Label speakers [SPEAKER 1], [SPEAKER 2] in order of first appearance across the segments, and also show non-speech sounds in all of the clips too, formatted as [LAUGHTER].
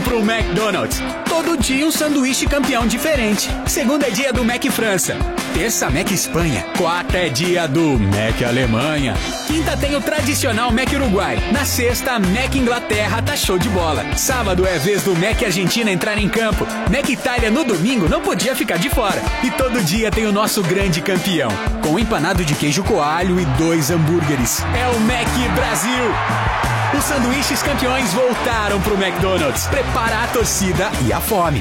[SPEAKER 1] pro McDonald's. Todo dia um sanduíche campeão diferente. Segunda é dia do Mac França. Terça, Mac Espanha. Quarta é dia do Mac Alemanha. Quinta tem o tradicional Mac Uruguai. Na sexta, Mac Inglaterra tá show de bola. Sábado é vez do Mac Argentina entrar em campo. Mac Itália no domingo não podia ficar de fora. E todo dia tem o nosso grande campeão. Com empanado de queijo coalho e dois hambúrgueres. É o Mac Brasil. Os sanduíches campeões voltaram pro McDonald's. Prepara a torcida e a fome.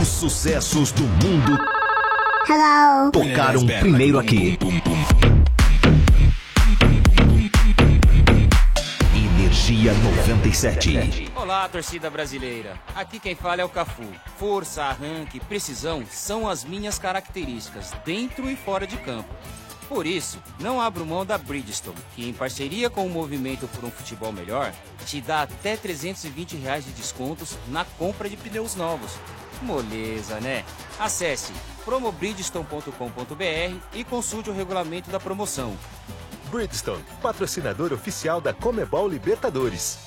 [SPEAKER 2] Os sucessos do mundo
[SPEAKER 3] Hello.
[SPEAKER 2] tocaram primeiro aqui. Energia 97.
[SPEAKER 4] Olá, torcida brasileira. Aqui quem fala é o Cafu. Força, arranque, precisão são as minhas características, dentro e fora de campo. Por isso, não abro mão da Bridgestone, que em parceria com o Movimento por um Futebol Melhor, te dá até 320 reais de descontos na compra de pneus novos. Moleza, né? Acesse promobridgestone.com.br e consulte o regulamento da promoção.
[SPEAKER 5] Bridgestone, patrocinador oficial da Comebol Libertadores.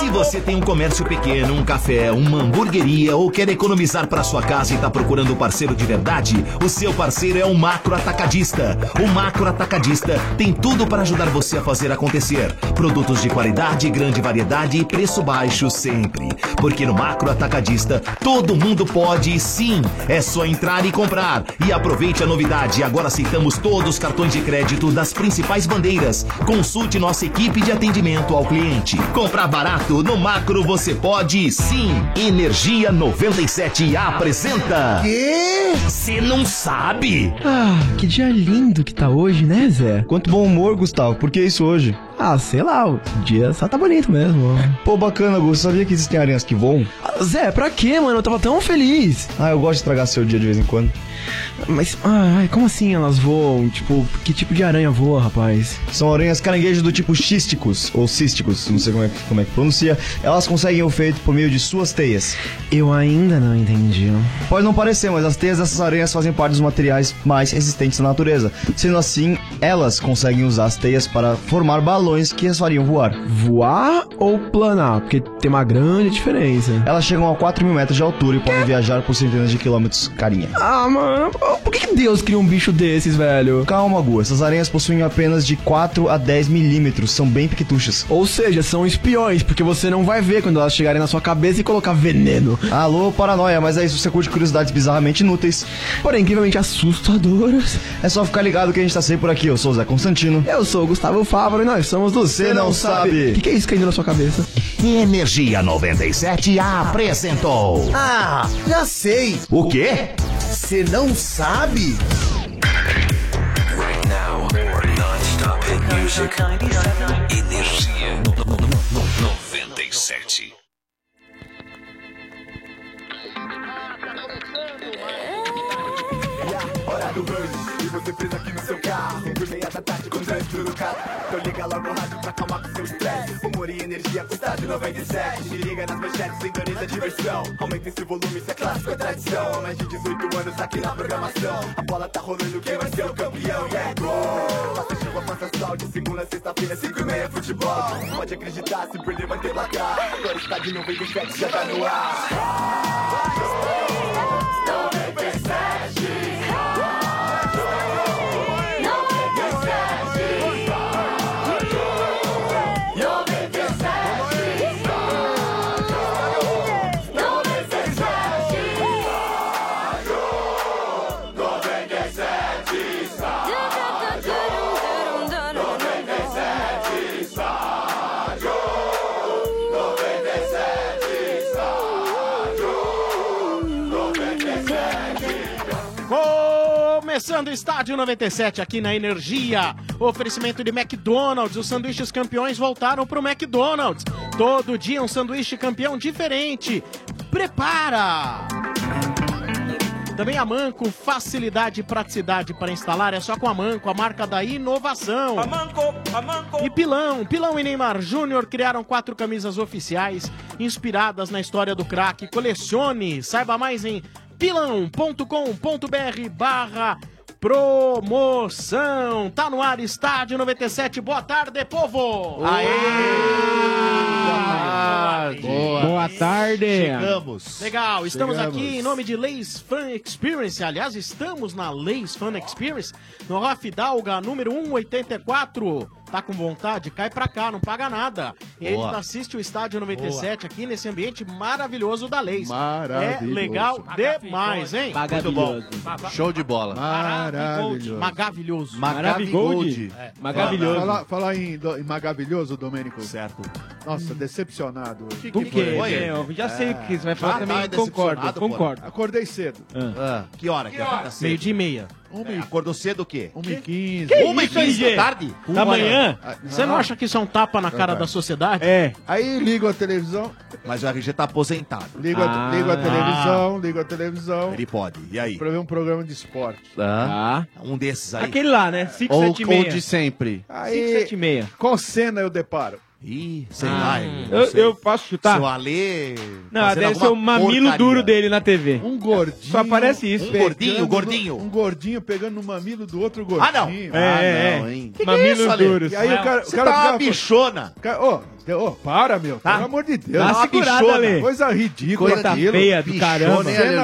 [SPEAKER 2] Se você tem um comércio pequeno, um café, uma hamburgueria ou quer economizar para sua casa e está procurando um parceiro de verdade, o seu parceiro é o Macro Atacadista. O Macro Atacadista tem tudo para ajudar você a fazer acontecer. Produtos de qualidade, grande variedade e preço baixo sempre. Porque no Macro Atacadista, todo mundo pode e sim. É só entrar e comprar. E aproveite a novidade. Agora aceitamos todos os cartões de crédito das principais bandeiras. Consulte nossa equipe de atendimento ao cliente. Comprar barato no macro você pode sim. Energia 97 apresenta. Quê? Você não sabe?
[SPEAKER 6] Ah, que dia lindo que tá hoje, né, Zé?
[SPEAKER 7] Quanto bom humor, Gustavo. Por que isso hoje?
[SPEAKER 6] Ah, sei lá, o dia só tá bonito mesmo.
[SPEAKER 7] Pô, bacana, Gus. Sabia que existem aranhas que voam?
[SPEAKER 6] Ah, Zé, pra quê, mano? Eu tava tão feliz.
[SPEAKER 7] Ah, eu gosto de estragar seu dia de vez em quando.
[SPEAKER 6] Mas, ai, como assim elas voam? Tipo, que tipo de aranha voa, rapaz?
[SPEAKER 7] São aranhas caranguejos do tipo xísticos, ou císticos, não sei como é, como é que pronuncia. Elas conseguem o feito por meio de suas teias.
[SPEAKER 6] Eu ainda não entendi.
[SPEAKER 7] Pode não parecer, mas as teias dessas aranhas fazem parte dos materiais mais resistentes da natureza. Sendo assim, elas conseguem usar as teias para formar balões que as fariam voar.
[SPEAKER 6] Voar ou planar? Porque tem uma grande diferença.
[SPEAKER 7] Elas chegam a 4 mil metros de altura e podem viajar por centenas de quilômetros carinha.
[SPEAKER 6] Ah, mano, por que que Deus cria um bicho desses, velho?
[SPEAKER 7] Calma, Gu, essas aranhas possuem apenas de 4 a 10 milímetros, são bem piquetuchas.
[SPEAKER 6] Ou seja, são espiões, porque você não vai ver quando elas chegarem na sua cabeça e colocar veneno.
[SPEAKER 7] Alô, paranoia, mas é isso, você curte curiosidades bizarramente inúteis.
[SPEAKER 6] Porém, incrivelmente assustadoras.
[SPEAKER 7] É só ficar ligado que a gente tá sempre por aqui, eu sou o Zé Constantino.
[SPEAKER 6] Eu sou o Gustavo Fávaro e nós somos do Cê
[SPEAKER 7] Não Sabe.
[SPEAKER 6] O que, que é isso caindo na sua cabeça?
[SPEAKER 2] Energia 97 apresentou.
[SPEAKER 8] Ah, já sei.
[SPEAKER 2] O quê?
[SPEAKER 8] Você não sabe?
[SPEAKER 9] Começando o Estádio 97 aqui na Energia. Oferecimento de McDonald's. Os sanduíches campeões voltaram pro McDonald's. Todo dia um sanduíche campeão diferente. Prepara! Também a Manco, facilidade e praticidade para instalar é só com a Manco, a marca da inovação. A Manco, a Manco. E Pilão, Pilão e Neymar Júnior criaram quatro camisas oficiais inspiradas na história do craque. Colecione, saiba mais em pilão.com.br barra promoção. Tá no ar, Estádio 97. Boa tarde, povo! Aê!
[SPEAKER 1] Boa, tarde.
[SPEAKER 9] Legal, estamos
[SPEAKER 1] Chegamos.
[SPEAKER 9] aqui em nome de Leis Fan Experience. Aliás, estamos na Leis Fan Experience, no Raf Dalga, número 184. Tá com vontade? Cai pra cá, não paga nada. E aí
[SPEAKER 2] Boa.
[SPEAKER 9] tu assiste o Estádio 97 aqui nesse ambiente maravilhoso da Leis. É
[SPEAKER 2] Maravilhoso.
[SPEAKER 9] legal demais, hein?
[SPEAKER 2] Muito bom. Show de bola.
[SPEAKER 9] Maravilhoso. Maravilhoso.
[SPEAKER 2] Magavigold. É. Magavilhoso.
[SPEAKER 10] Falar fala em, do- em Magavilhoso, Domênico.
[SPEAKER 11] Certo.
[SPEAKER 10] Nossa, decepcionado. hoje. Ah, tá,
[SPEAKER 1] Por que quê? foi? É, eu já sei o que você vai falar também, concordo,
[SPEAKER 10] decepcionado,
[SPEAKER 1] concordo.
[SPEAKER 10] porra. Acordei cedo.
[SPEAKER 11] Ah. Que hora? Que hora?
[SPEAKER 9] Meio dia e meia.
[SPEAKER 11] acordou cedo o quê?
[SPEAKER 10] 1h15.
[SPEAKER 9] Que
[SPEAKER 11] Uma e
[SPEAKER 9] isso, hein,
[SPEAKER 11] quinze
[SPEAKER 9] Gê?
[SPEAKER 11] da É tarde?
[SPEAKER 9] Da manhã?
[SPEAKER 11] Ah,
[SPEAKER 9] Você não acha que isso é um tapa na cara
[SPEAKER 11] Verdade.
[SPEAKER 9] da sociedade?
[SPEAKER 1] É.
[SPEAKER 10] Aí ligo a televisão,
[SPEAKER 11] Mas o RG tá aposentado.
[SPEAKER 10] ligo,
[SPEAKER 1] Ah.
[SPEAKER 10] a, ligo a televisão, ligo a televisão.
[SPEAKER 11] Ele pode. E aí?
[SPEAKER 10] Pra ver um programa de esporte.
[SPEAKER 11] Ah. Um desses aí.
[SPEAKER 10] Aquele lá, né? Cinco,
[SPEAKER 11] ou,
[SPEAKER 10] sete e meia.
[SPEAKER 11] ou de sempre.
[SPEAKER 10] Aí, qual cena eu deparo?
[SPEAKER 11] Ih, sei
[SPEAKER 10] Ah.
[SPEAKER 11] lá.
[SPEAKER 10] Eu-
[SPEAKER 1] eu posso chutar?
[SPEAKER 11] Seu Alê...
[SPEAKER 1] Não,
[SPEAKER 11] fazendo
[SPEAKER 1] deve ser o
[SPEAKER 11] alguma
[SPEAKER 1] mamilo
[SPEAKER 11] porcaria.
[SPEAKER 1] duro dele na TV.
[SPEAKER 10] Um gordinho.
[SPEAKER 1] Só aparece isso.
[SPEAKER 11] Um
[SPEAKER 1] velho.
[SPEAKER 11] gordinho, gordinho.
[SPEAKER 10] Um gordinho pegando no mamilo do outro
[SPEAKER 11] Ah, não.
[SPEAKER 10] gordinho.
[SPEAKER 1] É, é, é.
[SPEAKER 10] Que que
[SPEAKER 1] Mamilo
[SPEAKER 10] é isso, Ale?
[SPEAKER 1] duro,
[SPEAKER 10] E aí
[SPEAKER 1] Samuel.
[SPEAKER 10] o cara, o
[SPEAKER 1] Você
[SPEAKER 10] cara
[SPEAKER 1] tá uma
[SPEAKER 10] ficava-
[SPEAKER 11] bichona.
[SPEAKER 10] Cara, Ô, de- ô, para, meu. Pelo amor de Deus.
[SPEAKER 1] Dá uma
[SPEAKER 10] Uma
[SPEAKER 1] segurada,
[SPEAKER 10] bichona,
[SPEAKER 1] Ale.
[SPEAKER 10] Coisa ridícula.
[SPEAKER 1] Coisa feia do caramba.
[SPEAKER 9] né,
[SPEAKER 10] Cena- cena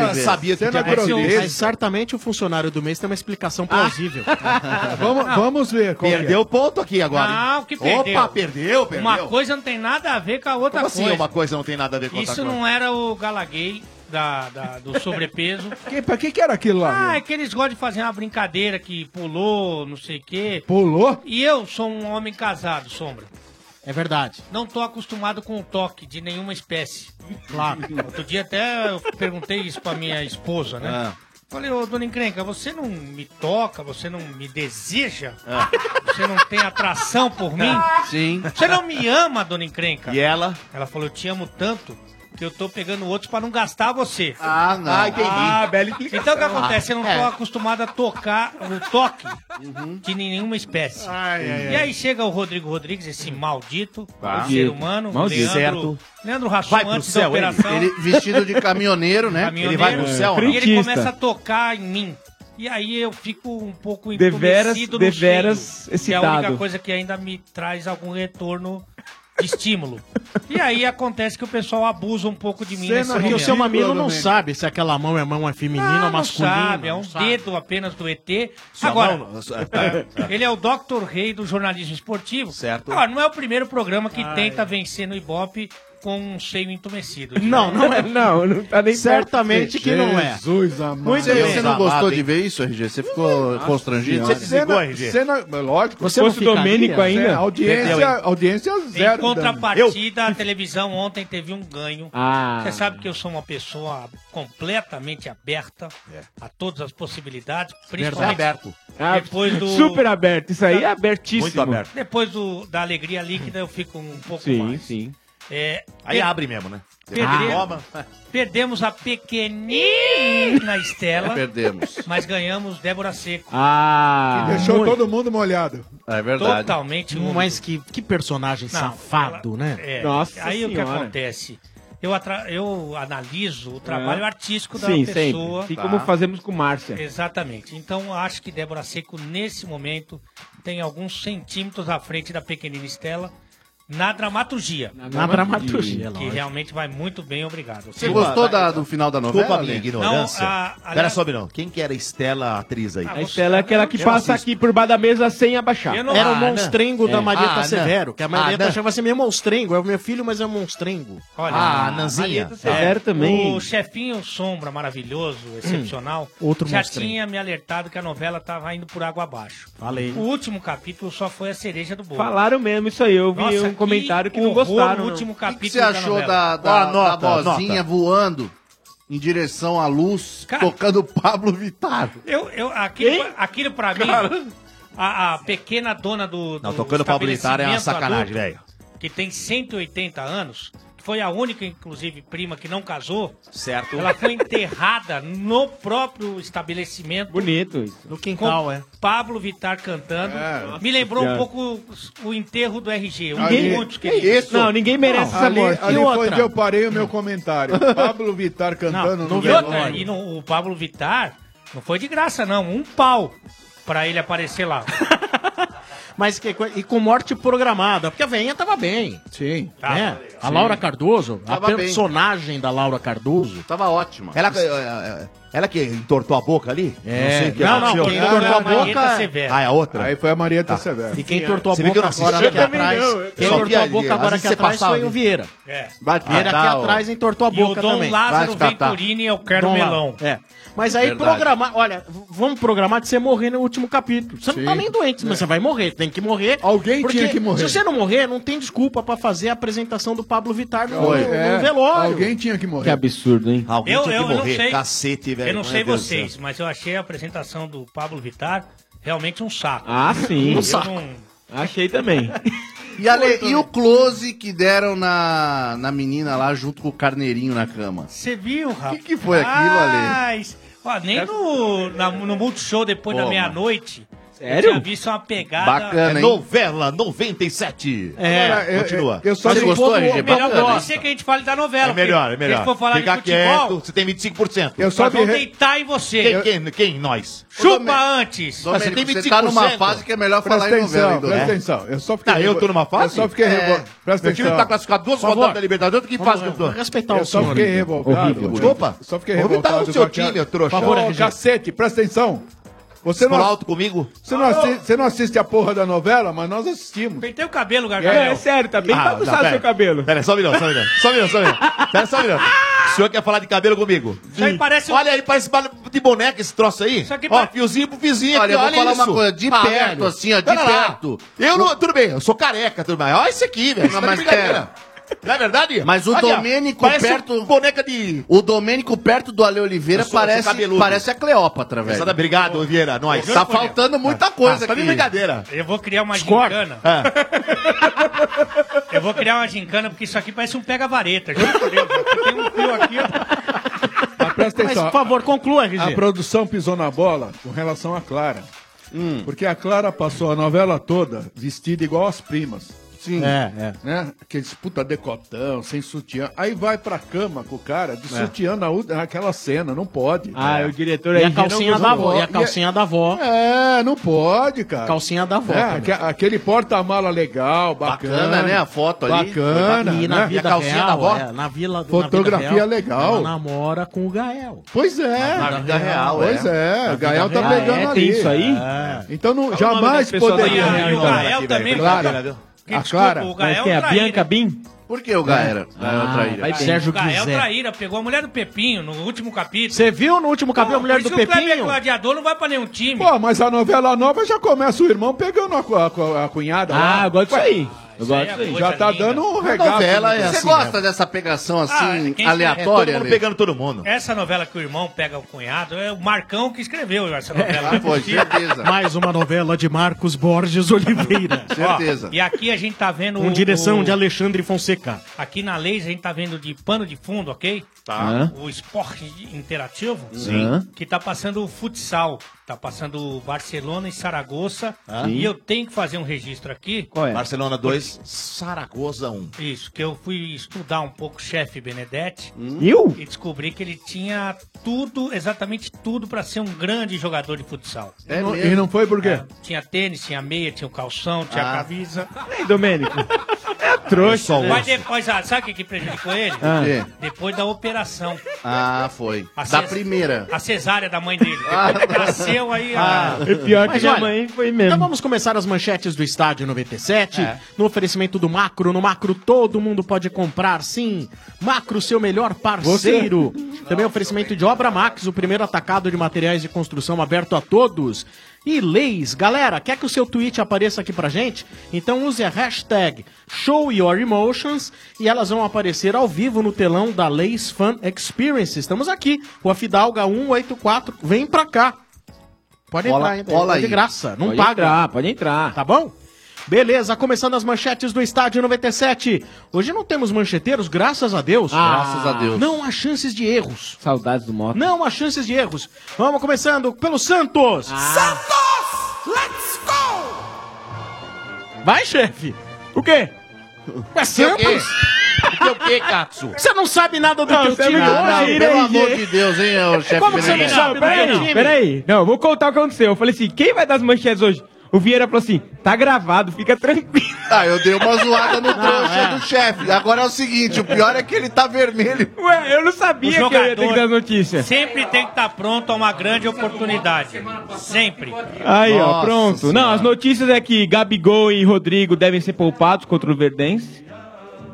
[SPEAKER 10] grotesca.
[SPEAKER 9] um- Mas certamente o funcionário do mês tem uma explicação plausível.
[SPEAKER 12] Ah,
[SPEAKER 10] vamos, vamos ver. Qual
[SPEAKER 11] Perdeu o ponto aqui agora. hein?
[SPEAKER 9] Não, que perdeu.
[SPEAKER 11] Opa, perdeu, perdeu.
[SPEAKER 12] Uma coisa não tem nada a ver com a outra
[SPEAKER 11] Como assim
[SPEAKER 12] coisa.
[SPEAKER 11] uma coisa não tem nada a ver com outra
[SPEAKER 12] Tá Isso
[SPEAKER 11] coisa?
[SPEAKER 12] não é era o galaguei da, da-
[SPEAKER 11] [LAUGHS]
[SPEAKER 12] do sobrepeso.
[SPEAKER 10] Que, pra que que era aquilo lá?
[SPEAKER 12] ah,
[SPEAKER 10] meu?
[SPEAKER 12] é que eles gostam de fazer uma brincadeira que pulou, não sei o quê.
[SPEAKER 10] Pulou?
[SPEAKER 12] E eu sou um homem casado, Sombra.
[SPEAKER 9] É verdade.
[SPEAKER 12] Não tô acostumado com o toque de nenhuma espécie. Claro. Outro dia até é, eu perguntei isso pra minha esposa, né?
[SPEAKER 4] Ah.
[SPEAKER 12] Falei, ô dona Encrenca, você não me toca, você não me deseja? Você não tem
[SPEAKER 4] [LAUGHS]
[SPEAKER 12] atração por mim?
[SPEAKER 4] É. Sim.
[SPEAKER 12] Você não me ama, dona Encrenca?
[SPEAKER 4] E ela?
[SPEAKER 12] Ela falou, eu te amo tanto que eu tô pegando outros pra não gastar você.
[SPEAKER 4] Ah, não. Ah, entendi.
[SPEAKER 12] Ah, bela explicação. Então o que acontece? Eu não tô
[SPEAKER 4] É. Uhum.
[SPEAKER 12] acostumado a tocar no toque de nenhuma espécie.
[SPEAKER 4] Ai, ai,
[SPEAKER 12] E
[SPEAKER 4] ai.
[SPEAKER 12] aí chega o Rodrigo Rodrigues, esse maldito,
[SPEAKER 4] Tá.
[SPEAKER 12] o ser humano,
[SPEAKER 4] Maldito.
[SPEAKER 12] Leandro,
[SPEAKER 4] Certo.
[SPEAKER 12] Leandro Rasson
[SPEAKER 4] Vai pro
[SPEAKER 12] antes da
[SPEAKER 4] céu,
[SPEAKER 12] operação.
[SPEAKER 4] ele. Ele vestido de caminhoneiro,
[SPEAKER 9] É?
[SPEAKER 4] né? Ele vai pro céu,
[SPEAKER 12] E ele
[SPEAKER 4] né?
[SPEAKER 12] começa a tocar em mim. E aí eu fico um pouco
[SPEAKER 4] Deveras-
[SPEAKER 12] entumecido no
[SPEAKER 4] deveras
[SPEAKER 12] cheiro, que é a única
[SPEAKER 4] excitado.
[SPEAKER 12] coisa que ainda me traz algum retorno de estímulo. e aí acontece que o pessoal abusa um pouco de mim nesse
[SPEAKER 9] Porque o
[SPEAKER 12] momento.
[SPEAKER 9] seu mamilo não sabe se aquela mão é mão é feminina ou
[SPEAKER 12] Ah, não
[SPEAKER 9] masculina.
[SPEAKER 12] sabe, é um
[SPEAKER 9] não sabe.
[SPEAKER 12] dedo apenas do ET.
[SPEAKER 9] Sua
[SPEAKER 12] Agora,
[SPEAKER 9] mão não- sua- é, é.
[SPEAKER 12] ele é o Dr. Rei do jornalismo esportivo. Certo. Agora, não é o primeiro programa que tenta vencer no Ibope com um seio entumecido.
[SPEAKER 9] Não, não é.
[SPEAKER 1] não, não tá nem
[SPEAKER 9] Certamente que não é.
[SPEAKER 10] Jesus amado.
[SPEAKER 9] Muito
[SPEAKER 4] Você,
[SPEAKER 9] bem.
[SPEAKER 4] você não gostou de ver isso, RG? Você ficou constrangido? Você desligou, RG?
[SPEAKER 10] Cena, lógico.
[SPEAKER 4] Você não ficaria?
[SPEAKER 10] Cena- Audiência,
[SPEAKER 4] Entendeu, hein?
[SPEAKER 10] audiência
[SPEAKER 12] Em
[SPEAKER 10] zero.
[SPEAKER 12] contrapartida, a televisão ontem teve um ganho.
[SPEAKER 10] Ah.
[SPEAKER 12] Você sabe que eu sou uma pessoa completamente aberta
[SPEAKER 11] É.
[SPEAKER 12] a todas as possibilidades, principalmente
[SPEAKER 1] aberto.
[SPEAKER 12] depois do
[SPEAKER 1] Ah, Super aberto. Isso aí é abertíssimo.
[SPEAKER 12] Depois do, da alegria líquida, eu fico um pouco
[SPEAKER 1] Sim,
[SPEAKER 12] mais.
[SPEAKER 1] sim.
[SPEAKER 12] É,
[SPEAKER 11] Aí
[SPEAKER 12] per-
[SPEAKER 11] abre mesmo, né?
[SPEAKER 12] perdemos-
[SPEAKER 11] Toma.
[SPEAKER 12] Perdemos a
[SPEAKER 11] [LAUGHS]
[SPEAKER 12] pequenina Estela.
[SPEAKER 4] Perdemos.
[SPEAKER 12] Mas ganhamos Débora Seco.
[SPEAKER 1] Ah.
[SPEAKER 10] Deixou
[SPEAKER 12] muito.
[SPEAKER 10] todo mundo molhado.
[SPEAKER 4] É
[SPEAKER 12] Totalmente úmido.
[SPEAKER 9] Hum, Mas que, que personagem
[SPEAKER 12] Não,
[SPEAKER 9] safado, né?
[SPEAKER 12] É, aí o que acontece? Eu, atra- eu analiso o trabalho
[SPEAKER 1] É.
[SPEAKER 12] artístico da
[SPEAKER 1] Sim, sempre.
[SPEAKER 12] pessoa.
[SPEAKER 1] Assim como
[SPEAKER 9] Tá.
[SPEAKER 1] fazemos com Márcia.
[SPEAKER 12] Exatamente. Então acho que Débora Seco, nesse momento, tem alguns centímetros à frente da pequenina Estela na dramaturgia.
[SPEAKER 9] Na dramaturgia,
[SPEAKER 12] Que
[SPEAKER 9] lógico.
[SPEAKER 12] realmente vai muito bem, obrigado.
[SPEAKER 4] Você gostou da- do
[SPEAKER 11] final da
[SPEAKER 4] novela,
[SPEAKER 11] Desculpa a minha
[SPEAKER 4] Lê?
[SPEAKER 11] ignorância.
[SPEAKER 12] Não, a-
[SPEAKER 11] Pera
[SPEAKER 12] aliás-
[SPEAKER 11] só, não. Quem que era a Estela, a atriz aí?
[SPEAKER 1] A Estela é aquela que passa aqui por baixo da mesa sem abaixar.
[SPEAKER 9] Eu não-
[SPEAKER 12] Ah,
[SPEAKER 9] Era o
[SPEAKER 12] né?
[SPEAKER 9] monstrengo da Marieta Severo, que a Marieta achava assim, meu monstrengo, é o meu filho, mas é um monstrengo.
[SPEAKER 12] Olha,
[SPEAKER 9] Ah,
[SPEAKER 12] a
[SPEAKER 9] Nanzinha.
[SPEAKER 12] Marieta
[SPEAKER 1] É.
[SPEAKER 9] Severo também.
[SPEAKER 12] O chefinho Sombra,
[SPEAKER 1] Hum.
[SPEAKER 12] maravilhoso, excepcional,
[SPEAKER 9] outro
[SPEAKER 12] já
[SPEAKER 9] monstrinho.
[SPEAKER 12] tinha me alertado que a novela tava indo por água abaixo.
[SPEAKER 9] Falei.
[SPEAKER 12] O último capítulo só foi a cereja do bolo.
[SPEAKER 1] Falaram mesmo isso aí. Eu vi um
[SPEAKER 12] Nossa,
[SPEAKER 1] comentário que, não
[SPEAKER 12] horror
[SPEAKER 1] gostaram.
[SPEAKER 12] no
[SPEAKER 1] não.
[SPEAKER 12] último
[SPEAKER 4] O que
[SPEAKER 12] capítulo
[SPEAKER 4] você achou da,
[SPEAKER 12] novela.
[SPEAKER 4] da, da vozinha voando?
[SPEAKER 8] em direção à luz, tocando Pablo Vittar.
[SPEAKER 12] Eu, eu, aquilo, aquilo pra mim, a, a pequena dona do. do
[SPEAKER 2] Não, tocando Pablo Vittar é uma
[SPEAKER 12] estabelecimento
[SPEAKER 2] sacanagem,
[SPEAKER 12] adulto,
[SPEAKER 2] velho.
[SPEAKER 12] Que tem 180 anos, foi a única, inclusive, prima que não casou.
[SPEAKER 2] Certo.
[SPEAKER 12] Ela foi enterrada no próprio estabelecimento.
[SPEAKER 1] Bonito isso.
[SPEAKER 12] No
[SPEAKER 1] quintal, é.
[SPEAKER 12] Pablo Vittar cantando.
[SPEAKER 1] É.
[SPEAKER 12] Me lembrou um
[SPEAKER 1] Piada.
[SPEAKER 12] pouco o enterro do RG. Um
[SPEAKER 10] Ali-
[SPEAKER 12] monte que
[SPEAKER 10] é
[SPEAKER 12] ele-
[SPEAKER 10] isso. ali, Ali foi onde eu parei o meu
[SPEAKER 9] [LAUGHS]
[SPEAKER 10] comentário. Pablo Vittar cantando
[SPEAKER 12] não,
[SPEAKER 10] no
[SPEAKER 12] e outra,
[SPEAKER 10] velório.
[SPEAKER 12] E não- o Pablo Vittar não foi de graça, não. Um pau pra ele aparecer lá.
[SPEAKER 9] Mas que, coi- e com morte programada, porque a veinha tava bem.
[SPEAKER 10] Sim.
[SPEAKER 9] né? A
[SPEAKER 8] Sim.
[SPEAKER 9] Laura Cardoso,
[SPEAKER 8] Tava
[SPEAKER 9] a
[SPEAKER 8] bem.
[SPEAKER 9] personagem da Laura Cardoso.
[SPEAKER 8] Tava ótima.
[SPEAKER 2] Ela, eh, eh, ela que entortou a boca ali?
[SPEAKER 9] É.
[SPEAKER 2] Não, sei o que
[SPEAKER 9] Não, não,
[SPEAKER 2] aconteceu. é
[SPEAKER 9] quem entortou a Marieta boca- Severo.
[SPEAKER 2] Ah, é a outra?
[SPEAKER 10] Aí foi a Marieta Severo.
[SPEAKER 9] Tá. E quem entortou a
[SPEAKER 2] é. Você viu que eu
[SPEAKER 9] boca
[SPEAKER 2] não
[SPEAKER 9] agora
[SPEAKER 2] assisti?
[SPEAKER 9] aqui atrás. Quem
[SPEAKER 2] Só
[SPEAKER 9] entortou
[SPEAKER 2] vi
[SPEAKER 9] a
[SPEAKER 2] ali, às
[SPEAKER 9] boca agora aqui
[SPEAKER 2] vezes você
[SPEAKER 9] atrás
[SPEAKER 2] passava
[SPEAKER 9] foi o
[SPEAKER 2] ali.
[SPEAKER 9] Vieira.
[SPEAKER 12] É.
[SPEAKER 9] Bate- Vieira aqui
[SPEAKER 2] Ah, tá, ó.
[SPEAKER 9] atrás entortou a
[SPEAKER 2] E o
[SPEAKER 9] boca
[SPEAKER 2] Dom
[SPEAKER 9] também.
[SPEAKER 2] Lázaro
[SPEAKER 9] Vai catar.
[SPEAKER 12] Venturini, eu quero
[SPEAKER 9] Dom
[SPEAKER 12] melão.
[SPEAKER 9] Lázaro. É. Mas aí
[SPEAKER 12] Verdade.
[SPEAKER 9] programar, olha, v- vamos programar de você morrer no último capítulo. Você não tá
[SPEAKER 12] Sim.
[SPEAKER 9] nem doente, mas você vai morrer, tem que morrer.
[SPEAKER 10] Alguém
[SPEAKER 12] tinha que morrer.
[SPEAKER 9] Se você não morrer, não tem desculpa pra fazer a apresentação do Pablo Vittar no,
[SPEAKER 10] Foi.
[SPEAKER 9] no-
[SPEAKER 10] É.
[SPEAKER 9] no velório.
[SPEAKER 10] Alguém tinha que morrer.
[SPEAKER 8] Que absurdo, hein?
[SPEAKER 2] Alguém
[SPEAKER 12] Eu,
[SPEAKER 2] tinha
[SPEAKER 12] eu,
[SPEAKER 2] que
[SPEAKER 12] eu não
[SPEAKER 2] morrer.
[SPEAKER 12] sei.
[SPEAKER 2] Cacete, velho.
[SPEAKER 12] eu não
[SPEAKER 2] Meu
[SPEAKER 12] sei
[SPEAKER 2] Deus do
[SPEAKER 12] vocês,
[SPEAKER 2] céu.
[SPEAKER 12] mas eu achei a apresentação do Pablo Vittar realmente um saco.
[SPEAKER 1] Ah, sim.
[SPEAKER 12] Eu
[SPEAKER 1] Um saco.
[SPEAKER 12] não-
[SPEAKER 1] Achei também.
[SPEAKER 8] E, a le- e o close que deram na, na menina lá junto com o carneirinho na cama?
[SPEAKER 12] Você viu, rapaz? O
[SPEAKER 8] que foi aquilo, Ale?
[SPEAKER 12] Ó, nem no, na, no Multishow depois
[SPEAKER 8] Pô,
[SPEAKER 12] da
[SPEAKER 8] mano.
[SPEAKER 12] meia-noite.
[SPEAKER 8] Sério?
[SPEAKER 12] Eu tinha visto uma pegada.
[SPEAKER 2] Bacana, hein? É Novela 97.
[SPEAKER 12] É,
[SPEAKER 2] Agora, continua.
[SPEAKER 12] eu- eu só
[SPEAKER 2] Você
[SPEAKER 12] sei
[SPEAKER 2] gostou,
[SPEAKER 12] como-
[SPEAKER 2] RG?
[SPEAKER 12] melhor
[SPEAKER 2] Bacana,
[SPEAKER 12] pode
[SPEAKER 2] hein?
[SPEAKER 12] ser que a gente fale da novela.
[SPEAKER 2] É melhor, é
[SPEAKER 12] porque
[SPEAKER 2] melhor.
[SPEAKER 12] Se for falar
[SPEAKER 2] Fica
[SPEAKER 12] de futebol,
[SPEAKER 2] quieto, você tem 25%.
[SPEAKER 12] Eu só Nós me vamos re- deitar em você.
[SPEAKER 2] Quem, quem, quem nós?
[SPEAKER 12] Chupa antes!
[SPEAKER 8] Domênico, você tá numa fase que é melhor
[SPEAKER 10] Presta
[SPEAKER 8] falar em
[SPEAKER 10] atenção,
[SPEAKER 8] novela, hein,
[SPEAKER 10] presta
[SPEAKER 8] Dodô?
[SPEAKER 10] atenção. Eu só fiquei
[SPEAKER 2] Ah, eu
[SPEAKER 10] revol-
[SPEAKER 2] tô numa fase?
[SPEAKER 10] Eu só fiquei
[SPEAKER 2] É.
[SPEAKER 10] revoltado. Presta
[SPEAKER 2] Meu time
[SPEAKER 10] atenção.
[SPEAKER 2] tá classificado duas
[SPEAKER 10] Por favor.
[SPEAKER 2] rodadas da Libertadores. Que fase que eu tô?
[SPEAKER 10] eu só fiquei revoltado.
[SPEAKER 2] Horrível. Desculpa.
[SPEAKER 10] Só fiquei
[SPEAKER 2] Vou
[SPEAKER 10] revoltado.
[SPEAKER 2] votar no seu
[SPEAKER 10] com aquela-
[SPEAKER 2] time, ô trouxa.
[SPEAKER 10] Por favor, Ô, cacete, presta atenção. Você não,
[SPEAKER 2] Fala
[SPEAKER 10] ass-
[SPEAKER 2] alto comigo.
[SPEAKER 10] você, não assi- você não assiste a porra da novela, mas nós assistimos.
[SPEAKER 12] Pentei o cabelo,
[SPEAKER 10] Gabriel.
[SPEAKER 2] É, é sério, tá bem bagunçado seu
[SPEAKER 10] cabelo.
[SPEAKER 2] Pera, só um minuto, só um minuto. Só um minuto, só um minuto. Pera, só um minuto. O senhor quer falar de cabelo comigo?
[SPEAKER 12] Isso aí parece
[SPEAKER 2] Olha aí, parece bala de boneca esse troço aí. Isso aqui ó, fiozinho pro vizinho aqui,
[SPEAKER 8] Olha, eu vou falar
[SPEAKER 2] isso.
[SPEAKER 8] uma coisa, de perto,
[SPEAKER 2] velho.
[SPEAKER 8] assim, ó, de
[SPEAKER 2] Pera lá.
[SPEAKER 8] perto.
[SPEAKER 2] Eu não... Tudo bem, eu sou careca, tudo mais. Olha isso aqui, velho.
[SPEAKER 8] Não,
[SPEAKER 2] Isso tá de
[SPEAKER 8] mas
[SPEAKER 2] brincadeira. Não é verdade?
[SPEAKER 8] Mas o
[SPEAKER 2] Olha,
[SPEAKER 8] Domênico
[SPEAKER 2] parece
[SPEAKER 8] perto-
[SPEAKER 2] um boneca de...
[SPEAKER 8] O Domênico perto do Ale Oliveira
[SPEAKER 2] Eu sou- eu sou
[SPEAKER 8] parece,
[SPEAKER 2] cabeludo.
[SPEAKER 8] parece a Cleópatra, velho.
[SPEAKER 2] Exato, obrigado, Oliveira. Nós.
[SPEAKER 8] Tá faltando
[SPEAKER 9] Ah,
[SPEAKER 8] muita coisa
[SPEAKER 2] Tá de
[SPEAKER 8] aqui.
[SPEAKER 2] brincadeira.
[SPEAKER 12] Eu vou criar uma gincana. [LAUGHS] Eu vou criar uma gincana, porque isso aqui parece um pega-vareta. juro por Deus. Tem um fio aqui, ó.
[SPEAKER 10] Presta
[SPEAKER 12] Mas,
[SPEAKER 10] atenção.
[SPEAKER 12] por favor,
[SPEAKER 9] conclua,
[SPEAKER 10] A
[SPEAKER 12] RG.
[SPEAKER 10] produção pisou na bola com relação à Clara.
[SPEAKER 2] Hum.
[SPEAKER 10] Porque a Clara passou a novela toda vestida igual as primas. Sim.
[SPEAKER 9] É, é.
[SPEAKER 10] Né? Que disputa decotão, sem sutiã. Aí vai pra cama com o cara de
[SPEAKER 9] É.
[SPEAKER 10] sutiã na, ú- naquela cena, não pode.
[SPEAKER 9] Ah,
[SPEAKER 10] É.
[SPEAKER 9] o diretor aí,
[SPEAKER 10] E a calcinha da avó.
[SPEAKER 9] E a calcinha da avó.
[SPEAKER 10] É, não pode, cara.
[SPEAKER 9] Calcinha da avó
[SPEAKER 10] É,
[SPEAKER 9] também.
[SPEAKER 10] aque- aquele porta-mala legal, bacana.
[SPEAKER 9] Bacana, né? A foto ali.
[SPEAKER 10] Bacana.
[SPEAKER 9] E na
[SPEAKER 10] né?
[SPEAKER 9] vida real, é, na vila- na vida
[SPEAKER 10] Fotografia
[SPEAKER 9] real,
[SPEAKER 10] legal.
[SPEAKER 9] ela namora com o Gael.
[SPEAKER 10] Pois é.
[SPEAKER 9] Na vida real,
[SPEAKER 10] Pois
[SPEAKER 9] é.
[SPEAKER 10] é.
[SPEAKER 9] Na
[SPEAKER 10] O Gael
[SPEAKER 9] vida
[SPEAKER 10] tá
[SPEAKER 9] real.
[SPEAKER 10] pegando
[SPEAKER 9] Ah, é?
[SPEAKER 10] ali.
[SPEAKER 9] Tem isso aí?
[SPEAKER 10] Então não,
[SPEAKER 9] Qual o nome
[SPEAKER 10] jamais
[SPEAKER 9] dessa pessoa da
[SPEAKER 10] poderia.
[SPEAKER 9] vida real,
[SPEAKER 10] Então,
[SPEAKER 9] então? O Gael também,
[SPEAKER 10] Claro.
[SPEAKER 9] Que
[SPEAKER 10] A
[SPEAKER 9] desculpa,
[SPEAKER 10] Clara.
[SPEAKER 12] o Gael
[SPEAKER 1] Mas quem é? A
[SPEAKER 12] traíra.
[SPEAKER 1] Bianca Bim?
[SPEAKER 8] Por que o Gaera?
[SPEAKER 9] É,
[SPEAKER 1] Gael traíra. vai bem.
[SPEAKER 12] é o
[SPEAKER 1] Sérgio
[SPEAKER 12] Gael
[SPEAKER 1] Guizé.
[SPEAKER 12] Traíra pegou a mulher do Pepinho no último capítulo.
[SPEAKER 9] Você viu no último capítulo a mulher
[SPEAKER 12] Por
[SPEAKER 9] do
[SPEAKER 12] isso que O Kleber é
[SPEAKER 9] Pepinho?
[SPEAKER 12] Gladiador não vai pra nenhum time.
[SPEAKER 10] Pô, mas a novela nova já começa o irmão pegando a, cu- a cu- a cunhada. lá.
[SPEAKER 1] Ah, eu gosto disso
[SPEAKER 10] Ué,
[SPEAKER 1] aí. Eu
[SPEAKER 10] aí
[SPEAKER 1] gosto
[SPEAKER 10] é
[SPEAKER 1] disso aí.
[SPEAKER 10] Já tá dando um
[SPEAKER 9] né?
[SPEAKER 10] regalo.
[SPEAKER 9] é assim,
[SPEAKER 8] Você gosta dessa pegação assim,
[SPEAKER 12] quem-
[SPEAKER 8] aleatória?
[SPEAKER 12] é, todo mundo
[SPEAKER 8] Ale?
[SPEAKER 12] pegando
[SPEAKER 2] todo mundo.
[SPEAKER 12] Essa novela que o irmão pega o cunhado é o Marcão que escreveu essa novela.
[SPEAKER 8] [LAUGHS]
[SPEAKER 12] Não é possível.
[SPEAKER 9] Mais uma novela de Marcos Borges
[SPEAKER 10] [LAUGHS]
[SPEAKER 9] Oliveira.
[SPEAKER 12] Ó, e aqui a gente tá vendo.
[SPEAKER 9] Com
[SPEAKER 12] o-
[SPEAKER 9] direção
[SPEAKER 12] o-
[SPEAKER 9] de Alexandre Fonseca.
[SPEAKER 12] Aqui na Leis a gente tá vendo de pano de fundo, ok?
[SPEAKER 9] Tá.
[SPEAKER 12] O esporte interativo.
[SPEAKER 9] Sim.
[SPEAKER 12] Que tá passando o futsal. Tá passando o Barcelona e Saragoça.
[SPEAKER 2] Ah.
[SPEAKER 12] E
[SPEAKER 2] Sim.
[SPEAKER 12] eu tenho que fazer um registro aqui.
[SPEAKER 2] Barcelona 2, Saragoza 1.
[SPEAKER 12] Isso, que eu fui estudar um pouco o chefe Benedetti.
[SPEAKER 2] Eu?
[SPEAKER 12] E descobri que ele tinha tudo, exatamente tudo, pra ser um grande jogador de futsal.
[SPEAKER 10] É Não- mesmo? e não foi por quê?
[SPEAKER 12] É, tinha tênis, tinha meia, tinha o calção, tinha a
[SPEAKER 10] Ah.
[SPEAKER 12] camisa.
[SPEAKER 1] Ei, Domênico.
[SPEAKER 9] É
[SPEAKER 8] trouxa, né?
[SPEAKER 12] Mas depois, ah, sabe o que que prejudicou ele?
[SPEAKER 8] Ah. O quê?
[SPEAKER 12] Depois da operação.
[SPEAKER 8] Ah, foi.
[SPEAKER 12] A
[SPEAKER 8] da
[SPEAKER 12] ces-
[SPEAKER 8] primeira.
[SPEAKER 12] A cesárea da mãe dele.
[SPEAKER 10] Ah, tá.
[SPEAKER 12] Nasceu aí
[SPEAKER 1] Ah,
[SPEAKER 12] a...
[SPEAKER 9] ah.
[SPEAKER 10] é
[SPEAKER 9] Mas olha, Então vamos começar as manchetes do Estádio 97.
[SPEAKER 1] É.
[SPEAKER 9] No oferecimento do Macro. No Macro todo mundo pode comprar, sim. Macro, seu melhor parceiro. Também oferecimento de Obra Max, o primeiro atacado de materiais de construção aberto a todos. e leis. Galera, quer que o seu tweet apareça aqui pra gente? Então use a hashtag ShowYourEmotions e elas vão aparecer ao vivo no telão da Leis Fan Experience. Estamos aqui, Rua Fidalga 184. Vem pra cá. Pode
[SPEAKER 2] Cola-
[SPEAKER 9] entrar, entra.
[SPEAKER 2] cola
[SPEAKER 9] É de
[SPEAKER 2] aí.
[SPEAKER 9] graça, não
[SPEAKER 2] Pode
[SPEAKER 9] paga.
[SPEAKER 2] entrar,
[SPEAKER 9] pode entrar. Tá bom? Beleza, começando as manchetes do Estádio 97. Hoje não temos mancheteiros, graças a Deus.
[SPEAKER 1] Graças a Deus.
[SPEAKER 9] Não há chances de erros.
[SPEAKER 1] Saudades do Mota.
[SPEAKER 9] Não há chances de erros. Vamos começando pelo Santos.
[SPEAKER 13] Santos! Let's go!
[SPEAKER 9] Vai, chefe. O quê? É
[SPEAKER 1] um
[SPEAKER 9] Santos?
[SPEAKER 4] O que, Katsu?
[SPEAKER 9] Você não sabe
[SPEAKER 2] é
[SPEAKER 9] nada do
[SPEAKER 4] Não,
[SPEAKER 9] teu
[SPEAKER 1] é
[SPEAKER 2] um
[SPEAKER 4] você
[SPEAKER 9] time
[SPEAKER 4] me- Ah,
[SPEAKER 9] hoje,
[SPEAKER 4] pelo
[SPEAKER 9] né?
[SPEAKER 4] amor de
[SPEAKER 2] Deus, hein, ô chefe
[SPEAKER 9] Como que você não
[SPEAKER 2] Meneghel?
[SPEAKER 9] sabe do teu time?
[SPEAKER 1] Peraí, peraí. Não, eu vou contar o que aconteceu. Eu falei assim, quem vai dar as manchetes hoje? O Vieira falou assim, tá gravado, fica tranquilo.
[SPEAKER 2] Ah, eu dei uma zoada no trouxa do chefe. Agora é o seguinte, o pior é que ele tá vermelho.
[SPEAKER 1] Ué, eu não sabia
[SPEAKER 12] O
[SPEAKER 1] que eu ia ter que dar as notícias.
[SPEAKER 12] Sempre tem que estar pronto a uma grande oportunidade. Sempre.
[SPEAKER 1] Aí, ó, pronto. Não, as notícias é que Gabigol e Rodrigo devem ser poupados contra o Verdense.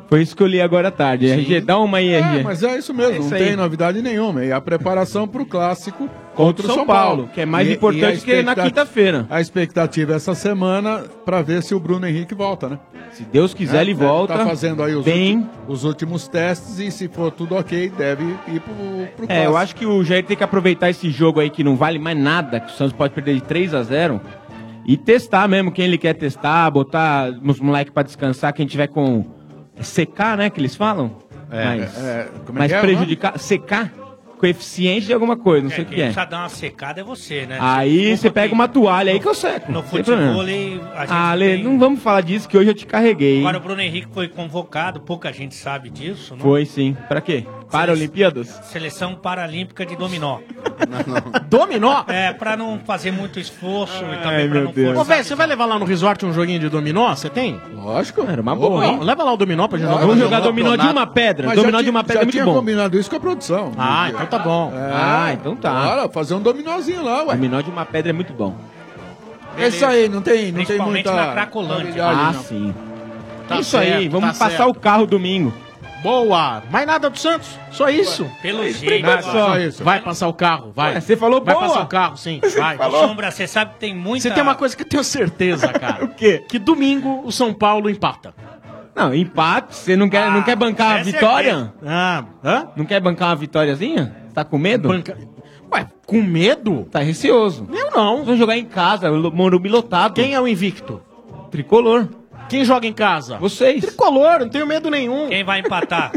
[SPEAKER 1] Foi isso que eu li agora à tarde. RG, dá uma aí, RG.
[SPEAKER 10] É, mas é isso mesmo,
[SPEAKER 1] É isso
[SPEAKER 10] não
[SPEAKER 1] aí.
[SPEAKER 10] tem novidade nenhuma. E a preparação para o clássico contra, o São, Paulo,
[SPEAKER 1] que é mais
[SPEAKER 10] E-
[SPEAKER 1] importante
[SPEAKER 10] e a
[SPEAKER 1] que na
[SPEAKER 10] expectat-
[SPEAKER 1] quinta-feira.
[SPEAKER 10] A expectativa é essa semana para ver se o Bruno Henrique volta, né?
[SPEAKER 1] Se Deus quiser, ele volta.
[SPEAKER 10] Tá fazendo aí os,
[SPEAKER 1] Bem.
[SPEAKER 10] ulti- os últimos testes e se for tudo ok, deve ir pro, pro
[SPEAKER 1] É,
[SPEAKER 10] clássico.
[SPEAKER 1] eu acho que o Jair tem que aproveitar esse jogo aí que não vale mais nada, que o Santos pode perder de 3 a 0 e testar mesmo quem ele quer testar, botar os moleques pra descansar, quem tiver com secar, né, que eles falam?
[SPEAKER 10] É,
[SPEAKER 1] mas
[SPEAKER 10] é, como é
[SPEAKER 1] mas
[SPEAKER 10] que é,
[SPEAKER 1] prejudicar, secar, coeficiente de alguma coisa, não sei
[SPEAKER 12] Quem
[SPEAKER 1] o que é.
[SPEAKER 12] precisa dar uma secada é você, né?
[SPEAKER 1] Aí você pega uma toalha aí que eu seco.
[SPEAKER 12] No
[SPEAKER 1] não tem problema.
[SPEAKER 12] futebol, a gente
[SPEAKER 1] Ah, Ale, não vamos falar disso que hoje eu te carreguei. hein?
[SPEAKER 12] Agora o Bruno Henrique foi convocado, pouca gente sabe disso, não?
[SPEAKER 1] Foi sim. Pra quê? Para Olimpíadas?
[SPEAKER 12] Seleção Paralímpica de Dominó.
[SPEAKER 9] Dominó?
[SPEAKER 12] É, pra não fazer muito esforço e também
[SPEAKER 9] Ai,
[SPEAKER 12] pra não
[SPEAKER 9] meu Deus. Ô,
[SPEAKER 12] forçar.
[SPEAKER 9] velho, você vai levar lá no resort um joguinho de dominó? Você tem?
[SPEAKER 10] Lógico.
[SPEAKER 9] Era uma
[SPEAKER 10] boa, hein?
[SPEAKER 9] Leva lá o dominó pra gente
[SPEAKER 10] Não,
[SPEAKER 9] jogar.
[SPEAKER 10] vamos jogar dominó de uma pedra.
[SPEAKER 9] Mas
[SPEAKER 10] Dominó
[SPEAKER 9] já
[SPEAKER 10] de uma
[SPEAKER 9] ti-
[SPEAKER 10] pedra
[SPEAKER 9] já
[SPEAKER 10] é muito
[SPEAKER 9] tinha
[SPEAKER 10] bom.
[SPEAKER 9] combinado.
[SPEAKER 10] Combinado isso com a produção. né?
[SPEAKER 9] Ah, então tá bom.
[SPEAKER 1] Ah, então tá.
[SPEAKER 10] É. Bora, fazer um dominózinho lá, ué.
[SPEAKER 1] Dominó de uma pedra é muito bom.
[SPEAKER 10] É isso aí, não tem, não tem
[SPEAKER 12] Principalmente
[SPEAKER 10] muita...
[SPEAKER 12] na Cracolândia.
[SPEAKER 10] novidade,
[SPEAKER 1] Ah,
[SPEAKER 10] não.
[SPEAKER 1] sim. É
[SPEAKER 9] Tá
[SPEAKER 1] isso aí,
[SPEAKER 9] certo,
[SPEAKER 1] vamos
[SPEAKER 9] tá
[SPEAKER 1] passar
[SPEAKER 9] certo.
[SPEAKER 1] o carro domingo.
[SPEAKER 9] Boa! Mais nada do Santos? Só isso?
[SPEAKER 12] Pelo jeito,
[SPEAKER 9] Explica só.
[SPEAKER 12] só
[SPEAKER 9] isso. É, Vai passar o carro, vai.
[SPEAKER 1] Ué, você falou
[SPEAKER 9] Vai
[SPEAKER 1] boa.
[SPEAKER 9] passar o carro, sim. [LAUGHS]
[SPEAKER 1] [LAUGHS]
[SPEAKER 9] Vai.
[SPEAKER 12] Sombra, você sabe que tem muita...
[SPEAKER 9] Você tem uma coisa que eu tenho [LAUGHS] certeza, cara. o
[SPEAKER 1] quê?
[SPEAKER 9] Que domingo o São Paulo empata.
[SPEAKER 1] Não, empate, você não quer, não quer bancar a
[SPEAKER 9] é
[SPEAKER 1] vitória?
[SPEAKER 9] Ah, hã?
[SPEAKER 1] Não quer bancar uma vitóriazinha? Tá com medo?
[SPEAKER 9] Ué, com medo?
[SPEAKER 1] Tá receoso.
[SPEAKER 9] Eu não.
[SPEAKER 1] Vão jogar em casa, o Morumbi lotado.
[SPEAKER 9] Quem é o invicto?
[SPEAKER 1] Tricolor.
[SPEAKER 9] Quem joga em casa?
[SPEAKER 1] Vocês.
[SPEAKER 9] Tricolor, não tenho medo nenhum.
[SPEAKER 12] Quem vai empatar?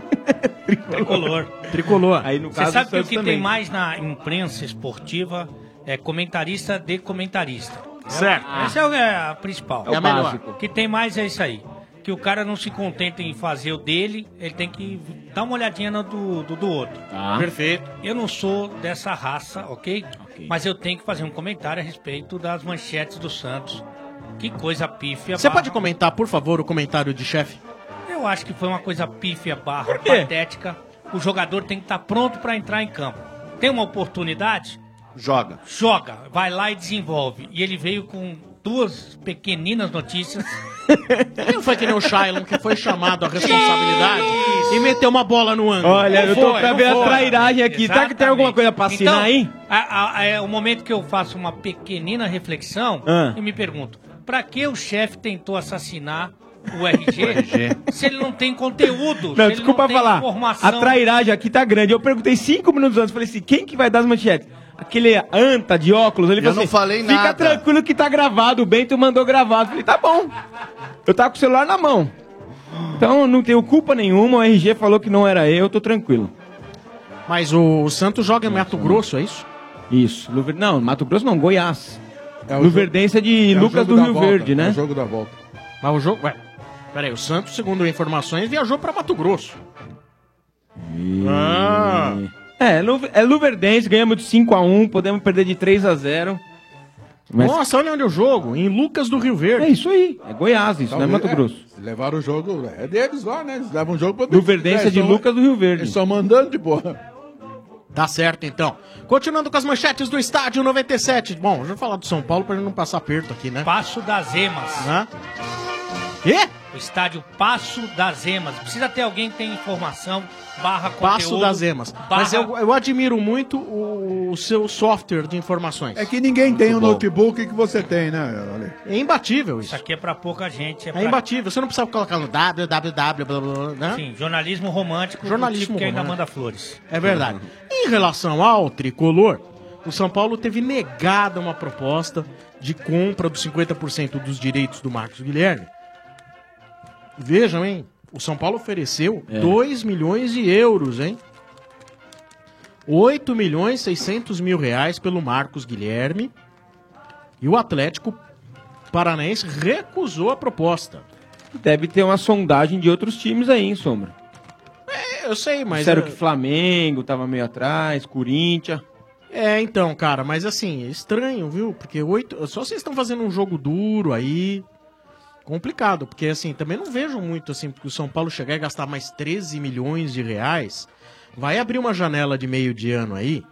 [SPEAKER 12] Tricolor.
[SPEAKER 9] [LAUGHS] Tricolor.
[SPEAKER 1] Aí no
[SPEAKER 12] Você
[SPEAKER 1] caso,
[SPEAKER 12] sabe que o
[SPEAKER 1] Santos
[SPEAKER 12] que
[SPEAKER 1] também.
[SPEAKER 12] tem mais na imprensa esportiva é comentarista de comentarista.
[SPEAKER 9] Certo.
[SPEAKER 12] Essa é o- é a principal.
[SPEAKER 1] É o É a melhor. básico.
[SPEAKER 12] O que tem mais é isso aí. Que o cara não se contenta em fazer o dele, ele tem que dar uma olhadinha no do, do, do outro.
[SPEAKER 1] Tá.
[SPEAKER 9] Perfeito.
[SPEAKER 12] Eu não sou dessa raça, ok? Mas eu tenho que fazer um comentário a respeito das manchetes do Santos. Que coisa pífia.
[SPEAKER 9] Você
[SPEAKER 12] barra-
[SPEAKER 9] pode comentar, por favor, o comentário de chefe?
[SPEAKER 12] eu acho que foi uma coisa pífia barra patética. O jogador tem que estar pronto para entrar em campo. Tem uma oportunidade?
[SPEAKER 2] Joga.
[SPEAKER 12] Joga, vai lá e desenvolve. E ele veio com duas pequeninas notícias.
[SPEAKER 9] Não [LAUGHS] foi que nem o Shailon que foi chamado à responsabilidade e meteu uma bola no ângulo.
[SPEAKER 1] Olha,
[SPEAKER 9] Não
[SPEAKER 1] eu tô
[SPEAKER 9] foi,
[SPEAKER 1] pra
[SPEAKER 9] não
[SPEAKER 1] ver a
[SPEAKER 9] foi.
[SPEAKER 1] trairagem aqui. Tá que tem alguma coisa pra assinar
[SPEAKER 12] Então,
[SPEAKER 1] aí?
[SPEAKER 12] a- a- é o momento que eu faço uma pequenina reflexão
[SPEAKER 1] Ah.
[SPEAKER 12] e me pergunto: pra que o chefe tentou assassinar
[SPEAKER 1] [LAUGHS]
[SPEAKER 12] o RG, se ele não tem conteúdo? se
[SPEAKER 1] Não,
[SPEAKER 12] ele
[SPEAKER 1] desculpa
[SPEAKER 12] tem
[SPEAKER 1] falar.
[SPEAKER 12] Informação.
[SPEAKER 1] A trairagem aqui tá grande. Eu perguntei cinco minutos antes, falei assim, quem que vai dar as manchetes? Aquele anta de óculos, ele
[SPEAKER 2] Eu
[SPEAKER 1] falou
[SPEAKER 2] não
[SPEAKER 1] assim,
[SPEAKER 2] falei
[SPEAKER 1] fica
[SPEAKER 2] nada."
[SPEAKER 1] tranquilo que tá gravado, o Bento mandou gravado. Eu Falei, tá bom. Eu tava com o celular na mão. Então não tenho culpa nenhuma, o RG falou que não era eu, eu tô tranquilo.
[SPEAKER 9] Mas o Santos joga em Mato Grosso, é isso?
[SPEAKER 1] Isso. Luver- Não, Mato Grosso não, Goiás.
[SPEAKER 10] É o
[SPEAKER 1] Luverdense é de
[SPEAKER 10] É o
[SPEAKER 1] Lucas
[SPEAKER 10] jogo
[SPEAKER 1] do
[SPEAKER 10] da
[SPEAKER 1] Rio
[SPEAKER 10] volta,
[SPEAKER 1] Verde,
[SPEAKER 10] É
[SPEAKER 1] né?
[SPEAKER 10] o jogo da volta.
[SPEAKER 9] Mas o jogo. Ué, peraí, o Santos, segundo informações, viajou pra Mato Grosso. Ah.
[SPEAKER 1] É, Lu- é Luverdense, ganhamos de 5x1, podemos perder de 3x0.
[SPEAKER 9] Nossa, olha onde é o jogo, em Lucas do Rio Verde.
[SPEAKER 1] É isso aí, é Goiás, isso, não é Mato Grosso.
[SPEAKER 10] Então, levaram o jogo, é deles lá, né? Eles levam o jogo então, pra
[SPEAKER 1] Luverdense é de Lucas do Rio Verde.
[SPEAKER 10] Eles estão mandando de boa.
[SPEAKER 9] Tá certo, então. Continuando com as manchetes do estádio 97. Bom, deixa eu falar do São Paulo pra gente não passar perto aqui, né?
[SPEAKER 12] Passo das Emas.
[SPEAKER 9] Hã? Quê?
[SPEAKER 12] O estádio Passo das Emas. Precisa ter alguém que tenha informação, barra conteúdo.
[SPEAKER 9] Passo das emas. Mas
[SPEAKER 12] barra-
[SPEAKER 9] eu, eu admiro muito o, o seu software de informações.
[SPEAKER 10] É que ninguém tem o notebook que você tem, né, Ale?
[SPEAKER 9] É imbatível
[SPEAKER 12] Isso
[SPEAKER 9] isso.
[SPEAKER 12] aqui é pra pouca gente. É,
[SPEAKER 9] É
[SPEAKER 12] pra-
[SPEAKER 9] imbatível. Você não precisa colocar no www, blá, blá, blá, né?
[SPEAKER 12] Sim, jornalismo romântico.
[SPEAKER 9] Jornalismo
[SPEAKER 12] do tipo que ainda
[SPEAKER 9] romântico.
[SPEAKER 12] manda flores.
[SPEAKER 9] É verdade. Em relação ao tricolor, o São Paulo teve negada uma proposta de compra dos 50% dos direitos do Marcos Guilherme. Vejam, hein? O São Paulo ofereceu
[SPEAKER 8] É.
[SPEAKER 9] 2 milhões de euros, hein? 8 milhões e 600 mil reais pelo Marcos Guilherme. E o Atlético Paranaense recusou a proposta.
[SPEAKER 1] Deve ter uma sondagem de outros times aí, hein, Sombra?
[SPEAKER 9] É, eu sei, mas...
[SPEAKER 1] Disseram
[SPEAKER 9] eu-
[SPEAKER 1] que Flamengo tava meio atrás, Corinthians.
[SPEAKER 9] É, então, cara, mas assim, é estranho, viu? Porque oito. Só vocês estão fazendo um jogo duro aí. Complicado, porque assim, também não vejo muito assim, porque o São Paulo chegar e gastar mais 13 milhões de reais. Vai abrir uma janela de meio de ano aí.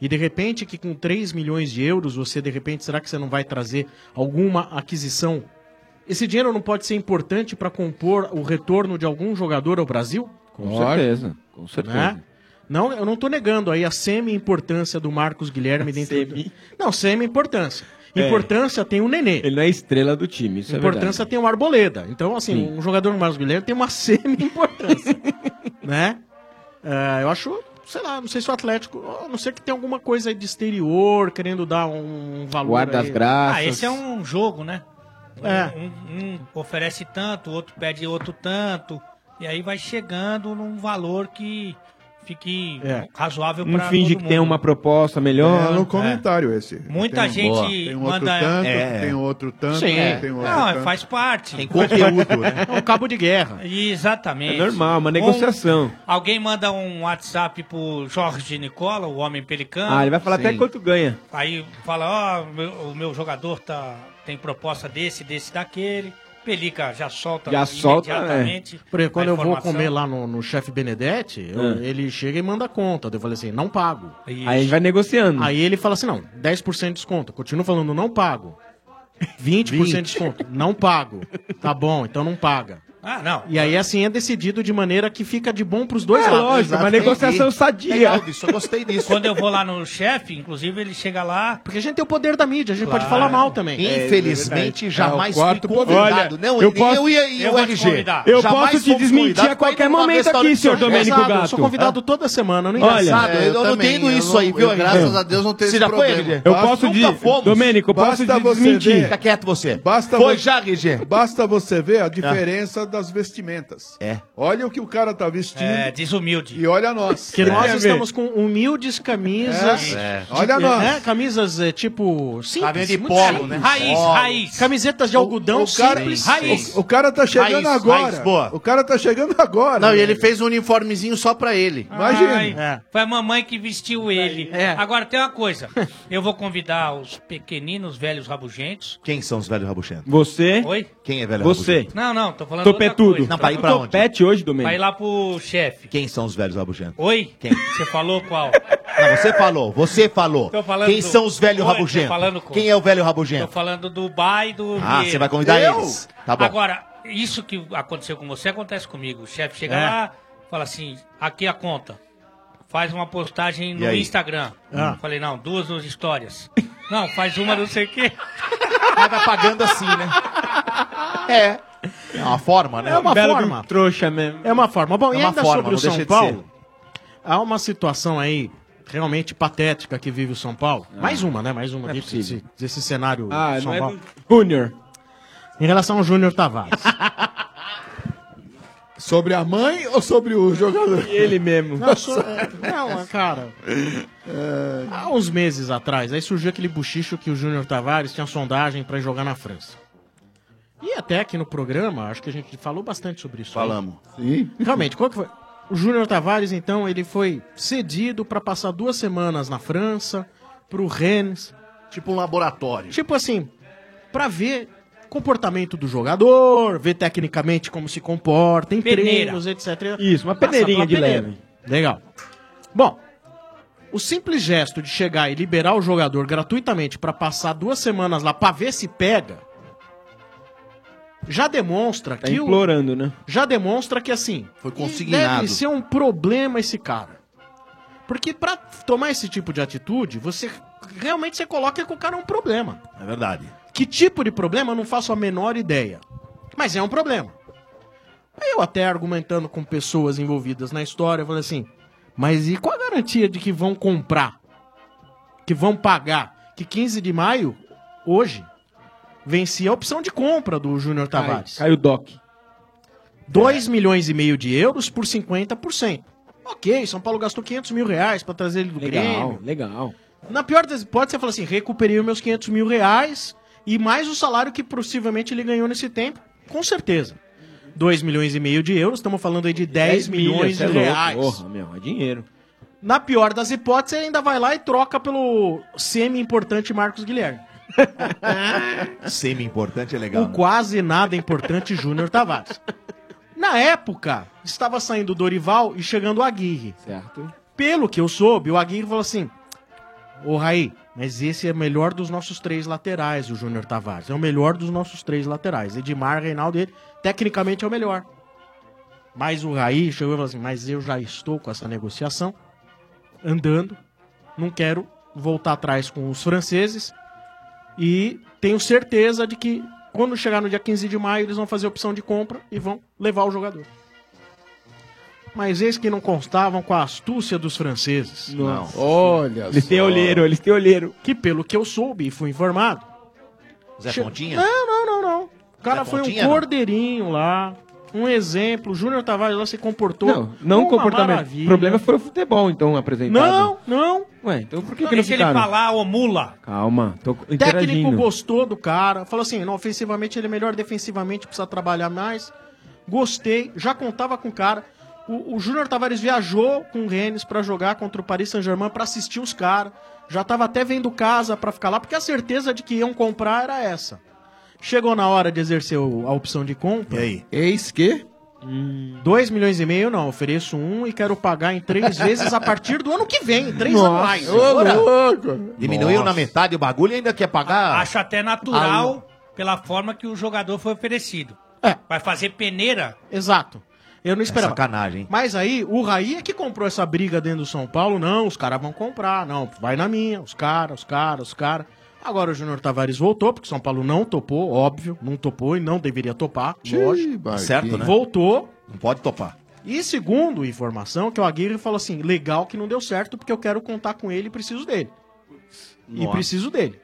[SPEAKER 9] E de repente, que com 3 milhões de euros, você de repente, será que você não vai trazer alguma aquisição? Esse dinheiro não pode ser importante para compor o retorno de algum jogador ao Brasil?
[SPEAKER 1] Com certeza, com certeza.
[SPEAKER 9] Né? Não, eu não tô negando aí a semi-importância do Marcos
[SPEAKER 1] [LAUGHS]
[SPEAKER 9] Guilherme dentro do... Não, semi-importância.
[SPEAKER 1] É.
[SPEAKER 9] Importância tem o Nenê.
[SPEAKER 1] Ele não é estrela do time, isso é
[SPEAKER 9] importância tem o Arboleda. Então, assim,
[SPEAKER 1] Sim.
[SPEAKER 9] um jogador como o Marcos Guilherme tem uma [LAUGHS] semi-importância, né? É, eu acho, sei lá, não sei se o Atlético... A não ser que tem alguma coisa aí de exterior, querendo dar um valor
[SPEAKER 1] Guarda
[SPEAKER 9] aí.
[SPEAKER 1] as graças.
[SPEAKER 12] Ah, esse é um jogo, né?
[SPEAKER 9] É.
[SPEAKER 12] Um, um oferece tanto, o outro pede outro tanto. E aí vai chegando num valor que fique
[SPEAKER 1] É.
[SPEAKER 12] razoável
[SPEAKER 1] Não
[SPEAKER 12] para
[SPEAKER 1] finge que tem uma proposta melhor.
[SPEAKER 10] É no comentário esse.
[SPEAKER 12] É. Muita
[SPEAKER 10] Tem um-
[SPEAKER 12] gente
[SPEAKER 10] Tem um outro
[SPEAKER 12] manda-
[SPEAKER 10] tanto,
[SPEAKER 12] É.
[SPEAKER 1] um
[SPEAKER 10] tem um outro tanto,
[SPEAKER 12] Sim, é.
[SPEAKER 10] tem um outro
[SPEAKER 12] Não,
[SPEAKER 10] tanto.
[SPEAKER 12] faz parte. Tem
[SPEAKER 10] conteúdo, né?
[SPEAKER 9] É um cabo de guerra.
[SPEAKER 12] Exatamente.
[SPEAKER 1] É normal, uma negociação.
[SPEAKER 12] alguém manda um WhatsApp pro Jorge Nicola, o homem pelicano.
[SPEAKER 1] Ah, ele vai falar até quanto ganha.
[SPEAKER 12] Aí fala, ó, o meu- o meu jogador tá, tem proposta desse, desse, daquele. Pelica já solta
[SPEAKER 9] Já solta,
[SPEAKER 1] né?
[SPEAKER 9] é.
[SPEAKER 12] imediatamente.
[SPEAKER 9] Por exemplo, quando
[SPEAKER 12] a
[SPEAKER 9] eu vou
[SPEAKER 12] informação.
[SPEAKER 9] comer lá no, no chefe Benedetti, eu-
[SPEAKER 1] Ah.
[SPEAKER 9] ele chega e manda a conta. Daí Eu falei assim, não pago.
[SPEAKER 12] Aí
[SPEAKER 1] a gente vai negociando.
[SPEAKER 9] Aí ele fala assim, não, 10% de desconto. Eu Continuo falando, não pago. 20%, de desconto, não pago. Tá bom, então não paga.
[SPEAKER 12] Ah, não.
[SPEAKER 9] E aí assim é decidido de maneira que fica de bom pros dois
[SPEAKER 1] É,
[SPEAKER 9] lados.
[SPEAKER 1] lógico, uma negociação sadia. Legal,
[SPEAKER 9] disso, eu gostei disso.
[SPEAKER 12] Quando eu vou lá no chefe, inclusive ele chega lá.
[SPEAKER 9] Porque a gente tem o poder da mídia, a gente pode falar mal também.
[SPEAKER 12] Infelizmente,
[SPEAKER 9] É, é
[SPEAKER 12] jamais
[SPEAKER 9] verdade.
[SPEAKER 12] fui convidado.
[SPEAKER 9] Olha,
[SPEAKER 12] Não,
[SPEAKER 9] eu
[SPEAKER 12] nem
[SPEAKER 9] posso-
[SPEAKER 12] eu e- e
[SPEAKER 9] eu
[SPEAKER 12] o
[SPEAKER 9] vou te
[SPEAKER 12] RG.
[SPEAKER 9] convidar.
[SPEAKER 1] Eu
[SPEAKER 9] Jamais
[SPEAKER 1] posso te
[SPEAKER 9] fomos
[SPEAKER 1] desmentir
[SPEAKER 9] convidados
[SPEAKER 1] a
[SPEAKER 9] pra ir
[SPEAKER 1] qualquer
[SPEAKER 9] numa
[SPEAKER 1] momento aqui,
[SPEAKER 9] restaurante.
[SPEAKER 1] senhor Domênico
[SPEAKER 9] Exato, Eu
[SPEAKER 1] Gato.
[SPEAKER 9] sou convidado toda semana, não é
[SPEAKER 1] Olha,
[SPEAKER 9] engraçado.
[SPEAKER 1] é, eu não tenho isso aí, viu, graças a Deus não teve
[SPEAKER 9] Você
[SPEAKER 1] esse problema. Eu posso
[SPEAKER 9] Nunca
[SPEAKER 1] de-
[SPEAKER 9] fomos.
[SPEAKER 1] Domênico, eu
[SPEAKER 10] Basta
[SPEAKER 1] posso te
[SPEAKER 10] você
[SPEAKER 1] desmentir.
[SPEAKER 10] ver.
[SPEAKER 1] Fica
[SPEAKER 10] quieto você. Basta
[SPEAKER 1] Foi
[SPEAKER 10] vo-
[SPEAKER 1] já, RG.
[SPEAKER 10] Basta você ver a diferença das vestimentas. É. Olha o que o cara tá vestindo.
[SPEAKER 12] É, desumilde.
[SPEAKER 10] E olha nós.
[SPEAKER 9] Que nós estamos com humildes camisas.
[SPEAKER 10] É.
[SPEAKER 9] de-
[SPEAKER 10] Olha nós.
[SPEAKER 9] né, Camisas é, tipo. Simples,
[SPEAKER 10] Caminha de
[SPEAKER 9] muito
[SPEAKER 10] polo,
[SPEAKER 9] simples.
[SPEAKER 10] né? Raiz, Polo. raiz.
[SPEAKER 9] Camisetas de algodão simples.
[SPEAKER 2] O, o cara tá chegando
[SPEAKER 9] Raiz,
[SPEAKER 2] agora.
[SPEAKER 9] raiz, boa.
[SPEAKER 2] O cara tá chegando agora.
[SPEAKER 9] Não, e ele
[SPEAKER 2] fez um uniformezinho só pra ele.
[SPEAKER 12] Ai,
[SPEAKER 11] É.
[SPEAKER 12] Foi a mamãe que vestiu ele. Agora tem uma coisa. Eu vou convidar os pequeninos velhos rabugentos.
[SPEAKER 11] Quem são os velhos rabuchentos?
[SPEAKER 1] Você.
[SPEAKER 12] Oi?
[SPEAKER 11] Quem é velho
[SPEAKER 1] Você.
[SPEAKER 11] rabuchento?
[SPEAKER 12] Não, não, tô falando
[SPEAKER 1] Topetudo.
[SPEAKER 12] outra coisa.
[SPEAKER 11] Não, pra ir pra onde?
[SPEAKER 1] Topete hoje,
[SPEAKER 12] Vai
[SPEAKER 1] Domênico.
[SPEAKER 12] lá pro chefe.
[SPEAKER 11] Quem são os velhos rabugentos?
[SPEAKER 12] Oi? Você falou
[SPEAKER 11] [LAUGHS]
[SPEAKER 12] qual?
[SPEAKER 11] Não, você falou, você falou.
[SPEAKER 12] Tô falando
[SPEAKER 11] Quem
[SPEAKER 12] do-
[SPEAKER 11] são os velhos
[SPEAKER 12] Oi, tô
[SPEAKER 11] rabugentos?
[SPEAKER 12] falando com-
[SPEAKER 11] Quem é o velho
[SPEAKER 12] Tô
[SPEAKER 11] rabugento?
[SPEAKER 12] falando do Bai e do
[SPEAKER 11] Ah,
[SPEAKER 12] Vieira.
[SPEAKER 11] você vai convidar Eu? eles. Tá bom.
[SPEAKER 12] Agora, isso que aconteceu com você acontece comigo. O chefe chega
[SPEAKER 11] É.
[SPEAKER 12] lá, fala assim, aqui a conta. Faz uma postagem
[SPEAKER 1] E
[SPEAKER 12] no
[SPEAKER 1] aí?
[SPEAKER 12] Instagram.
[SPEAKER 1] Ah.
[SPEAKER 12] Falei, não, duas
[SPEAKER 11] [LAUGHS]
[SPEAKER 12] nas histórias. Não, faz uma não sei o quê.
[SPEAKER 11] Vai pagando assim, né? É. É uma forma, né?
[SPEAKER 9] É uma
[SPEAKER 1] Belo
[SPEAKER 9] forma.
[SPEAKER 1] de Trouxa mesmo.
[SPEAKER 9] É uma forma. Bom,
[SPEAKER 1] É
[SPEAKER 9] e
[SPEAKER 1] uma
[SPEAKER 9] ainda
[SPEAKER 1] forma,
[SPEAKER 9] sobre
[SPEAKER 1] não
[SPEAKER 9] o São
[SPEAKER 1] deixa de
[SPEAKER 9] Paulo, há uma situação aí realmente patética que vive o São Paulo. Mais uma, né? Mais uma
[SPEAKER 1] Ah. Não é
[SPEAKER 9] desse,
[SPEAKER 1] possível.
[SPEAKER 9] desse- desse cenário
[SPEAKER 1] Ah,
[SPEAKER 9] do São
[SPEAKER 1] não é
[SPEAKER 9] Paulo.
[SPEAKER 1] do Júnior.
[SPEAKER 9] Em relação ao Júnior Tavares.
[SPEAKER 10] [LAUGHS] Sobre a mãe ou sobre o jogador?
[SPEAKER 1] Ele mesmo.
[SPEAKER 9] Não, sou- é, não, cara. É, Há uns meses atrás, aí surgiu aquele buchicho que o Júnior Tavares tinha sondagem pra jogar na França. E até aqui no programa, acho que a gente falou bastante sobre isso. aí.
[SPEAKER 2] Falamos.
[SPEAKER 10] Sim.
[SPEAKER 9] Realmente, qual que foi? O Júnior Tavares, então, ele foi cedido pra passar duas semanas na França, pro Rennes.
[SPEAKER 2] Tipo um laboratório.
[SPEAKER 9] Tipo assim, pra ver comportamento do jogador, ver tecnicamente como se comporta, em
[SPEAKER 1] Peneira.
[SPEAKER 9] treinos, etc.
[SPEAKER 1] Isso, uma
[SPEAKER 9] Passar pela
[SPEAKER 1] peneirinha de
[SPEAKER 9] peneira.
[SPEAKER 1] leve.
[SPEAKER 9] Legal. Bom, o simples gesto de chegar e liberar o jogador gratuitamente pra passar duas semanas lá pra ver se pega já demonstra
[SPEAKER 1] Tá
[SPEAKER 9] que o-
[SPEAKER 1] implorando, né?
[SPEAKER 9] já demonstra que assim foi
[SPEAKER 1] consignado.
[SPEAKER 9] deve ser um problema esse cara porque pra tomar esse tipo de atitude você realmente você coloca que o cara é um problema
[SPEAKER 2] É verdade.
[SPEAKER 9] que tipo de problema eu não faço a menor ideia mas é um problema aí eu até argumentando com pessoas envolvidas na história eu falei assim mas e qual a garantia de que vão comprar que vão pagar que 15 de maio hoje vencia a opção de compra do Júnior Tavares
[SPEAKER 1] Caiu o DOC.
[SPEAKER 9] 2 milhões e meio de euros por 50%. Ok, São Paulo gastou 500 mil reais pra trazer ele do
[SPEAKER 1] Legal,
[SPEAKER 9] Grêmio.
[SPEAKER 1] legal.
[SPEAKER 9] Na pior das hipóteses, você fala assim, recuperei os meus 500 mil reais e mais o salário que possivelmente ele ganhou nesse tempo, com certeza. 2 milhões e meio de euros, estamos falando aí de 10, milhões de
[SPEAKER 1] cê é louco.
[SPEAKER 9] reais.
[SPEAKER 1] Porra, meu, é dinheiro.
[SPEAKER 9] Na pior das hipóteses, ele ainda vai lá e troca pelo semi-importante Marcos Guilherme.
[SPEAKER 11] Semi-importante é legal.
[SPEAKER 9] o
[SPEAKER 2] né?
[SPEAKER 9] quase nada importante Júnior Tavares. Na época, estava saindo o Dorival e chegando o Aguirre.
[SPEAKER 1] Certo.
[SPEAKER 9] Pelo que eu soube, o Aguirre falou assim: Ô Raí, mas esse é o melhor dos nossos três laterais, o Júnior Tavares. É o melhor dos nossos três laterais. Edmar, Reinaldo e ele. Tecnicamente é o melhor. Mas o Raí chegou e falou assim: Mas eu já estou com essa negociação andando. Não quero voltar atrás com os franceses. E tenho certeza de que quando chegar no dia 15 de maio, eles vão fazer opção de compra e vão levar o jogador. Mas eis que não constavam com a astúcia dos franceses.
[SPEAKER 1] Nossa.
[SPEAKER 9] Não. Olha
[SPEAKER 1] Eles têm olheiro, eles têm olheiro.
[SPEAKER 9] Que pelo que eu soube e fui informado.
[SPEAKER 11] Zé
[SPEAKER 9] che-
[SPEAKER 11] Pontinha?
[SPEAKER 9] Não, não, não, não. O cara
[SPEAKER 11] Zé
[SPEAKER 9] foi
[SPEAKER 11] Pontinha,
[SPEAKER 9] um
[SPEAKER 11] não?
[SPEAKER 9] cordeirinho lá. Um exemplo. O Júnior Tavares lá se comportou.
[SPEAKER 1] Não, não o
[SPEAKER 9] uma
[SPEAKER 1] comportamento. O
[SPEAKER 9] maravilha.
[SPEAKER 1] problema foi o futebol, então, apresentado.
[SPEAKER 9] Não, não.
[SPEAKER 1] Ué, então por que,
[SPEAKER 9] Não,
[SPEAKER 1] que não
[SPEAKER 9] e se ele
[SPEAKER 1] ficaram?
[SPEAKER 9] falar, ô mula?
[SPEAKER 1] Calma, tô
[SPEAKER 9] O técnico
[SPEAKER 1] interagindo.
[SPEAKER 9] gostou do cara, falou assim: não, ofensivamente ele é melhor, defensivamente precisa trabalhar mais. Gostei, já contava com o cara. O, o Júnior Tavares viajou com o Rennes pra jogar contra o Paris Saint-Germain pra assistir os caras. Já tava até vendo casa pra ficar lá, porque a certeza de que iam comprar era essa. Chegou na hora de exercer o- a opção de compra. E aí? Eis que? 2 milhões e meio, não. Ofereço um e quero pagar em
[SPEAKER 1] [LAUGHS]
[SPEAKER 9] três vezes a partir do ano que vem. Três
[SPEAKER 11] Nossa,
[SPEAKER 9] anuais.
[SPEAKER 11] ô,
[SPEAKER 9] Ora.
[SPEAKER 11] louco. Diminuiu na metade o bagulho e ainda quer pagar.
[SPEAKER 12] Acho até [LAUGHS] natural pela forma que o jogador foi oferecido.
[SPEAKER 11] É.
[SPEAKER 12] Vai fazer peneira.
[SPEAKER 9] Exato. Eu não esperava.
[SPEAKER 11] sacanagem, hein?
[SPEAKER 9] Mas aí, o Raí é que comprou essa briga dentro do São Paulo. Não, os caras vão comprar. Não, vai na minha. Os caras, os caras, os caras. Agora o Júnior Tavares voltou, porque o São Paulo não topou, óbvio. Não topou e não deveria topar.
[SPEAKER 11] Ih,
[SPEAKER 9] Lógico.
[SPEAKER 11] barquinho. Certo, né?
[SPEAKER 9] Voltou.
[SPEAKER 11] Não pode topar.
[SPEAKER 9] E segundo informação, que o Aguirre falou assim, legal que não deu certo, porque eu quero contar com ele e preciso dele. E
[SPEAKER 11] Nossa.
[SPEAKER 9] preciso dele.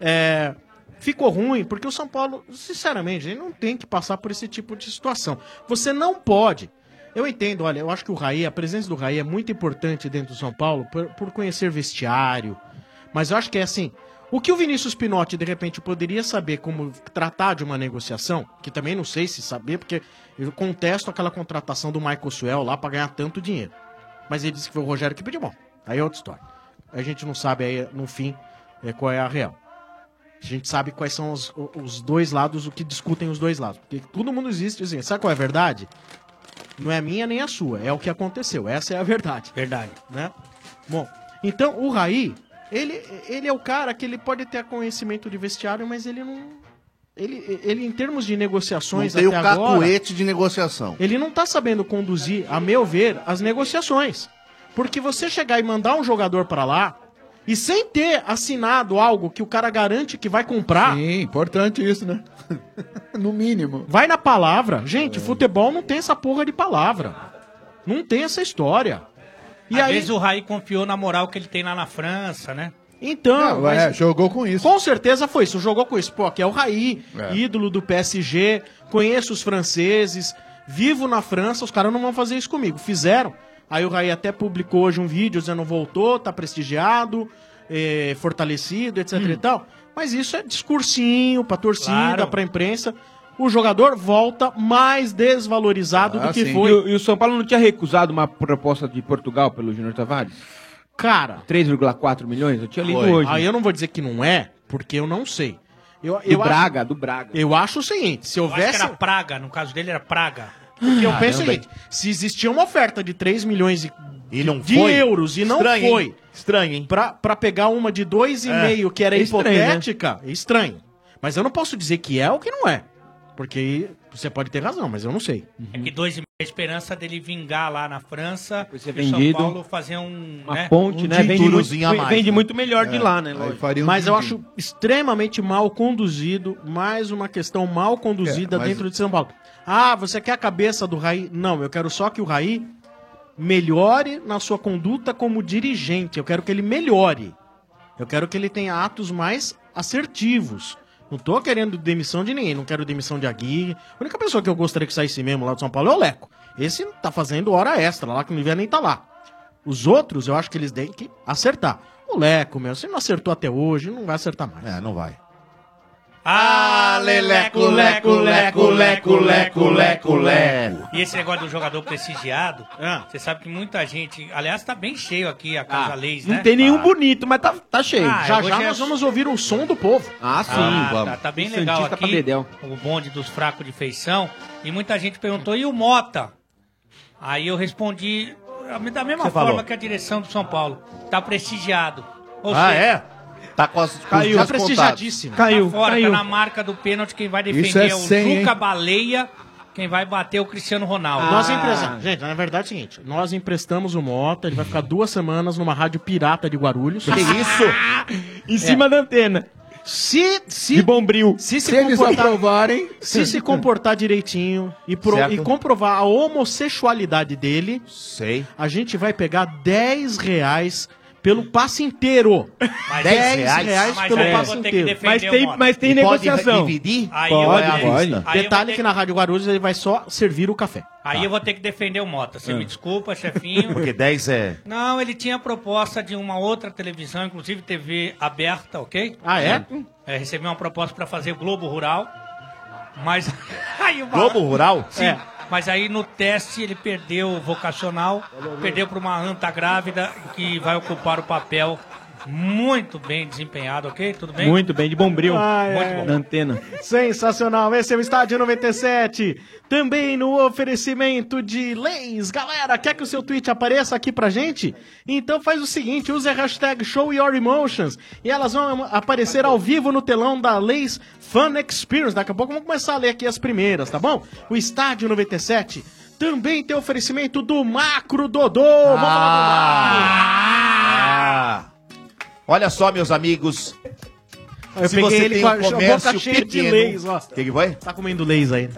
[SPEAKER 9] É, ficou ruim, porque o São Paulo, sinceramente, ele não tem que passar por esse tipo de situação. Você não pode. Eu entendo, olha, eu acho que o Raí, a presença do Raí é muito importante dentro do São Paulo por, por conhecer vestiário. Mas eu acho que é assim. O que o Vinícius Pinotti, de repente, poderia saber como tratar de uma negociação, que também não sei se saber, porque eu contesto aquela contratação do Michael Suel lá pra ganhar tanto dinheiro. Mas ele disse que foi o Rogério que pediu. Bom, aí é outra história. A gente não sabe aí, no fim, eh, qual é a real. A gente sabe quais são os, o- os dois lados, o que discutem os dois lados. Porque todo mundo existe dizendo, sabe qual é a verdade? Não é a minha nem a sua, é o que aconteceu. Essa é a verdade. Verdade. Né? Bom, então o Raí, ele, ele é o cara que ele pode ter conhecimento de vestiário, mas ele não... Ele, ele em termos de
[SPEAKER 2] Não
[SPEAKER 9] negociações
[SPEAKER 2] tem o
[SPEAKER 9] até agora...
[SPEAKER 2] cacuete de negociação.
[SPEAKER 9] Ele não tá sabendo conduzir, a meu ver, as negociações. Porque você chegar e mandar um jogador pra lá e sem ter assinado algo que o cara garante que vai comprar. Sim, importante isso, né? [LAUGHS] no mínimo. É. Vai na palavra. Gente, futebol não tem essa porra de palavra. Não tem essa história. E
[SPEAKER 12] Às
[SPEAKER 9] aí-
[SPEAKER 12] vezes o Raí confiou na moral que ele tem lá na França, né?
[SPEAKER 9] Então,
[SPEAKER 12] Não, é,
[SPEAKER 9] jogou com isso. Com certeza foi isso, jogou com isso. Pô, aqui é o Raí, ídolo do PSG, conheço os franceses, vivo na França, os caras não vão fazer isso comigo. Fizeram. Aí o Raí até publicou hoje um vídeo dizendo voltou, tá prestigiado, eh, fortalecido, etc e tal. Mas isso é discursinho pra torcida,
[SPEAKER 1] Hum. Claro.
[SPEAKER 9] pra imprensa. O jogador volta mais desvalorizado do que
[SPEAKER 1] E,
[SPEAKER 9] foi.
[SPEAKER 1] o- e o São Paulo não tinha recusado uma proposta de Portugal pelo Júnior Tavares?
[SPEAKER 9] Cara.
[SPEAKER 1] 3,4 milhões? Eu tinha lido hoje.
[SPEAKER 9] Aí eu não vou dizer que não é, porque eu não sei. Eu,
[SPEAKER 1] Do Braga, do Braga.
[SPEAKER 9] Eu acho o seguinte, se
[SPEAKER 12] Eu acho
[SPEAKER 9] houvesse...
[SPEAKER 12] que era Praga, no caso dele era Praga.
[SPEAKER 11] Ah,
[SPEAKER 9] Porque eu
[SPEAKER 12] Caramba,
[SPEAKER 9] penso é o
[SPEAKER 12] hein?
[SPEAKER 9] seguinte, se existia uma oferta de 3 milhões e,
[SPEAKER 11] não
[SPEAKER 9] de
[SPEAKER 11] foi?
[SPEAKER 9] euros e não
[SPEAKER 11] Estranho, hein?
[SPEAKER 9] foi... Estranho, hein? Pra, pra pegar uma de 2,5
[SPEAKER 11] É.
[SPEAKER 9] que era
[SPEAKER 11] É estranho, né?
[SPEAKER 9] hipotética, é estranho. Mas eu não posso dizer que é ou que não é. Porque você pode ter razão, mas eu não sei.
[SPEAKER 12] É que dois e meia, a esperança dele vingar lá na França e o
[SPEAKER 9] vendido.
[SPEAKER 12] São Paulo fazer um,
[SPEAKER 9] Uma ponte, né? Vende muito, vende muito melhor
[SPEAKER 10] É,
[SPEAKER 9] de lá, né? lógico.
[SPEAKER 10] um
[SPEAKER 9] Mas eu
[SPEAKER 12] din-din.
[SPEAKER 9] acho extremamente mal conduzido, mais uma questão mal conduzida
[SPEAKER 10] É, mas-
[SPEAKER 9] dentro de São Paulo. Ah, você quer a cabeça do Raí? Não, eu quero só que o Raí melhore na sua conduta como dirigente. Eu quero que ele melhore. Eu quero que ele tenha atos mais assertivos. Não tô querendo demissão de ninguém, não quero demissão de Aguirre. A única pessoa que eu gostaria que saísse mesmo lá do São Paulo é o Leco. Esse tá fazendo hora extra lá, que não devia nem tá lá. Os outros, eu acho que eles têm que acertar. O Leco, meu, se não acertou até hoje, não vai acertar mais. É, não vai.
[SPEAKER 12] Ah,
[SPEAKER 9] leleco, leco, leco, leco, leco, leco, leco.
[SPEAKER 12] E esse negócio do jogador prestigiado,
[SPEAKER 9] Ah.
[SPEAKER 12] você sabe que muita gente. Aliás, tá bem cheio aqui a Casa Leis, né?
[SPEAKER 9] Não tem
[SPEAKER 1] Ah.
[SPEAKER 9] nenhum bonito, mas tá, tá cheio.
[SPEAKER 12] Ah,
[SPEAKER 9] já
[SPEAKER 12] hoje
[SPEAKER 9] já
[SPEAKER 12] é-
[SPEAKER 9] nós vamos ouvir o som do povo. Ah,
[SPEAKER 12] Ah, Tá, tá bem legal
[SPEAKER 9] Pra
[SPEAKER 12] aqui.
[SPEAKER 9] Dedéu.
[SPEAKER 12] O bonde dos fracos de feição. E muita gente perguntou, e o Mota? Aí eu respondi "Ah, da mesma
[SPEAKER 2] Você
[SPEAKER 12] forma
[SPEAKER 2] falou?
[SPEAKER 12] que a direção do São Paulo. Tá prestigiado.
[SPEAKER 2] Ah, é? Tá com as com os
[SPEAKER 12] Caiu,
[SPEAKER 2] dias
[SPEAKER 12] prestigiadíssimo.
[SPEAKER 2] contados.
[SPEAKER 12] Caiu, tá fora, tá na marca do pênalti. Quem vai
[SPEAKER 2] Isso
[SPEAKER 12] defender
[SPEAKER 2] é
[SPEAKER 12] é, o
[SPEAKER 2] 100,
[SPEAKER 12] Juca
[SPEAKER 2] hein? Ah.
[SPEAKER 12] Baleia. Quem vai bater é o Cristiano Ronaldo.
[SPEAKER 9] Nós emprestamos. Gente, na verdade é o seguinte: nós emprestamos o Mota, ele vai ficar duas semanas numa rádio pirata de Guarulhos. Hum. [LAUGHS] Que
[SPEAKER 10] isso?
[SPEAKER 9] em cima da antena. Se, se, de bombril. Se se,
[SPEAKER 10] Se eles
[SPEAKER 9] comportar,
[SPEAKER 10] aprovarem-
[SPEAKER 9] se se comportar direitinho e, pro-
[SPEAKER 10] Certo.
[SPEAKER 9] e comprovar a homossexualidade dele,
[SPEAKER 2] Sei.
[SPEAKER 9] a gente vai pegar 10 reais pelo passe inteiro. 10 reais, Ah, pelo passe inteiro.
[SPEAKER 12] Aí
[SPEAKER 9] pode,
[SPEAKER 12] eu vou ter- aí eu vou ter
[SPEAKER 9] Detalhe que na Rádio Guarulhos ele vai só servir o café.
[SPEAKER 12] Aí eu vou ter que defender o Mota. Você me desculpa, chefinho.
[SPEAKER 2] Tá. Ah. [LAUGHS] Porque 10 é.
[SPEAKER 12] Não, ele tinha a proposta de uma outra televisão, inclusive TV aberta, ok?
[SPEAKER 9] Ah, é?
[SPEAKER 12] É, recebeu uma proposta para fazer Globo Rural, mas... [LAUGHS] aí o
[SPEAKER 2] Globo Rural?
[SPEAKER 12] Sim.
[SPEAKER 2] É.
[SPEAKER 12] Mas aí no teste ele perdeu o vocacional, perdeu para uma anta grávida que vai ocupar o papel muito bem desempenhado, ok? Tudo bem?
[SPEAKER 1] Muito bem, Ah. de bombril.
[SPEAKER 9] Ai,
[SPEAKER 1] Muito
[SPEAKER 9] ai.
[SPEAKER 1] bom. Na antena.
[SPEAKER 9] Sensacional, esse é o Estádio 97. Também no oferecimento de leis. Galera, quer que o seu tweet apareça aqui pra gente? Então faz o seguinte, usa a hashtag Show Your Emotions e elas vão aparecer ao vivo no telão da Leis Fan Experience. Daqui a pouco vamos começar a ler aqui as primeiras, tá bom? O Estádio 97 também tem oferecimento do Macro Dodô. Vamos lá do Macro.
[SPEAKER 2] Ah! Olha só, meus amigos.
[SPEAKER 9] Eu
[SPEAKER 2] se
[SPEAKER 9] peguei
[SPEAKER 2] você
[SPEAKER 9] ele
[SPEAKER 2] tem
[SPEAKER 9] com a-
[SPEAKER 2] um
[SPEAKER 9] a boca
[SPEAKER 2] comércio
[SPEAKER 9] cheia de
[SPEAKER 2] pequeno,
[SPEAKER 9] leis, ó.
[SPEAKER 2] que, que foi?
[SPEAKER 9] Tá comendo leis aí.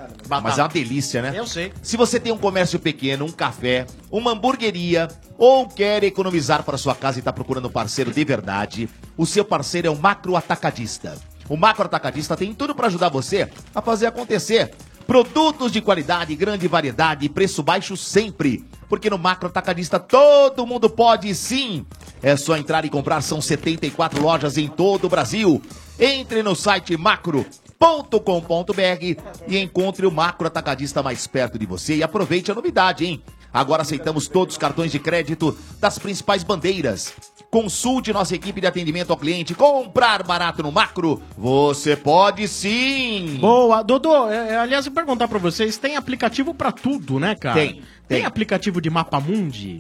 [SPEAKER 2] Mas é uma delícia, né?
[SPEAKER 9] Eu sei.
[SPEAKER 2] Se você tem um comércio pequeno, um café, uma hamburgueria ou quer economizar para sua casa e está procurando um parceiro de verdade, o seu parceiro é o Macro Atacadista. O Macro Atacadista tem tudo para ajudar você a fazer acontecer. Produtos de qualidade, grande variedade e preço baixo sempre. Porque no Macro Atacadista todo mundo pode sim. É só entrar e comprar, são 74 lojas em todo o Brasil. Entre no site macro com.br e encontre o macro atacadista mais perto de você e aproveite a novidade, hein? Agora aceitamos todos os cartões de crédito das principais bandeiras. Consulte nossa equipe de atendimento ao cliente. Comprar barato no macro, você pode sim!
[SPEAKER 9] Boa, Dodô, é, é, aliás, eu perguntar pra vocês, tem aplicativo pra tudo, né, cara?
[SPEAKER 2] Tem,
[SPEAKER 9] Tem aplicativo de mapa mundi?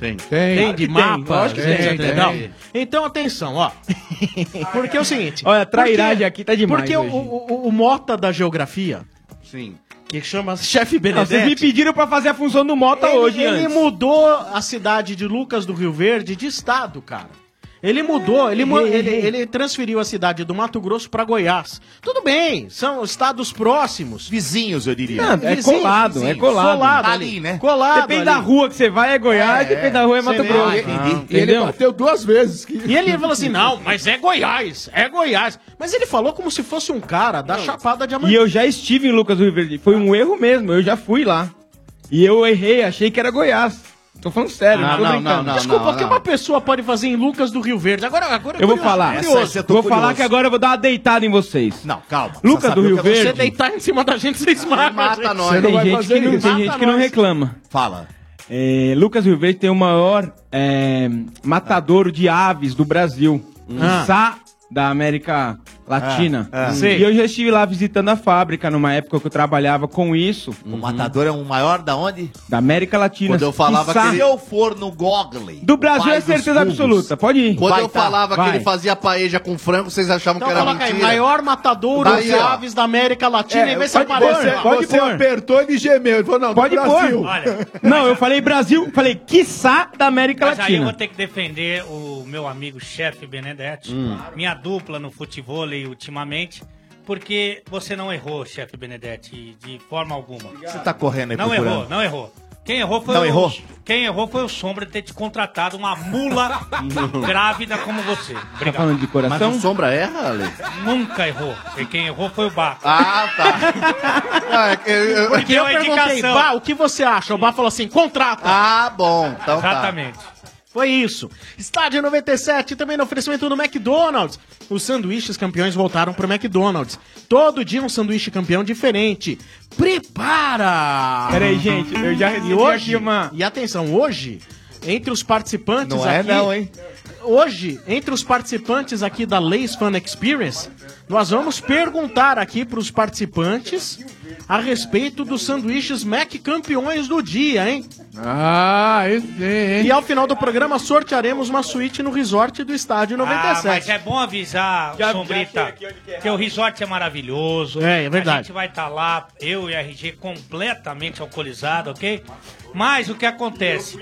[SPEAKER 2] Tem.
[SPEAKER 9] Tem,
[SPEAKER 1] Claro
[SPEAKER 9] de
[SPEAKER 1] que
[SPEAKER 9] mapa? É,
[SPEAKER 1] tem, lógico que tem, tem.
[SPEAKER 9] Não. Então, atenção, ó. [LAUGHS] Porque é o seguinte...
[SPEAKER 1] Olha, a trairagem aqui tá demais
[SPEAKER 9] Porque o,
[SPEAKER 1] hoje.
[SPEAKER 9] o- o- o Mota da Geografia,
[SPEAKER 2] Sim.
[SPEAKER 9] que chama Chefe
[SPEAKER 1] Não,
[SPEAKER 9] Benedetti...
[SPEAKER 1] Vocês me pediram pra fazer a função do Mota
[SPEAKER 9] ele,
[SPEAKER 1] hoje,
[SPEAKER 9] Ele
[SPEAKER 1] antes.
[SPEAKER 9] mudou a cidade de Lucas do Rio Verde de estado, cara. Ele mudou, ele, mu- ele, ele transferiu a cidade do Mato Grosso pra Goiás. Tudo bem, são estados próximos.
[SPEAKER 2] Vizinhos, eu diria.
[SPEAKER 1] Não, é colado, é colado.
[SPEAKER 9] ali,
[SPEAKER 1] Ali,
[SPEAKER 9] né?
[SPEAKER 1] né?
[SPEAKER 9] Colado.
[SPEAKER 1] Depende da rua que você vai, é Goiás, depende da rua, é Mato Grosso. Ah,
[SPEAKER 9] E ele
[SPEAKER 1] entendeu?
[SPEAKER 9] bateu duas vezes. E ele falou assim: não, mas é Goiás, é Goiás. Mas ele falou como se fosse um cara da Chapada de
[SPEAKER 1] E eu já estive em Lucas do Rio Verde. Foi um erro mesmo, eu já fui lá. E eu errei, achei que era Goiás. Tô falando sério, não, tô brincando.
[SPEAKER 9] Desculpa, o que é uma pessoa pode fazer em Lucas do Rio Verde? Agora, agora
[SPEAKER 1] é, Eu vou
[SPEAKER 9] curioso,
[SPEAKER 1] falar.
[SPEAKER 9] é, curioso.
[SPEAKER 1] vou falar que agora eu vou dar uma deitada em vocês.
[SPEAKER 2] Não, calma.
[SPEAKER 1] Lucas do Rio
[SPEAKER 9] Se você
[SPEAKER 1] Verde.
[SPEAKER 9] deitar em cima da gente, vocês matam.
[SPEAKER 2] mata
[SPEAKER 9] gente.
[SPEAKER 2] nós.
[SPEAKER 9] Você
[SPEAKER 1] tem
[SPEAKER 9] vai
[SPEAKER 1] gente,
[SPEAKER 9] fazer
[SPEAKER 1] que não,
[SPEAKER 9] isso.
[SPEAKER 1] tem gente
[SPEAKER 9] Mata
[SPEAKER 1] que não
[SPEAKER 9] nós.
[SPEAKER 1] reclama. É,
[SPEAKER 2] Fala.
[SPEAKER 1] Lucas Rio Verde tem o maior é, matadouro de aves do Brasil.
[SPEAKER 9] Ah.
[SPEAKER 1] Sá da América latina.
[SPEAKER 2] Ah, ah.
[SPEAKER 1] E eu já estive lá visitando a fábrica numa época que eu trabalhava com isso.
[SPEAKER 2] O Matador é o maior da onde?
[SPEAKER 1] Da América Latina.
[SPEAKER 2] Quando eu falava
[SPEAKER 1] Quiçá.
[SPEAKER 2] que se eu for no Gogley.
[SPEAKER 1] Do Brasil
[SPEAKER 2] pai
[SPEAKER 1] é
[SPEAKER 2] dos
[SPEAKER 1] certeza
[SPEAKER 2] cubos.
[SPEAKER 1] absoluta, pode ir.
[SPEAKER 2] Quando
[SPEAKER 1] Vai
[SPEAKER 2] eu
[SPEAKER 1] tá,
[SPEAKER 2] falava
[SPEAKER 1] vai.
[SPEAKER 2] que ele fazia paeja com frango, vocês achavam
[SPEAKER 9] Então
[SPEAKER 2] que era
[SPEAKER 9] coloca aí,
[SPEAKER 2] mentira.
[SPEAKER 9] maior matador
[SPEAKER 2] Daí,
[SPEAKER 9] de
[SPEAKER 2] ó.
[SPEAKER 9] aves da América Latina
[SPEAKER 10] É,
[SPEAKER 9] e vê se
[SPEAKER 10] pode pôr,
[SPEAKER 9] aparece.
[SPEAKER 10] você- pode Você pôr. apertou e gemeu. Ele falou, não, do
[SPEAKER 1] Pode
[SPEAKER 10] Brasil.
[SPEAKER 1] pôr. [LAUGHS] Não, eu falei Brasil, falei quiçá da América
[SPEAKER 12] Mas aí eu vou
[SPEAKER 1] Latina.
[SPEAKER 12] ter que defender o meu amigo chefe Benedetti,
[SPEAKER 1] Hum.
[SPEAKER 12] minha dupla no futebol ultimamente, porque você não errou, chefe Benedetti, de forma alguma. Você
[SPEAKER 2] tá correndo aí
[SPEAKER 12] Não
[SPEAKER 2] procurando.
[SPEAKER 12] errou, não errou. Quem errou foi
[SPEAKER 2] Não
[SPEAKER 12] o
[SPEAKER 2] errou?
[SPEAKER 12] Quem errou foi o Sombra de ter te contratado
[SPEAKER 2] [LAUGHS]
[SPEAKER 12] uma mula grávida como você.
[SPEAKER 1] Tá falando de coração?
[SPEAKER 2] Mas o Sombra erra, Ale?
[SPEAKER 12] Nunca errou. E quem errou foi o Baco.
[SPEAKER 2] Ah, tá.
[SPEAKER 9] Porque Ah, eu
[SPEAKER 12] é uma
[SPEAKER 9] perguntei,
[SPEAKER 12] indicação.
[SPEAKER 9] Bá, o que você acha? O Bá falou assim, contrata.
[SPEAKER 2] Ah, bom. Então
[SPEAKER 9] tá.
[SPEAKER 12] Exatamente.
[SPEAKER 9] Foi isso. Estádio 97, também no oferecimento do McDonald's. Os sanduíches campeões voltaram pro McDonald's. Todo dia um sanduíche campeão diferente. Prepara!
[SPEAKER 1] Peraí, gente, eu já recebi
[SPEAKER 9] e hoje,
[SPEAKER 1] aqui uma-
[SPEAKER 9] E atenção, hoje, entre os participantes
[SPEAKER 1] Não é
[SPEAKER 9] aqui...
[SPEAKER 1] não, hein?
[SPEAKER 9] Hoje, entre os participantes aqui da Lays Fan Experience, nós vamos perguntar aqui para os participantes a respeito dos sanduíches Mac campeões do dia, hein? Ah, E ao final do programa sortearemos uma suíte no resort do estádio
[SPEAKER 12] Ah, mas
[SPEAKER 9] 97.
[SPEAKER 12] é bom avisar,
[SPEAKER 9] Já- já
[SPEAKER 12] Sombrita,
[SPEAKER 9] achei aqui onde que é.
[SPEAKER 12] que o resort é maravilhoso.
[SPEAKER 9] É, é verdade.
[SPEAKER 12] A gente vai estar lá, eu e a RG, completamente alcoolizado, ok? Mas o que acontece?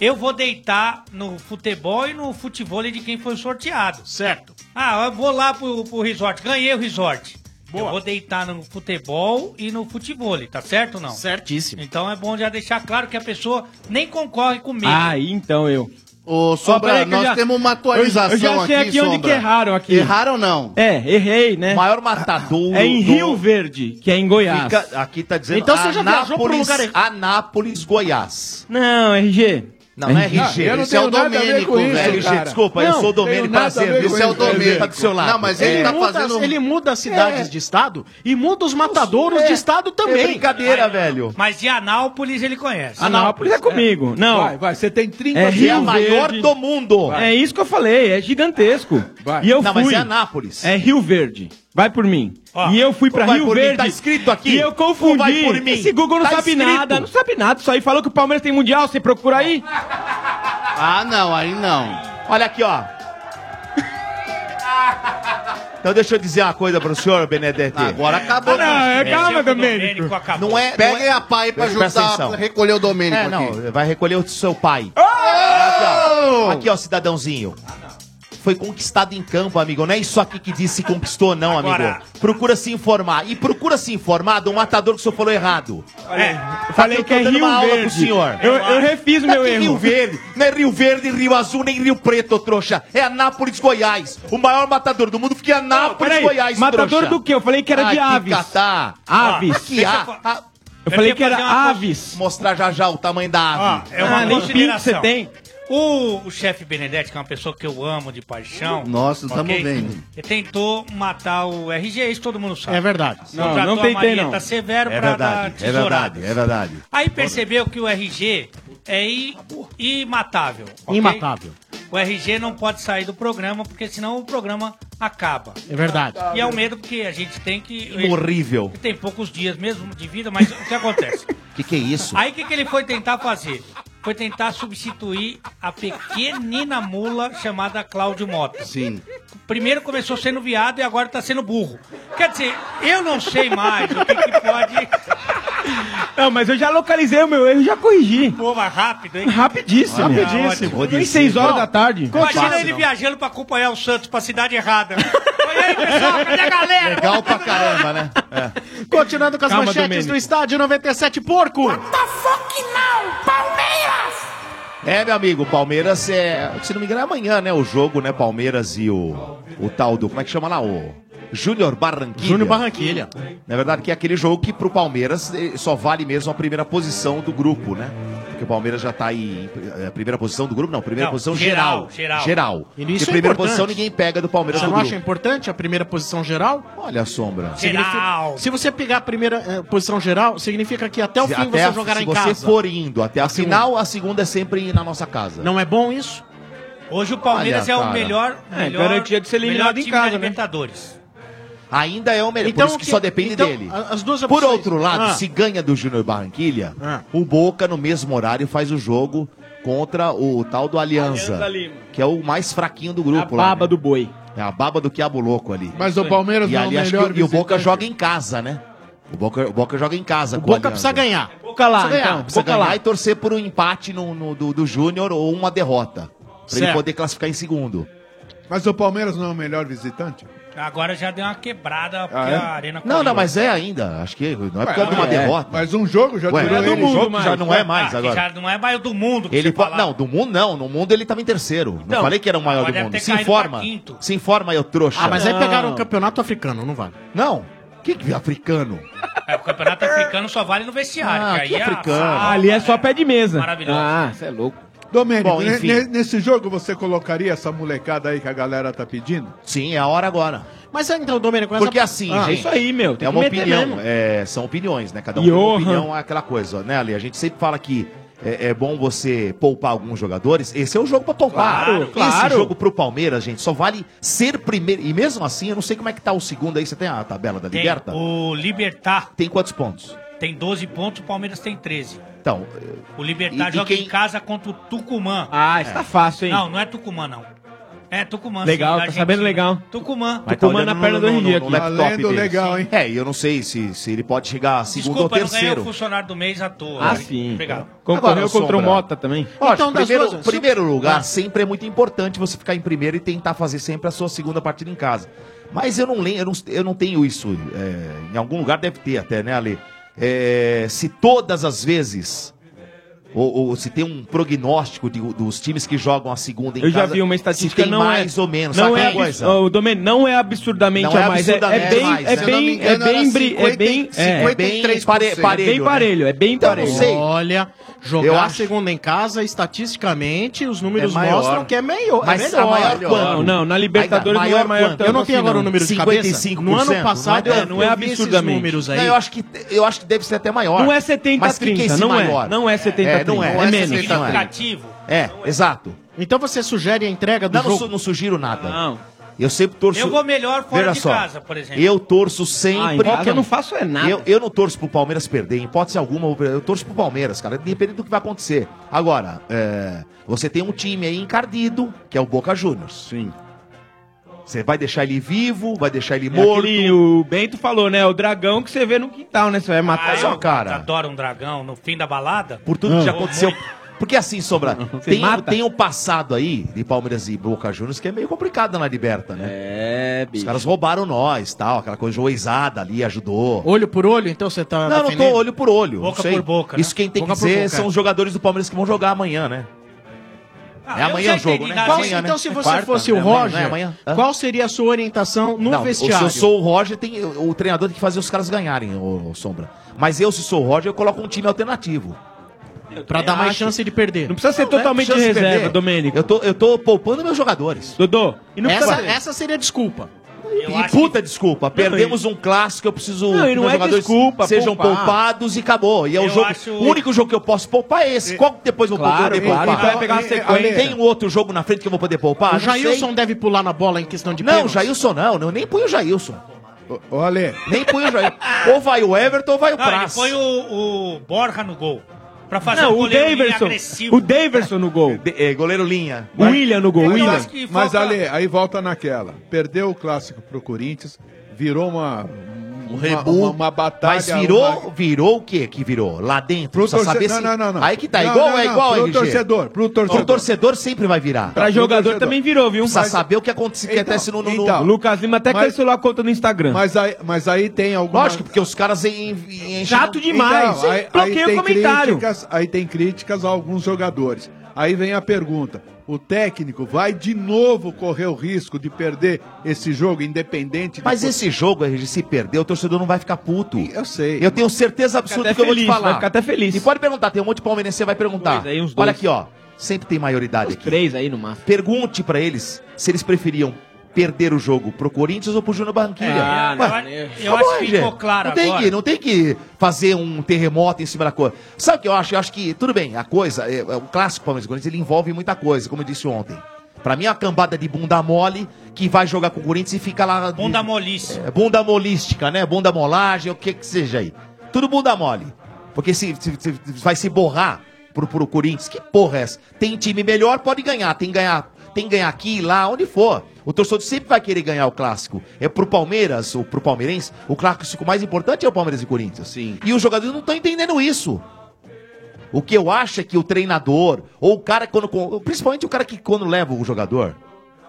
[SPEAKER 12] Eu vou deitar no futebol e no futebol de quem foi sorteado.
[SPEAKER 9] Certo.
[SPEAKER 12] Ah, eu vou lá pro, pro resort, ganhei o resort. Eu vou deitar no futebol e no futebol, tá certo ou não?
[SPEAKER 9] Certíssimo.
[SPEAKER 12] Então é bom já deixar claro que a pessoa nem concorre comigo.
[SPEAKER 9] Ah,
[SPEAKER 1] Aí então eu.
[SPEAKER 2] Ô,
[SPEAKER 12] Sombra, nós temos uma atualização
[SPEAKER 1] eu já sei
[SPEAKER 12] aqui,
[SPEAKER 1] aqui, onde
[SPEAKER 12] Sombra.
[SPEAKER 1] que erraram aqui.
[SPEAKER 2] Erraram não?
[SPEAKER 1] É, errei, né?
[SPEAKER 2] Maior matador
[SPEAKER 1] É em
[SPEAKER 2] do-
[SPEAKER 1] Rio Verde, que é em Goiás.
[SPEAKER 2] Fica- aqui tá dizendo
[SPEAKER 1] Então você já viajou pro
[SPEAKER 2] Anápolis-
[SPEAKER 1] lugar errado.
[SPEAKER 2] Anápolis, Goiás.
[SPEAKER 1] Não, RG.
[SPEAKER 2] Não, não é RG.
[SPEAKER 1] Ah, eu não
[SPEAKER 2] esse é o
[SPEAKER 1] tenho nada a ver
[SPEAKER 2] Domênico,
[SPEAKER 1] com isso,
[SPEAKER 2] velho.
[SPEAKER 1] cara.
[SPEAKER 2] desculpa, eu
[SPEAKER 1] Não,
[SPEAKER 2] sou o
[SPEAKER 1] tenho
[SPEAKER 2] Domênico,
[SPEAKER 1] nada a
[SPEAKER 2] parceiro.
[SPEAKER 1] ver com
[SPEAKER 2] Esse é o
[SPEAKER 1] isso, é
[SPEAKER 2] Domênico,
[SPEAKER 1] verdade.
[SPEAKER 2] tá do seu lado.
[SPEAKER 9] Não, mas ele
[SPEAKER 2] É.
[SPEAKER 9] tá fazendo... ele muda as cidades de estado e muda os matadouros de estado também.
[SPEAKER 2] É brincadeira, velho.
[SPEAKER 12] Mas de Anápolis ele conhece.
[SPEAKER 1] Anápolis é comigo. Não.
[SPEAKER 12] Vai,
[SPEAKER 1] vai, você tem 30
[SPEAKER 12] É a maior
[SPEAKER 2] do mundo.
[SPEAKER 1] É isso que eu falei, é gigantesco. E eu
[SPEAKER 2] Não,
[SPEAKER 1] fui.
[SPEAKER 2] mas é Anápolis.
[SPEAKER 1] É Rio Verde. Vai por mim. e eu fui pra
[SPEAKER 2] vai
[SPEAKER 1] Rio
[SPEAKER 2] por mim,
[SPEAKER 1] Verde.
[SPEAKER 2] tá escrito aqui.
[SPEAKER 1] E eu
[SPEAKER 2] Ou
[SPEAKER 1] confundi.
[SPEAKER 2] vai por mim.
[SPEAKER 1] Esse Google não
[SPEAKER 2] Tá
[SPEAKER 1] sabe
[SPEAKER 2] escrito.
[SPEAKER 1] nada. Não sabe nada. Isso aí falou que o Palmeiras tem mundial, você procura aí.
[SPEAKER 2] Ah, não, aí não. Olha aqui, ó. Então deixa eu dizer uma coisa pro senhor, Benedetti. Agora acabou.
[SPEAKER 12] Ah, não, é, calma, Domênico.
[SPEAKER 2] Não é,
[SPEAKER 11] Peguem a pai pra
[SPEAKER 2] Presta
[SPEAKER 11] ajudar
[SPEAKER 2] atenção.
[SPEAKER 11] a recolher o Domênico
[SPEAKER 2] É, não,
[SPEAKER 11] aqui.
[SPEAKER 2] vai recolher o seu pai.
[SPEAKER 1] Oh!
[SPEAKER 2] Aqui, ó. Aqui, ó, cidadãozinho. Foi conquistado em campo, amigo. Não é isso aqui que disse conquistou, não, amigo.
[SPEAKER 12] Agora.
[SPEAKER 2] Procura se informar. E procura se informar do matador que o senhor falou errado.
[SPEAKER 12] É,
[SPEAKER 2] falei
[SPEAKER 1] que é Rio Verde.
[SPEAKER 2] senhor.
[SPEAKER 1] Eu- eu refiz o
[SPEAKER 2] Tá
[SPEAKER 1] meu
[SPEAKER 2] aqui
[SPEAKER 1] erro.
[SPEAKER 2] Rio Verde. Não é Rio Verde, Rio Azul, nem Rio Preto, ô trouxa. É Anápolis, Goiás. O maior matador do mundo fica em Anápolis,
[SPEAKER 1] peraí.
[SPEAKER 2] Goiás,
[SPEAKER 1] Matador
[SPEAKER 2] trouxa.
[SPEAKER 1] do quê? Eu falei que era
[SPEAKER 2] Ai,
[SPEAKER 1] de
[SPEAKER 2] que
[SPEAKER 1] aves.
[SPEAKER 2] catar.
[SPEAKER 1] Aves.
[SPEAKER 2] Ah, que a- a-
[SPEAKER 1] Eu falei que era aves. Ah,
[SPEAKER 2] Mostrar já já o tamanho da ave.
[SPEAKER 12] É uma
[SPEAKER 2] Ah, nem
[SPEAKER 12] consideração.
[SPEAKER 2] pinto você
[SPEAKER 12] O, o chefe Benedetti, que é uma pessoa que eu amo de paixão.
[SPEAKER 2] Nossa,
[SPEAKER 12] ok?
[SPEAKER 2] tamo vendo.
[SPEAKER 12] Ele tentou matar o RG, isso todo mundo sabe.
[SPEAKER 9] É verdade.
[SPEAKER 12] Não, Contratou não a tentei, Marieta não. tá Severo pra dar tesourada.
[SPEAKER 2] é verdade.
[SPEAKER 12] Aí percebeu que o RG é i- imatável. ok?
[SPEAKER 9] Imatável.
[SPEAKER 12] O RG não pode sair do programa, porque senão o programa acaba.
[SPEAKER 9] É verdade.
[SPEAKER 12] E é um medo porque a gente tem que.
[SPEAKER 2] Horrível.
[SPEAKER 12] Ele tem poucos dias mesmo de vida, mas o que acontece?
[SPEAKER 2] Que que é isso?
[SPEAKER 12] Aí o que, que ele foi tentar fazer? Foi tentar substituir a pequenina mula chamada Cláudio Mota.
[SPEAKER 2] Sim.
[SPEAKER 12] Primeiro começou sendo viado e agora tá sendo burro. Quer dizer, eu não sei mais o que, que pode.
[SPEAKER 1] Não, mas eu já localizei o meu erro e já corrigi.
[SPEAKER 12] Pô, mas rápido, hein?
[SPEAKER 1] Rapidíssimo.
[SPEAKER 12] Rapidíssimo.
[SPEAKER 1] Ah, ótimo. Em 6 horas da tarde.
[SPEAKER 12] Imagina ele viajando pra acompanhar o Santos pra cidade errada. Olha aí, pessoal, cadê a galera?
[SPEAKER 2] Legal pra caramba, né?
[SPEAKER 12] [LAUGHS]
[SPEAKER 9] Continuando com as
[SPEAKER 12] Calma,
[SPEAKER 9] manchetes
[SPEAKER 12] Domênico.
[SPEAKER 9] do estádio 97, porco.
[SPEAKER 2] É, meu amigo, Palmeiras é. Se não me engano, é amanhã, né? O jogo, né? Palmeiras e o. O tal do. Como é que chama lá? O. Júnior Barranquilla.
[SPEAKER 9] Júnior Barranquilla.
[SPEAKER 2] Na verdade, que é aquele jogo que pro Palmeiras eh, só vale mesmo a primeira posição do grupo, né? Porque o Palmeiras já tá aí. em- eh, Primeira posição do grupo? Não, primeira
[SPEAKER 9] Não,
[SPEAKER 2] posição
[SPEAKER 9] geral,
[SPEAKER 2] geral.
[SPEAKER 9] geral.
[SPEAKER 2] Geral.
[SPEAKER 9] E
[SPEAKER 2] De
[SPEAKER 9] isso é
[SPEAKER 2] primeira
[SPEAKER 9] importante.
[SPEAKER 2] posição ninguém pega do Palmeiras
[SPEAKER 9] Você
[SPEAKER 2] do
[SPEAKER 9] não
[SPEAKER 2] grupo.
[SPEAKER 9] acha importante a primeira posição geral?
[SPEAKER 2] Olha a sombra.
[SPEAKER 9] Significa- Se você pegar a primeira eh, posição geral, significa que até o fim
[SPEAKER 2] Até
[SPEAKER 9] você
[SPEAKER 2] a-
[SPEAKER 9] jogará
[SPEAKER 2] se
[SPEAKER 9] em
[SPEAKER 2] você
[SPEAKER 9] casa.
[SPEAKER 2] assim, for indo até a final, a segunda é sempre na nossa casa.
[SPEAKER 9] Não é bom isso?
[SPEAKER 12] Hoje o Palmeiras
[SPEAKER 2] Olha,
[SPEAKER 12] é o
[SPEAKER 2] cara.
[SPEAKER 12] melhor,
[SPEAKER 2] É,
[SPEAKER 12] melhor
[SPEAKER 2] garantia de ser eliminado
[SPEAKER 12] melhor
[SPEAKER 2] em
[SPEAKER 12] time
[SPEAKER 2] casa,
[SPEAKER 12] da
[SPEAKER 2] né?
[SPEAKER 12] Libertadores.
[SPEAKER 2] Ainda é o melhor,
[SPEAKER 12] Então,
[SPEAKER 2] por isso que,
[SPEAKER 12] o que-
[SPEAKER 2] só depende
[SPEAKER 12] então,
[SPEAKER 2] dele.
[SPEAKER 12] a- as duas
[SPEAKER 2] Por
[SPEAKER 12] opções-
[SPEAKER 2] outro lado,
[SPEAKER 12] Ah.
[SPEAKER 2] se ganha do Júnior Barranquilha, o Boca, no mesmo horário, faz o jogo contra o tal do Alianza,
[SPEAKER 10] Alianza Lima.
[SPEAKER 2] que é o mais fraquinho do grupo. A baba
[SPEAKER 1] do boi.
[SPEAKER 2] É a baba do quiabo louco ali.
[SPEAKER 10] Mas o Palmeiras
[SPEAKER 2] e
[SPEAKER 10] não é o
[SPEAKER 2] ali acho que
[SPEAKER 10] melhor
[SPEAKER 2] E o Boca
[SPEAKER 10] visitante.
[SPEAKER 2] joga em casa, né? O Boca, o Boca joga em casa. O
[SPEAKER 10] Boca precisa
[SPEAKER 9] ganhar.
[SPEAKER 12] Boca
[SPEAKER 9] lá,
[SPEAKER 2] Precisa ganhar,
[SPEAKER 9] então,
[SPEAKER 2] precisa
[SPEAKER 9] Boca
[SPEAKER 2] ganhar
[SPEAKER 9] lá.
[SPEAKER 2] e torcer por um empate no, no- do, do Júnior ou uma derrota. Pra ele
[SPEAKER 9] Certo.
[SPEAKER 2] poder classificar em segundo.
[SPEAKER 10] Mas o Palmeiras não é o melhor visitante?
[SPEAKER 12] Agora já deu uma quebrada, porque
[SPEAKER 10] Ah, é?
[SPEAKER 12] a Arena
[SPEAKER 2] Não, não, mas é ainda. Acho que não é por causa de uma
[SPEAKER 10] é.
[SPEAKER 2] derrota.
[SPEAKER 10] Mas um jogo já
[SPEAKER 2] Ué,
[SPEAKER 10] durou
[SPEAKER 2] é do
[SPEAKER 10] ele.
[SPEAKER 2] mundo,
[SPEAKER 10] jogo
[SPEAKER 2] mas-
[SPEAKER 10] já não é
[SPEAKER 2] mais
[SPEAKER 12] que
[SPEAKER 2] agora.
[SPEAKER 12] Já não é mais do mundo que
[SPEAKER 2] Ele
[SPEAKER 12] você
[SPEAKER 2] po-
[SPEAKER 12] fala.
[SPEAKER 2] não, do mundo não. No mundo ele tava em terceiro. Não
[SPEAKER 12] Não.
[SPEAKER 2] falei que era o maior
[SPEAKER 12] Agora
[SPEAKER 2] do
[SPEAKER 12] deve
[SPEAKER 2] mundo.
[SPEAKER 12] ter
[SPEAKER 2] Se
[SPEAKER 12] caído
[SPEAKER 2] informa.
[SPEAKER 12] pra quinto.
[SPEAKER 2] Se informa aí, ô trouxa.
[SPEAKER 9] Ah, mas aí pegaram o campeonato africano, não vale.
[SPEAKER 2] Não. Que que é africano?
[SPEAKER 12] É, o campeonato africano só vale no vestiário.
[SPEAKER 2] Ah,
[SPEAKER 12] que aí
[SPEAKER 2] que
[SPEAKER 12] é
[SPEAKER 2] africano.
[SPEAKER 12] a-
[SPEAKER 1] Ali é só pé de mesa.
[SPEAKER 12] Maravilhoso.
[SPEAKER 1] Ah, você é louco.
[SPEAKER 10] Domênico,
[SPEAKER 1] Bom,
[SPEAKER 10] ne-
[SPEAKER 1] enfim.
[SPEAKER 10] ne- nesse jogo você colocaria essa molecada aí que a galera tá pedindo?
[SPEAKER 2] Sim, é a hora agora.
[SPEAKER 9] Mas então, Domênico, essa-
[SPEAKER 2] Porque assim,
[SPEAKER 9] Ah,
[SPEAKER 2] gente.
[SPEAKER 9] isso aí, meu, tem
[SPEAKER 2] É
[SPEAKER 9] que
[SPEAKER 2] uma
[SPEAKER 9] meter
[SPEAKER 2] opinião.
[SPEAKER 9] mesmo.
[SPEAKER 2] é, são opiniões, né? Cada um tem uma
[SPEAKER 1] Johan.
[SPEAKER 2] opinião, é aquela coisa, né, Ali? A gente sempre fala que. É, é bom você poupar alguns jogadores. Esse é o jogo pra poupar.
[SPEAKER 1] Claro,
[SPEAKER 2] Esse
[SPEAKER 1] claro.
[SPEAKER 2] jogo pro Palmeiras, gente, só vale ser primeiro. E mesmo assim, eu não sei como é que tá o segundo aí. Você tem a tabela da
[SPEAKER 12] Tem
[SPEAKER 2] Liberta?
[SPEAKER 12] O Libertar
[SPEAKER 2] Tem quantos pontos?
[SPEAKER 12] tem 12 pontos, o Palmeiras tem 13.
[SPEAKER 2] Então,
[SPEAKER 12] O
[SPEAKER 2] E-
[SPEAKER 12] Libertar
[SPEAKER 2] e
[SPEAKER 12] joga
[SPEAKER 2] quem-
[SPEAKER 12] em casa contra o Tucumã.
[SPEAKER 1] Ah, isso tá fácil, hein?
[SPEAKER 12] Não, não é Tucumã, não. É Tucumã.
[SPEAKER 1] Legal,
[SPEAKER 12] da
[SPEAKER 1] tá
[SPEAKER 12] Argentina.
[SPEAKER 1] sabendo legal. tá
[SPEAKER 12] Tucumã.
[SPEAKER 1] Tucumã
[SPEAKER 2] Vai tá
[SPEAKER 1] na
[SPEAKER 2] olhando
[SPEAKER 1] perna do RG aqui.
[SPEAKER 2] laptop
[SPEAKER 1] Valendo
[SPEAKER 2] dele.
[SPEAKER 1] Tá legal, hein?
[SPEAKER 2] É, e eu não sei se, se ele pode chegar a segundo
[SPEAKER 12] Desculpa,
[SPEAKER 2] ou
[SPEAKER 12] eu não ganhei
[SPEAKER 2] terceiro.
[SPEAKER 12] o funcionário do mês à toa.
[SPEAKER 2] Ah,
[SPEAKER 12] Olha,
[SPEAKER 2] sim.
[SPEAKER 12] Obrigado.
[SPEAKER 1] Concorreu
[SPEAKER 2] Agora,
[SPEAKER 1] contra o
[SPEAKER 2] Sombra.
[SPEAKER 1] Mota também.
[SPEAKER 2] Ó,
[SPEAKER 1] Então, das
[SPEAKER 2] primeiro,
[SPEAKER 1] duas,
[SPEAKER 2] primeiro lugar,
[SPEAKER 1] Ah.
[SPEAKER 2] sempre é muito importante você ficar em primeiro e tentar fazer sempre a sua segunda partida em casa. Mas eu não lembro, eu não, eu não tenho isso. é, em algum lugar deve ter até, né, Ale? É, se todas as vezes. Ou, ou se tem um prognóstico de- dos times que jogam a segunda em
[SPEAKER 1] Eu
[SPEAKER 2] casa.
[SPEAKER 1] já vi uma estatística
[SPEAKER 2] se tem
[SPEAKER 1] não
[SPEAKER 2] mais
[SPEAKER 1] é,
[SPEAKER 2] ou menos,
[SPEAKER 1] não
[SPEAKER 2] sabe
[SPEAKER 1] é
[SPEAKER 2] uma
[SPEAKER 1] abs-
[SPEAKER 2] coisa?
[SPEAKER 1] Ô, Domênio, não é absurdamente
[SPEAKER 2] Não é
[SPEAKER 1] a mais, é, é
[SPEAKER 2] absurdamente
[SPEAKER 1] bem,
[SPEAKER 2] mais,
[SPEAKER 1] é
[SPEAKER 2] né?
[SPEAKER 1] bem,
[SPEAKER 2] Se
[SPEAKER 1] é
[SPEAKER 2] eu não me
[SPEAKER 1] bem,
[SPEAKER 2] engano,
[SPEAKER 1] bri-
[SPEAKER 2] era
[SPEAKER 1] é bem, é,
[SPEAKER 2] 50 e 53%,
[SPEAKER 1] é bem
[SPEAKER 2] né?
[SPEAKER 1] parelho, é bem
[SPEAKER 2] Então,
[SPEAKER 1] parelho.
[SPEAKER 2] não sei.
[SPEAKER 9] Olha,
[SPEAKER 2] Eu
[SPEAKER 9] jogar a
[SPEAKER 2] acho.
[SPEAKER 9] segunda em casa, estatisticamente, os números
[SPEAKER 2] É maior.
[SPEAKER 9] mostram que é melhor.
[SPEAKER 2] Mas
[SPEAKER 9] é
[SPEAKER 2] a
[SPEAKER 9] melhor.
[SPEAKER 2] maior
[SPEAKER 9] Melhor.
[SPEAKER 2] quanto? Não, não, na Libertadores Ainda, não é maior maior quanto?
[SPEAKER 9] Eu não tenho agora o número de cabeça.
[SPEAKER 2] 55%,
[SPEAKER 9] No ano passado,
[SPEAKER 2] não é
[SPEAKER 9] eu-
[SPEAKER 2] tanto.
[SPEAKER 9] eu vi esses números aí.
[SPEAKER 2] Não, eu, acho que, eu acho que deve ser até maior.
[SPEAKER 1] Não é 70
[SPEAKER 2] Mas fica
[SPEAKER 1] 30,
[SPEAKER 2] esse
[SPEAKER 1] não é.
[SPEAKER 2] maior.
[SPEAKER 1] Não é 70
[SPEAKER 2] não é,
[SPEAKER 1] 30,
[SPEAKER 2] não
[SPEAKER 1] é
[SPEAKER 2] é
[SPEAKER 1] menos.
[SPEAKER 2] 60, não é.
[SPEAKER 12] Significativo.
[SPEAKER 2] É, exato.
[SPEAKER 9] Então você sugere a entrega do
[SPEAKER 2] Não, não,
[SPEAKER 9] jogo?
[SPEAKER 2] su- não sugiro nada. Eu sempre torço.
[SPEAKER 12] Eu vou melhor fora
[SPEAKER 2] Veja
[SPEAKER 12] de
[SPEAKER 2] só,
[SPEAKER 12] casa, por exemplo.
[SPEAKER 2] Eu torço sempre.
[SPEAKER 12] Ah, em casa eu não
[SPEAKER 1] faço é nada.
[SPEAKER 2] Eu, eu não torço pro Palmeiras perder, em hipótese alguma. Eu torço pro Palmeiras, cara, independente do que vai acontecer. Agora, é, você tem um time aí encardido, que é o Boca Juniors.
[SPEAKER 1] Sim.
[SPEAKER 2] Você vai deixar ele vivo, vai deixar ele
[SPEAKER 1] É
[SPEAKER 2] morto.
[SPEAKER 1] aquele- o Bento falou, né? O dragão que você vê no quintal, né? Você vai matar.
[SPEAKER 12] eu
[SPEAKER 1] tá
[SPEAKER 12] Adoro um dragão no fim da balada. Ah,
[SPEAKER 2] Por tudo que já aconteceu. Ah, Porque assim, Sombra,
[SPEAKER 12] Você
[SPEAKER 2] tem,
[SPEAKER 1] tá?
[SPEAKER 12] mata?
[SPEAKER 2] tem um passado aí de Palmeiras e Boca Juniors que é meio complicado na Liberta, né?
[SPEAKER 1] É, bicho.
[SPEAKER 2] Os caras roubaram nós, tal, aquela coisa joizada ali, ajudou.
[SPEAKER 9] Olho por olho, então você tá.
[SPEAKER 2] Não, não tô
[SPEAKER 9] defendendo?
[SPEAKER 2] olho por olho. não
[SPEAKER 9] Boca
[SPEAKER 2] sei.
[SPEAKER 9] por boca, né?
[SPEAKER 2] Isso quem tem
[SPEAKER 9] Boca
[SPEAKER 2] que
[SPEAKER 9] por
[SPEAKER 2] dizer
[SPEAKER 9] boca.
[SPEAKER 2] são os jogadores do Palmeiras que vão jogar amanhã, né? é amanhã o jogo, né? É
[SPEAKER 9] Qual-
[SPEAKER 2] amanhã,
[SPEAKER 9] então,
[SPEAKER 2] né?
[SPEAKER 9] se
[SPEAKER 2] É
[SPEAKER 9] você
[SPEAKER 2] quarta,
[SPEAKER 9] fosse
[SPEAKER 2] né?
[SPEAKER 9] o
[SPEAKER 2] Amanhã,
[SPEAKER 9] Roger,
[SPEAKER 2] né? Amanhã. Hã?
[SPEAKER 9] qual seria a sua orientação no
[SPEAKER 2] Não, Se
[SPEAKER 9] vestiário?
[SPEAKER 2] eu sou o Roger, tem, o, o treinador tem que fazer os caras ganharem, o, Sombra. Mas eu, se sou o Roger, eu coloco um time alternativo.
[SPEAKER 9] Pra dar mais
[SPEAKER 2] acho.
[SPEAKER 9] chance de perder.
[SPEAKER 1] Não precisa ser totalmente
[SPEAKER 2] chance de
[SPEAKER 1] reserva,
[SPEAKER 2] perder.
[SPEAKER 1] Domênico.
[SPEAKER 2] Eu tô, eu tô poupando meus jogadores.
[SPEAKER 1] Dodô, e não
[SPEAKER 9] essa,
[SPEAKER 1] precisa-
[SPEAKER 9] essa seria a desculpa.
[SPEAKER 2] E puta desculpa, perdemos um clássico, eu preciso
[SPEAKER 1] Não, e
[SPEAKER 2] que
[SPEAKER 1] não
[SPEAKER 2] meus
[SPEAKER 1] é desculpa,
[SPEAKER 2] sejam
[SPEAKER 1] poupar.
[SPEAKER 2] poupados e acabou. E é o
[SPEAKER 1] Eu
[SPEAKER 2] jogo,
[SPEAKER 1] acho-
[SPEAKER 2] o único jogo que eu posso poupar é esse. Qual que depois eu vou
[SPEAKER 1] Claro,
[SPEAKER 2] poder
[SPEAKER 1] claro.
[SPEAKER 2] poupar?
[SPEAKER 1] Então vai pegar uma sequência.
[SPEAKER 2] Tem um outro jogo na frente que eu vou poder
[SPEAKER 9] o
[SPEAKER 2] poupar? Não sei.
[SPEAKER 9] Jailson deve pular na bola em questão de
[SPEAKER 2] Não,
[SPEAKER 9] pênalti.
[SPEAKER 2] Jailson não, não, nem põe o Jailson.
[SPEAKER 10] Olha,
[SPEAKER 2] nem põe o Jailson. ou vai o Everton ou vai o
[SPEAKER 12] Não, Ah, ele
[SPEAKER 2] Praz.
[SPEAKER 12] foi o, o Borja no gol. Pra fazer
[SPEAKER 1] Não,
[SPEAKER 12] um
[SPEAKER 1] o
[SPEAKER 12] goleiro linha
[SPEAKER 1] Daverson.
[SPEAKER 12] agressivo.
[SPEAKER 1] O Daverson no gol.
[SPEAKER 10] é,
[SPEAKER 2] goleiro linha.
[SPEAKER 1] O William no gol, William.
[SPEAKER 10] Mas ali, aí volta naquela. Perdeu o clássico pro Corinthians, virou uma. Uma,
[SPEAKER 2] rebu.
[SPEAKER 10] uma, uma batalha.
[SPEAKER 2] Mas virou,
[SPEAKER 10] uma-
[SPEAKER 2] virou o que que virou? Lá dentro,
[SPEAKER 10] Pro
[SPEAKER 2] precisa
[SPEAKER 10] torce-
[SPEAKER 2] saber
[SPEAKER 10] não,
[SPEAKER 2] se...
[SPEAKER 10] não, não, não.
[SPEAKER 2] Aí que tá,
[SPEAKER 10] Não,
[SPEAKER 2] igual,
[SPEAKER 10] não,
[SPEAKER 2] é
[SPEAKER 10] não,
[SPEAKER 2] igual,
[SPEAKER 10] pro
[SPEAKER 2] RG.
[SPEAKER 10] torcedor, pro torcedor.
[SPEAKER 2] O torcedor sempre vai virar.
[SPEAKER 1] Pra jogador também virou, viu?
[SPEAKER 2] Precisa saber o que acontece, que
[SPEAKER 1] Então,
[SPEAKER 2] acontece no, no, no-
[SPEAKER 1] então. Lucas Lima até cancelou a conta no Instagram.
[SPEAKER 10] Mas aí, mas aí tem alguma...
[SPEAKER 2] Lógico, porque os caras em, em-
[SPEAKER 1] Chato demais.
[SPEAKER 10] Então, aí-
[SPEAKER 1] Sim, bloqueia
[SPEAKER 10] aí tem
[SPEAKER 1] o comentário.
[SPEAKER 10] Críticas, aí tem críticas a alguns jogadores. Aí vem a pergunta: o técnico vai de novo correr o risco de perder esse jogo, independente de
[SPEAKER 2] Mas esse jogo, RG, se perder, o torcedor não vai ficar puto.
[SPEAKER 10] Eu sei.
[SPEAKER 2] Eu tenho certeza absoluta
[SPEAKER 10] até
[SPEAKER 2] que eu vou te
[SPEAKER 1] né?
[SPEAKER 10] feliz,
[SPEAKER 2] falar.
[SPEAKER 10] vai ficar até
[SPEAKER 2] feliz. E pode perguntar, tem um monte de palmeirense que vai perguntar.
[SPEAKER 1] Dois aí, uns
[SPEAKER 2] Olha
[SPEAKER 1] dois.
[SPEAKER 2] aqui, ó. Sempre tem maioridade aqui.
[SPEAKER 1] Três aí no máximo.
[SPEAKER 2] Pergunte pra eles se eles preferiam perder o jogo pro Corinthians ou pro Júnior Barranquilha.
[SPEAKER 1] Ah,
[SPEAKER 2] Ué,
[SPEAKER 1] não, eu-
[SPEAKER 2] tá
[SPEAKER 1] eu acho que
[SPEAKER 2] RG.
[SPEAKER 1] ficou claro
[SPEAKER 2] não tem
[SPEAKER 1] agora.
[SPEAKER 2] Que, não tem que fazer um terremoto em cima da coisa. Sabe o que eu acho? Eu acho que, tudo bem, a coisa, é, é, o clássico Palmeiras e Corinthians, ele envolve muita coisa, como eu disse ontem. Pra mim é uma cambada de bunda mole que vai jogar com o Corinthians e fica lá.
[SPEAKER 12] Bunda molice.
[SPEAKER 2] É, bunda molística, né? Bunda molagem, o que que seja aí. Tudo bunda mole. Porque se, se- se- vai se borrar pro, pro Corinthians, que porra é essa? Tem time melhor, pode ganhar. Tem que ganhar, tem que ganhar aqui, lá, onde for. O torcedor sempre vai querer ganhar o clássico. É pro Palmeiras, ou pro Palmeirense, o clássico mais importante é o Palmeiras e Corinthians. Sim. E os jogadores não estão entendendo isso. O que eu acho é que o treinador, ou o cara quando. con- Principalmente o cara que quando leva o jogador,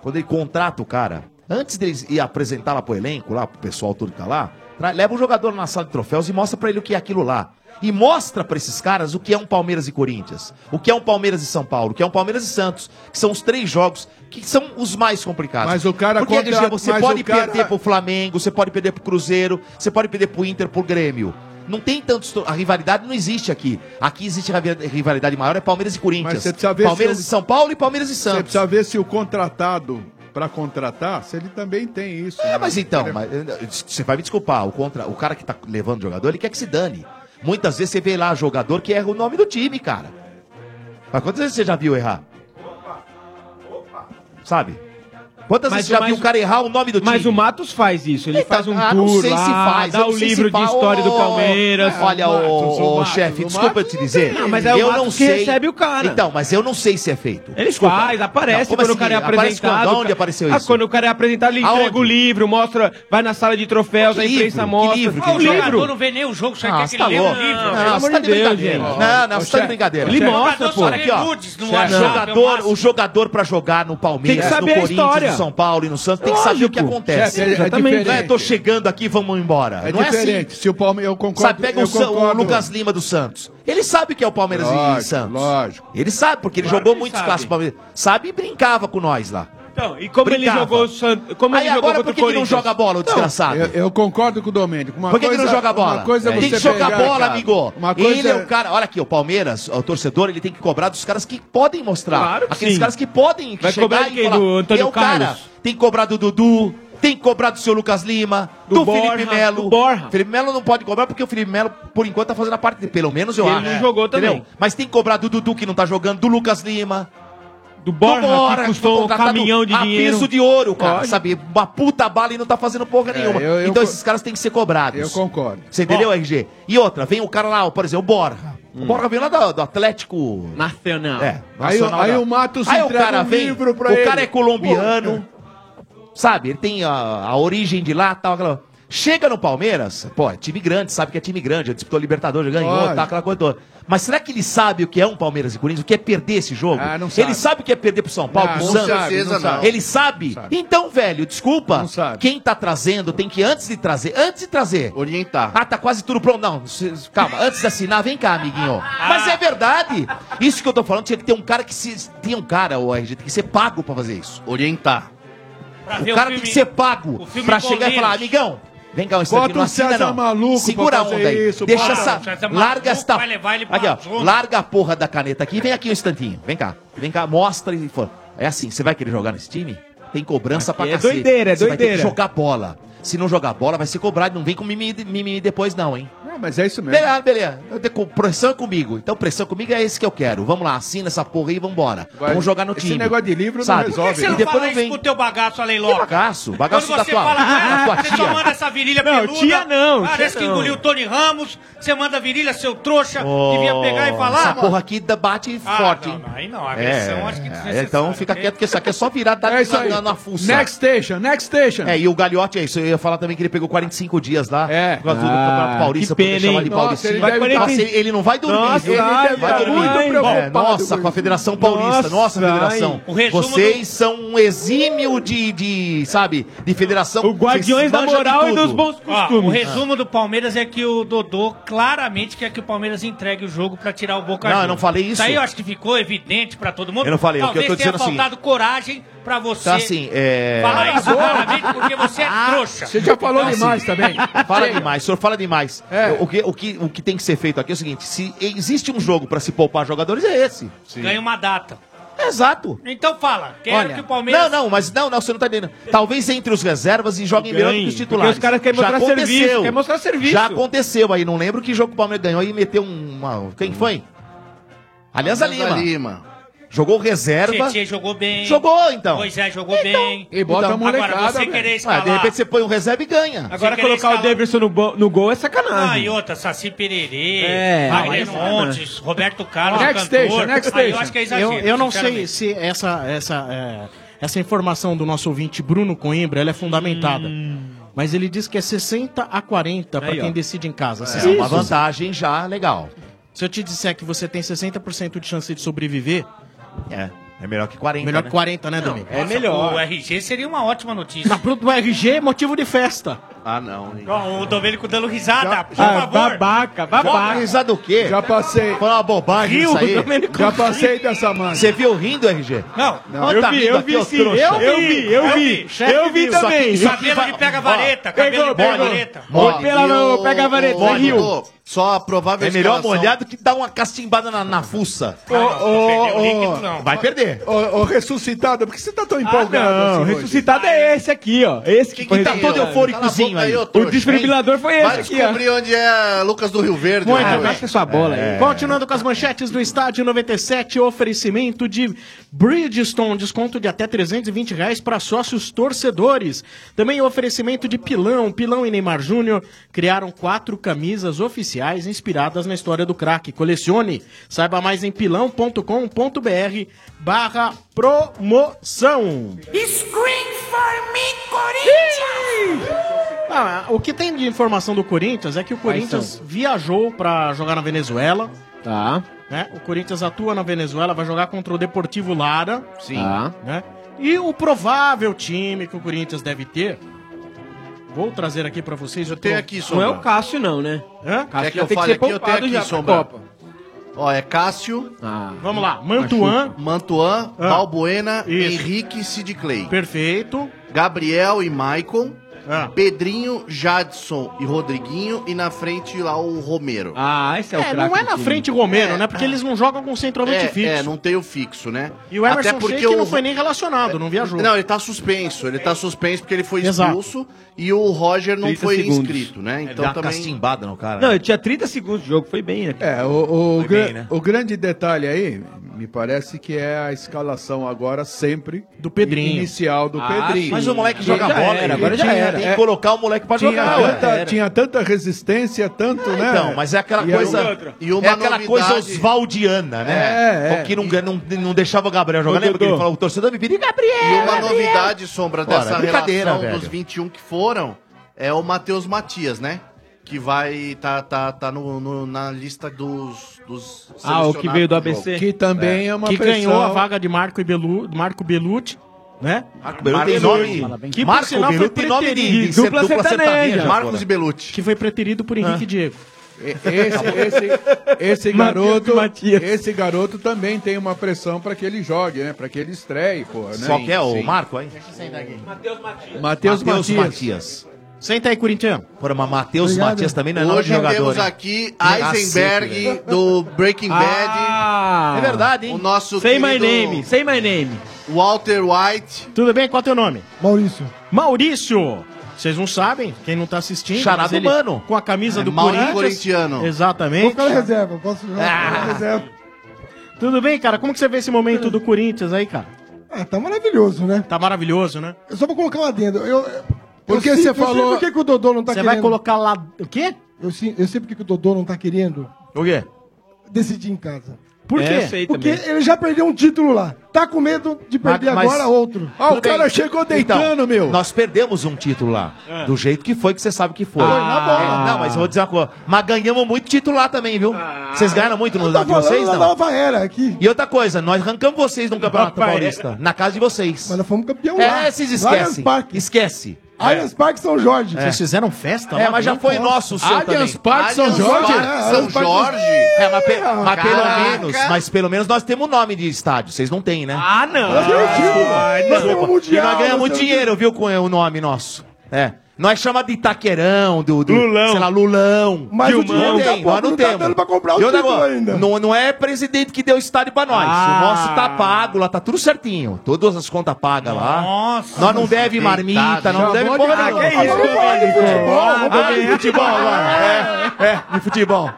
[SPEAKER 2] quando ele contrata o cara, antes deles ir apresentar lá pro elenco, lá pro pessoal todo que tá lá, tra- leva o jogador na sala de troféus e mostra pra ele o que é aquilo lá. E mostra pra esses caras o que é um Palmeiras e Corinthians, o que é um Palmeiras e São Paulo, o que é um Palmeiras e Santos, que são os três jogos que são os mais complicados.
[SPEAKER 10] Mas o cara
[SPEAKER 2] Porque
[SPEAKER 10] contrata-
[SPEAKER 2] RG, você
[SPEAKER 10] mas
[SPEAKER 2] pode
[SPEAKER 10] o cara-
[SPEAKER 2] perder pro Flamengo, você pode perder pro Cruzeiro, você pode perder pro Inter, pro Grêmio. Não tem tantos. to- A rivalidade não existe aqui. Aqui existe a rival- rivalidade maior, é Palmeiras e Corinthians.
[SPEAKER 10] Mas você precisa ver
[SPEAKER 2] Palmeiras
[SPEAKER 10] se o-
[SPEAKER 2] e São Paulo e Palmeiras e
[SPEAKER 10] Você
[SPEAKER 2] Santos.
[SPEAKER 10] precisa ver se o contratado pra contratar, se ele também tem isso.
[SPEAKER 2] É, mas então, mas, eh, você vai me desculpar, o, contra, o cara que tá levando o jogador, ele quer que se dane. Muitas vezes você vê lá jogador que erra o nome do time, cara. Mas quantas vezes você já viu errar? Sabe? Quantas
[SPEAKER 1] Mas
[SPEAKER 2] vezes você já
[SPEAKER 1] o-
[SPEAKER 2] viu
[SPEAKER 1] mas
[SPEAKER 2] o cara errar o nome do time?
[SPEAKER 1] Mas o Matos faz isso, ele
[SPEAKER 2] Então,
[SPEAKER 1] faz um
[SPEAKER 2] ah, não
[SPEAKER 1] tour
[SPEAKER 2] sei se
[SPEAKER 1] lá,
[SPEAKER 2] faz, eu
[SPEAKER 1] dá o
[SPEAKER 2] não sei se
[SPEAKER 1] livro de
[SPEAKER 2] faz.
[SPEAKER 1] história do
[SPEAKER 2] Ô, é,
[SPEAKER 1] Palmeiras.
[SPEAKER 2] Olha, ô, ô, chefe, desculpa eu te dizer.
[SPEAKER 1] Não, mas é o
[SPEAKER 2] eu
[SPEAKER 1] Matos
[SPEAKER 2] não
[SPEAKER 1] que
[SPEAKER 2] sei.
[SPEAKER 1] recebe o cara.
[SPEAKER 2] Então, mas eu não sei se é feito.
[SPEAKER 1] Ele
[SPEAKER 2] Desculpa.
[SPEAKER 1] faz,
[SPEAKER 2] Não,
[SPEAKER 1] aparece
[SPEAKER 2] como
[SPEAKER 1] quando o
[SPEAKER 2] assim?
[SPEAKER 1] cara é
[SPEAKER 2] Aparece quando?
[SPEAKER 1] apresentado.
[SPEAKER 2] Onde apareceu
[SPEAKER 1] Ah,
[SPEAKER 2] isso?
[SPEAKER 1] quando o cara é apresentado, ele
[SPEAKER 2] Aonde?
[SPEAKER 1] entrega o livro, mostra, vai na sala de troféus,
[SPEAKER 2] Que
[SPEAKER 1] a imprensa
[SPEAKER 2] livro? Que
[SPEAKER 1] mostra.
[SPEAKER 2] livro que
[SPEAKER 1] Ah,
[SPEAKER 2] ele
[SPEAKER 1] o
[SPEAKER 2] fez?
[SPEAKER 1] livro.
[SPEAKER 12] jogador não vê nem o jogo, só
[SPEAKER 2] Ah,
[SPEAKER 12] quer que
[SPEAKER 2] você
[SPEAKER 12] ele
[SPEAKER 2] tá
[SPEAKER 12] lê o
[SPEAKER 2] louco.
[SPEAKER 12] livro.
[SPEAKER 2] Não,
[SPEAKER 12] pelo
[SPEAKER 2] você
[SPEAKER 12] amor
[SPEAKER 2] tá
[SPEAKER 12] de
[SPEAKER 2] de
[SPEAKER 12] Deus,
[SPEAKER 2] brincadeira.
[SPEAKER 12] gente.
[SPEAKER 2] Não, não, você tá de brincadeira.
[SPEAKER 12] Ele
[SPEAKER 2] Chefe.
[SPEAKER 12] mostra, pô.
[SPEAKER 2] Aqui, ó.
[SPEAKER 12] nudes no
[SPEAKER 2] Chefe.
[SPEAKER 12] WhatsApp, é o
[SPEAKER 2] Jogador,
[SPEAKER 12] máximo.
[SPEAKER 2] o jogador pra jogar no
[SPEAKER 1] Tem
[SPEAKER 2] Palmeiras,
[SPEAKER 1] que
[SPEAKER 2] no
[SPEAKER 1] saber a
[SPEAKER 2] Corinthians,
[SPEAKER 1] história.
[SPEAKER 2] no São Paulo e no Santos, tem que
[SPEAKER 1] Lógico.
[SPEAKER 2] saber o que acontece.
[SPEAKER 10] Chefe, é- é Exatamente.
[SPEAKER 2] Não é tô chegando aqui, vamos embora.
[SPEAKER 10] É
[SPEAKER 2] não é
[SPEAKER 10] diferente.
[SPEAKER 2] assim.
[SPEAKER 10] Se o Palmeiras, eu concordo.
[SPEAKER 2] Sabe, pega o,
[SPEAKER 10] eu
[SPEAKER 2] Sa- o
[SPEAKER 10] concordo.
[SPEAKER 2] Lucas Lima do Santos. Ele sabe que é o Palmeiras e
[SPEAKER 10] Lógico,
[SPEAKER 2] Santos. Lógico. Ele sabe, porque ele
[SPEAKER 1] Claro
[SPEAKER 2] jogou
[SPEAKER 1] que
[SPEAKER 2] muitos
[SPEAKER 1] sabe.
[SPEAKER 2] clássicos Palmeiras. Sabe e brincava com nós lá.
[SPEAKER 1] Então, e como
[SPEAKER 2] Brincava.
[SPEAKER 1] ele jogou o Santos. Como
[SPEAKER 2] Aí
[SPEAKER 1] ele jogou
[SPEAKER 2] agora
[SPEAKER 1] contra
[SPEAKER 2] por que
[SPEAKER 1] o
[SPEAKER 2] que não
[SPEAKER 1] Corinthians?
[SPEAKER 2] joga bola, o
[SPEAKER 10] Não,
[SPEAKER 2] desgraçado?
[SPEAKER 10] Eu, eu concordo com o Domênico. Uma
[SPEAKER 2] Por que, que
[SPEAKER 10] coisa-
[SPEAKER 2] não joga bola?
[SPEAKER 10] Uma coisa é
[SPEAKER 2] tem
[SPEAKER 10] você
[SPEAKER 2] que jogar
[SPEAKER 10] pegar,
[SPEAKER 2] bola,
[SPEAKER 10] cara,
[SPEAKER 2] amigo.
[SPEAKER 10] Uma coisa
[SPEAKER 2] Ele é o cara. Olha aqui, o Palmeiras, o torcedor, ele tem que cobrar dos caras que podem mostrar.
[SPEAKER 1] Claro que
[SPEAKER 2] Aqueles
[SPEAKER 1] sim.
[SPEAKER 2] caras que podem
[SPEAKER 1] Vai
[SPEAKER 2] chegar
[SPEAKER 1] cobrar de
[SPEAKER 2] e
[SPEAKER 1] quem?
[SPEAKER 2] falar,
[SPEAKER 1] Do Antônio
[SPEAKER 2] "É o cara".
[SPEAKER 1] Carlos?
[SPEAKER 2] Tem que cobrar do Dudu. Tem que cobrar do seu Lucas Lima, do,
[SPEAKER 1] Do Borja,
[SPEAKER 2] Felipe Melo.
[SPEAKER 1] do Borja.
[SPEAKER 2] Felipe Melo não pode cobrar porque o Felipe Melo, por enquanto, tá fazendo a parte dele. Pelo menos eu
[SPEAKER 1] Ele
[SPEAKER 2] acho.
[SPEAKER 1] não jogou também.
[SPEAKER 2] Mas tem que cobrar do Dudu que não tá jogando, do Lucas Lima.
[SPEAKER 1] Do Borja, que custou um
[SPEAKER 2] contratado
[SPEAKER 1] caminhão de
[SPEAKER 2] a
[SPEAKER 1] dinheiro.
[SPEAKER 2] piso de ouro, cara.
[SPEAKER 1] Lógico.
[SPEAKER 2] Sabe? Uma puta bala e não tá fazendo porra nenhuma.
[SPEAKER 10] É, eu- eu
[SPEAKER 2] então
[SPEAKER 10] co-
[SPEAKER 2] esses caras têm que ser cobrados.
[SPEAKER 10] é, Eu concordo.
[SPEAKER 2] Você entendeu, RG? E outra, vem o cara lá, por exemplo, o Borja. O Borja veio lá do, do Atlético.
[SPEAKER 1] Nacional.
[SPEAKER 2] É,
[SPEAKER 10] Aí,
[SPEAKER 2] Nacional
[SPEAKER 10] aí
[SPEAKER 2] da-
[SPEAKER 10] o Matos
[SPEAKER 2] Aí o
[SPEAKER 10] entrega
[SPEAKER 2] cara
[SPEAKER 10] um
[SPEAKER 2] vem.
[SPEAKER 10] livro pra
[SPEAKER 2] o
[SPEAKER 10] ele.
[SPEAKER 2] cara é colombiano. Sabe, ele tem a, a origem de lá tal. Aquela... Chega no Palmeiras, pô, é time grande, sabe que é time grande, já disputou a Libertadores, já ganhou,
[SPEAKER 10] Lógico.
[SPEAKER 2] tá, aquela coisa toda. Mas será que ele sabe o que é um Palmeiras e Corinthians, o que é perder esse jogo?
[SPEAKER 10] Ah, não sabe.
[SPEAKER 2] Ele sabe o que é perder pro São Paulo,
[SPEAKER 10] Não,
[SPEAKER 2] pro
[SPEAKER 10] não
[SPEAKER 2] Santos?
[SPEAKER 10] sabe, não sabe.
[SPEAKER 2] Ele sabe?
[SPEAKER 10] Não sabe.
[SPEAKER 2] Então, velho, desculpa, quem tá trazendo tem que, antes de trazer, antes de trazer... Orientar. Ah, tá quase tudo pronto. Não, se- calma, antes de assinar, vem cá, amiguinho. Mas é verdade. Isso que eu tô falando, tinha que ter um cara que se... Tem um cara, o RG, tem que ser pago pra fazer isso. Orientar.
[SPEAKER 12] Pra ver
[SPEAKER 2] O cara
[SPEAKER 12] filme-
[SPEAKER 2] tem que ser pago
[SPEAKER 12] o filme
[SPEAKER 2] pra chegar e falar,
[SPEAKER 12] Goleiros.
[SPEAKER 2] amigão, vem cá, um instante,
[SPEAKER 10] Bota
[SPEAKER 2] não
[SPEAKER 10] um
[SPEAKER 2] assina
[SPEAKER 10] César
[SPEAKER 2] não.
[SPEAKER 10] maluco
[SPEAKER 2] Segura
[SPEAKER 10] pra
[SPEAKER 2] a
[SPEAKER 10] fazer
[SPEAKER 2] onda aí,
[SPEAKER 10] isso,
[SPEAKER 2] deixa
[SPEAKER 10] para.
[SPEAKER 2] essa,
[SPEAKER 10] Um César
[SPEAKER 2] larga
[SPEAKER 10] maluco
[SPEAKER 2] esta,
[SPEAKER 10] vai levar ele pra
[SPEAKER 2] aqui, ó,
[SPEAKER 10] zona.
[SPEAKER 2] larga a porra da caneta aqui, vem aqui um instantinho, vem cá, vem cá, mostra e fala, é assim, você vai querer jogar nesse time? Tem cobrança pra
[SPEAKER 1] é
[SPEAKER 2] cacete.
[SPEAKER 1] doideira, é
[SPEAKER 2] Você vai ter que
[SPEAKER 1] doideira.
[SPEAKER 2] jogar bola. Se não jogar bola, vai ser cobrado, não vem com mimimi, mimimi depois não, hein?
[SPEAKER 10] Não, mas é isso mesmo.
[SPEAKER 2] Beleza, beleza. Eu tenho com- Pressão é comigo. Então, pressão comigo é esse que eu quero. Vamos lá, assina essa porra aí e vambora.
[SPEAKER 10] Vai.
[SPEAKER 2] Vamos jogar no
[SPEAKER 10] Esse
[SPEAKER 2] time.
[SPEAKER 10] negócio de livro não né?
[SPEAKER 2] Sabe?
[SPEAKER 12] Por que que você
[SPEAKER 2] E
[SPEAKER 12] não
[SPEAKER 2] depois
[SPEAKER 12] fala
[SPEAKER 2] não
[SPEAKER 12] isso
[SPEAKER 2] vem.
[SPEAKER 12] pro teu bagaço, Alei
[SPEAKER 2] Que
[SPEAKER 12] Logo?
[SPEAKER 2] bagaço, bagaço
[SPEAKER 12] Quando
[SPEAKER 2] da
[SPEAKER 12] você
[SPEAKER 2] tua,
[SPEAKER 12] fala "Ah,
[SPEAKER 2] da tua
[SPEAKER 12] você só
[SPEAKER 2] tia.
[SPEAKER 12] manda essa virilha
[SPEAKER 2] Não,
[SPEAKER 12] peluda.
[SPEAKER 2] tia não,
[SPEAKER 12] Parece
[SPEAKER 2] tia
[SPEAKER 12] que
[SPEAKER 2] não.
[SPEAKER 12] engoliu o Tony Ramos. Você manda a virilha, seu trouxa,
[SPEAKER 2] Oh,
[SPEAKER 12] devia pegar e falar.
[SPEAKER 2] Essa
[SPEAKER 12] mano.
[SPEAKER 2] porra aqui da- bate
[SPEAKER 12] Ah,
[SPEAKER 2] forte,
[SPEAKER 12] não,
[SPEAKER 2] hein?
[SPEAKER 12] não, aí não, agressão acho que né? desnecessária,
[SPEAKER 2] Então fica quieto, porque isso aqui é só virar da,
[SPEAKER 10] É isso
[SPEAKER 2] na,
[SPEAKER 10] aí.
[SPEAKER 2] na, na fuça.
[SPEAKER 10] Next station, next station.
[SPEAKER 2] É, e o Gagliotti é isso. Eu ia falar também que ele pegou 45 dias lá. É. Do
[SPEAKER 10] Ah,
[SPEAKER 2] Campeonato Paulista,
[SPEAKER 10] que
[SPEAKER 2] poder
[SPEAKER 10] pena,
[SPEAKER 2] chamar
[SPEAKER 10] hein?
[SPEAKER 2] de
[SPEAKER 10] Nossa,
[SPEAKER 2] Paulista.
[SPEAKER 10] ele deve
[SPEAKER 2] Nossa,
[SPEAKER 10] tá-
[SPEAKER 2] ele, ele não vai dormir.
[SPEAKER 10] Nossa,
[SPEAKER 2] ele
[SPEAKER 10] vai,
[SPEAKER 2] deve
[SPEAKER 10] vai, muito preocupado
[SPEAKER 2] nossa,
[SPEAKER 10] com
[SPEAKER 2] com a Federação Paulista. Nossa,
[SPEAKER 10] Nossa,
[SPEAKER 2] Federação.
[SPEAKER 10] vai.
[SPEAKER 12] Um
[SPEAKER 10] O resumo
[SPEAKER 2] Vocês são um exímio de, de, sabe, de federação. O
[SPEAKER 12] Vocês manjam de tudo. Ó, o resumo do Palmeiras é que o Dodô claramente quer que o Palmeiras entregue o jogo pra tirar o Boca
[SPEAKER 2] Não, eu
[SPEAKER 12] Juniors.
[SPEAKER 2] não falei isso.
[SPEAKER 12] Isso aí eu acho que ficou evidente pra todo mundo.
[SPEAKER 2] Eu não falei, o que eu
[SPEAKER 12] Talvez
[SPEAKER 2] tô
[SPEAKER 12] tenha
[SPEAKER 2] dizendo é o seguinte.
[SPEAKER 12] faltado coragem pra você
[SPEAKER 2] Então, assim, é... Ah,
[SPEAKER 12] falar isso claramente, porque você é trouxa. assim, é
[SPEAKER 2] Você já falou demais também. Então, assim, É. Fala demais, o senhor fala demais. O, que, o, que, o que tem que ser feito aqui é o seguinte: se existe um jogo pra se poupar jogadores, é esse.
[SPEAKER 12] Ganha uma data.
[SPEAKER 2] Exato.
[SPEAKER 12] Então fala, quero
[SPEAKER 2] Olha,
[SPEAKER 12] que o Palmeiras...
[SPEAKER 2] Não, não, mas não, não, você não tá entendendo. Talvez entre os reservas e joguem
[SPEAKER 1] Ganhe,
[SPEAKER 2] melhor que os titulares.
[SPEAKER 1] porque os caras querem
[SPEAKER 2] Já
[SPEAKER 1] mostrar serviço,
[SPEAKER 2] aconteceu.
[SPEAKER 1] querem mostrar serviço.
[SPEAKER 2] Já aconteceu aí, não lembro que jogo que o Palmeiras ganhou e meteu um- uma. Quem foi? Alianza
[SPEAKER 8] Alianza
[SPEAKER 2] Lima.
[SPEAKER 8] Lima.
[SPEAKER 2] Jogou reserva.
[SPEAKER 12] Tietchan jogou bem.
[SPEAKER 2] Jogou, então.
[SPEAKER 12] Moisés jogou bem.
[SPEAKER 2] E bota a molecada,
[SPEAKER 12] Agora, você
[SPEAKER 2] velho.
[SPEAKER 12] querer
[SPEAKER 2] Ué,
[SPEAKER 12] escalar...
[SPEAKER 2] de repente você põe um reserva e ganha.
[SPEAKER 1] Agora colocar o Davidson no, bo- no gol é
[SPEAKER 2] tá
[SPEAKER 1] sacanagem.
[SPEAKER 12] Ah, e outra, Saci Pererê,
[SPEAKER 1] É,
[SPEAKER 12] Wagner
[SPEAKER 1] mas-
[SPEAKER 2] né?
[SPEAKER 12] Montes, Roberto Carlos,
[SPEAKER 9] Next
[SPEAKER 12] Ah, cantor.
[SPEAKER 9] station, next
[SPEAKER 12] Aí eu
[SPEAKER 9] station.
[SPEAKER 12] acho que é exagero.
[SPEAKER 9] Eu, eu não sei
[SPEAKER 12] sinceramente.
[SPEAKER 9] se essa, essa, é, essa informação do nosso ouvinte Bruno Coimbra ela é fundamentada.
[SPEAKER 12] Hum.
[SPEAKER 9] Mas ele diz que é 60 a 40 para
[SPEAKER 2] Aí, ó.
[SPEAKER 9] quem decide em casa.
[SPEAKER 2] É, uma vantagem já legal.
[SPEAKER 9] Se eu te disser que você tem 60% de chance de sobreviver...
[SPEAKER 2] É, é melhor que 40,
[SPEAKER 9] Melhor que
[SPEAKER 2] né?
[SPEAKER 9] 40, né, Domingo?
[SPEAKER 12] Nossa, O RG seria uma ótima notícia.
[SPEAKER 9] Na fruta do RG é motivo de festa.
[SPEAKER 2] Ah, não.
[SPEAKER 12] Ó, o Domênico dando risada, por
[SPEAKER 9] ah,
[SPEAKER 12] favor.
[SPEAKER 9] babaca,
[SPEAKER 2] Babaca. Risada o quê? Já
[SPEAKER 10] passei.
[SPEAKER 2] Foi uma bobagem
[SPEAKER 12] Rio,
[SPEAKER 2] isso aí.
[SPEAKER 12] Domênico Já Rio. passei
[SPEAKER 10] dessa manga.
[SPEAKER 2] Você viu rindo, RG?
[SPEAKER 12] Não,
[SPEAKER 2] Quanta
[SPEAKER 1] eu vi,
[SPEAKER 2] amigo
[SPEAKER 1] eu
[SPEAKER 2] Tá aqui,
[SPEAKER 1] vi
[SPEAKER 2] os
[SPEAKER 1] sim.
[SPEAKER 2] trouxa.
[SPEAKER 1] Eu vi, eu vi. Eu vi também.
[SPEAKER 2] Só que- só que-
[SPEAKER 12] Cabelo que pega vareta,
[SPEAKER 2] Ó,
[SPEAKER 12] cabelo que pega
[SPEAKER 2] pegou.
[SPEAKER 12] vareta.
[SPEAKER 2] Mole.
[SPEAKER 1] Pela mão, pega a vareta,
[SPEAKER 2] Mole,
[SPEAKER 1] Rio.
[SPEAKER 2] tô. Só a provável É melhor
[SPEAKER 1] escalação.
[SPEAKER 2] molhar do que dar uma castimbada na, na fuça.
[SPEAKER 1] Ah,
[SPEAKER 10] Ô, ô, ô,
[SPEAKER 2] Vai perder.
[SPEAKER 10] Ô, ô, ressuscitado, por que você tá tão empolgado
[SPEAKER 1] Ah, Não,
[SPEAKER 10] assim hoje?
[SPEAKER 1] ressuscitado é esse aqui, ó. Esse que,
[SPEAKER 10] que
[SPEAKER 1] foi
[SPEAKER 10] tá
[SPEAKER 1] ressuscitado.
[SPEAKER 10] todo eufóricozinho
[SPEAKER 1] Cala a boca
[SPEAKER 10] aí.
[SPEAKER 1] ô,
[SPEAKER 10] trouxa,
[SPEAKER 1] O desfibrilador
[SPEAKER 10] hein?
[SPEAKER 1] foi esse
[SPEAKER 10] Vai
[SPEAKER 1] aqui, ó.
[SPEAKER 10] descobrir
[SPEAKER 2] onde é Lucas do Rio Verde. né? É.
[SPEAKER 9] Muito
[SPEAKER 1] hoje.
[SPEAKER 9] bem.
[SPEAKER 1] Baixa sua bola aí.
[SPEAKER 9] Continuando com as manchetes do Estádio 97, oferecimento de Bridgestone, desconto de até 320 reais para sócios torcedores. Também oferecimento de Pilão, Pilão e Neymar Júnior criaram quatro camisas oficiais inspiradas na história do craque. Colecione, saiba mais em pilão.com.br barra promoção.
[SPEAKER 13] Scream for me, Corinthians!
[SPEAKER 9] Ah, o que tem de informação do Corinthians é que o Corinthians viajou pra jogar na Venezuela.
[SPEAKER 1] Tá.
[SPEAKER 9] Né? O Corinthians atua na Venezuela, vai jogar contra o Deportivo Lara.
[SPEAKER 1] Sim. Tá.
[SPEAKER 9] Né? E o provável time que o Corinthians deve ter. Vou trazer aqui pra vocês. Eu
[SPEAKER 1] tenho aqui, Sombra. Não é o Cássio, não, né?
[SPEAKER 9] Hã?
[SPEAKER 1] Cássio Quer que já eu tem que fale ser aqui? Eu tenho poupado aqui, já pra Sombra. Copa.
[SPEAKER 9] Ó, é Cássio.
[SPEAKER 1] Ah,
[SPEAKER 9] Vamos lá. Mantuan.
[SPEAKER 1] Mantuan.
[SPEAKER 9] Mantuan,
[SPEAKER 8] Balbuena,
[SPEAKER 9] Isso.
[SPEAKER 8] Henrique e Sid Clay.
[SPEAKER 9] Perfeito. Ah.
[SPEAKER 8] Gabriel e Maicon. Pedrinho, Jadson e Rodriguinho. E na frente lá o Romero.
[SPEAKER 1] Ah, esse
[SPEAKER 9] É, não é na frente o Romero, né? Porque eles não jogam com centroavante
[SPEAKER 8] é,
[SPEAKER 9] fixo.
[SPEAKER 8] é, não tem o fixo, né?
[SPEAKER 9] E o Emerson
[SPEAKER 8] Até porque
[SPEAKER 9] Sheik não
[SPEAKER 8] o-
[SPEAKER 9] foi nem relacionado, não viajou.
[SPEAKER 8] Não, ele tá suspenso. Ele tá suspenso porque ele foi
[SPEAKER 9] Exato.
[SPEAKER 8] expulso e o Roger não
[SPEAKER 1] 30
[SPEAKER 8] foi
[SPEAKER 1] segundos.
[SPEAKER 8] inscrito, né?
[SPEAKER 1] Ele
[SPEAKER 8] Então
[SPEAKER 1] dá uma
[SPEAKER 8] também.
[SPEAKER 2] castimbada no cara.
[SPEAKER 1] Não, eu tinha 30 segundos de jogo, foi bem, né?
[SPEAKER 10] É, o, o, gra-
[SPEAKER 1] bem, né?
[SPEAKER 10] o grande detalhe aí, me parece que é a escalação agora sempre
[SPEAKER 9] do Pedrinho.
[SPEAKER 10] inicial do
[SPEAKER 2] Ah,
[SPEAKER 10] Pedrinho.
[SPEAKER 2] sim. Mas o moleque joga Já bola, era, ele agora já tinha- era. tem que
[SPEAKER 10] É,
[SPEAKER 2] colocar o moleque pra
[SPEAKER 10] tinha
[SPEAKER 2] jogar,
[SPEAKER 10] Tanta,
[SPEAKER 2] ué.
[SPEAKER 10] Tinha tanta resistência, tanto, né?
[SPEAKER 2] Então, mas é aquela
[SPEAKER 10] E aí
[SPEAKER 2] coisa.
[SPEAKER 10] o outro.
[SPEAKER 2] é aquela coisa osvaldiana, né?
[SPEAKER 8] É, é.
[SPEAKER 2] O que não, não, não deixava o Gabriel jogar.
[SPEAKER 8] Ô,
[SPEAKER 2] Lembra que
[SPEAKER 8] Dodô.
[SPEAKER 2] ele falou, o torcedor me vira, Gabriel!
[SPEAKER 8] E uma
[SPEAKER 2] Gabriel!"
[SPEAKER 8] novidade, Sombra,
[SPEAKER 2] Ora,
[SPEAKER 8] dessa
[SPEAKER 2] brincadeira,
[SPEAKER 8] relação
[SPEAKER 2] velho.
[SPEAKER 8] dos 21 que foram é o Matheus Matias, né? Que vai. tá, tá, tá no, no- na lista dos. dos
[SPEAKER 9] Ah, o que veio do ABC.
[SPEAKER 8] jogo.
[SPEAKER 9] É.
[SPEAKER 2] é
[SPEAKER 8] é
[SPEAKER 9] Que ganhou a vaga de Marco, e Belu, Marco Belucci, né?
[SPEAKER 8] Marco Belucci tem nome-
[SPEAKER 9] Que, por
[SPEAKER 8] Marco
[SPEAKER 9] sinal, foi
[SPEAKER 8] Belucci tem nome de-
[SPEAKER 9] preterido.
[SPEAKER 8] de dupla sertaneja, Marcos e Belucci.
[SPEAKER 9] Que foi preterido por Henrique e Diego.
[SPEAKER 10] Ah. Esse, esse,
[SPEAKER 9] [LAUGHS]
[SPEAKER 10] esse garoto, esse garoto também tem uma pressão pra que ele jogue, né? Pra que ele estreie, pô. Né?
[SPEAKER 2] Só que é o Marco aí?
[SPEAKER 10] Matheus Matias.
[SPEAKER 9] Senta aí, Corinthians.
[SPEAKER 2] Porra, mas Matheus
[SPEAKER 10] Obrigado.
[SPEAKER 2] Matias também não é nome de
[SPEAKER 8] Hoje
[SPEAKER 2] jogador.
[SPEAKER 8] temos
[SPEAKER 2] hein?
[SPEAKER 8] aqui
[SPEAKER 2] Cacete,
[SPEAKER 8] Eisenberg
[SPEAKER 2] velho.
[SPEAKER 8] do Breaking Bad.
[SPEAKER 9] Ah.
[SPEAKER 2] É verdade, hein?
[SPEAKER 8] O nosso
[SPEAKER 1] Say my
[SPEAKER 8] querido
[SPEAKER 1] name, say my name.
[SPEAKER 8] Walter White.
[SPEAKER 9] Tudo bem? Qual é o teu nome? Maurício. Maurício! Vocês não sabem, quem não tá assistindo.
[SPEAKER 8] Charada
[SPEAKER 9] mas ele-
[SPEAKER 8] humano.
[SPEAKER 9] Com a camisa
[SPEAKER 8] É,
[SPEAKER 9] do
[SPEAKER 8] Maurício
[SPEAKER 9] Corinthians.
[SPEAKER 8] corintiano.
[SPEAKER 9] Exatamente.
[SPEAKER 14] Vou ficar na reserva, posso
[SPEAKER 1] Ah.
[SPEAKER 14] jogar na reserva.
[SPEAKER 9] Ah. Tudo bem, cara? Como que você vê esse momento do Corinthians aí, cara?
[SPEAKER 14] Ah, tá maravilhoso, né?
[SPEAKER 9] Tá maravilhoso, né?
[SPEAKER 14] Eu só vou colocar lá dentro. Eu, eu-
[SPEAKER 9] Porque
[SPEAKER 14] eu sei-
[SPEAKER 9] você
[SPEAKER 14] eu sei
[SPEAKER 9] falou-
[SPEAKER 14] Por que, que o Dodô não tá
[SPEAKER 9] Você
[SPEAKER 14] querendo?
[SPEAKER 9] vai colocar lá. O quê?
[SPEAKER 14] Eu, sei- eu sei por que que o Dodô não tá querendo
[SPEAKER 1] O quê?
[SPEAKER 14] decidir em casa.
[SPEAKER 9] Por
[SPEAKER 1] É, quê? eu sei
[SPEAKER 14] Porque
[SPEAKER 1] também.
[SPEAKER 14] ele já perdeu um título lá. Tá com medo de
[SPEAKER 2] Mas-
[SPEAKER 14] perder
[SPEAKER 2] mas-
[SPEAKER 14] agora outro.
[SPEAKER 15] Ah,
[SPEAKER 2] Tudo bem. Então, Nós perdemos um título lá.
[SPEAKER 14] É.
[SPEAKER 2] Do jeito que foi, que você sabe que foi.
[SPEAKER 14] Foi, na bola.
[SPEAKER 2] É, não, mas eu vou dizer uma coisa. Mas ganhamos muito título lá também, viu? Vocês ganharam muito no
[SPEAKER 14] tô
[SPEAKER 2] lado de vocês,
[SPEAKER 14] falando
[SPEAKER 2] não?
[SPEAKER 14] da nova era aqui.
[SPEAKER 2] E outra coisa, nós arrancamos vocês no Campeonato
[SPEAKER 14] Nova era.
[SPEAKER 2] Paulista. Na casa de vocês. Mas
[SPEAKER 14] nós fomos campeão
[SPEAKER 2] é,
[SPEAKER 14] lá.
[SPEAKER 2] É, vocês
[SPEAKER 14] Allianz
[SPEAKER 2] esquecem.
[SPEAKER 14] Parque.
[SPEAKER 2] Esquece.
[SPEAKER 14] Allianz Parque São Jorge.
[SPEAKER 2] É. Vocês
[SPEAKER 9] fizeram festa
[SPEAKER 2] É, mas já foi nosso o seu
[SPEAKER 14] Allianz
[SPEAKER 2] também.
[SPEAKER 14] Parque São
[SPEAKER 2] Allianz
[SPEAKER 14] Jorge?
[SPEAKER 2] Parque
[SPEAKER 14] É,
[SPEAKER 2] São
[SPEAKER 14] Allianz Parque-
[SPEAKER 2] Jorge. É, mas, pe- mas
[SPEAKER 14] Caraca.
[SPEAKER 2] pelo menos, mas pelo menos nós temos nome de estádio. Vocês não têm, né?
[SPEAKER 1] Ah, não.
[SPEAKER 2] Nós ganhamos título.
[SPEAKER 1] Ah,
[SPEAKER 2] Nós
[SPEAKER 1] não.
[SPEAKER 2] ganhamos mundial, E nós ganhamos
[SPEAKER 1] nós
[SPEAKER 2] dinheiro, viu, com o nome nosso. É. Nós chama de Itaquerão, do, do Lulão. sei lá, Lulão.
[SPEAKER 14] Mas o dinheiro
[SPEAKER 2] não
[SPEAKER 14] tá
[SPEAKER 2] tem,
[SPEAKER 14] pouco,
[SPEAKER 2] nós não
[SPEAKER 14] não tá
[SPEAKER 2] temos.
[SPEAKER 14] dando pra comprar o
[SPEAKER 2] E outra
[SPEAKER 14] título
[SPEAKER 2] coisa,
[SPEAKER 14] ainda.
[SPEAKER 2] Não, não é presidente que deu estádio pra nós.
[SPEAKER 14] Ah.
[SPEAKER 2] O nosso tá pago, lá tá tudo certinho. Todas as contas pagas lá.
[SPEAKER 12] Nossa.
[SPEAKER 2] Nós não deve marmita, nós não deve porra nenhuma. Ah, de futebol, agora.
[SPEAKER 9] [LAUGHS]
[SPEAKER 2] É, é, de futebol.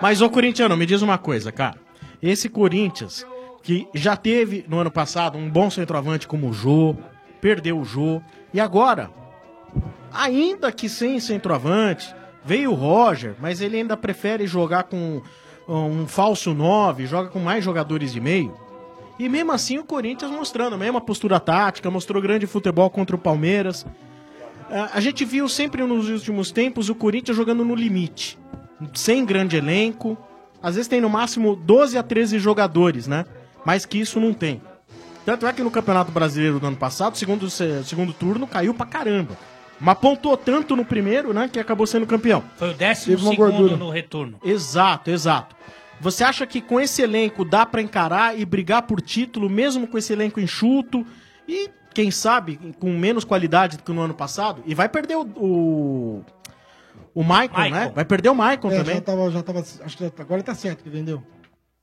[SPEAKER 9] Mas, ô corintiano, me diz uma coisa, cara. Esse Corinthians que já teve no ano passado um bom centroavante como o Jô, perdeu o Jô, e agora, ainda que sem centroavante, veio o Roger, mas ele ainda prefere jogar com um falso 9, joga com mais jogadores de meio. E mesmo assim o Corinthians mostrando a mesma postura tática, mostrou grande futebol contra o Palmeiras. Ah, A gente viu sempre nos últimos tempos o Corinthians jogando no limite, sem grande elenco. Às vezes tem no máximo 12 a 13 jogadores, né? Mas que isso não tem. Tanto é que no Campeonato Brasileiro do ano passado, segundo se- segundo turno, caiu pra caramba. Mas pontuou tanto no primeiro, né, que acabou sendo campeão.
[SPEAKER 12] Foi o décimo segundo no retorno.
[SPEAKER 9] Exato, exato. Você acha que com esse elenco dá pra encarar e brigar por título, mesmo com esse elenco enxuto e, quem sabe, com menos qualidade do que no ano passado? E vai perder o. o... o Maicon, né? Vai perder o Maicon
[SPEAKER 15] É,
[SPEAKER 9] também.
[SPEAKER 15] Já tava, já tava, acho que já- agora tá certo que vendeu.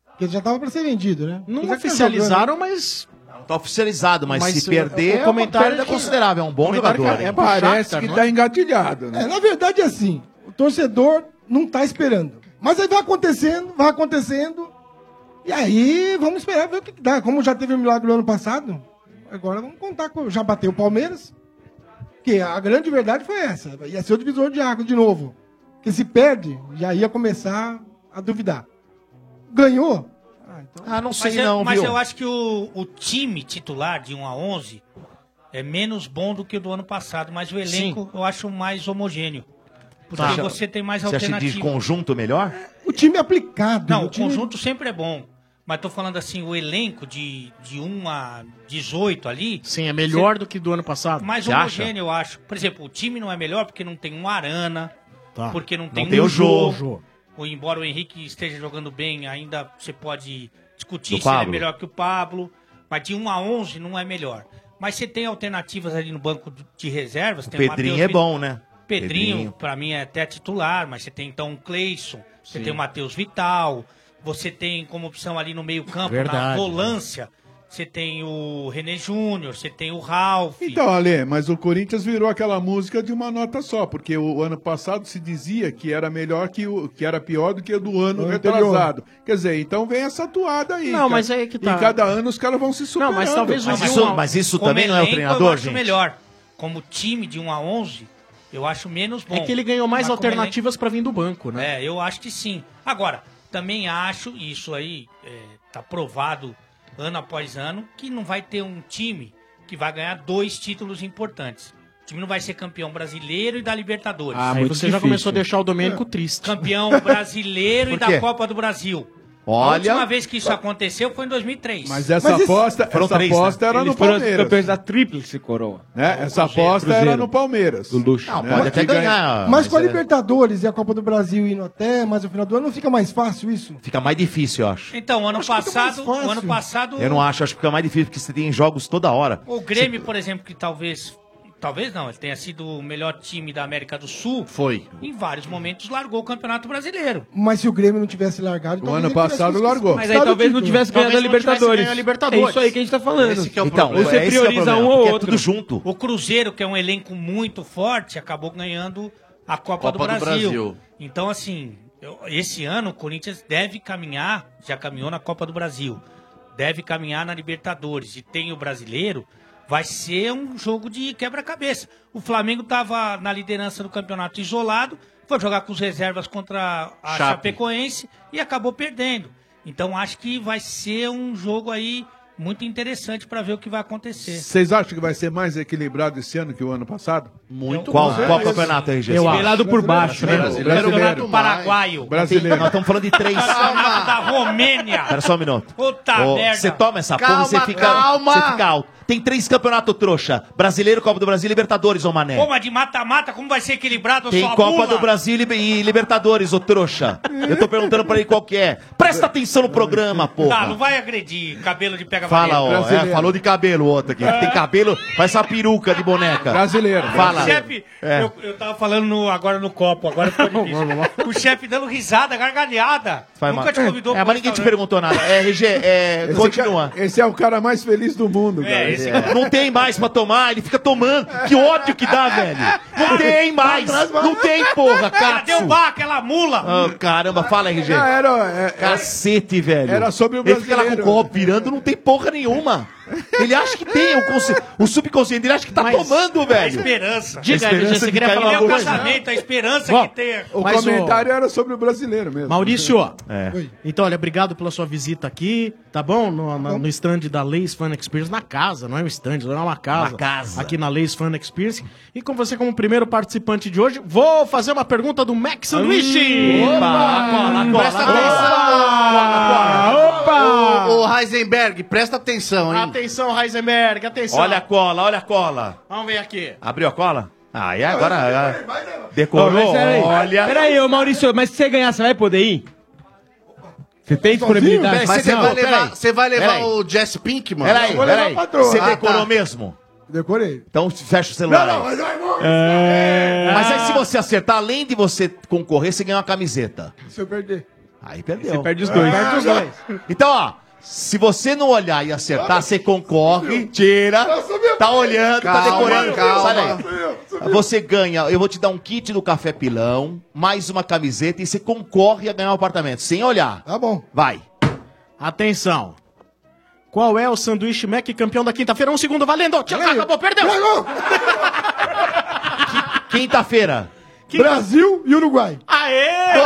[SPEAKER 15] Porque já tava pra ser vendido, né?
[SPEAKER 9] Não
[SPEAKER 15] Apesar que tá
[SPEAKER 9] oficializaram,
[SPEAKER 15] jogando,
[SPEAKER 9] mas.
[SPEAKER 2] Tá oficializado, mas,
[SPEAKER 15] Mas
[SPEAKER 2] se
[SPEAKER 15] o-
[SPEAKER 2] perder,
[SPEAKER 15] o
[SPEAKER 2] é uma
[SPEAKER 15] comentário
[SPEAKER 2] perda
[SPEAKER 15] que-
[SPEAKER 2] considerável. É um bom
[SPEAKER 15] comentário
[SPEAKER 2] jogador.
[SPEAKER 15] que-
[SPEAKER 2] hein?
[SPEAKER 15] é, parece que tá
[SPEAKER 14] engatilhado,
[SPEAKER 15] É, na verdade é assim, o torcedor não tá esperando. Mas aí vai acontecendo, vai acontecendo. E aí vamos esperar ver o que que dá. Como já teve o milagre no ano passado, agora vamos contar com. Já bateu o Palmeiras. Que a grande verdade foi essa. Ia ser o divisor de água de novo. Que se perde, já ia começar a duvidar. Ganhou? então
[SPEAKER 2] Ah, não
[SPEAKER 12] mas eu, mas eu acho que o, o time titular de 1 a 11 é menos bom do que o do ano passado, mas o elenco eu acho mais homogêneo. Porque
[SPEAKER 2] Tá.
[SPEAKER 12] você tem mais
[SPEAKER 2] Você acha de
[SPEAKER 12] alternativas.
[SPEAKER 2] conjunto melhor?
[SPEAKER 15] O time aplicado.
[SPEAKER 12] Não, o
[SPEAKER 2] time-
[SPEAKER 12] conjunto sempre é bom. Mas tô falando assim, o elenco de, de 1 a 18 ali.
[SPEAKER 9] Sim, é melhor do que do ano passado.
[SPEAKER 12] Mais
[SPEAKER 9] Você acha?
[SPEAKER 12] homogêneo, eu acho. Por exemplo, o time não é melhor porque não tem um Arana,
[SPEAKER 9] Tá.
[SPEAKER 12] porque não
[SPEAKER 9] Não
[SPEAKER 12] tem,
[SPEAKER 9] tem
[SPEAKER 12] um
[SPEAKER 9] o Jô.
[SPEAKER 12] jogo. Ou embora o Henrique esteja jogando bem, ainda você pode discutir
[SPEAKER 2] Do
[SPEAKER 12] se ele é
[SPEAKER 2] Pablo.
[SPEAKER 12] melhor que o Pablo. Mas de 1 a 11 não é melhor. Mas você tem alternativas ali no banco de reservas.
[SPEAKER 2] O
[SPEAKER 12] tem o
[SPEAKER 2] Pedrinho
[SPEAKER 12] Matheus
[SPEAKER 2] é
[SPEAKER 12] Vi-
[SPEAKER 2] bom, né?
[SPEAKER 12] Pedrinho, pra mim, é até titular, mas você tem então o Cleison, você
[SPEAKER 2] Sim.
[SPEAKER 12] tem o Matheus Vital, você tem como opção ali no meio-campo, na
[SPEAKER 10] Verdade.
[SPEAKER 12] volância, você tem o René Júnior, você tem o Ralf.
[SPEAKER 10] Então, Ale, mas o Corinthians virou aquela música de uma nota só, porque o, ano passado se dizia que era melhor que o que era pior do que o do ano
[SPEAKER 14] Ano anterior.
[SPEAKER 10] retrasado. Quer dizer, então vem essa toada aí.
[SPEAKER 9] Não, mas aí que tá.
[SPEAKER 10] E cada ano os caras vão se superando.
[SPEAKER 9] mas talvez
[SPEAKER 12] Não,
[SPEAKER 10] isso-
[SPEAKER 12] um-
[SPEAKER 10] mas isso
[SPEAKER 12] como
[SPEAKER 10] também não é o
[SPEAKER 12] elenco,
[SPEAKER 10] treinador,
[SPEAKER 12] eu acho
[SPEAKER 10] gente?
[SPEAKER 12] melhor. Como time de 1 a 11, eu acho menos bom.
[SPEAKER 9] É que ele ganhou mais
[SPEAKER 12] Mas como elenco-
[SPEAKER 9] alternativas pra vir do banco, né?
[SPEAKER 12] É, eu acho que sim. Agora, também acho, e isso aí é, tá provado ano após ano, que não vai ter um time que vai ganhar dois títulos importantes. O time não vai ser campeão brasileiro e da Libertadores.
[SPEAKER 9] Ah, Aí muito você já difícil. começou a deixar o Domênico triste.
[SPEAKER 12] É. Campeão brasileiro e
[SPEAKER 9] Por
[SPEAKER 12] da
[SPEAKER 9] quê?
[SPEAKER 12] Copa do Brasil.
[SPEAKER 9] Olha-
[SPEAKER 12] A última vez que isso aconteceu foi em 2003.
[SPEAKER 10] Mas essa aposta,
[SPEAKER 1] Foram
[SPEAKER 10] essa
[SPEAKER 1] três, né?
[SPEAKER 10] aposta era
[SPEAKER 1] Eles
[SPEAKER 10] no
[SPEAKER 1] foram os
[SPEAKER 10] Palmeiras.
[SPEAKER 1] campeões da tríplice coroa.
[SPEAKER 10] né? Essa aposta era no Palmeiras. Né? Do
[SPEAKER 1] luxo.
[SPEAKER 10] Não,
[SPEAKER 1] pode até ganhar.
[SPEAKER 15] Mas com a Libertadores e a Copa do Brasil indo até mais o final do ano, não fica mais fácil isso?
[SPEAKER 2] Fica mais difícil, eu acho.
[SPEAKER 12] Então, ano passado,
[SPEAKER 15] mais
[SPEAKER 12] o ano passado
[SPEAKER 2] Eu não acho, acho que fica mais difícil, porque você tem jogos toda hora.
[SPEAKER 12] O Grêmio, por exemplo, que talvez. Talvez não, ele tenha sido o melhor time da América do Sul.
[SPEAKER 2] Foi.
[SPEAKER 12] Em vários momentos largou o Campeonato Brasileiro.
[SPEAKER 15] Mas se o Grêmio não tivesse
[SPEAKER 12] Então
[SPEAKER 15] largado... talvez ele tivesse conseguido-
[SPEAKER 1] Mas aí talvez não tivesse
[SPEAKER 12] Talvez
[SPEAKER 1] ganhado a
[SPEAKER 12] não tivesse
[SPEAKER 1] Libertadores.
[SPEAKER 12] ganho a Libertadores.
[SPEAKER 1] É isso aí que a gente tá falando.
[SPEAKER 12] Esse que é o
[SPEAKER 1] então,
[SPEAKER 12] problema.
[SPEAKER 1] você
[SPEAKER 12] Esse que é o
[SPEAKER 1] prioriza
[SPEAKER 12] problema,
[SPEAKER 1] um ou
[SPEAKER 12] porque é
[SPEAKER 1] outro.
[SPEAKER 12] tudo
[SPEAKER 2] junto.
[SPEAKER 12] O Cruzeiro, que é um elenco muito forte, acabou ganhando a
[SPEAKER 8] Copa
[SPEAKER 12] Copa, do,
[SPEAKER 8] do
[SPEAKER 12] Brasil.
[SPEAKER 8] Brasil.
[SPEAKER 12] Então, assim, eu- esse ano o Corinthians deve caminhar, já caminhou na Copa do Brasil, deve caminhar na Libertadores e tem o brasileiro. Vai ser um jogo de quebra-cabeça. O Flamengo estava na liderança do campeonato isolado, foi jogar com os reservas contra a
[SPEAKER 8] Chape.
[SPEAKER 12] Chapecoense e acabou perdendo. Então acho que vai ser um jogo aí muito interessante para ver o que vai acontecer.
[SPEAKER 10] Vocês acham que vai ser mais equilibrado esse ano que o ano passado?
[SPEAKER 2] Muito Qual- mais. qual campeonato, RG?
[SPEAKER 10] Eu
[SPEAKER 2] Nivelado
[SPEAKER 10] acho.
[SPEAKER 2] por baixo, né?
[SPEAKER 10] Brasileiro.
[SPEAKER 12] Campeonato paraguaio.
[SPEAKER 10] Brasileiro.
[SPEAKER 2] Nós estamos falando de três.
[SPEAKER 12] Campeonato da Romênia.
[SPEAKER 2] Pera só um minuto.
[SPEAKER 12] Puta
[SPEAKER 2] Ô,
[SPEAKER 12] merda.
[SPEAKER 2] Você toma essa
[SPEAKER 12] Calma,
[SPEAKER 2] porra, você fica,
[SPEAKER 12] calma.
[SPEAKER 2] você fica alto. Tem três campeonatos trouxa. Brasileiro, Copa do Brasil e Libertadores, ô Mané.
[SPEAKER 12] Pô, mas de mata-mata, como vai ser equilibrado
[SPEAKER 2] né? Tem
[SPEAKER 12] sua
[SPEAKER 2] Copa
[SPEAKER 12] bula?
[SPEAKER 2] do Brasil e Liber- e Libertadores, ô trouxa. Eu tô perguntando pra ele qual que é. Presta atenção no programa,
[SPEAKER 12] Tá, não
[SPEAKER 2] porra. é,
[SPEAKER 12] vai agredir cabelo de pega É.
[SPEAKER 2] Fala, ó. é, falou de cabelo o outro aqui. Tem cabelo, faz essa peruca de boneca.
[SPEAKER 10] Brasileiro.
[SPEAKER 2] Fala, lá.
[SPEAKER 12] O chefe,
[SPEAKER 2] É.
[SPEAKER 12] eu, eu tava falando no- agora no copo, agora ficou difícil. o chefe dando risada, gargalhada.
[SPEAKER 2] Vai,
[SPEAKER 12] Nunca
[SPEAKER 2] mano.
[SPEAKER 12] te
[SPEAKER 2] É,
[SPEAKER 12] convidou pra um
[SPEAKER 2] mas ninguém te
[SPEAKER 12] restaurante.
[SPEAKER 2] perguntou nada. É, RG,
[SPEAKER 12] [LAUGHS]
[SPEAKER 2] é,
[SPEAKER 10] Esse
[SPEAKER 2] continua.
[SPEAKER 10] Esse é o cara mais feliz do mundo, cara.
[SPEAKER 2] É, esse cara- Não tem mais pra tomar, ele fica tomando. Que ódio que dá, velho. Não tem
[SPEAKER 12] [LAUGHS]
[SPEAKER 2] mais. Não tem, porra, cara.
[SPEAKER 12] Cadê o bar, aquela mula?
[SPEAKER 2] Ah, caramba, fala, RG.
[SPEAKER 12] Ah,
[SPEAKER 10] era- é-
[SPEAKER 2] Tá Cacete, velho.
[SPEAKER 10] Era sobre o
[SPEAKER 2] Ele fica lá com o
[SPEAKER 10] brasileiro.
[SPEAKER 2] copo virando, não tem porra nenhuma. Ele acha que tem, o, consci- o subconsciente, ele acha que tá tomando, velho.
[SPEAKER 12] A esperança.
[SPEAKER 2] Diga, A esperança Gigi, você de queria cair falar
[SPEAKER 12] É
[SPEAKER 2] uma
[SPEAKER 12] o
[SPEAKER 2] alguma coisa?
[SPEAKER 12] casamento, a esperança que tem.
[SPEAKER 10] O comentário era sobre o brasileiro mesmo.
[SPEAKER 9] Maurício,
[SPEAKER 2] É.
[SPEAKER 9] Oi. então olha, obrigado pela sua visita aqui, tá bom? No, na- no stand da Lays Fan Experience, na casa, não é um stand, não é uma casa.
[SPEAKER 2] Uma casa.
[SPEAKER 9] Aqui na Lays Fan Experience. E com você como primeiro participante de hoje, vou fazer uma pergunta do Mac Sanduíche.
[SPEAKER 13] Opa! Cola, cola,
[SPEAKER 8] Presta
[SPEAKER 9] Opa!
[SPEAKER 8] atenção!
[SPEAKER 9] Opa!
[SPEAKER 8] Ô, ô, Heisenberg, presta atenção, hein?
[SPEAKER 9] Atenção, Heisenberg, atenção.
[SPEAKER 2] Olha a cola, olha a cola.
[SPEAKER 9] Vamos ver aqui.
[SPEAKER 2] Abriu a cola? Ah, e agora?
[SPEAKER 1] Ô, mas
[SPEAKER 2] Decorou?
[SPEAKER 1] peraí.
[SPEAKER 2] Olha.
[SPEAKER 1] Peraí, ô Maurício, mas se você ganhar, você vai poder ir? Você tem disponibilidade?
[SPEAKER 8] Mas você
[SPEAKER 1] Não,
[SPEAKER 8] vai levar,
[SPEAKER 1] peraí.
[SPEAKER 8] você vai levar
[SPEAKER 1] Peraí.
[SPEAKER 8] o Jess Pink, mano?
[SPEAKER 2] Peraí, peraí.
[SPEAKER 8] Ah,
[SPEAKER 2] Você
[SPEAKER 8] tá.
[SPEAKER 2] decorou mesmo?
[SPEAKER 14] Decorei.
[SPEAKER 2] Então fecha o celular.
[SPEAKER 14] Não, não, mas
[SPEAKER 2] É. Mas aí se você acertar, além de você concorrer, você ganha uma camiseta.
[SPEAKER 14] Se eu perder.
[SPEAKER 2] Aí perdeu.
[SPEAKER 14] Você perde os dois.
[SPEAKER 2] Ah,
[SPEAKER 14] Perde os dois.
[SPEAKER 2] não. Então, ó, se você não olhar e acertar, você concorre, tira, tá olhando, tá
[SPEAKER 8] Calma,
[SPEAKER 2] decorando.
[SPEAKER 8] calma.
[SPEAKER 2] Sai daí.
[SPEAKER 10] É.
[SPEAKER 2] Você ganha, eu vou te dar um kit do Café Pilão, mais uma camiseta e você concorre a ganhar um apartamento, sem olhar.
[SPEAKER 14] Tá bom.
[SPEAKER 2] Vai.
[SPEAKER 9] Atenção. Qual é o sanduíche Mac campeão da quinta-feira? Um segundo valendo. Tchau, acabou, perdeu. [LAUGHS]
[SPEAKER 2] Quinta-feira.
[SPEAKER 14] Brasil e Uruguai.
[SPEAKER 9] Aê!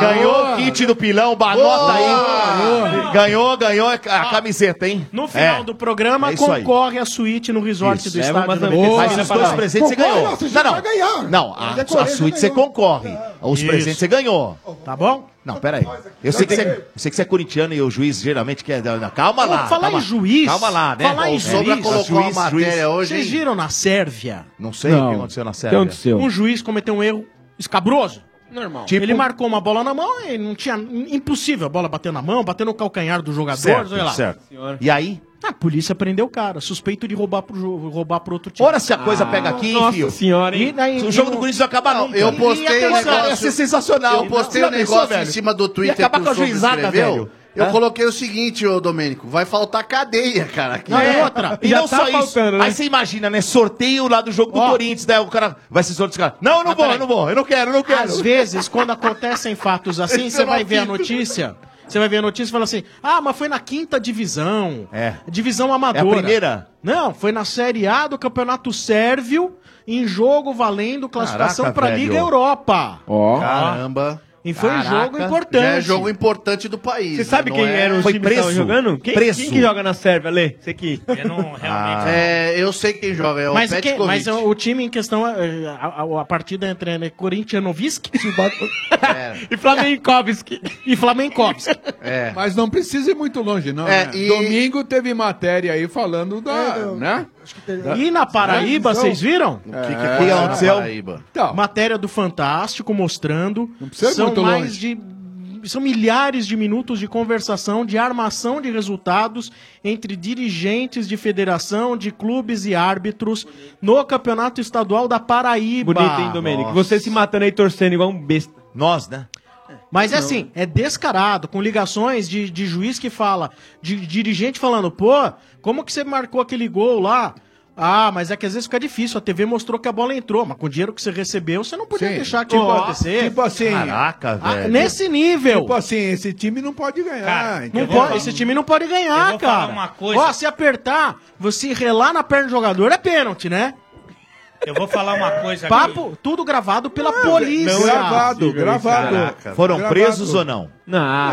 [SPEAKER 2] Ganhou o kit do Pilão, banota aí. Ganhou, ganhou a camiseta, hein?
[SPEAKER 9] Ah, No final
[SPEAKER 2] É.
[SPEAKER 9] do programa,
[SPEAKER 2] É isso aí.
[SPEAKER 9] concorre a suíte no resort
[SPEAKER 2] Isso,
[SPEAKER 9] do
[SPEAKER 2] leva
[SPEAKER 9] estádio.
[SPEAKER 2] umas
[SPEAKER 9] da
[SPEAKER 2] novidades.
[SPEAKER 9] Boa.
[SPEAKER 2] Mas os dois presentes você ganhou.
[SPEAKER 9] Concorre, você já
[SPEAKER 2] não,
[SPEAKER 9] vai
[SPEAKER 2] não.
[SPEAKER 9] ganhar.
[SPEAKER 2] Não, a,
[SPEAKER 9] Já decorei,
[SPEAKER 2] a
[SPEAKER 9] já
[SPEAKER 2] suíte você
[SPEAKER 9] ganhou.
[SPEAKER 2] concorre. Os
[SPEAKER 9] Isso.
[SPEAKER 2] presentes você ganhou.
[SPEAKER 9] Tá bom?
[SPEAKER 2] Não, peraí. Eu sei, que você, eu sei que você é corintiano e o juiz geralmente quer. não, não, Calma lá.
[SPEAKER 9] falar
[SPEAKER 2] calma,
[SPEAKER 9] em juiz.
[SPEAKER 2] Calma lá, né?
[SPEAKER 9] Falar em
[SPEAKER 2] O
[SPEAKER 9] juiz.
[SPEAKER 2] Sombra colocou
[SPEAKER 9] juiz,
[SPEAKER 2] a matéria
[SPEAKER 9] juiz.
[SPEAKER 2] hoje.
[SPEAKER 9] Vocês
[SPEAKER 2] hein?
[SPEAKER 9] viram na Sérvia?
[SPEAKER 2] Não sei o que aconteceu na Sérvia.
[SPEAKER 9] Um juiz cometeu um erro escabroso. Normal.
[SPEAKER 2] Tipo-
[SPEAKER 9] Ele marcou uma bola na mão e não tinha. Impossível a bola bater na mão, bater no calcanhar do jogador,
[SPEAKER 2] Certo,
[SPEAKER 9] olha lá. Ah,
[SPEAKER 2] certo. E aí?
[SPEAKER 9] A polícia prendeu o cara, suspeito de roubar pro, jo- roubar pro outro time.
[SPEAKER 2] Ora se a coisa pega aqui, hein,
[SPEAKER 9] Ah, Nossa
[SPEAKER 2] filho?
[SPEAKER 9] senhora, hein?
[SPEAKER 2] E daí- o jogo do Corinthians vai acabar nunca.
[SPEAKER 8] Eu postei o
[SPEAKER 2] Cara,
[SPEAKER 8] um negócio.
[SPEAKER 2] Ia ser é sensacional.
[SPEAKER 8] Eu postei
[SPEAKER 2] Já
[SPEAKER 8] o
[SPEAKER 2] pensou,
[SPEAKER 8] negócio em
[SPEAKER 2] velho?
[SPEAKER 8] cima do Twitter.
[SPEAKER 2] Ia acabar
[SPEAKER 8] que
[SPEAKER 2] com
[SPEAKER 8] o
[SPEAKER 2] a
[SPEAKER 8] Sombra
[SPEAKER 2] juizada,
[SPEAKER 8] escreveu.
[SPEAKER 2] velho.
[SPEAKER 8] Eu
[SPEAKER 2] Hã?
[SPEAKER 8] coloquei o seguinte, ô Domênico, vai faltar cadeia, cara. aqui.
[SPEAKER 2] Não, é outra. E não só isso. Aí você imagina, né? Sorteio lá do jogo do Corinthians, né? O cara vai se sortear. Não, eu não
[SPEAKER 9] Mas
[SPEAKER 2] vou,
[SPEAKER 9] peraí.
[SPEAKER 2] eu não vou. Eu não quero, eu não quero.
[SPEAKER 9] Às vezes, quando acontecem fatos assim,
[SPEAKER 2] Esse
[SPEAKER 9] você
[SPEAKER 2] eu não
[SPEAKER 9] vai ver a
[SPEAKER 2] apito.
[SPEAKER 9] notícia. Você vai ver a notícia e fala assim: ah, mas foi na quinta divisão.
[SPEAKER 2] É.
[SPEAKER 9] Divisão amadora.
[SPEAKER 2] É a primeira?
[SPEAKER 9] Não, foi na Série A do Campeonato Sérvio, em jogo valendo classificação
[SPEAKER 8] Caraca,
[SPEAKER 9] pra
[SPEAKER 8] velho.
[SPEAKER 9] Liga Europa.
[SPEAKER 8] Caramba.
[SPEAKER 9] E foi um jogo importante.
[SPEAKER 8] Já É jogo importante do país.
[SPEAKER 9] Você sabe
[SPEAKER 8] né?
[SPEAKER 9] quem
[SPEAKER 8] Não
[SPEAKER 9] era
[SPEAKER 1] Os
[SPEAKER 9] Foi
[SPEAKER 1] times que estavam
[SPEAKER 9] preso.
[SPEAKER 1] jogando? Quem,
[SPEAKER 9] Preso.
[SPEAKER 1] quem que joga na Sérvia, Lê? Você que.
[SPEAKER 8] É, eu sei quem joga, é o
[SPEAKER 9] Mas,
[SPEAKER 8] Pet
[SPEAKER 9] quem- mas
[SPEAKER 8] Covid.
[SPEAKER 9] o o time em questão, é, é, a, a- a partida entre né, Corinthians [LAUGHS] e Flamenkovski. E Flamenkovski.
[SPEAKER 8] É.
[SPEAKER 10] Mas não precisa ir muito longe, não.
[SPEAKER 9] É,
[SPEAKER 10] né?
[SPEAKER 9] e-
[SPEAKER 10] Domingo teve matéria aí falando da. né?
[SPEAKER 9] E na Paraíba, vocês viram?
[SPEAKER 10] O que que É. foi na Paraíba? Então.
[SPEAKER 9] Matéria do Fantástico mostrando.
[SPEAKER 10] precisa ir
[SPEAKER 9] São
[SPEAKER 10] muito
[SPEAKER 9] mais
[SPEAKER 10] longe.
[SPEAKER 9] de. São milhares de minutos de conversação, de armação de resultados entre dirigentes de federação, de clubes e árbitros no Campeonato Estadual da Paraíba.
[SPEAKER 1] Bonito,
[SPEAKER 8] Ah,
[SPEAKER 1] hein, Domênico? Você se matando aí torcendo igual um besta.
[SPEAKER 2] Nós, né?
[SPEAKER 9] Mas é assim, é descarado, com ligações de, de juiz que fala, de, dirigente falando, pô, como que você marcou aquele gol lá? Ah, mas é que às vezes fica difícil, a TV mostrou que a bola entrou, mas com o dinheiro que você recebeu, você não podia deixar aquilo
[SPEAKER 10] Tipo,
[SPEAKER 9] acontecer.
[SPEAKER 10] tipo assim.
[SPEAKER 2] Caraca,
[SPEAKER 9] Ah, nesse nível.
[SPEAKER 10] Tipo assim, esse time não pode ganhar.
[SPEAKER 9] não
[SPEAKER 10] entendeu?
[SPEAKER 9] pode- esse time não pode ganhar, cara.
[SPEAKER 10] uma
[SPEAKER 9] Ó, se apertar, você relar na perna do jogador é pênalti, né?
[SPEAKER 12] Eu vou falar uma coisa aqui.
[SPEAKER 9] Papo, tudo gravado pela polícia.
[SPEAKER 12] não é gravado,
[SPEAKER 9] [LAUGHS] Diga isso,
[SPEAKER 12] gravado.
[SPEAKER 9] caraca.
[SPEAKER 2] Foram
[SPEAKER 9] Gravado.
[SPEAKER 2] presos ou não?
[SPEAKER 1] Não,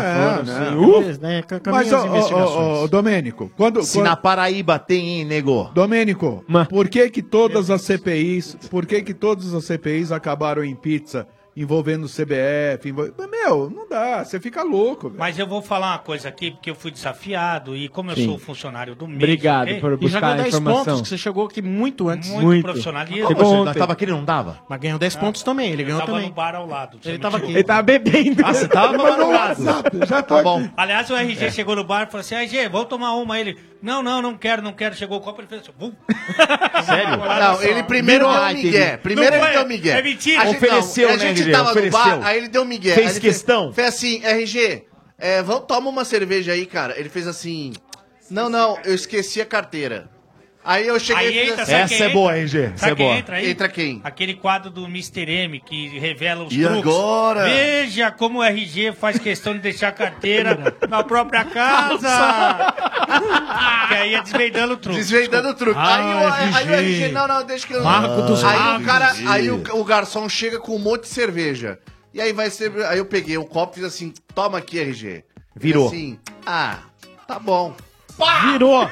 [SPEAKER 9] foram
[SPEAKER 10] É, sim. Tá
[SPEAKER 9] Eles, né, com- com
[SPEAKER 10] Mas,
[SPEAKER 9] minhas
[SPEAKER 10] ô,
[SPEAKER 9] investigações.
[SPEAKER 10] ô, ô, ô, Domênico, quando.
[SPEAKER 2] Se
[SPEAKER 10] quando-
[SPEAKER 2] na Paraíba tem, hein, nego?
[SPEAKER 10] Domênico, por que que todas as CPIs, por que que todas as CPIs acabaram em pizza envolvendo o CBF? envol- Mas, Meu, não dá, você fica louco. velho.
[SPEAKER 12] Mas eu vou falar uma coisa aqui, porque eu fui desafiado e como eu
[SPEAKER 10] Sim.
[SPEAKER 12] sou funcionário do mês...
[SPEAKER 1] Obrigado
[SPEAKER 12] ok?
[SPEAKER 1] por
[SPEAKER 9] E já ganhou
[SPEAKER 1] buscar a
[SPEAKER 9] 10 pontos,
[SPEAKER 1] informação.
[SPEAKER 9] que você chegou aqui muito antes.
[SPEAKER 12] Muito Muito. profissionalismo. Chegou
[SPEAKER 9] Chegou
[SPEAKER 12] ontem. Tava
[SPEAKER 2] aqui, ele não dava?
[SPEAKER 9] Mas ganhou 10 pontos também, ele ganhou
[SPEAKER 12] tava
[SPEAKER 9] também.
[SPEAKER 12] no bar ao lado.
[SPEAKER 9] Ele tava aqui.
[SPEAKER 1] Ele
[SPEAKER 12] tá
[SPEAKER 1] tava bebendo.
[SPEAKER 2] Ah,
[SPEAKER 8] tá
[SPEAKER 2] você tava
[SPEAKER 9] Ele mandou um
[SPEAKER 2] malucado.
[SPEAKER 9] WhatsApp,
[SPEAKER 2] Já tá bom.
[SPEAKER 8] É.
[SPEAKER 12] Aliás, o RG chegou no bar e falou assim, RG, vamos tomar uma. Ele, Não, não, não quero, não quero. Chegou o copo, ele fez assim. bum.
[SPEAKER 8] [LAUGHS] Sério? Não, ele primeiro deu
[SPEAKER 12] Ai,
[SPEAKER 8] migué.
[SPEAKER 12] teve-
[SPEAKER 8] Primeiro
[SPEAKER 12] Não
[SPEAKER 8] ele
[SPEAKER 12] foi,
[SPEAKER 8] deu migué.
[SPEAKER 12] é mentira.
[SPEAKER 8] A gente,
[SPEAKER 12] Ofereceu,
[SPEAKER 8] não, a
[SPEAKER 12] né,
[SPEAKER 8] gente
[SPEAKER 12] RG?
[SPEAKER 8] tava no
[SPEAKER 12] Ofereceu.
[SPEAKER 8] bar, aí ele deu migué.
[SPEAKER 2] Fez
[SPEAKER 8] Aí ele
[SPEAKER 2] questão?
[SPEAKER 8] Fez, fez assim, RG, é, vamos, toma uma cerveja aí, cara. Ele fez assim, não, não, eu esqueci a carteira. Aí eu cheguei...
[SPEAKER 12] Aí
[SPEAKER 8] e fiz
[SPEAKER 12] entra,
[SPEAKER 8] assim,
[SPEAKER 12] sabe quem entra? Sabe quem Entra,
[SPEAKER 8] é Entra,
[SPEAKER 12] aí?
[SPEAKER 8] quem?
[SPEAKER 12] Aquele quadro do Mr. M que revela os
[SPEAKER 8] E agora?
[SPEAKER 12] Veja como o RG faz questão de deixar
[SPEAKER 8] [LAUGHS]
[SPEAKER 12] a carteira na própria casa.
[SPEAKER 8] Calça.
[SPEAKER 12] [LAUGHS] que aí é desvendando o truque.
[SPEAKER 8] Desvendando o truque. aí, o, aí o RG, não, não, deixa que eu...
[SPEAKER 12] Marco dos
[SPEAKER 8] aí
[SPEAKER 12] Marcos.
[SPEAKER 8] o cara, Aí
[SPEAKER 12] RG.
[SPEAKER 8] o, o garçom chega com um monte de cerveja. E aí vai ser... Aí eu peguei o copo e fiz assim, toma aqui, RG.
[SPEAKER 2] Virou.
[SPEAKER 8] Assim, ah, tá bom.
[SPEAKER 9] Virou.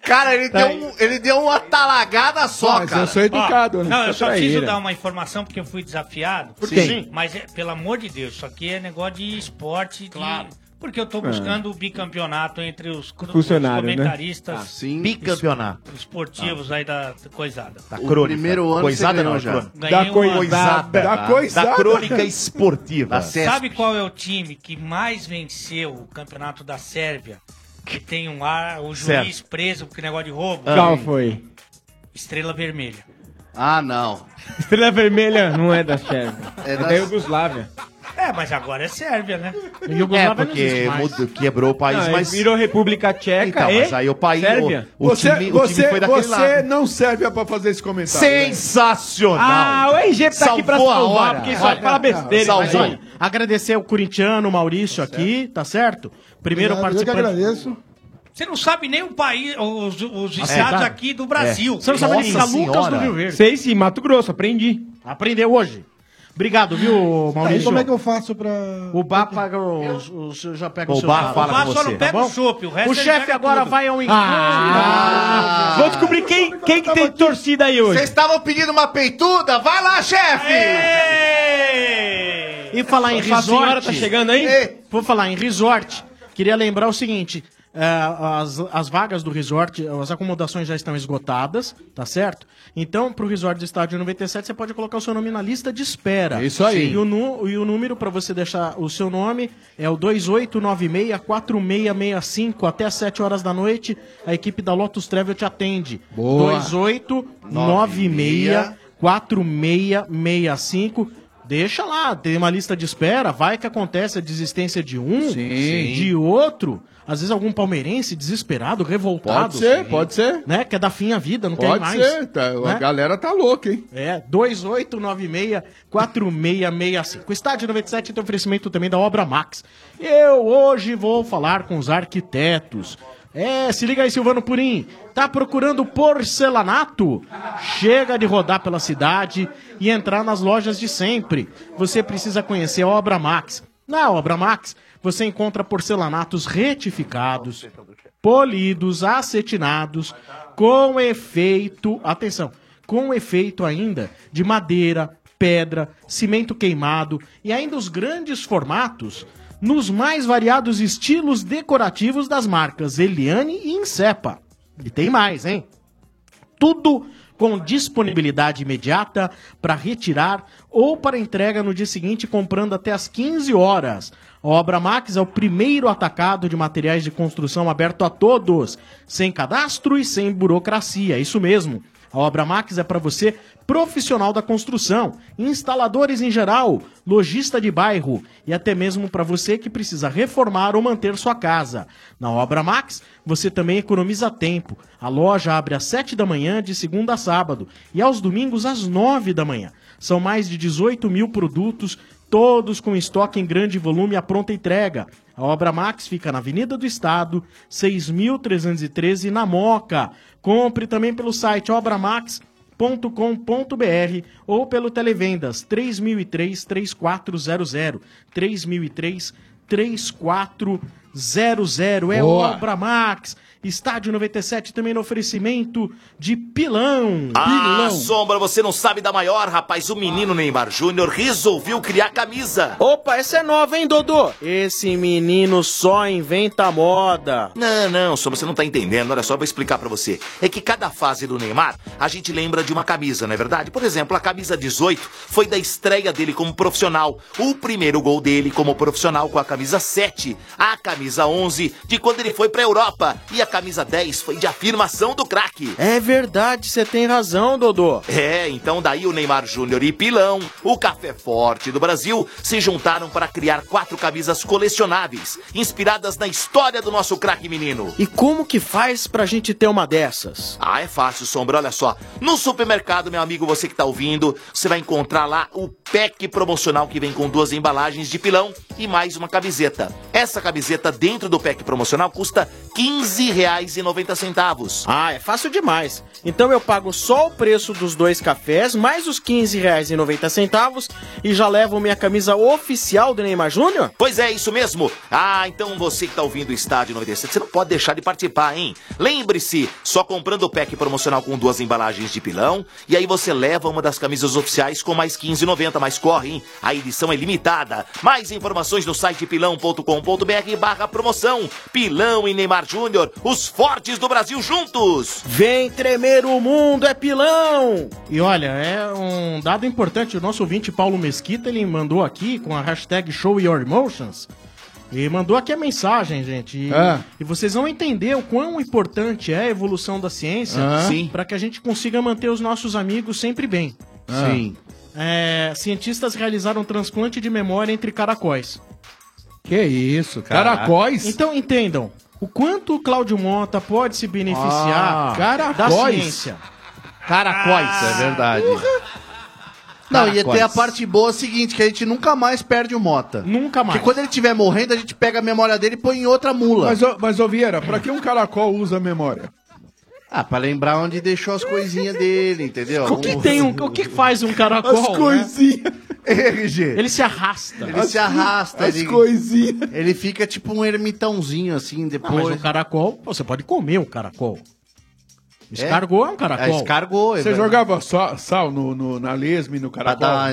[SPEAKER 8] Cara, ele deu, um, ele deu uma talagada só, cara.
[SPEAKER 12] Ó,
[SPEAKER 1] né?
[SPEAKER 12] Não, eu só preciso dar um uma informação porque eu fui desafiado.
[SPEAKER 8] Por quê? Sim.
[SPEAKER 12] Mas, é, pelo amor de Deus, isso aqui é negócio de esporte. de- Porque eu tô
[SPEAKER 1] É.
[SPEAKER 12] buscando o bicampeonato entre os, cru- os
[SPEAKER 1] Funcionário, né?
[SPEAKER 12] comentaristas.
[SPEAKER 1] Ah, sim. Bicampeonato.
[SPEAKER 8] Ah.
[SPEAKER 12] Esportivos aí da coisada.
[SPEAKER 2] Da Tá crônica. coisada não, crônica.
[SPEAKER 12] Ganhei um uma-
[SPEAKER 2] Da coisada. Da crônica esportiva. Tá
[SPEAKER 12] Sabe qual é o time que mais venceu o campeonato da Sérvia? Que tem um ar, o juiz preso por negócio de roubo?
[SPEAKER 1] Qual foi?
[SPEAKER 12] Estrela Vermelha.
[SPEAKER 8] Ah, não.
[SPEAKER 1] Estrela Vermelha não é da Sérvia. É, da Iugoslávia.
[SPEAKER 12] É, mas agora é Sérvia, né?
[SPEAKER 2] É, porque mudou- quebrou o país,
[SPEAKER 1] Não,
[SPEAKER 2] mas...
[SPEAKER 1] Virou República Tcheca
[SPEAKER 2] Então,
[SPEAKER 1] e
[SPEAKER 2] mas aí o país...
[SPEAKER 1] Sérvia.
[SPEAKER 2] O, o
[SPEAKER 10] você
[SPEAKER 2] time, o
[SPEAKER 10] você,
[SPEAKER 2] time foi daquele
[SPEAKER 10] você
[SPEAKER 2] lado.
[SPEAKER 10] não serve pra fazer esse comentário. né?
[SPEAKER 2] Sensacional!
[SPEAKER 10] Ah, o RG
[SPEAKER 9] tá aqui pra salvar, porque só
[SPEAKER 10] é
[SPEAKER 9] fala besteira, mas olha, agradecer o corintiano Maurício aqui, tá certo? Primeiro
[SPEAKER 15] Obrigado, eu que
[SPEAKER 9] participante.
[SPEAKER 15] agradeço.
[SPEAKER 12] Você não sabe nem o país, os, os
[SPEAKER 9] É,
[SPEAKER 12] estados
[SPEAKER 9] tá.
[SPEAKER 12] aqui do
[SPEAKER 1] É.
[SPEAKER 12] Brasil.
[SPEAKER 9] Você não sabe nem São Lucas do Rio Verde.
[SPEAKER 1] Sei sim, Mato Grosso, aprendi.
[SPEAKER 9] Aprendeu hoje. Obrigado, viu,
[SPEAKER 15] Aí,
[SPEAKER 9] Maurício?
[SPEAKER 15] como é que eu faço pra...
[SPEAKER 9] O Bá paga os, os, os- já pega
[SPEAKER 15] O
[SPEAKER 9] o seu
[SPEAKER 15] Bá
[SPEAKER 9] lado.
[SPEAKER 15] fala
[SPEAKER 9] Bá
[SPEAKER 15] com
[SPEAKER 9] só
[SPEAKER 15] você.
[SPEAKER 9] não pega
[SPEAKER 15] Tá bom?
[SPEAKER 9] o chope, o resto
[SPEAKER 15] O
[SPEAKER 9] ele
[SPEAKER 15] chefe
[SPEAKER 9] pega
[SPEAKER 15] agora
[SPEAKER 9] tudo.
[SPEAKER 15] vai ao encontro.
[SPEAKER 1] Ah, Vou descobrir quem, quem que tem torcida aí hoje.
[SPEAKER 8] Vocês estavam pedindo uma peituda? Vai lá, chefe!
[SPEAKER 9] E falar em
[SPEAKER 1] Sua senhora
[SPEAKER 9] resort.
[SPEAKER 1] tá chegando aí?
[SPEAKER 9] Vou falar em resort. Queria lembrar o seguinte: é, as, as vagas do resort, as acomodações já estão esgotadas, tá certo? Então, pro resort do estádio 97, você pode colocar o seu nome na lista de espera.
[SPEAKER 10] É Isso aí.
[SPEAKER 9] E o, nu- e o número para você deixar o seu nome é o 2896-4665. Até às 7 horas da noite, a equipe da Lotus Travel te atende.
[SPEAKER 10] Boa.
[SPEAKER 9] 2896 4665. Deixa lá, tem uma lista de espera, vai que acontece a desistência de um, de outro. Às vezes algum palmeirense desesperado, revoltado.
[SPEAKER 10] Pode ser, pode ser.
[SPEAKER 9] Né? Quer dar fim à vida, não quer
[SPEAKER 10] Pode
[SPEAKER 9] mais. né?
[SPEAKER 10] ser, tá, a galera tá louca, hein?
[SPEAKER 9] É, 2896-4665. Estádio 97 tem oferecimento também da Obra Max. Eu hoje vou falar com os arquitetos. É, se liga aí, Silvano Purim. Tá procurando porcelanato? Chega de rodar pela cidade e entrar nas lojas de sempre. Você precisa conhecer a Obra Max. Na Obra Max, você encontra porcelanatos retificados, polidos, acetinados, com efeito. Atenção! Com efeito ainda de madeira, pedra, cimento queimado e ainda os grandes formatos nos mais variados estilos decorativos das marcas Eliane e Insepa. E tem mais, hein? Tudo com disponibilidade imediata para retirar ou para entrega no dia seguinte, comprando até às 15 horas. A Obra Max é o primeiro atacado de materiais de construção aberto a todos, sem cadastro e sem burocracia. Isso mesmo. A Obra Max é para você, profissional da construção, instaladores em geral, lojista de bairro e até mesmo para você que precisa reformar ou manter sua casa. Na Obra Max, você também economiza tempo. A loja abre às 7 da manhã de segunda a sábado e aos domingos às 9 da manhã. São mais de 18 mil produtos, todos com estoque em grande volume à pronta entrega. A Obra Max fica na Avenida do Estado, 6.313, na Moca. Compre também pelo site obramax.com.br ou pelo Televendas 3003-3400. 3003-3400. É
[SPEAKER 13] Boa.
[SPEAKER 9] Obra Max. Estádio 97 também no oferecimento de Pilão.
[SPEAKER 2] Ah,
[SPEAKER 9] Pilão.
[SPEAKER 2] Sombra, você não sabe da maior, rapaz. O menino Neymar Júnior resolveu criar camisa.
[SPEAKER 9] Opa, essa é nova, hein, Dodô? Esse menino só inventa moda.
[SPEAKER 2] Não, não, só você não tá entendendo. Olha só, vou explicar pra você. É que cada fase do Neymar, a gente lembra de uma camisa, não é verdade? Por exemplo, a camisa 18 foi da estreia dele como profissional. O primeiro gol dele como profissional com a camisa 7. A camisa camisa 11 de quando ele foi pra Europa e a camisa 10 foi de afirmação do craque.
[SPEAKER 4] É verdade, você tem razão, Dodô.
[SPEAKER 2] É, então daí o Neymar Júnior e Pilão, o Café Forte do Brasil, se juntaram para criar quatro camisas colecionáveis, inspiradas na história do nosso craque menino.
[SPEAKER 4] E como que faz pra gente ter uma dessas?
[SPEAKER 2] Ah, é fácil, Sombra, olha só. No supermercado, meu amigo, você que tá ouvindo, você vai encontrar lá o pack promocional que vem com duas embalagens de pilão e mais uma camiseta. Essa camiseta dentro do pack promocional custa R$ 15,90.
[SPEAKER 4] Ah, é fácil demais. Então eu pago só o preço dos dois cafés, mais os R$ 15,90 e já levo minha camisa oficial do Neymar Júnior?
[SPEAKER 2] Pois é, isso mesmo. Ah, então você que tá ouvindo o Estádio 97, você não pode deixar de participar, hein? Lembre-se, só comprando o pack promocional com duas embalagens de pilão e aí você leva uma das camisas oficiais com mais 15,90, mas corre, hein? A edição é limitada. Mais informações no site pilão.com.br barra promoção. Pilão e Neymar Júnior, os fortes do Brasil juntos!
[SPEAKER 4] Vem tremer o mundo, é pilão!
[SPEAKER 9] E olha, é um dado importante. O nosso ouvinte Paulo Mesquita, ele mandou aqui com a hashtag Show Your Emotions. E mandou aqui a mensagem, gente. E,
[SPEAKER 10] Ah.
[SPEAKER 9] e vocês vão entender o quão importante é a evolução da ciência
[SPEAKER 10] Ah. Sim.
[SPEAKER 9] para que a gente consiga manter os nossos amigos sempre bem.
[SPEAKER 10] Ah. Sim.
[SPEAKER 9] É, cientistas realizaram transplante de memória entre caracóis.
[SPEAKER 10] Que isso, caracóis?
[SPEAKER 9] Então entendam, o quanto o Cláudio Monta pode se beneficiar
[SPEAKER 10] Ah,
[SPEAKER 9] da
[SPEAKER 10] caracóis.
[SPEAKER 9] ciência.
[SPEAKER 8] Caracóis.
[SPEAKER 9] Ah,
[SPEAKER 8] é verdade. Não,
[SPEAKER 9] Caracóis.
[SPEAKER 8] e tem a parte boa seguinte, que a gente nunca mais perde o Mota.
[SPEAKER 9] Nunca mais.
[SPEAKER 8] Porque quando ele estiver morrendo, a gente pega a memória dele e põe em outra mula.
[SPEAKER 10] Mas, ô- mas ô Vieira, pra que um caracol usa a memória?
[SPEAKER 8] Ah, pra lembrar onde deixou as coisinhas dele, entendeu?
[SPEAKER 9] O que tem um, o que faz um caracol?
[SPEAKER 8] As coisinhas. RG.
[SPEAKER 9] [LAUGHS] Ele se arrasta. né?
[SPEAKER 8] Ele se arrasta. ele, coisinhas. Ele fica tipo um ermitãozinho, assim,
[SPEAKER 9] Ah, mas
[SPEAKER 8] depois.
[SPEAKER 9] o caracol, pô, você pode comer um caracol. Escargou é, um caracol.
[SPEAKER 10] Ah, Você jogava só, sal no, no- na lesma e no caracol?
[SPEAKER 9] é- dar uma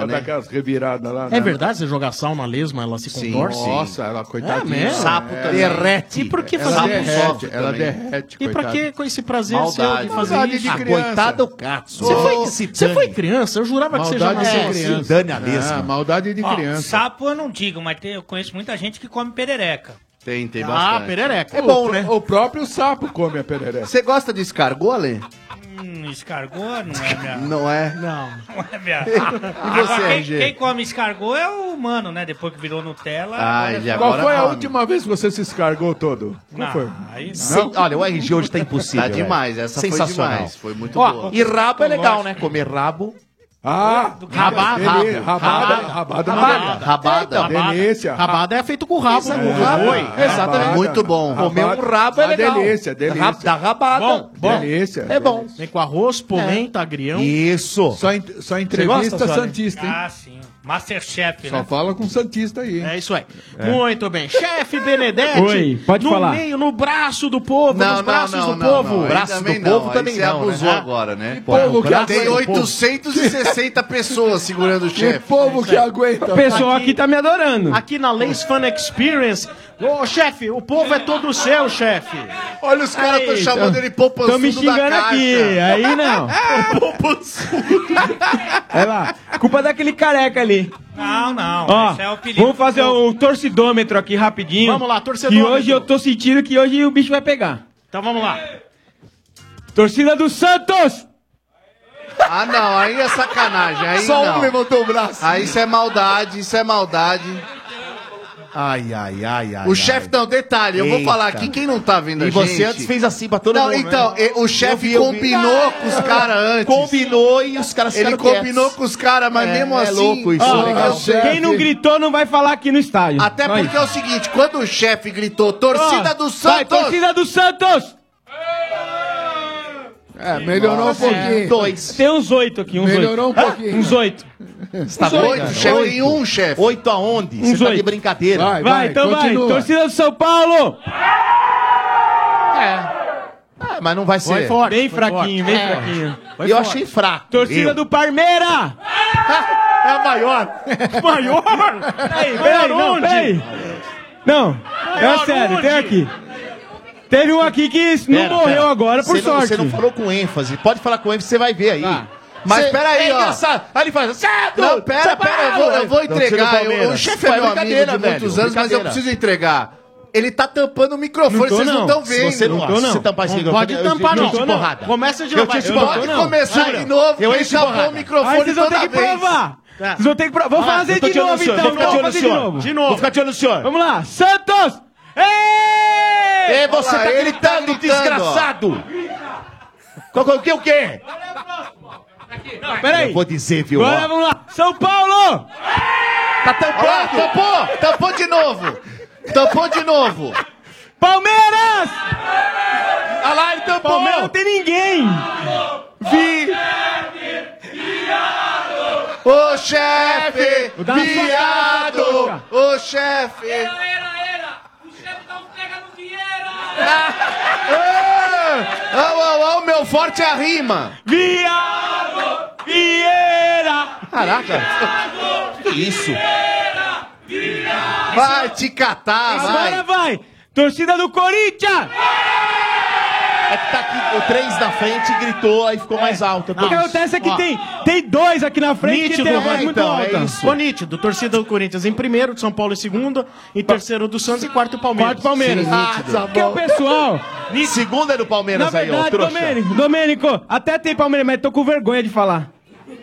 [SPEAKER 10] pra, pra
[SPEAKER 9] né?
[SPEAKER 10] dar aquelas reviradas lá. né?
[SPEAKER 9] É verdade, você jogar sal na lesma, ela se contorce?
[SPEAKER 10] Nossa, ela, coitadinha.
[SPEAKER 9] É mesmo?
[SPEAKER 10] Sapo
[SPEAKER 9] É.
[SPEAKER 10] também. Derrete.
[SPEAKER 9] E por que
[SPEAKER 10] Ela
[SPEAKER 9] fazer
[SPEAKER 10] derrete,
[SPEAKER 9] isso?
[SPEAKER 10] ela derrete,
[SPEAKER 9] E pra
[SPEAKER 10] coitada.
[SPEAKER 9] que com esse prazer seu
[SPEAKER 10] Maldade.
[SPEAKER 9] de fazer
[SPEAKER 10] Maldade
[SPEAKER 9] isso? Ah,
[SPEAKER 10] de criança. Ah,
[SPEAKER 9] coitado Katsu. Você foi,
[SPEAKER 10] Ô,
[SPEAKER 9] você
[SPEAKER 10] Zidane.
[SPEAKER 9] foi criança? Eu jurava que você já
[SPEAKER 10] Maldade
[SPEAKER 9] nasceu
[SPEAKER 10] de
[SPEAKER 9] assim.
[SPEAKER 10] criança. Dane a lesma. Ah,
[SPEAKER 8] é
[SPEAKER 10] maldade de
[SPEAKER 12] Ó,
[SPEAKER 10] criança.
[SPEAKER 12] sapo eu não digo, mas tem- eu conheço muita gente que come perereca.
[SPEAKER 8] Tem, tem
[SPEAKER 12] Ah,
[SPEAKER 8] bastante.
[SPEAKER 12] perereca.
[SPEAKER 8] É bom, né?
[SPEAKER 10] O próprio sapo come a perereca.
[SPEAKER 8] Você gosta de escargot, Ale?
[SPEAKER 12] Hum, escargot não é
[SPEAKER 8] [LAUGHS]
[SPEAKER 12] minha...
[SPEAKER 8] Não é?
[SPEAKER 9] Não.
[SPEAKER 12] Não é minha...
[SPEAKER 8] E você,
[SPEAKER 12] Agora, quem,
[SPEAKER 10] RG?
[SPEAKER 12] quem come escargot é o humano, né? Depois que virou Nutella...
[SPEAKER 8] Ah,
[SPEAKER 12] agora- é
[SPEAKER 10] Qual foi a
[SPEAKER 8] [LAUGHS]
[SPEAKER 10] última vez que você se escargou todo? Qual
[SPEAKER 12] Não,
[SPEAKER 10] foi?
[SPEAKER 12] aí não.
[SPEAKER 2] Sim, olha, o RG hoje tá impossível.
[SPEAKER 10] Tá
[SPEAKER 2] velho.
[SPEAKER 10] demais, essa foi
[SPEAKER 2] Sensacional.
[SPEAKER 10] demais, foi muito
[SPEAKER 2] Ó,
[SPEAKER 10] boa.
[SPEAKER 2] E rabo é legal, né? Comer rabo.
[SPEAKER 10] Ah,
[SPEAKER 2] rabada,
[SPEAKER 10] Ele- rabada,
[SPEAKER 2] rabada,
[SPEAKER 10] rabada,
[SPEAKER 2] rabada,
[SPEAKER 10] rabada.
[SPEAKER 2] rabada.
[SPEAKER 10] Delícia.
[SPEAKER 9] Rabada é feito com rabo,
[SPEAKER 10] Exato,
[SPEAKER 9] né?
[SPEAKER 10] com rabo.
[SPEAKER 9] Boi.
[SPEAKER 10] É, exatamente. Muito bom.
[SPEAKER 9] Comer um rabo é
[SPEAKER 10] Uma
[SPEAKER 9] legal.
[SPEAKER 10] delícia, delícia.
[SPEAKER 9] Rabo Da rabada.
[SPEAKER 10] Bom, bom. Ah. Delícia,
[SPEAKER 9] É
[SPEAKER 10] delícia.
[SPEAKER 9] bom. Vem com arroz, polenta, agrião.
[SPEAKER 10] Isso. Só, en- só entrevista
[SPEAKER 9] é Você gosta,
[SPEAKER 10] Santista, hein?
[SPEAKER 12] Ah, sim. Masterchef,
[SPEAKER 10] Só
[SPEAKER 12] né?
[SPEAKER 10] fala com Santista aí. hein?
[SPEAKER 9] É isso aí. Muito bem. Chefe Benedetti.
[SPEAKER 10] Oi, pode
[SPEAKER 9] no
[SPEAKER 10] falar.
[SPEAKER 9] meio, no braço do povo,
[SPEAKER 8] Não,
[SPEAKER 9] nos
[SPEAKER 8] não,
[SPEAKER 9] braços
[SPEAKER 8] não,
[SPEAKER 9] do
[SPEAKER 8] não,
[SPEAKER 9] povo.
[SPEAKER 8] não. Aí
[SPEAKER 9] Braço
[SPEAKER 8] também
[SPEAKER 9] do
[SPEAKER 8] não,
[SPEAKER 9] povo
[SPEAKER 8] aí
[SPEAKER 9] também
[SPEAKER 8] você
[SPEAKER 9] não,
[SPEAKER 8] abusou
[SPEAKER 9] né?
[SPEAKER 8] agora, né?
[SPEAKER 9] Pô, o braço
[SPEAKER 8] tem
[SPEAKER 9] do povo.
[SPEAKER 8] 860 pessoas segurando o chefe.
[SPEAKER 9] povo que
[SPEAKER 8] aguenta.
[SPEAKER 9] O pessoal aqui tá me adorando. É Aqui na Lace Fun Experience. Ô, chefe, o povo é todo seu, chefe.
[SPEAKER 8] Olha, os caras tão chamando ele
[SPEAKER 9] popançudo
[SPEAKER 8] poupançudo
[SPEAKER 9] Estão me
[SPEAKER 8] da
[SPEAKER 9] xingando
[SPEAKER 8] caixa.
[SPEAKER 9] aqui. Aí
[SPEAKER 8] [LAUGHS]
[SPEAKER 9] não.
[SPEAKER 8] É
[SPEAKER 1] Olha lá, culpa daquele careca ali.
[SPEAKER 12] Não, não.
[SPEAKER 1] Ó,
[SPEAKER 12] esse é o apelido.
[SPEAKER 1] vamos fazer um torcidômetro aqui rapidinho.
[SPEAKER 12] Vamos lá, torcedômetro.
[SPEAKER 1] Que hoje eu tô sentindo que hoje o bicho vai pegar.
[SPEAKER 9] Então vamos lá.
[SPEAKER 1] Torcida do Santos!
[SPEAKER 8] Ah, não, aí é sacanagem. Aí
[SPEAKER 1] Só um
[SPEAKER 8] não.
[SPEAKER 1] levantou o braço.
[SPEAKER 8] Aí isso é maldade, isso é maldade.
[SPEAKER 2] Ai, ai, ai, ai.
[SPEAKER 8] o chefe, não, detalhe, eu vou
[SPEAKER 2] Eita.
[SPEAKER 8] falar aqui, quem não tá vendo a
[SPEAKER 2] E
[SPEAKER 8] gente...
[SPEAKER 2] você antes fez assim pra todo
[SPEAKER 8] não,
[SPEAKER 2] mundo,
[SPEAKER 8] Então,
[SPEAKER 2] né?
[SPEAKER 8] e- o
[SPEAKER 2] Eu vi,
[SPEAKER 8] chefe
[SPEAKER 2] eu vi.
[SPEAKER 8] combinou com os caras antes.
[SPEAKER 2] Combinou e os caras
[SPEAKER 8] Ele
[SPEAKER 2] ficaram quietos.
[SPEAKER 8] combinou com os caras, mas
[SPEAKER 2] É,
[SPEAKER 8] mesmo
[SPEAKER 2] é
[SPEAKER 8] assim...
[SPEAKER 2] louco isso,
[SPEAKER 8] Ó,
[SPEAKER 2] legal.
[SPEAKER 1] Quem não gritou não vai falar aqui no estádio.
[SPEAKER 8] é Até
[SPEAKER 1] Só
[SPEAKER 8] porque é o seguinte, quando o chefe gritou torcida do Santos...
[SPEAKER 1] Vai, torcida do Santos!
[SPEAKER 14] É, melhorou um pouquinho.
[SPEAKER 1] Dois. Tem uns oito aqui, uns
[SPEAKER 14] Melhorou
[SPEAKER 1] oito.
[SPEAKER 14] um pouquinho.
[SPEAKER 1] Uns oito.
[SPEAKER 2] Você tá doido? Oito. Oito aonde?
[SPEAKER 1] Uns
[SPEAKER 2] Você tá de
[SPEAKER 1] oito.
[SPEAKER 2] brincadeira.
[SPEAKER 1] Vai, então vai. Torcida do São Paulo!
[SPEAKER 2] Ah, mas não vai ser.
[SPEAKER 1] Foi forte, Bem foi fraquinho, forte. bem É. fraquinho. Foi
[SPEAKER 2] eu
[SPEAKER 1] forte.
[SPEAKER 2] achei fraco.
[SPEAKER 1] Torcida do [LAUGHS] Parmeira!
[SPEAKER 2] É a maior.
[SPEAKER 1] [LAUGHS] Maior? Peraí, peraí, não, peraí. Não, é
[SPEAKER 2] Maior
[SPEAKER 1] sério,
[SPEAKER 2] onde?
[SPEAKER 1] tem aqui. Teve um aqui que não
[SPEAKER 2] Pera,
[SPEAKER 1] morreu
[SPEAKER 2] pera.
[SPEAKER 1] agora, por
[SPEAKER 2] Você não-
[SPEAKER 1] sorte.
[SPEAKER 2] Você não falou com ênfase. Pode falar com ênfase, você vai ver aí.
[SPEAKER 8] Mas
[SPEAKER 2] Você-
[SPEAKER 8] peraí,
[SPEAKER 2] é
[SPEAKER 8] ó.
[SPEAKER 2] engraçado. Aí ele faz... Certo! Então
[SPEAKER 8] é Não, pera, pera, eu vou, eu vou entregar. Eu, o chefe é meu amigo de muitos anos, mas eu preciso entregar. Ele tá tampando o
[SPEAKER 2] Não
[SPEAKER 8] microfone,
[SPEAKER 2] tô,
[SPEAKER 8] vocês não
[SPEAKER 2] não.
[SPEAKER 8] estão
[SPEAKER 2] Se
[SPEAKER 8] vendo.
[SPEAKER 2] você não-
[SPEAKER 8] tô,
[SPEAKER 2] se você tampar esse microfone,
[SPEAKER 8] Pode
[SPEAKER 2] eu
[SPEAKER 8] tampar,
[SPEAKER 2] te- eu
[SPEAKER 8] não.
[SPEAKER 2] te
[SPEAKER 8] Não, não.
[SPEAKER 2] porrada.
[SPEAKER 8] Começa de
[SPEAKER 2] Eu
[SPEAKER 8] novo.
[SPEAKER 2] te esborro.
[SPEAKER 8] Pode
[SPEAKER 2] Não.
[SPEAKER 8] começar
[SPEAKER 2] Jura?
[SPEAKER 8] de novo,
[SPEAKER 2] Eu
[SPEAKER 8] quem
[SPEAKER 2] te
[SPEAKER 8] tapou
[SPEAKER 2] esborrada.
[SPEAKER 8] o microfone
[SPEAKER 2] Aí vocês vão ter
[SPEAKER 8] toda
[SPEAKER 2] que
[SPEAKER 8] vez.
[SPEAKER 1] provar.
[SPEAKER 8] Tá.
[SPEAKER 1] Vocês vão ter que provar. Vou
[SPEAKER 8] Ah,
[SPEAKER 1] fazer
[SPEAKER 8] eu tô
[SPEAKER 1] de
[SPEAKER 8] te olhando,
[SPEAKER 1] novo,
[SPEAKER 8] senhor.
[SPEAKER 1] então.
[SPEAKER 8] Vou ficar te
[SPEAKER 1] Vou
[SPEAKER 8] olhando,
[SPEAKER 1] fazer de
[SPEAKER 8] senhor.
[SPEAKER 1] novo.
[SPEAKER 8] De novo.
[SPEAKER 1] Vou ficar te olhando, senhor. Vamos lá. Santos!
[SPEAKER 2] Ei, você tá
[SPEAKER 8] Olha lá, ele tá
[SPEAKER 2] gritando,
[SPEAKER 8] gritando,
[SPEAKER 2] desgraçado! Qual- qual- O que, o quê?
[SPEAKER 1] Não, peraí.
[SPEAKER 2] Eu vou dizer, viu?
[SPEAKER 1] Agora
[SPEAKER 2] ó.
[SPEAKER 1] vamos lá. São Paulo!
[SPEAKER 2] Tá tampando!
[SPEAKER 8] tampou! Tampou de novo! Tampou de novo!
[SPEAKER 1] Palmeiras!
[SPEAKER 2] Olha lá, ele tampou!
[SPEAKER 1] Palmeiras não tem ninguém!
[SPEAKER 8] Vi! Ô chefe!
[SPEAKER 16] Dá uma
[SPEAKER 8] Viado!
[SPEAKER 16] socada,
[SPEAKER 8] Ô chefe!
[SPEAKER 1] Ah,
[SPEAKER 8] Au, au, au, meu forte é a rima!
[SPEAKER 1] Viado! Vieira!
[SPEAKER 8] Caraca! Que isso? Vai te catar,
[SPEAKER 1] Agora vai! Torcida do Corinthians!
[SPEAKER 2] É que tá aqui o três na frente gritou, aí ficou mais alto.
[SPEAKER 1] O que acontece é que tem, tem dois aqui na frente
[SPEAKER 9] Nítido,
[SPEAKER 1] que tem
[SPEAKER 9] vai,
[SPEAKER 1] muito
[SPEAKER 9] então,
[SPEAKER 1] alta.
[SPEAKER 9] é isso. Ficou nítido. Torcida do Corinthians em primeiro, de São Paulo em segundo, em terceiro do Santos e quarto Palmeiras. Quarto
[SPEAKER 1] Palmeiras.
[SPEAKER 9] Ah, tá
[SPEAKER 1] Porque o
[SPEAKER 9] bom.
[SPEAKER 1] pessoal.
[SPEAKER 8] Segunda é do
[SPEAKER 1] Na
[SPEAKER 8] Palmeiras
[SPEAKER 1] verdade, Domênico, Domênico, até tem Palmeiras, mas tô com vergonha de falar.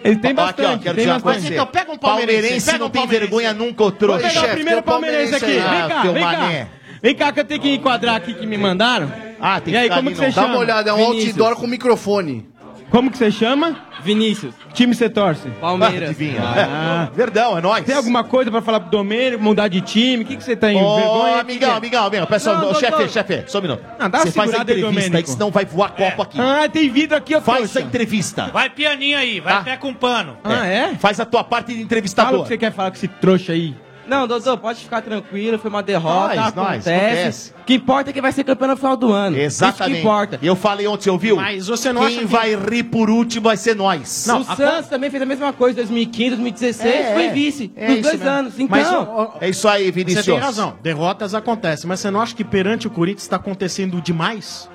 [SPEAKER 1] Ele tem
[SPEAKER 2] Ó, aqui,
[SPEAKER 1] bastante.
[SPEAKER 2] ó, quero
[SPEAKER 1] tem
[SPEAKER 2] dizer uma
[SPEAKER 1] bastante.
[SPEAKER 2] coisa. um Palmeirense não tem vergonha nunca, ô
[SPEAKER 1] Vou
[SPEAKER 2] trouxa.
[SPEAKER 1] pegar o primeiro
[SPEAKER 2] Porque
[SPEAKER 1] palmeirense aqui. Vem
[SPEAKER 2] Ah,
[SPEAKER 1] cá,
[SPEAKER 2] seu
[SPEAKER 1] vem cá.
[SPEAKER 2] mané.
[SPEAKER 1] Vem cá que eu tenho que enquadrar aqui que me mandaram. Ah, tem E aí,
[SPEAKER 8] ficar
[SPEAKER 1] como
[SPEAKER 8] ali,
[SPEAKER 1] que você
[SPEAKER 8] não. Dá
[SPEAKER 1] chama?
[SPEAKER 8] uma olhada, é um outdoor com microfone.
[SPEAKER 1] Como que você chama? Vinícius. Time você torce?
[SPEAKER 2] Palmeiras. Adivinha.
[SPEAKER 15] Ah.
[SPEAKER 2] Verdão, é nóis.
[SPEAKER 1] Tem alguma coisa pra falar pro Domênico, mudar de time? O que, que você tem?
[SPEAKER 2] Ô,
[SPEAKER 1] vergonha? O que que
[SPEAKER 2] amigão,
[SPEAKER 1] é?
[SPEAKER 2] amigão, amigão, peça
[SPEAKER 1] Não,
[SPEAKER 2] um- ô,
[SPEAKER 1] tô-
[SPEAKER 2] chefe,
[SPEAKER 1] tô-
[SPEAKER 2] chefe, só um minuto.
[SPEAKER 1] Não, dá uma
[SPEAKER 2] Você faz a
[SPEAKER 1] segurada aí,
[SPEAKER 2] entrevista aí,
[SPEAKER 1] Domênico.
[SPEAKER 2] que senão vai voar copo aqui.
[SPEAKER 1] Ah, tem vidro aqui, ó.
[SPEAKER 2] Faz a entrevista.
[SPEAKER 12] Vai pianinho aí, vai até com pano.
[SPEAKER 1] Ah, é?
[SPEAKER 2] Faz a tua parte de entrevistador.
[SPEAKER 1] Fala o que você quer falar com esse trouxa aí.
[SPEAKER 15] Não, Dodô, pode ficar tranquilo, foi uma derrota,
[SPEAKER 2] Nós, nós,
[SPEAKER 15] acontece.
[SPEAKER 2] acontece.
[SPEAKER 15] O que importa é que vai ser campeão no final do ano.
[SPEAKER 2] Exatamente.
[SPEAKER 15] Isso que importa.
[SPEAKER 2] Eu falei ontem, você ouviu?
[SPEAKER 15] Mas você não
[SPEAKER 2] Quem
[SPEAKER 15] acha que-
[SPEAKER 2] vai rir por último vai ser nós.
[SPEAKER 15] o Santos também fez a mesma coisa em 2015, 2016,
[SPEAKER 9] É,
[SPEAKER 15] foi
[SPEAKER 9] é.
[SPEAKER 15] vice.
[SPEAKER 9] É
[SPEAKER 15] nos
[SPEAKER 9] isso
[SPEAKER 15] dois
[SPEAKER 9] mesmo.
[SPEAKER 15] anos. Então,
[SPEAKER 9] Mas, ó,
[SPEAKER 2] É isso aí, Vinícius.
[SPEAKER 9] Você tem razão, derrotas acontecem, mas você não acha que perante o Corinthians está acontecendo demais?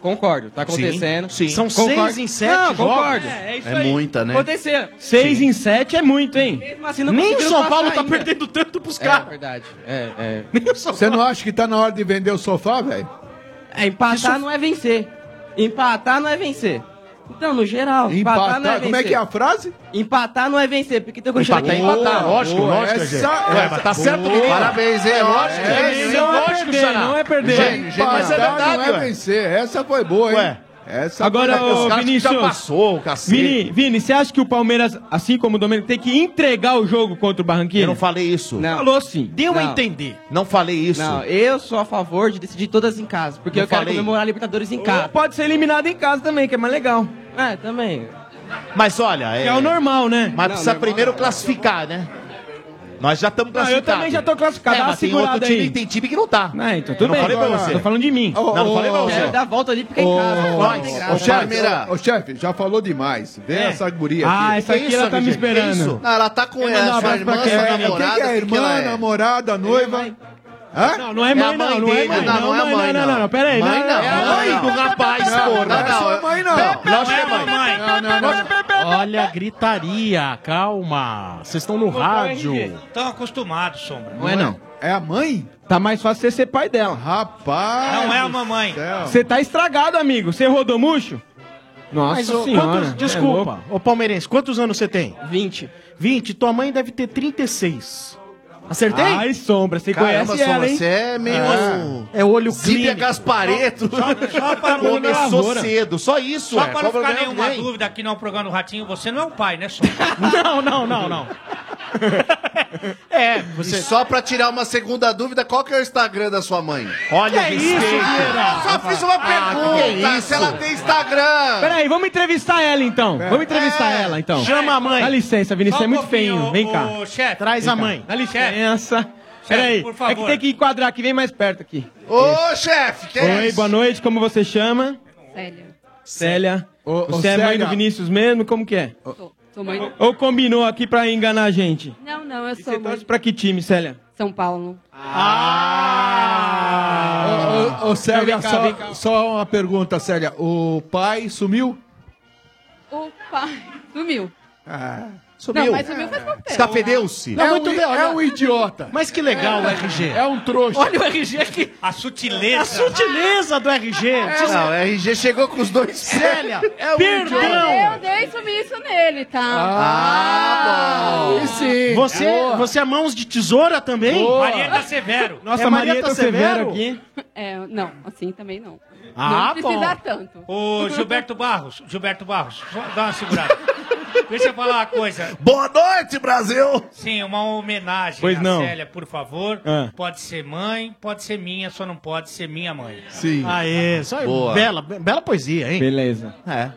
[SPEAKER 15] concordo, tá acontecendo.
[SPEAKER 9] Sim, São
[SPEAKER 15] Concordo.
[SPEAKER 9] seis em sete
[SPEAKER 15] Não,
[SPEAKER 9] jogos.
[SPEAKER 15] concordo.
[SPEAKER 9] É,
[SPEAKER 8] isso É aí. muita, né?
[SPEAKER 15] Aconteceu.
[SPEAKER 1] Seis em sete é muito, hein?
[SPEAKER 15] assim, não
[SPEAKER 9] Nem o
[SPEAKER 15] conseguiram
[SPEAKER 9] São
[SPEAKER 15] passar
[SPEAKER 9] Paulo tá
[SPEAKER 15] ainda.
[SPEAKER 9] perdendo tanto pros
[SPEAKER 15] É
[SPEAKER 9] caras.
[SPEAKER 15] verdade. É, é.
[SPEAKER 10] Você não acha que tá na hora de vender o sofá, velho?
[SPEAKER 15] É, empatar não é vencer. Empatar não é vencer. Então, no geral, empatar, não é
[SPEAKER 10] Empatar,
[SPEAKER 15] vencer.
[SPEAKER 10] como é que é a frase?
[SPEAKER 1] Ah, tá
[SPEAKER 15] Empatar não é vencer, porque tem que achar que
[SPEAKER 10] Empatar é empatar, lógico, lógico, gente.
[SPEAKER 12] é
[SPEAKER 10] Ué, mas tá certo, menino.
[SPEAKER 8] Parabéns, hein?
[SPEAKER 10] É,
[SPEAKER 8] Lógico,
[SPEAKER 10] é,
[SPEAKER 8] hein?
[SPEAKER 10] isso não é
[SPEAKER 8] Lógico,
[SPEAKER 10] perder,
[SPEAKER 8] Xará.
[SPEAKER 10] não é perder.
[SPEAKER 8] Gênio, gênio.
[SPEAKER 10] Mas é verdade,
[SPEAKER 8] ué.
[SPEAKER 10] não é vencer. Essa foi boa, hein?
[SPEAKER 1] Ué.
[SPEAKER 10] Essa
[SPEAKER 1] Agora,
[SPEAKER 2] é
[SPEAKER 10] foi...
[SPEAKER 1] ô, Vinícius.
[SPEAKER 2] passou, cacete.
[SPEAKER 1] Vini, Vini, você acha que o Palmeiras, assim como o Domênico, tem que entregar o jogo contra o Barranquilla? Eu não
[SPEAKER 2] falei isso.
[SPEAKER 1] Falou sim.
[SPEAKER 15] Deu a Não.
[SPEAKER 1] entender.
[SPEAKER 2] Não falei isso.
[SPEAKER 15] Não, eu sou a favor de decidir todas em casa, porque
[SPEAKER 1] Não
[SPEAKER 15] eu quero
[SPEAKER 1] falei.
[SPEAKER 15] comemorar a Libertadores em
[SPEAKER 1] Ou
[SPEAKER 15] casa.
[SPEAKER 1] pode ser eliminado em casa também, que é mais legal.
[SPEAKER 15] É, também.
[SPEAKER 2] Mas olha, é...
[SPEAKER 1] É o normal, né?
[SPEAKER 2] Mas precisa primeiro classificar, né? Nós já estamos
[SPEAKER 1] Não, eu
[SPEAKER 2] classificados.
[SPEAKER 1] também já tô classificado,
[SPEAKER 2] É,
[SPEAKER 1] dá uma
[SPEAKER 2] mas tem
[SPEAKER 1] segurada
[SPEAKER 2] outro time,
[SPEAKER 1] aí.
[SPEAKER 2] e tem time que não tá.
[SPEAKER 1] Ah, então tudo
[SPEAKER 2] Eu não
[SPEAKER 1] bem.
[SPEAKER 2] falei pra
[SPEAKER 1] Agora,
[SPEAKER 2] você.
[SPEAKER 1] Tô falando de mim.
[SPEAKER 10] Ô, ô,
[SPEAKER 2] Não, não falei pra
[SPEAKER 10] ô,
[SPEAKER 2] você.
[SPEAKER 10] ô,
[SPEAKER 15] Dá a volta ali, fica em casa.
[SPEAKER 10] Ô,
[SPEAKER 15] não tem graça.
[SPEAKER 10] Ô, chefe, ô, chefe, já falou demais. Vem essa guria aqui.
[SPEAKER 1] Ah, essa
[SPEAKER 10] Que
[SPEAKER 1] aqui
[SPEAKER 10] isso,
[SPEAKER 1] ela tá me
[SPEAKER 10] gente? Que
[SPEAKER 1] esperando.
[SPEAKER 10] isso?
[SPEAKER 8] Não, ela tá com
[SPEAKER 10] Quer
[SPEAKER 8] ela,
[SPEAKER 10] mandar um
[SPEAKER 8] sua
[SPEAKER 10] abraço pra
[SPEAKER 8] irmã,
[SPEAKER 10] quem?
[SPEAKER 8] sua
[SPEAKER 10] Quem
[SPEAKER 8] namorada.
[SPEAKER 10] que é a
[SPEAKER 8] o que ela
[SPEAKER 10] irmã,
[SPEAKER 8] é?
[SPEAKER 10] namorada, noiva? Hã?
[SPEAKER 1] Não, não é mãe, não. Não é mãe, não. Não, é mãe, não. não, não. Pera aí.
[SPEAKER 10] Mãe
[SPEAKER 1] não,
[SPEAKER 10] não,
[SPEAKER 1] É a mãe
[SPEAKER 10] mãe
[SPEAKER 1] do rapaz, porra.
[SPEAKER 10] Não, não, é mãe, não.
[SPEAKER 1] Lógico que é mãe.
[SPEAKER 9] Olha a gritaria, calma. Vocês estão no
[SPEAKER 12] é
[SPEAKER 9] rádio.
[SPEAKER 12] Estão acostumados, Sombra.
[SPEAKER 9] Não é não.
[SPEAKER 10] É a mãe?
[SPEAKER 1] Tá mais fácil você ser pai dela.
[SPEAKER 10] Rapaz.
[SPEAKER 12] Não é a mamãe.
[SPEAKER 1] Você tá estragado, amigo. Você rodou murcho? Nossa
[SPEAKER 9] ô,
[SPEAKER 1] senhora.
[SPEAKER 9] quantos-
[SPEAKER 1] é
[SPEAKER 9] desculpa,
[SPEAKER 1] louco.
[SPEAKER 9] ô palmeirense, quantos anos você tem?
[SPEAKER 15] 20.
[SPEAKER 9] 20, tua mãe deve ter 36. Acertei?
[SPEAKER 1] Ai, Sombra, você
[SPEAKER 9] Caramba,
[SPEAKER 1] conhece ela,
[SPEAKER 9] Sombra,
[SPEAKER 1] hein?
[SPEAKER 9] você é meio-
[SPEAKER 1] É olho
[SPEAKER 8] Zíbia
[SPEAKER 1] clínico.
[SPEAKER 8] Gaspareto.
[SPEAKER 2] Começou cedo, só isso.
[SPEAKER 12] Só
[SPEAKER 2] é.
[SPEAKER 12] para não
[SPEAKER 2] Qual o
[SPEAKER 12] ficar
[SPEAKER 2] problema
[SPEAKER 12] nenhuma
[SPEAKER 2] que tem?
[SPEAKER 12] dúvida aqui no programa do Ratinho, você não é o pai, né, Sombra?
[SPEAKER 9] Não, não, não, não.
[SPEAKER 8] É, você... só pra tirar uma segunda dúvida, qual que é o Instagram da sua mãe?
[SPEAKER 2] Olha
[SPEAKER 8] que isso, Vieira. Só fiz
[SPEAKER 9] é
[SPEAKER 8] uma
[SPEAKER 1] Ah,
[SPEAKER 8] pergunta,
[SPEAKER 1] é
[SPEAKER 8] se ela tem Instagram.
[SPEAKER 1] Peraí, vamos entrevistar ela então. Vamos entrevistar ela então.
[SPEAKER 9] É. Chama a mãe.
[SPEAKER 1] Dá licença,
[SPEAKER 9] Só
[SPEAKER 1] Vinícius, você é
[SPEAKER 9] um
[SPEAKER 1] muito
[SPEAKER 9] pouquinho,
[SPEAKER 1] feinho. Vem cá.
[SPEAKER 9] ô, chefe. Traz
[SPEAKER 1] Vem
[SPEAKER 9] a
[SPEAKER 1] cá.
[SPEAKER 9] mãe.
[SPEAKER 1] Dá licença. Peraí,
[SPEAKER 9] por
[SPEAKER 1] é
[SPEAKER 9] favor.
[SPEAKER 1] que tem que enquadrar aqui, vem mais perto aqui.
[SPEAKER 8] Ô, chefe, que é
[SPEAKER 1] Oi,
[SPEAKER 8] isso?
[SPEAKER 1] boa noite, como você chama?
[SPEAKER 17] Sério.
[SPEAKER 1] Célia. você
[SPEAKER 10] ô,
[SPEAKER 1] é mãe
[SPEAKER 10] Célia.
[SPEAKER 1] do Vinícius mesmo? Como que é?
[SPEAKER 17] Sou, sou mãe.
[SPEAKER 1] Ou combinou aqui pra enganar a gente?
[SPEAKER 17] Não, não, eu sou mãe.
[SPEAKER 1] Pra que time, Célia?
[SPEAKER 17] São Paulo.
[SPEAKER 10] Ô, ô, ô, Célia,
[SPEAKER 17] Ah. Vem cá,
[SPEAKER 10] só,
[SPEAKER 17] vem cá.
[SPEAKER 10] só uma pergunta, Célia. O pai sumiu?
[SPEAKER 17] O pai sumiu.
[SPEAKER 10] Ah,
[SPEAKER 2] Sumiu.
[SPEAKER 17] Não, mas sumiu faz pouco tempo.
[SPEAKER 2] Escafedeu-se.
[SPEAKER 12] É um- é um
[SPEAKER 9] idiota. Mas que legal o RG.
[SPEAKER 12] É um trouxa.
[SPEAKER 9] Olha o RG aqui.
[SPEAKER 12] A sutileza.
[SPEAKER 9] A sutileza do RG.
[SPEAKER 8] Não, o RG chegou com os dois.
[SPEAKER 9] [LAUGHS] Célia,
[SPEAKER 8] É um
[SPEAKER 9] perdão.
[SPEAKER 8] idiota.
[SPEAKER 17] Eu dei sumiço nele, tá?
[SPEAKER 9] Ah, sim. Você,
[SPEAKER 17] Boa.
[SPEAKER 9] você Ah, é mãos de tesoura também?
[SPEAKER 17] Boa.
[SPEAKER 12] Marieta Severo.
[SPEAKER 9] Nossa, É Marieta, Severo.
[SPEAKER 12] aqui.
[SPEAKER 17] É, não, assim também não.
[SPEAKER 12] Ah,
[SPEAKER 17] não precisa
[SPEAKER 12] bom.
[SPEAKER 17] tanto.
[SPEAKER 12] Ô, Gilberto Barros, Gilberto Barros, só dá uma segurada. Deixa eu falar uma coisa.
[SPEAKER 2] Boa noite, Brasil!
[SPEAKER 12] Sim, uma homenagem
[SPEAKER 1] Pois
[SPEAKER 12] à
[SPEAKER 1] não.
[SPEAKER 12] Célia, por favor.
[SPEAKER 1] Ah.
[SPEAKER 12] Pode ser mãe, pode ser minha, só não pode ser minha mãe.
[SPEAKER 9] Sim. Aê, só
[SPEAKER 12] Boa.
[SPEAKER 9] Bela, be- bela poesia, hein?
[SPEAKER 1] Beleza.
[SPEAKER 2] É.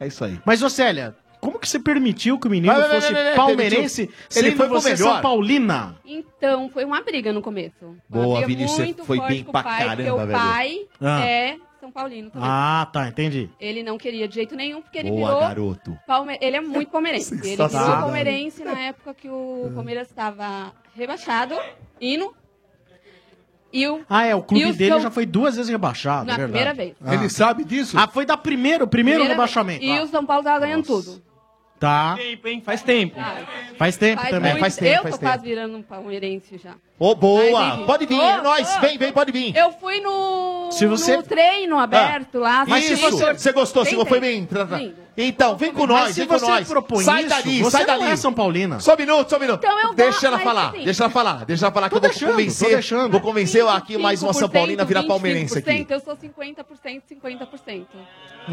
[SPEAKER 2] É isso aí.
[SPEAKER 9] Mas, ô Célia, como que você permitiu que o menino
[SPEAKER 2] Vai, vai, vai,
[SPEAKER 9] fosse
[SPEAKER 2] vai, vai,
[SPEAKER 9] palmeirense
[SPEAKER 2] permitiu.
[SPEAKER 9] sendo
[SPEAKER 2] Ele foi pro
[SPEAKER 9] você
[SPEAKER 2] melhor.
[SPEAKER 9] São Paulina?
[SPEAKER 17] Então, foi uma briga no começo. Foi uma
[SPEAKER 9] Boa,
[SPEAKER 17] briga
[SPEAKER 9] Vinícius, você
[SPEAKER 17] muito
[SPEAKER 9] foi
[SPEAKER 17] forte
[SPEAKER 9] bem
[SPEAKER 17] com o
[SPEAKER 9] pra
[SPEAKER 17] pai,
[SPEAKER 9] caramba, velho.
[SPEAKER 17] porque o pai
[SPEAKER 9] Ah.
[SPEAKER 17] é São Paulino também.
[SPEAKER 9] Ah, tá, entendi.
[SPEAKER 17] Ele não queria de jeito nenhum, porque ele
[SPEAKER 9] Boa,
[SPEAKER 17] virou...
[SPEAKER 9] garoto.
[SPEAKER 17] Palme- Ele é muito palmeirense. Ele virou
[SPEAKER 9] Sensacional.
[SPEAKER 17] palmeirense na época que o Palmeiras estava rebaixado, hino, e o...
[SPEAKER 9] Ah, é, o
[SPEAKER 17] E
[SPEAKER 9] clube
[SPEAKER 17] o
[SPEAKER 9] dele
[SPEAKER 17] São-
[SPEAKER 9] já foi duas vezes rebaixado,
[SPEAKER 17] Na
[SPEAKER 9] é verdade.
[SPEAKER 17] primeira vez.
[SPEAKER 9] Ele sabe disso? Ah, foi da primeira, o primeiro
[SPEAKER 17] primeira-
[SPEAKER 9] rebaixamento.
[SPEAKER 17] E o São Paulo tava ganhando tudo.
[SPEAKER 9] Ah, Tá.
[SPEAKER 1] Tempo, hein? Faz tempo.
[SPEAKER 9] Faz tempo também.
[SPEAKER 17] muito-
[SPEAKER 9] Faz tempo,
[SPEAKER 17] Eu
[SPEAKER 9] faz
[SPEAKER 17] tô
[SPEAKER 9] tempo.
[SPEAKER 17] quase virando um palmeirense já.
[SPEAKER 2] Ô,
[SPEAKER 17] Mas,
[SPEAKER 2] boa!
[SPEAKER 17] enfim.
[SPEAKER 2] pode vir,
[SPEAKER 17] Tô,
[SPEAKER 2] é nóis!
[SPEAKER 17] tô.
[SPEAKER 2] Vem, vem, pode vir!
[SPEAKER 17] Eu fui no,
[SPEAKER 2] Se você-
[SPEAKER 17] no treino aberto lá.
[SPEAKER 2] Mas se
[SPEAKER 17] assisti.
[SPEAKER 2] você, Ah, você gostou,
[SPEAKER 17] Tem
[SPEAKER 2] se foi bem?
[SPEAKER 17] treino.
[SPEAKER 2] Tra- tra-
[SPEAKER 17] Sim.
[SPEAKER 2] Então, vem com
[SPEAKER 17] Mas
[SPEAKER 2] nós,
[SPEAKER 17] se
[SPEAKER 2] vem com
[SPEAKER 17] você
[SPEAKER 2] nós.
[SPEAKER 17] propõe
[SPEAKER 2] sai
[SPEAKER 17] isso,
[SPEAKER 2] dali,
[SPEAKER 9] você
[SPEAKER 2] sai
[SPEAKER 9] não
[SPEAKER 2] dali.
[SPEAKER 9] é São Paulina.
[SPEAKER 2] Só um minuto, só um minuto.
[SPEAKER 17] Então eu vou,
[SPEAKER 2] deixa ela
[SPEAKER 17] mas
[SPEAKER 2] falar,
[SPEAKER 17] assim-
[SPEAKER 2] deixa ela falar, deixa ela falar que
[SPEAKER 17] Tô
[SPEAKER 2] eu vou
[SPEAKER 17] deixando,
[SPEAKER 2] convencer.
[SPEAKER 17] tô deixando.
[SPEAKER 2] Vou convencer aqui mais uma São
[SPEAKER 17] 25%,
[SPEAKER 2] Paulina virar palmeirense aqui.
[SPEAKER 17] 25%, Eu sou 50%, 50%.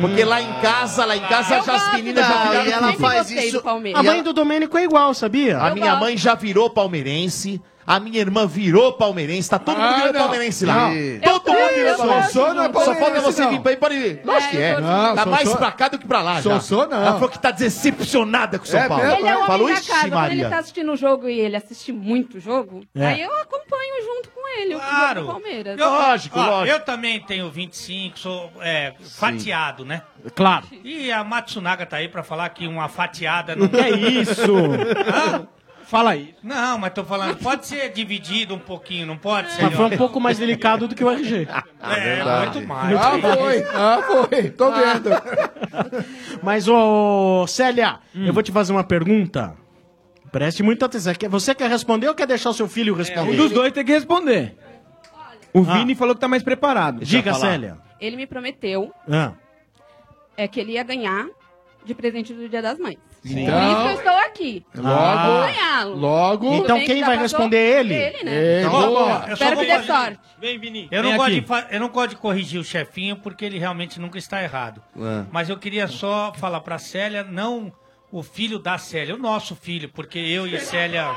[SPEAKER 2] Porque lá em casa, lá em casa
[SPEAKER 17] Eu
[SPEAKER 2] já as
[SPEAKER 17] gosto
[SPEAKER 2] meninas
[SPEAKER 17] da-
[SPEAKER 2] já viraram.
[SPEAKER 17] e ela
[SPEAKER 2] palmeirense.
[SPEAKER 17] faz Sempre gostei isso- do Palmeiras.
[SPEAKER 9] A mãe do Domênico é igual, sabia?
[SPEAKER 2] A minha mãe já virou palmeirense. A minha irmã virou palmeirense. Tá todo mundo
[SPEAKER 9] Ah,
[SPEAKER 2] virando
[SPEAKER 9] não.
[SPEAKER 2] palmeirense lá.
[SPEAKER 9] Não.
[SPEAKER 2] Todo
[SPEAKER 9] Eu
[SPEAKER 2] mundo virou
[SPEAKER 9] torço,
[SPEAKER 2] palmeirense.
[SPEAKER 9] Sossô não é
[SPEAKER 2] Só falta
[SPEAKER 9] palmeirense,
[SPEAKER 2] você
[SPEAKER 9] não.
[SPEAKER 2] vir pra ir. Pode vir. Lógico que
[SPEAKER 9] eu
[SPEAKER 2] é.
[SPEAKER 9] torço muito.
[SPEAKER 2] Tá
[SPEAKER 9] Não,
[SPEAKER 2] mais
[SPEAKER 9] Sossô-
[SPEAKER 2] pra cá do que pra lá. já.
[SPEAKER 9] Sossô não.
[SPEAKER 2] Ela falou que tá decepcionada com o São Paulo.
[SPEAKER 17] Ele é o
[SPEAKER 2] falou
[SPEAKER 17] homem da
[SPEAKER 2] isso,
[SPEAKER 17] casa. Quando ele
[SPEAKER 2] Maria.
[SPEAKER 17] tá assistindo o jogo e ele assiste muito o jogo,
[SPEAKER 2] É.
[SPEAKER 17] aí eu acompanho junto com ele o que joga
[SPEAKER 12] Claro.
[SPEAKER 17] do Palmeiras.
[SPEAKER 12] Eu- ó, Eu também tenho 25, sou é, fatiado, né?
[SPEAKER 9] Claro.
[SPEAKER 12] E a Matsunaga tá aí pra falar que uma fatiada
[SPEAKER 9] [LAUGHS]
[SPEAKER 12] não
[SPEAKER 9] Que é isso? Fala aí.
[SPEAKER 12] Não, mas tô falando, pode ser dividido um pouquinho, não pode ser?
[SPEAKER 9] Mas foi um pouco mais delicado do que o RG.
[SPEAKER 12] É, muito mais.
[SPEAKER 9] Ah, foi.
[SPEAKER 15] Ah, foi. Tô vendo.
[SPEAKER 9] [LAUGHS] Mas, ô, Célia,
[SPEAKER 15] Hum.
[SPEAKER 9] eu vou te fazer uma pergunta. Preste muita atenção. Quer- Você quer responder ou quer deixar o seu filho responder? Ah.
[SPEAKER 1] um dos dois tem que responder. O Vini falou que tá mais preparado.
[SPEAKER 9] Deixa Diga, eu falar. Célia.
[SPEAKER 17] Ele me prometeu
[SPEAKER 9] Ah.
[SPEAKER 17] é, que ele ia ganhar de presente do Dia das Mães.
[SPEAKER 9] Sim.
[SPEAKER 17] Por isso que
[SPEAKER 9] Então-
[SPEAKER 17] eu estou aqui.
[SPEAKER 9] Logo-
[SPEAKER 17] Eu vou ganhá-lo.
[SPEAKER 9] logo-
[SPEAKER 17] Tudo
[SPEAKER 9] Então
[SPEAKER 17] bem
[SPEAKER 9] quem
[SPEAKER 17] que já
[SPEAKER 9] vai
[SPEAKER 17] passou?
[SPEAKER 9] responder é ele?
[SPEAKER 17] Ele, né?
[SPEAKER 9] Ele.
[SPEAKER 12] Então,
[SPEAKER 9] Boa.
[SPEAKER 12] ó, eu só
[SPEAKER 17] Espero
[SPEAKER 12] vou
[SPEAKER 17] que dê
[SPEAKER 12] fazer-
[SPEAKER 17] sorte.
[SPEAKER 1] Vem, Vini.
[SPEAKER 12] Eu
[SPEAKER 1] Vem
[SPEAKER 12] não, gosto
[SPEAKER 1] aqui.
[SPEAKER 12] de fa- eu não gosto de corrigir o chefinho porque ele realmente nunca está errado.
[SPEAKER 1] É.
[SPEAKER 12] Mas eu queria só falar pra Célia, não o filho da Célia, o nosso filho, porque eu e Célia.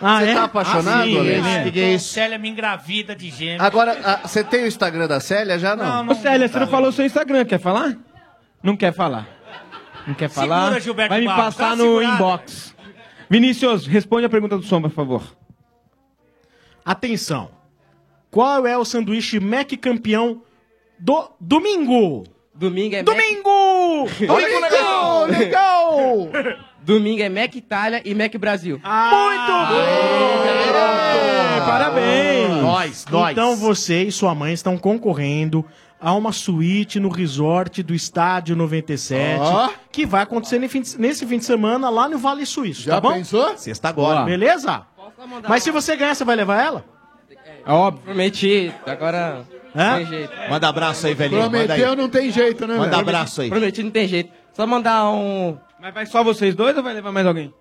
[SPEAKER 9] Ah,
[SPEAKER 8] Você é? tá apaixonado,
[SPEAKER 12] sim,
[SPEAKER 8] Alex?
[SPEAKER 12] é.
[SPEAKER 8] Que que é isso?
[SPEAKER 12] Célia me engravida de gêmeos.
[SPEAKER 8] Agora, a- você tem o Instagram da Célia já? Não.
[SPEAKER 1] Ô, Célia, você não falou o seu Instagram, quer falar? Não quer falar. Não quer
[SPEAKER 12] Segura,
[SPEAKER 1] falar?
[SPEAKER 12] Gilberto
[SPEAKER 1] Vai me
[SPEAKER 12] Barros,
[SPEAKER 1] passar
[SPEAKER 12] dá uma
[SPEAKER 1] no
[SPEAKER 12] segurada.
[SPEAKER 1] inbox. Vinícius, responde a pergunta do som, por favor.
[SPEAKER 9] Atenção. Qual é o sanduíche Mac campeão do domingo?
[SPEAKER 18] Domingo é
[SPEAKER 9] Domingo!
[SPEAKER 18] legal!
[SPEAKER 9] Legal!
[SPEAKER 18] [LAUGHS] Domingo é Mac Itália e Mac Brasil.
[SPEAKER 1] Ah!
[SPEAKER 9] Parabéns!
[SPEAKER 2] Nós, nós.
[SPEAKER 9] Então você e sua mãe estão concorrendo a uma suíte no resort do Estádio 97,
[SPEAKER 10] Ó.
[SPEAKER 9] que vai acontecer nesse fim, de, nesse fim de semana lá no Vale Suíço,
[SPEAKER 10] Já
[SPEAKER 9] tá bom?
[SPEAKER 10] pensou?
[SPEAKER 2] Sexta agora.
[SPEAKER 9] Beleza? Mas se você ganhar, você vai levar ela?
[SPEAKER 18] É óbvio. Prometi, agora
[SPEAKER 9] Hã?
[SPEAKER 18] não tem jeito.
[SPEAKER 2] Manda abraço aí, velhinho. Manda aí.
[SPEAKER 18] não tem jeito, né?
[SPEAKER 2] Manda velho? abraço aí.
[SPEAKER 18] Prometi não tem jeito. Só mandar um...
[SPEAKER 1] Mas vai só vocês dois ou vai levar mais alguém?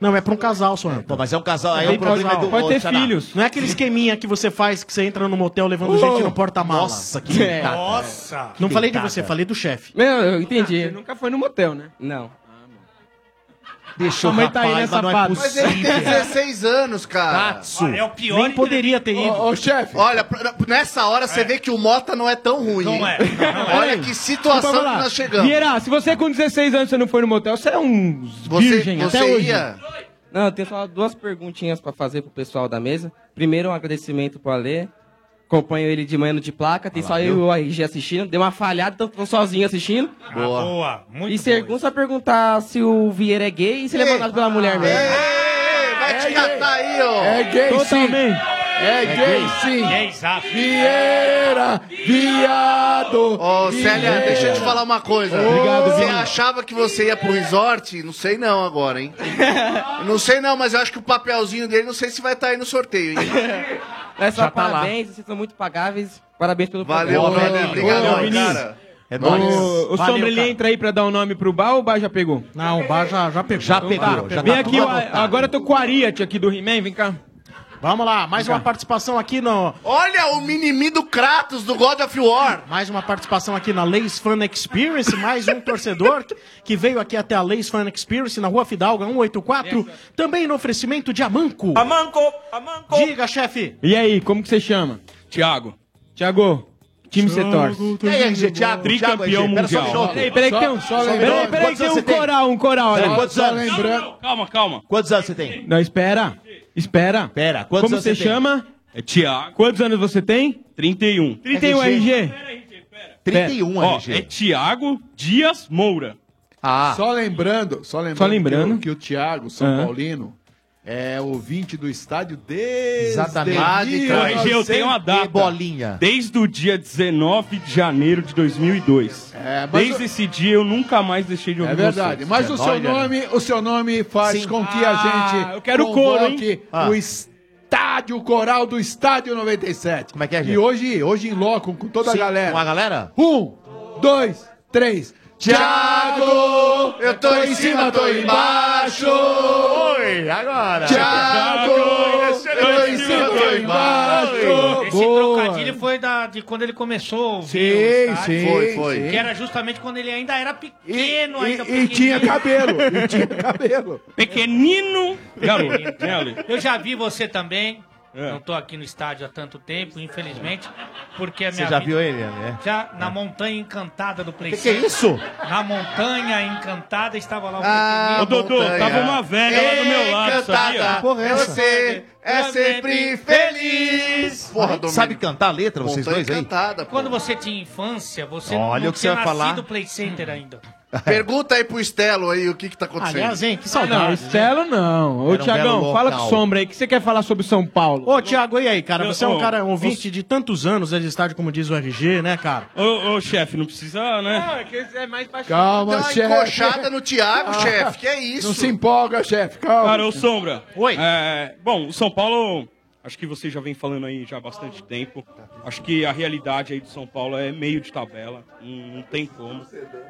[SPEAKER 9] Não, é pra um casal, só.
[SPEAKER 2] Pô, mas é um casal, aí
[SPEAKER 9] Tem
[SPEAKER 2] o problema é
[SPEAKER 9] casal.
[SPEAKER 2] do ô, Xará.
[SPEAKER 9] Não é aquele esqueminha que você faz que você entra no motel levando
[SPEAKER 1] Uh!
[SPEAKER 9] gente no porta-mala.
[SPEAKER 2] Nossa, que deitada.
[SPEAKER 12] Nossa!
[SPEAKER 9] É. Não falei de
[SPEAKER 18] deitada.
[SPEAKER 9] você, falei do chefe.
[SPEAKER 18] Não, eu entendi.
[SPEAKER 1] Ah, você nunca foi no motel, né?
[SPEAKER 18] Não.
[SPEAKER 2] Deixa
[SPEAKER 9] o Sua mãe tá aí, rapaz, né, mas não é safado?
[SPEAKER 8] Mas ele tem 16 anos, cara.
[SPEAKER 9] Tatsu. Olha, é o pior Nem poderia ter ido.
[SPEAKER 8] Ô, ô, chefe. Olha, pra- nessa hora você vê que o Mota não é tão ruim. Não é. Olha que situação que
[SPEAKER 1] Então, vamos lá.
[SPEAKER 8] nós chegamos.
[SPEAKER 1] Vieira, se você com 16 anos você não foi no motel, você é um virgem até hoje.
[SPEAKER 18] Não, eu tenho só duas perguntinhas pra fazer pro pessoal da mesa. Primeiro, um agradecimento pro Alê. Acompanho ele de manhã no de placa, tem só eu e o RG assistindo. Deu uma falhada, tô, tô sozinho assistindo.
[SPEAKER 8] Ah,
[SPEAKER 12] Boa. boa, muito
[SPEAKER 18] E segundo, só perguntar se o Vieira é
[SPEAKER 8] ah,
[SPEAKER 18] gay e se ele é mandado pela mulher mesmo.
[SPEAKER 8] Vai te catar aí, ó.
[SPEAKER 18] Totalmente.
[SPEAKER 14] É gay sim. Vieira,
[SPEAKER 17] tá
[SPEAKER 14] viado.
[SPEAKER 8] Ô, Célia, deixa eu te falar uma coisa.
[SPEAKER 14] Obrigado,
[SPEAKER 8] Você
[SPEAKER 14] Vini.
[SPEAKER 8] achava que você ia pro resort? Não sei não agora, hein? não sei não, mas eu acho que o papelzinho dele não sei se vai estar aí no sorteio, hein?
[SPEAKER 18] É só
[SPEAKER 8] Já tá lá.
[SPEAKER 18] parabéns, vocês são muito pagáveis. Parabéns pelo
[SPEAKER 8] Valeu,
[SPEAKER 18] programa.
[SPEAKER 8] brother. Obrigado,
[SPEAKER 18] Ô,
[SPEAKER 8] cara.
[SPEAKER 18] Vinícius.
[SPEAKER 8] É
[SPEAKER 1] O,
[SPEAKER 8] nóis.
[SPEAKER 1] o
[SPEAKER 8] Valeu,
[SPEAKER 1] Sombra, ele
[SPEAKER 8] cara.
[SPEAKER 1] entra aí pra dar o nome pro bar ou o bar já pegou?
[SPEAKER 9] Não, o bar já, já pegou.
[SPEAKER 1] Já
[SPEAKER 9] pegou, já
[SPEAKER 1] Vem
[SPEAKER 9] tá
[SPEAKER 1] aqui,
[SPEAKER 9] tudo
[SPEAKER 1] eu-
[SPEAKER 9] anotado.
[SPEAKER 1] agora eu tô com o Ariat aqui do He-Man, vem cá.
[SPEAKER 9] Vamos lá, mais
[SPEAKER 1] Vem
[SPEAKER 9] uma participação aqui no.
[SPEAKER 8] Olha o minimi do Kratos do God of War!
[SPEAKER 9] Mais uma participação aqui na Lays Fan Experience, mais um torcedor que- que veio aqui até a Lays Fan Experience na Rua Fidalga 184, também no oferecimento de Amanco. Amanco, Amanco. Diga, chefe.
[SPEAKER 1] E aí, como que você chama? Thiago. Thiago, time você torce?
[SPEAKER 2] E aí, RG, Thiago,
[SPEAKER 1] Tricampeão
[SPEAKER 2] Thiago, RG, pera só um
[SPEAKER 1] mundial.
[SPEAKER 2] minuto.
[SPEAKER 1] Peraí, peraí, que tem um.
[SPEAKER 2] Só- só lembrando,
[SPEAKER 1] Peraí, peraí, que
[SPEAKER 2] quantos
[SPEAKER 1] tem
[SPEAKER 2] anos
[SPEAKER 1] um
[SPEAKER 2] você tem?
[SPEAKER 1] coral, um coral
[SPEAKER 2] Peraí,
[SPEAKER 1] ali.
[SPEAKER 2] quantos
[SPEAKER 1] Só
[SPEAKER 2] anos?
[SPEAKER 1] lembrando.
[SPEAKER 19] Calma, calma.
[SPEAKER 2] Quantos anos você tem?
[SPEAKER 1] Não, espera. Espera. Espera,
[SPEAKER 2] quantos
[SPEAKER 1] Como
[SPEAKER 2] anos
[SPEAKER 1] você
[SPEAKER 2] você tem?
[SPEAKER 1] chama?
[SPEAKER 19] É Tiago.
[SPEAKER 1] Quantos anos você tem?
[SPEAKER 19] 31.
[SPEAKER 1] 31 RG. Pera.
[SPEAKER 19] 31, Ó, é Tiago Dias Moura.
[SPEAKER 1] Ah.
[SPEAKER 14] Só lembrando, só lembrando,
[SPEAKER 1] Só lembrando.
[SPEAKER 14] Que, o- que o Thiago, São
[SPEAKER 1] Aham.
[SPEAKER 14] Paulino, é ouvinte do estádio desde...
[SPEAKER 19] Exatamente. RG, eu tenho uma data.
[SPEAKER 14] Bolinha.
[SPEAKER 19] Desde o dia 19 de janeiro de 2002.
[SPEAKER 14] É, mas
[SPEAKER 19] Desde
[SPEAKER 14] o-
[SPEAKER 19] esse dia eu nunca mais deixei de ouvir
[SPEAKER 14] É verdade,
[SPEAKER 19] vocês.
[SPEAKER 14] mas o seu
[SPEAKER 19] Olha.
[SPEAKER 14] nome, o seu nome faz
[SPEAKER 19] Sim.
[SPEAKER 14] com que a
[SPEAKER 19] Ah,
[SPEAKER 14] gente
[SPEAKER 19] eu quero o couro, hein?
[SPEAKER 14] convoque
[SPEAKER 19] Ah.
[SPEAKER 14] o estádio coral do estádio 97. Como é que é,
[SPEAKER 2] gente?
[SPEAKER 14] E hoje, hoje em loco com toda
[SPEAKER 2] Sim,
[SPEAKER 14] a galera.
[SPEAKER 2] com a galera?
[SPEAKER 14] Um, dois, três. Tiago,
[SPEAKER 13] Eu tô em cima, tô embaixo.
[SPEAKER 14] Oi,
[SPEAKER 2] agora.
[SPEAKER 14] Tiago, eu tô em cima, tô embaixo.
[SPEAKER 12] Esse trocadilho foi da, de quando ele começou. Sim,
[SPEAKER 14] sim, Foi, foi. sim.
[SPEAKER 12] Que era justamente quando ele ainda era pequeno.
[SPEAKER 14] E,
[SPEAKER 12] ainda
[SPEAKER 14] e tinha
[SPEAKER 12] pequenininho.
[SPEAKER 14] cabelo, e tinha
[SPEAKER 12] [LAUGHS]
[SPEAKER 14] cabelo.
[SPEAKER 19] Pequenino garoto, né, Ale?
[SPEAKER 12] Eu já vi você também.
[SPEAKER 2] É.
[SPEAKER 12] Não tô aqui no estádio há tanto tempo, infelizmente, porque a minha
[SPEAKER 2] Você já
[SPEAKER 12] vida-
[SPEAKER 2] viu ele, né?
[SPEAKER 12] Já na montanha encantada do Play
[SPEAKER 2] Que que é
[SPEAKER 12] Center.
[SPEAKER 2] isso?
[SPEAKER 12] Na montanha encantada estava lá o
[SPEAKER 2] Ah,
[SPEAKER 12] pequenino.
[SPEAKER 19] Ô, Dodô,
[SPEAKER 2] montanha.
[SPEAKER 19] tava uma velha lá do meu lado, sabia?
[SPEAKER 8] Você é sempre feliz. Porra, Domênico.
[SPEAKER 2] Sabe cantar a letra, vocês
[SPEAKER 8] Montanha
[SPEAKER 2] dois aí?
[SPEAKER 8] encantada, pô.
[SPEAKER 12] Quando você tinha infância, você
[SPEAKER 2] Olha
[SPEAKER 12] não
[SPEAKER 2] o que você
[SPEAKER 12] tinha
[SPEAKER 2] vai
[SPEAKER 12] nascido
[SPEAKER 2] falar.
[SPEAKER 12] no Play Center ainda.
[SPEAKER 8] Pergunta aí pro Estelo aí o que que tá acontecendo.
[SPEAKER 12] Aliás, hein, que
[SPEAKER 1] Ah, Não,
[SPEAKER 9] né?
[SPEAKER 12] saudade.
[SPEAKER 1] Estelo não. Ô,
[SPEAKER 8] Era um belo
[SPEAKER 1] Tiagão, fala com
[SPEAKER 8] local.
[SPEAKER 1] o Sombra aí. O que você quer falar sobre São Paulo?
[SPEAKER 9] Ô, Thiago, e aí, cara?
[SPEAKER 19] Eu-
[SPEAKER 9] Você é um
[SPEAKER 19] ô,
[SPEAKER 9] cara um ouvinte de tantos anos né, de estádio, como diz o RG, né, cara?
[SPEAKER 19] Ô, ô, chefe, não precisa, né?
[SPEAKER 1] é que é mais baixinho.
[SPEAKER 14] Calma, chefe.
[SPEAKER 8] encoxada é no Thiago, chefe, que é isso?
[SPEAKER 14] Não se empolga, chefe, calma.
[SPEAKER 19] Cara, ô Sombra. Oi. bom, o São Paulo, acho que você já vem falando aí já há bastante tempo. Acho que a realidade aí do São Paulo é meio de tabela. Não, não tem como.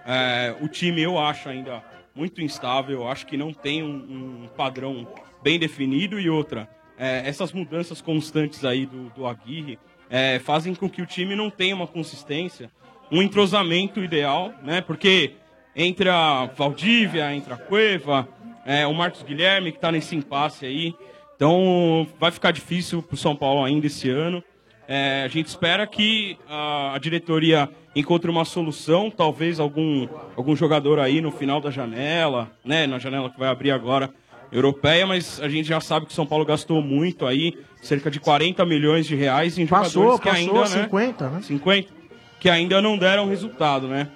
[SPEAKER 19] É, o time eu acho ainda muito instável. eu Acho que não tem um, um padrão bem definido. E outra, é, essas mudanças constantes aí do, do Aguirre é, fazem com que o time não tenha uma consistência, um entrosamento ideal, né? Porque entra Valdívia, entra Cueva, é, o Marcos Guilherme que tá nesse impasse aí. Então vai ficar difícil pro São Paulo ainda esse ano. É, a gente espera que a, a diretoria encontre uma solução, talvez algum, algum jogador aí no final da janela, né? Na janela que vai abrir agora europeia, mas a gente já sabe que o São Paulo gastou muito aí, cerca de 40 milhões de reais em
[SPEAKER 9] Passou,
[SPEAKER 19] jogadores que
[SPEAKER 9] passou,
[SPEAKER 19] ainda, né?
[SPEAKER 9] 50, né?
[SPEAKER 19] 50, que ainda não deram resultado, né?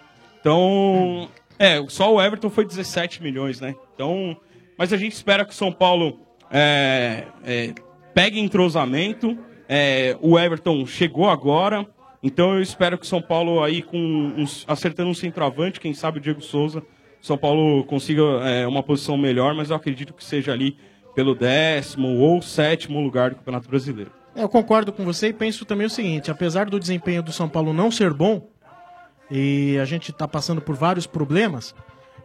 [SPEAKER 19] Então, é, só o Everton foi 17 milhões, né? Então, mas a gente espera que o São Paulo é, é, pegue entrosamento. É, o Everton chegou agora, então eu espero que o São Paulo aí com uns- acertando um centroavante, quem sabe o Diego Souza, o São Paulo consiga é, uma posição melhor, mas eu acredito que seja ali pelo décimo ou sétimo lugar do Campeonato Brasileiro.
[SPEAKER 9] Eu concordo com você e penso também o seguinte: apesar do desempenho do São Paulo não ser bom, e a gente tá passando por vários problemas,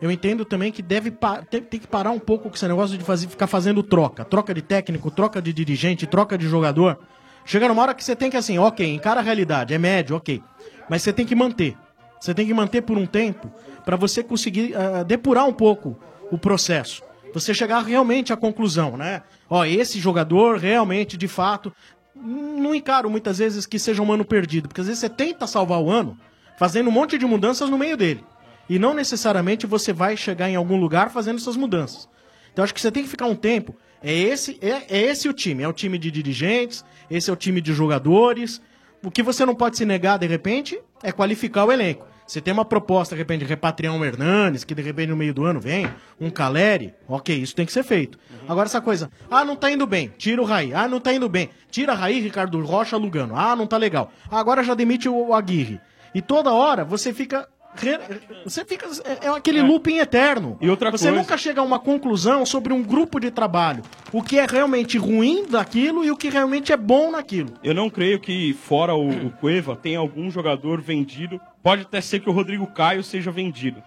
[SPEAKER 9] eu entendo também que deve pa- tem, tem que parar um pouco com esse negócio de fazer, ficar fazendo troca. Troca de técnico, troca de dirigente, troca de jogador. Chega numa hora que você tem que, assim, ok, encara a realidade, é médio, ok. Mas você tem que manter. Você tem que manter por um tempo para você conseguir ah, depurar um pouco o processo. Você chegar realmente à conclusão, né? Ó, esse jogador realmente, de fato, não encaro muitas vezes que seja um ano perdido, porque às vezes você tenta salvar o ano fazendo um monte de mudanças no meio dele. E não necessariamente você vai chegar em algum lugar fazendo essas mudanças. Então acho que você tem que ficar um tempo. É esse, é, é esse o time. É o time de dirigentes, esse é o time de jogadores. O que você não pode se negar, de repente, é qualificar o elenco. Você tem uma proposta, de repente, de repatriar um Hernanes, que de repente no meio do ano vem, um Caleri, ok, isso tem que ser feito. Agora essa coisa, ah, não tá indo bem, tira o Raí, ah, não tá indo bem, tira Raí, Ricardo Rocha, Lugano, ah, não tá legal. Agora já demite o o Aguirre. E toda hora você fica... re- Você fica. É é aquele looping eterno.
[SPEAKER 19] E outra
[SPEAKER 9] você
[SPEAKER 19] coisa-
[SPEAKER 9] nunca chega a uma conclusão sobre um grupo de trabalho. O que é realmente ruim daquilo e o que realmente é bom naquilo.
[SPEAKER 19] Eu não creio que, fora o, o Cueva, tem algum jogador vendido. Pode até ser que o Rodrigo Caio seja vendido.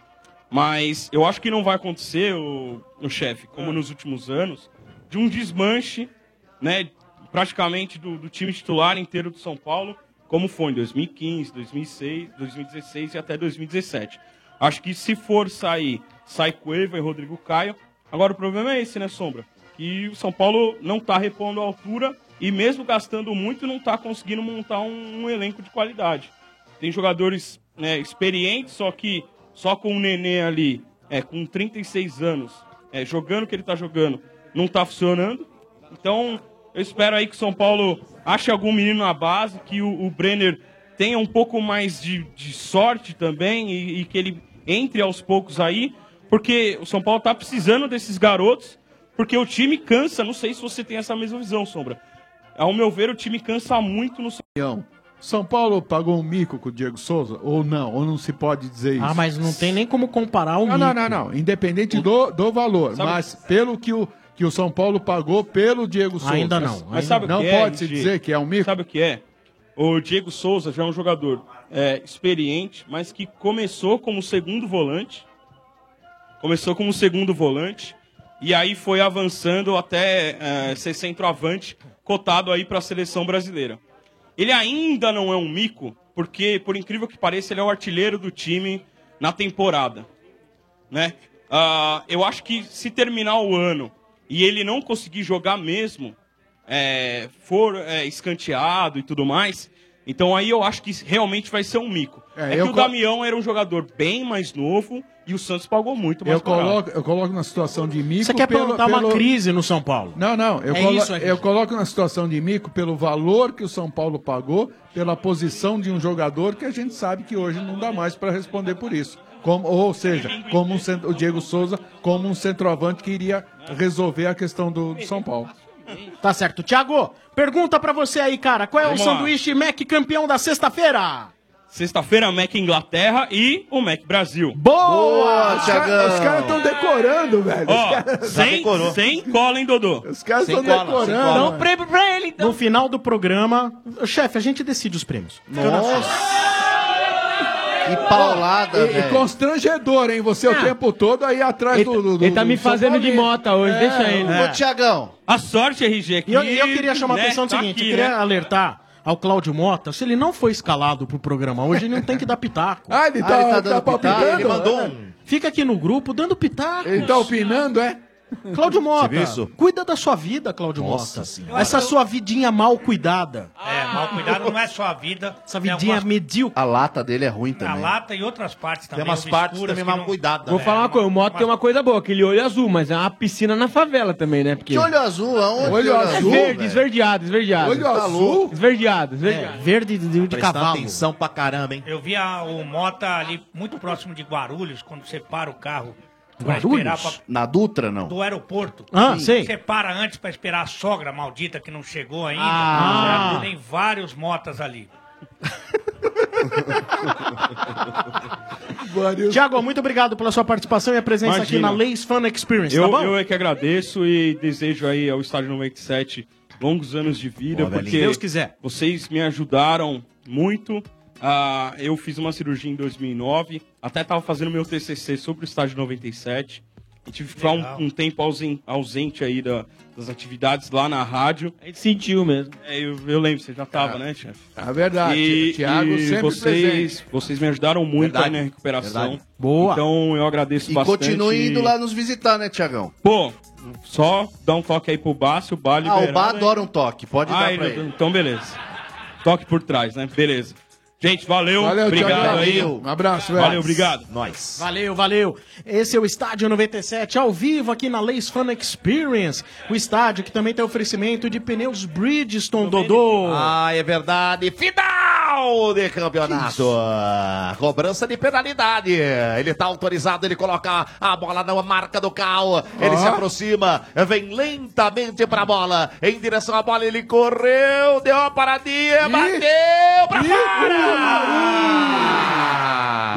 [SPEAKER 19] Mas eu acho que não vai acontecer, o, o chefe, como nos últimos anos, de um desmanche, né, praticamente do, do time titular inteiro do São Paulo, como foi em 2015, 2006, 2016 e até 2017. Acho que se for sair, sai Cueva e Rodrigo Caio. Agora o problema é esse, né, Sombra? que o São Paulo não está repondo a altura e mesmo gastando muito não está conseguindo montar um, um elenco de qualidade. Tem jogadores né, experientes, só que só com o Nenê ali, é, com 36 anos, é, jogando o que ele está jogando, não está funcionando. Então eu espero aí que o São Paulo ache algum menino na base, que o, o Brenner tenha um pouco mais de, de sorte também e, e que ele entre aos poucos aí, porque o São Paulo está precisando desses garotos porque o time cansa, não sei se você tem essa mesma visão, Sombra. Ao meu ver, o time cansa muito no
[SPEAKER 10] São Paulo pagou um mico com o Diego Souza? Ou não? Ou não se pode dizer isso?
[SPEAKER 9] Ah, mas não tem nem como comparar o
[SPEAKER 10] não, não,
[SPEAKER 9] mico.
[SPEAKER 10] não, não. Independente do, do valor.
[SPEAKER 9] Sabe-
[SPEAKER 10] Mas pelo que o, que o São Paulo pagou pelo Diego Souza.
[SPEAKER 19] Ainda não,
[SPEAKER 10] Mas,
[SPEAKER 19] ainda
[SPEAKER 10] sabe
[SPEAKER 19] não.
[SPEAKER 10] não
[SPEAKER 19] Não
[SPEAKER 10] pode
[SPEAKER 19] é,
[SPEAKER 10] se
[SPEAKER 19] Di?
[SPEAKER 10] dizer que é um mico?
[SPEAKER 19] Sabe o que é? O Diego Souza já é um jogador é, experiente, mas que começou como segundo volante. Começou como segundo volante e aí foi avançando até é, ser centroavante, cotado aí para a seleção brasileira. Ele ainda não é um mico, porque, por incrível que pareça, ele é o artilheiro do time na temporada né? Ah, eu acho que se terminar o ano e ele não conseguir jogar mesmo, é, for é, escanteado e tudo mais, então aí eu acho que realmente vai ser um mico.
[SPEAKER 10] É,
[SPEAKER 19] É, que
[SPEAKER 10] eu
[SPEAKER 19] o
[SPEAKER 10] co-
[SPEAKER 19] Damião era um jogador bem mais novo e o Santos pagou muito mais
[SPEAKER 10] Eu coloco, eu coloco na situação de mico.
[SPEAKER 9] Você quer
[SPEAKER 10] pelo-
[SPEAKER 9] plantar uma
[SPEAKER 10] pelo-
[SPEAKER 9] crise no São Paulo?
[SPEAKER 10] Não, não. Eu,
[SPEAKER 9] É
[SPEAKER 10] colo-
[SPEAKER 9] isso, é
[SPEAKER 10] eu coloco na situação de mico pelo valor que o São Paulo pagou pela posição de um jogador que a gente sabe que hoje não dá mais para responder por isso. Como, ou seja, como um cent- o Diego Souza, como um centroavante que iria resolver a questão do, do São Paulo.
[SPEAKER 9] Tá certo. Thiago, pergunta pra você aí, cara. Qual é
[SPEAKER 19] Vamos
[SPEAKER 9] o
[SPEAKER 19] lá.
[SPEAKER 9] sanduíche Mac campeão da sexta-feira?
[SPEAKER 19] Sexta-feira, Mac Inglaterra e o Mac Brasil.
[SPEAKER 9] Boa,
[SPEAKER 19] Os
[SPEAKER 9] Thiagão!
[SPEAKER 19] ca-
[SPEAKER 9] Os caras
[SPEAKER 19] tão
[SPEAKER 10] decorando, velho.
[SPEAKER 19] Ó,
[SPEAKER 9] caras- Já
[SPEAKER 19] sem,
[SPEAKER 9] decorou.
[SPEAKER 19] sem cola, hein, Dodô?
[SPEAKER 10] Os caras
[SPEAKER 19] tá
[SPEAKER 9] Sem cola, sem cola. Então, pre- pra ele, então. No final do programa, chefe, a gente decide os prêmios. Fica na sua.
[SPEAKER 10] E
[SPEAKER 9] paulada,
[SPEAKER 10] e,
[SPEAKER 9] velho.
[SPEAKER 10] constrangedor, hein? Você
[SPEAKER 9] Ah.
[SPEAKER 10] o tempo todo aí atrás do, do, do.
[SPEAKER 19] ele tá me
[SPEAKER 10] do
[SPEAKER 19] fazendo
[SPEAKER 10] São Paulo.
[SPEAKER 19] de mota hoje, deixa ele. É.
[SPEAKER 10] Ô, Tiagão.
[SPEAKER 19] A sorte, RG, que
[SPEAKER 9] E eu, e eu queria chamar a
[SPEAKER 19] né,
[SPEAKER 9] atenção do
[SPEAKER 19] tá
[SPEAKER 9] seguinte,
[SPEAKER 19] aqui,
[SPEAKER 9] eu queria
[SPEAKER 19] né?
[SPEAKER 9] alertar ao Cláudio Mota, se ele não foi escalado pro programa hoje, ele não tem que dar pitaco.
[SPEAKER 10] Ah, ele tá- Ah, ele tá tá dando pitaco? palpitando? Ele mandou um.
[SPEAKER 9] Fica aqui no grupo dando pitaco.
[SPEAKER 10] Ele tá opinando, é?
[SPEAKER 9] Cláudio Mota,
[SPEAKER 10] Você viu isso?
[SPEAKER 9] cuida da sua vida, Cláudio
[SPEAKER 10] Nossa
[SPEAKER 9] Mota.
[SPEAKER 10] Senhora.
[SPEAKER 9] Essa sua vidinha mal cuidada.
[SPEAKER 10] Ah,
[SPEAKER 12] É, mal cuidado não é só a vida.
[SPEAKER 9] Essa
[SPEAKER 12] tem
[SPEAKER 9] vidinha
[SPEAKER 12] algumas-
[SPEAKER 9] medíocre.
[SPEAKER 8] A lata dele é ruim
[SPEAKER 12] a
[SPEAKER 8] também.
[SPEAKER 12] lata e outras partes também.
[SPEAKER 8] umas
[SPEAKER 12] Tá obscuras
[SPEAKER 8] partes também
[SPEAKER 12] que
[SPEAKER 8] mal
[SPEAKER 12] não-
[SPEAKER 8] cuidado, né?
[SPEAKER 1] Vou falar uma coisa, o Moto tem uma coisa boa, aquele olho azul, mas é uma piscina na favela também, né? Porque...
[SPEAKER 8] Que olho azul, aonde?
[SPEAKER 1] é verde, esverdeado, esverdeado.
[SPEAKER 8] Olho Tá azul? É, louco?
[SPEAKER 1] Esverdeado, esverdeado.
[SPEAKER 9] verde de,
[SPEAKER 8] Prestar cavalo. atenção pra caramba, hein?
[SPEAKER 12] Eu vi a- o Mota ali muito próximo de Guarulhos, quando você para o carro pra esperar pra
[SPEAKER 8] Guarulhos? Na Dutra, não.
[SPEAKER 12] do aeroporto.
[SPEAKER 8] Ah, sei.
[SPEAKER 12] Você para antes pra esperar a sogra maldita que não chegou ainda.
[SPEAKER 8] Ah.
[SPEAKER 12] Certo? Tem vários motas ali.
[SPEAKER 9] Tiago, muito obrigado pela sua participação e a presença aqui
[SPEAKER 19] Imagina.
[SPEAKER 9] na Leis Fan Experience,
[SPEAKER 19] eu,
[SPEAKER 9] tá bom?
[SPEAKER 19] eu é que agradeço e desejo aí ao Estádio 97 longos anos de vida,
[SPEAKER 9] Boa,
[SPEAKER 19] porque
[SPEAKER 9] velhinho. Deus quiser.
[SPEAKER 19] vocês me ajudaram muito. Ah, eu fiz uma cirurgia em 2009, até estava fazendo meu TCC sobre o Estádio 97 e tive que ficar
[SPEAKER 1] Legal.
[SPEAKER 19] um, um tempo ausen- ausente aí da- das atividades lá na rádio. A gente sentiu mesmo. eu, eu lembro, você já estava, né, chefe?
[SPEAKER 10] É verdade.
[SPEAKER 19] E,
[SPEAKER 10] Thiago
[SPEAKER 19] e
[SPEAKER 10] sempre
[SPEAKER 19] vocês,
[SPEAKER 10] presente.
[SPEAKER 19] vocês me ajudaram muito
[SPEAKER 10] Verdade,
[SPEAKER 19] aí na recuperação.
[SPEAKER 10] verdade.
[SPEAKER 19] Boa. Então eu agradeço
[SPEAKER 8] E
[SPEAKER 19] bastante.
[SPEAKER 8] continue indo lá nos visitar, né, Tiagão?
[SPEAKER 19] Pô, só dá um toque aí pro Bácio, o Bá liberado,
[SPEAKER 8] o Bá
[SPEAKER 19] hein?
[SPEAKER 8] adora um toque, pode dar pra ele.
[SPEAKER 19] Então, beleza. Toque por trás, né? Beleza. Gente, valeu.
[SPEAKER 9] Valeu,
[SPEAKER 19] obrigado
[SPEAKER 9] Thiago.
[SPEAKER 19] aí.
[SPEAKER 9] Valeu. Um abraço, velho.
[SPEAKER 19] Valeu, obrigado.
[SPEAKER 8] Nós.
[SPEAKER 9] Valeu, valeu. Esse é o Estádio 97, ao vivo aqui na Leis Fan Experience. O estádio que também tem oferecimento de pneus Bridgestone, Dodô.
[SPEAKER 2] Ah, é Ah, verdade. Fidal! final de campeonato. Cobrança de penalidade. Ele tá autorizado, ele coloca a bola na marca do Cal. Ele
[SPEAKER 14] Ó.
[SPEAKER 2] se aproxima, vem lentamente pra bola. Em direção à bola, ele correu, deu uma paradinha, bateu pra fora!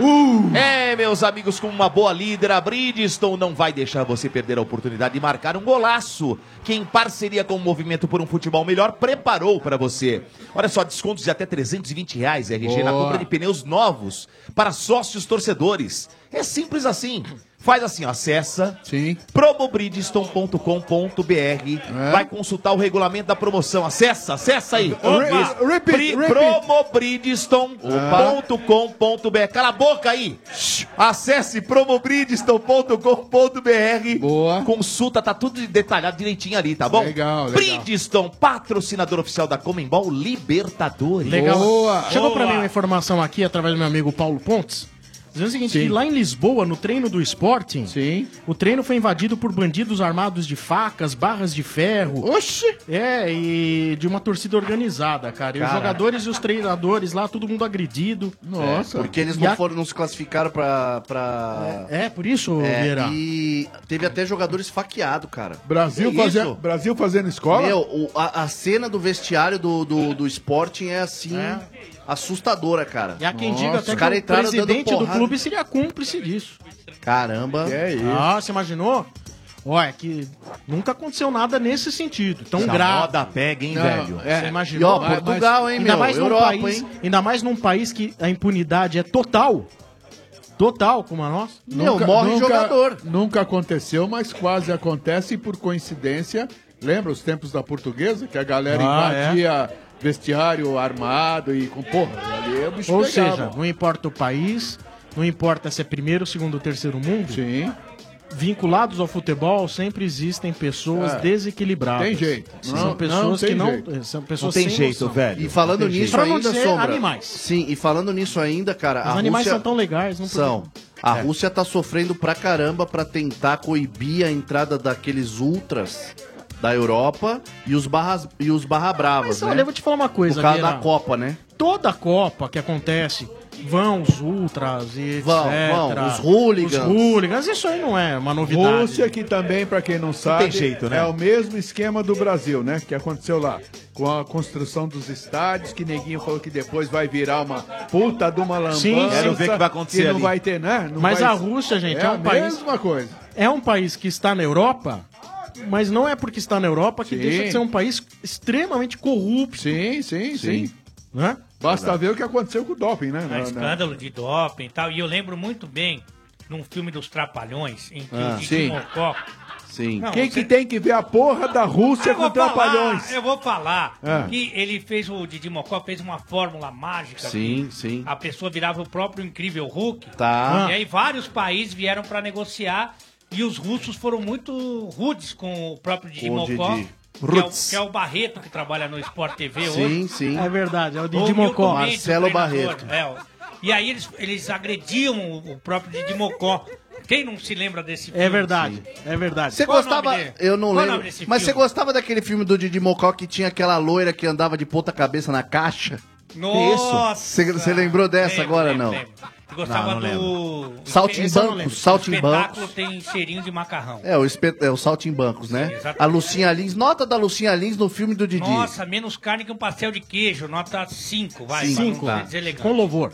[SPEAKER 14] Uh.
[SPEAKER 2] É, meus amigos, com uma boa líder, a Bridgestone não vai deixar você perder a oportunidade de marcar um golaço que, em parceria com o Movimento por um Futebol Melhor, preparou para você. Olha só, descontos de até 320 reais, RG, na
[SPEAKER 8] Boa.
[SPEAKER 2] compra de pneus novos para sócios torcedores. É simples assim. Faz assim, ó, acessa promobridgestone.com.br,
[SPEAKER 14] É.
[SPEAKER 2] vai consultar o regulamento da promoção. Acessa, acessa aí.
[SPEAKER 14] Opa,
[SPEAKER 2] Isso.
[SPEAKER 14] ah, repeat,
[SPEAKER 2] Pri-
[SPEAKER 14] repeat.
[SPEAKER 2] Ah. promobridgestone.com.br. Cala a boca aí. Acesse promobridgestone.com.br. Boa. Consulta, tá tudo detalhado direitinho ali, tá bom?
[SPEAKER 10] Legal, legal.
[SPEAKER 2] Bridgestone, patrocinador oficial da Comembol Libertadores.
[SPEAKER 9] Legal. Chegou pra mim uma informação aqui através do meu amigo Paulo Pontes. Dizendo o seguinte,
[SPEAKER 2] Sim.
[SPEAKER 9] que lá em Lisboa, no treino do Sporting, o treino foi invadido por bandidos armados de facas, barras de ferro. Oxi! É, e de uma torcida organizada, cara. E os
[SPEAKER 8] Caraca.
[SPEAKER 9] jogadores e os treinadores lá, todo mundo agredido.
[SPEAKER 8] É, porque eles
[SPEAKER 9] E
[SPEAKER 8] não
[SPEAKER 9] a-
[SPEAKER 8] foram, não se classificaram pra. pra...
[SPEAKER 9] É, por isso, Vieira?
[SPEAKER 8] E teve até jogador esfaqueado, cara.
[SPEAKER 10] Brasil,
[SPEAKER 8] Que
[SPEAKER 10] fazia-
[SPEAKER 8] É isso?
[SPEAKER 10] Brasil fazendo escola?
[SPEAKER 8] Meu, o- a, a cena do vestiário do, do, do Sporting é assim. Assustadora, cara.
[SPEAKER 9] E há quem diga até
[SPEAKER 8] Os caras
[SPEAKER 9] que o
[SPEAKER 8] entraram
[SPEAKER 9] presidente
[SPEAKER 8] dando
[SPEAKER 9] do
[SPEAKER 8] porrada.
[SPEAKER 9] clube seria cúmplice disso.
[SPEAKER 8] Caramba. É isso.
[SPEAKER 9] Ah, você imaginou? Olha, que nunca aconteceu nada nesse sentido, tão
[SPEAKER 2] Essa
[SPEAKER 9] grave.
[SPEAKER 2] moda pega, hein,
[SPEAKER 9] Não,
[SPEAKER 2] velho?
[SPEAKER 9] É. Você
[SPEAKER 2] E, ó,
[SPEAKER 9] imaginou? Mas-
[SPEAKER 2] Portugal,
[SPEAKER 9] mas-
[SPEAKER 2] hein,
[SPEAKER 9] ainda
[SPEAKER 2] meu?
[SPEAKER 9] Mais num
[SPEAKER 2] Europa,
[SPEAKER 9] país,
[SPEAKER 2] hein?
[SPEAKER 9] Ainda mais num país que a impunidade é total. Total, como a nossa.
[SPEAKER 10] Nunca aconteceu, mas quase acontece e por coincidência. Lembra os tempos da portuguesa que a galera
[SPEAKER 9] Ah,
[SPEAKER 10] invadia vestiário armado e com porra, ali é o bicho
[SPEAKER 9] Ou
[SPEAKER 10] pegava.
[SPEAKER 9] seja, não importa o país, não importa se é primeiro, segundo ou terceiro mundo.
[SPEAKER 10] Sim.
[SPEAKER 9] Vinculados ao futebol, sempre existem pessoas
[SPEAKER 10] É.
[SPEAKER 9] desequilibradas.
[SPEAKER 10] Tem jeito.
[SPEAKER 9] são
[SPEAKER 10] Não-
[SPEAKER 9] pessoas
[SPEAKER 10] não tem
[SPEAKER 9] que não.
[SPEAKER 10] jeito.
[SPEAKER 9] São pessoas
[SPEAKER 10] Não tem
[SPEAKER 9] sem
[SPEAKER 10] jeito,
[SPEAKER 9] noção.
[SPEAKER 10] velho.
[SPEAKER 8] E falando
[SPEAKER 9] Não tem
[SPEAKER 8] nisso
[SPEAKER 9] jeito. Pra não
[SPEAKER 8] ainda,
[SPEAKER 9] dizer
[SPEAKER 8] Sombra.
[SPEAKER 9] animais.
[SPEAKER 8] Sim, e falando nisso ainda, cara.
[SPEAKER 9] Os
[SPEAKER 8] a
[SPEAKER 9] animais
[SPEAKER 8] Rússia-
[SPEAKER 9] são tão legais, não
[SPEAKER 8] São.
[SPEAKER 9] podiam.
[SPEAKER 8] A
[SPEAKER 9] É.
[SPEAKER 8] Rússia tá sofrendo pra caramba pra tentar coibir a entrada daqueles ultras da Europa e os barras e os barra bravas,
[SPEAKER 9] Mas,
[SPEAKER 8] né?
[SPEAKER 9] olha, eu vou te falar uma coisa,
[SPEAKER 8] Por causa
[SPEAKER 9] Vieira.
[SPEAKER 8] da Copa, né?
[SPEAKER 9] toda a Copa que acontece, vão os ultras e etc.
[SPEAKER 8] Vão, vão, os hooligans.
[SPEAKER 9] Os hooligans, isso aí não é uma novidade.
[SPEAKER 10] Rússia, que também, pra quem não sabe,
[SPEAKER 9] tem jeito, né?
[SPEAKER 10] é o mesmo esquema do Brasil, né? Que aconteceu lá. Com a construção dos estádios, que neguinho falou que depois vai virar uma puta de uma lambança.
[SPEAKER 9] Sim, sim. Quero ver o que vai
[SPEAKER 10] E
[SPEAKER 9] acontecer
[SPEAKER 10] não
[SPEAKER 9] ali.
[SPEAKER 10] vai ter, né? Não
[SPEAKER 9] Mas
[SPEAKER 10] vai-
[SPEAKER 9] a Rússia, gente, é,
[SPEAKER 10] a
[SPEAKER 9] um país.
[SPEAKER 10] mesma coisa.
[SPEAKER 9] É um país que está na Europa, mas não é porque está na Europa que
[SPEAKER 10] Sim.
[SPEAKER 9] deixa de ser um país extremamente corrupto.
[SPEAKER 10] Sim, sim, sim.
[SPEAKER 9] Né?
[SPEAKER 10] Basta ver o que aconteceu com o doping, né?
[SPEAKER 12] Ah,
[SPEAKER 10] Na- na-
[SPEAKER 12] escândalo de doping e tal. E eu lembro muito bem num filme dos Trapalhões, em que
[SPEAKER 10] Ah,
[SPEAKER 12] o Didi
[SPEAKER 10] sim.
[SPEAKER 12] Mocó.
[SPEAKER 8] Sim.
[SPEAKER 12] Não,
[SPEAKER 10] Quem
[SPEAKER 12] você-
[SPEAKER 10] que tem que ver a porra da Rússia
[SPEAKER 12] Eu
[SPEAKER 10] com
[SPEAKER 12] vou
[SPEAKER 10] trapalhões?
[SPEAKER 12] falar, eu vou falar
[SPEAKER 10] Ah.
[SPEAKER 12] que ele fez, o Didi Mocó fez uma fórmula mágica.
[SPEAKER 8] Sim,
[SPEAKER 12] que
[SPEAKER 8] sim.
[SPEAKER 12] A pessoa virava o próprio incrível Hulk.
[SPEAKER 8] Tá.
[SPEAKER 9] Ah,
[SPEAKER 12] E aí vários países vieram pra negociar e os russos foram muito rudes com o próprio Didi
[SPEAKER 8] Com o
[SPEAKER 12] Mocó.
[SPEAKER 8] Didi.
[SPEAKER 12] Que é, o,
[SPEAKER 8] Rudes.
[SPEAKER 12] que é o Barreto que trabalha no Sport TV
[SPEAKER 8] Sim,
[SPEAKER 12] hoje.
[SPEAKER 8] sim.
[SPEAKER 9] É verdade, é o
[SPEAKER 12] Ou
[SPEAKER 9] Didi Mocó.
[SPEAKER 12] humildemente, o treinador, é, ó. e aí eles, eles agrediam o, o próprio Didi Mocó. Quem não se lembra desse filme?
[SPEAKER 9] É verdade, é verdade.
[SPEAKER 8] Você gostava. Eu não lembro. Mas você gostava daquele filme do Didi Mocó que tinha aquela loira que andava de ponta cabeça na caixa?
[SPEAKER 12] Nossa!
[SPEAKER 8] Você você lembrou dessa
[SPEAKER 12] Lembro,
[SPEAKER 8] agora
[SPEAKER 12] lembro,
[SPEAKER 8] não?
[SPEAKER 12] lembro. Eu gostava
[SPEAKER 8] Não, não
[SPEAKER 12] do.
[SPEAKER 8] Saltimbancos,
[SPEAKER 12] Esse eu não lembro.
[SPEAKER 8] saltimbancos.
[SPEAKER 12] O espetáculo tem cheirinho de macarrão.
[SPEAKER 8] É, o, espe... é, o Salto em Bancos, né?
[SPEAKER 12] Sim, exatamente.
[SPEAKER 8] a Lucinha Lins, nota da Lucinha Lins no filme do Didi.
[SPEAKER 12] Nossa, menos carne que um pastel de queijo, nota 5, vai. pra não
[SPEAKER 9] Cinco.
[SPEAKER 1] Tá.
[SPEAKER 12] ser deselegante.
[SPEAKER 9] Com louvor.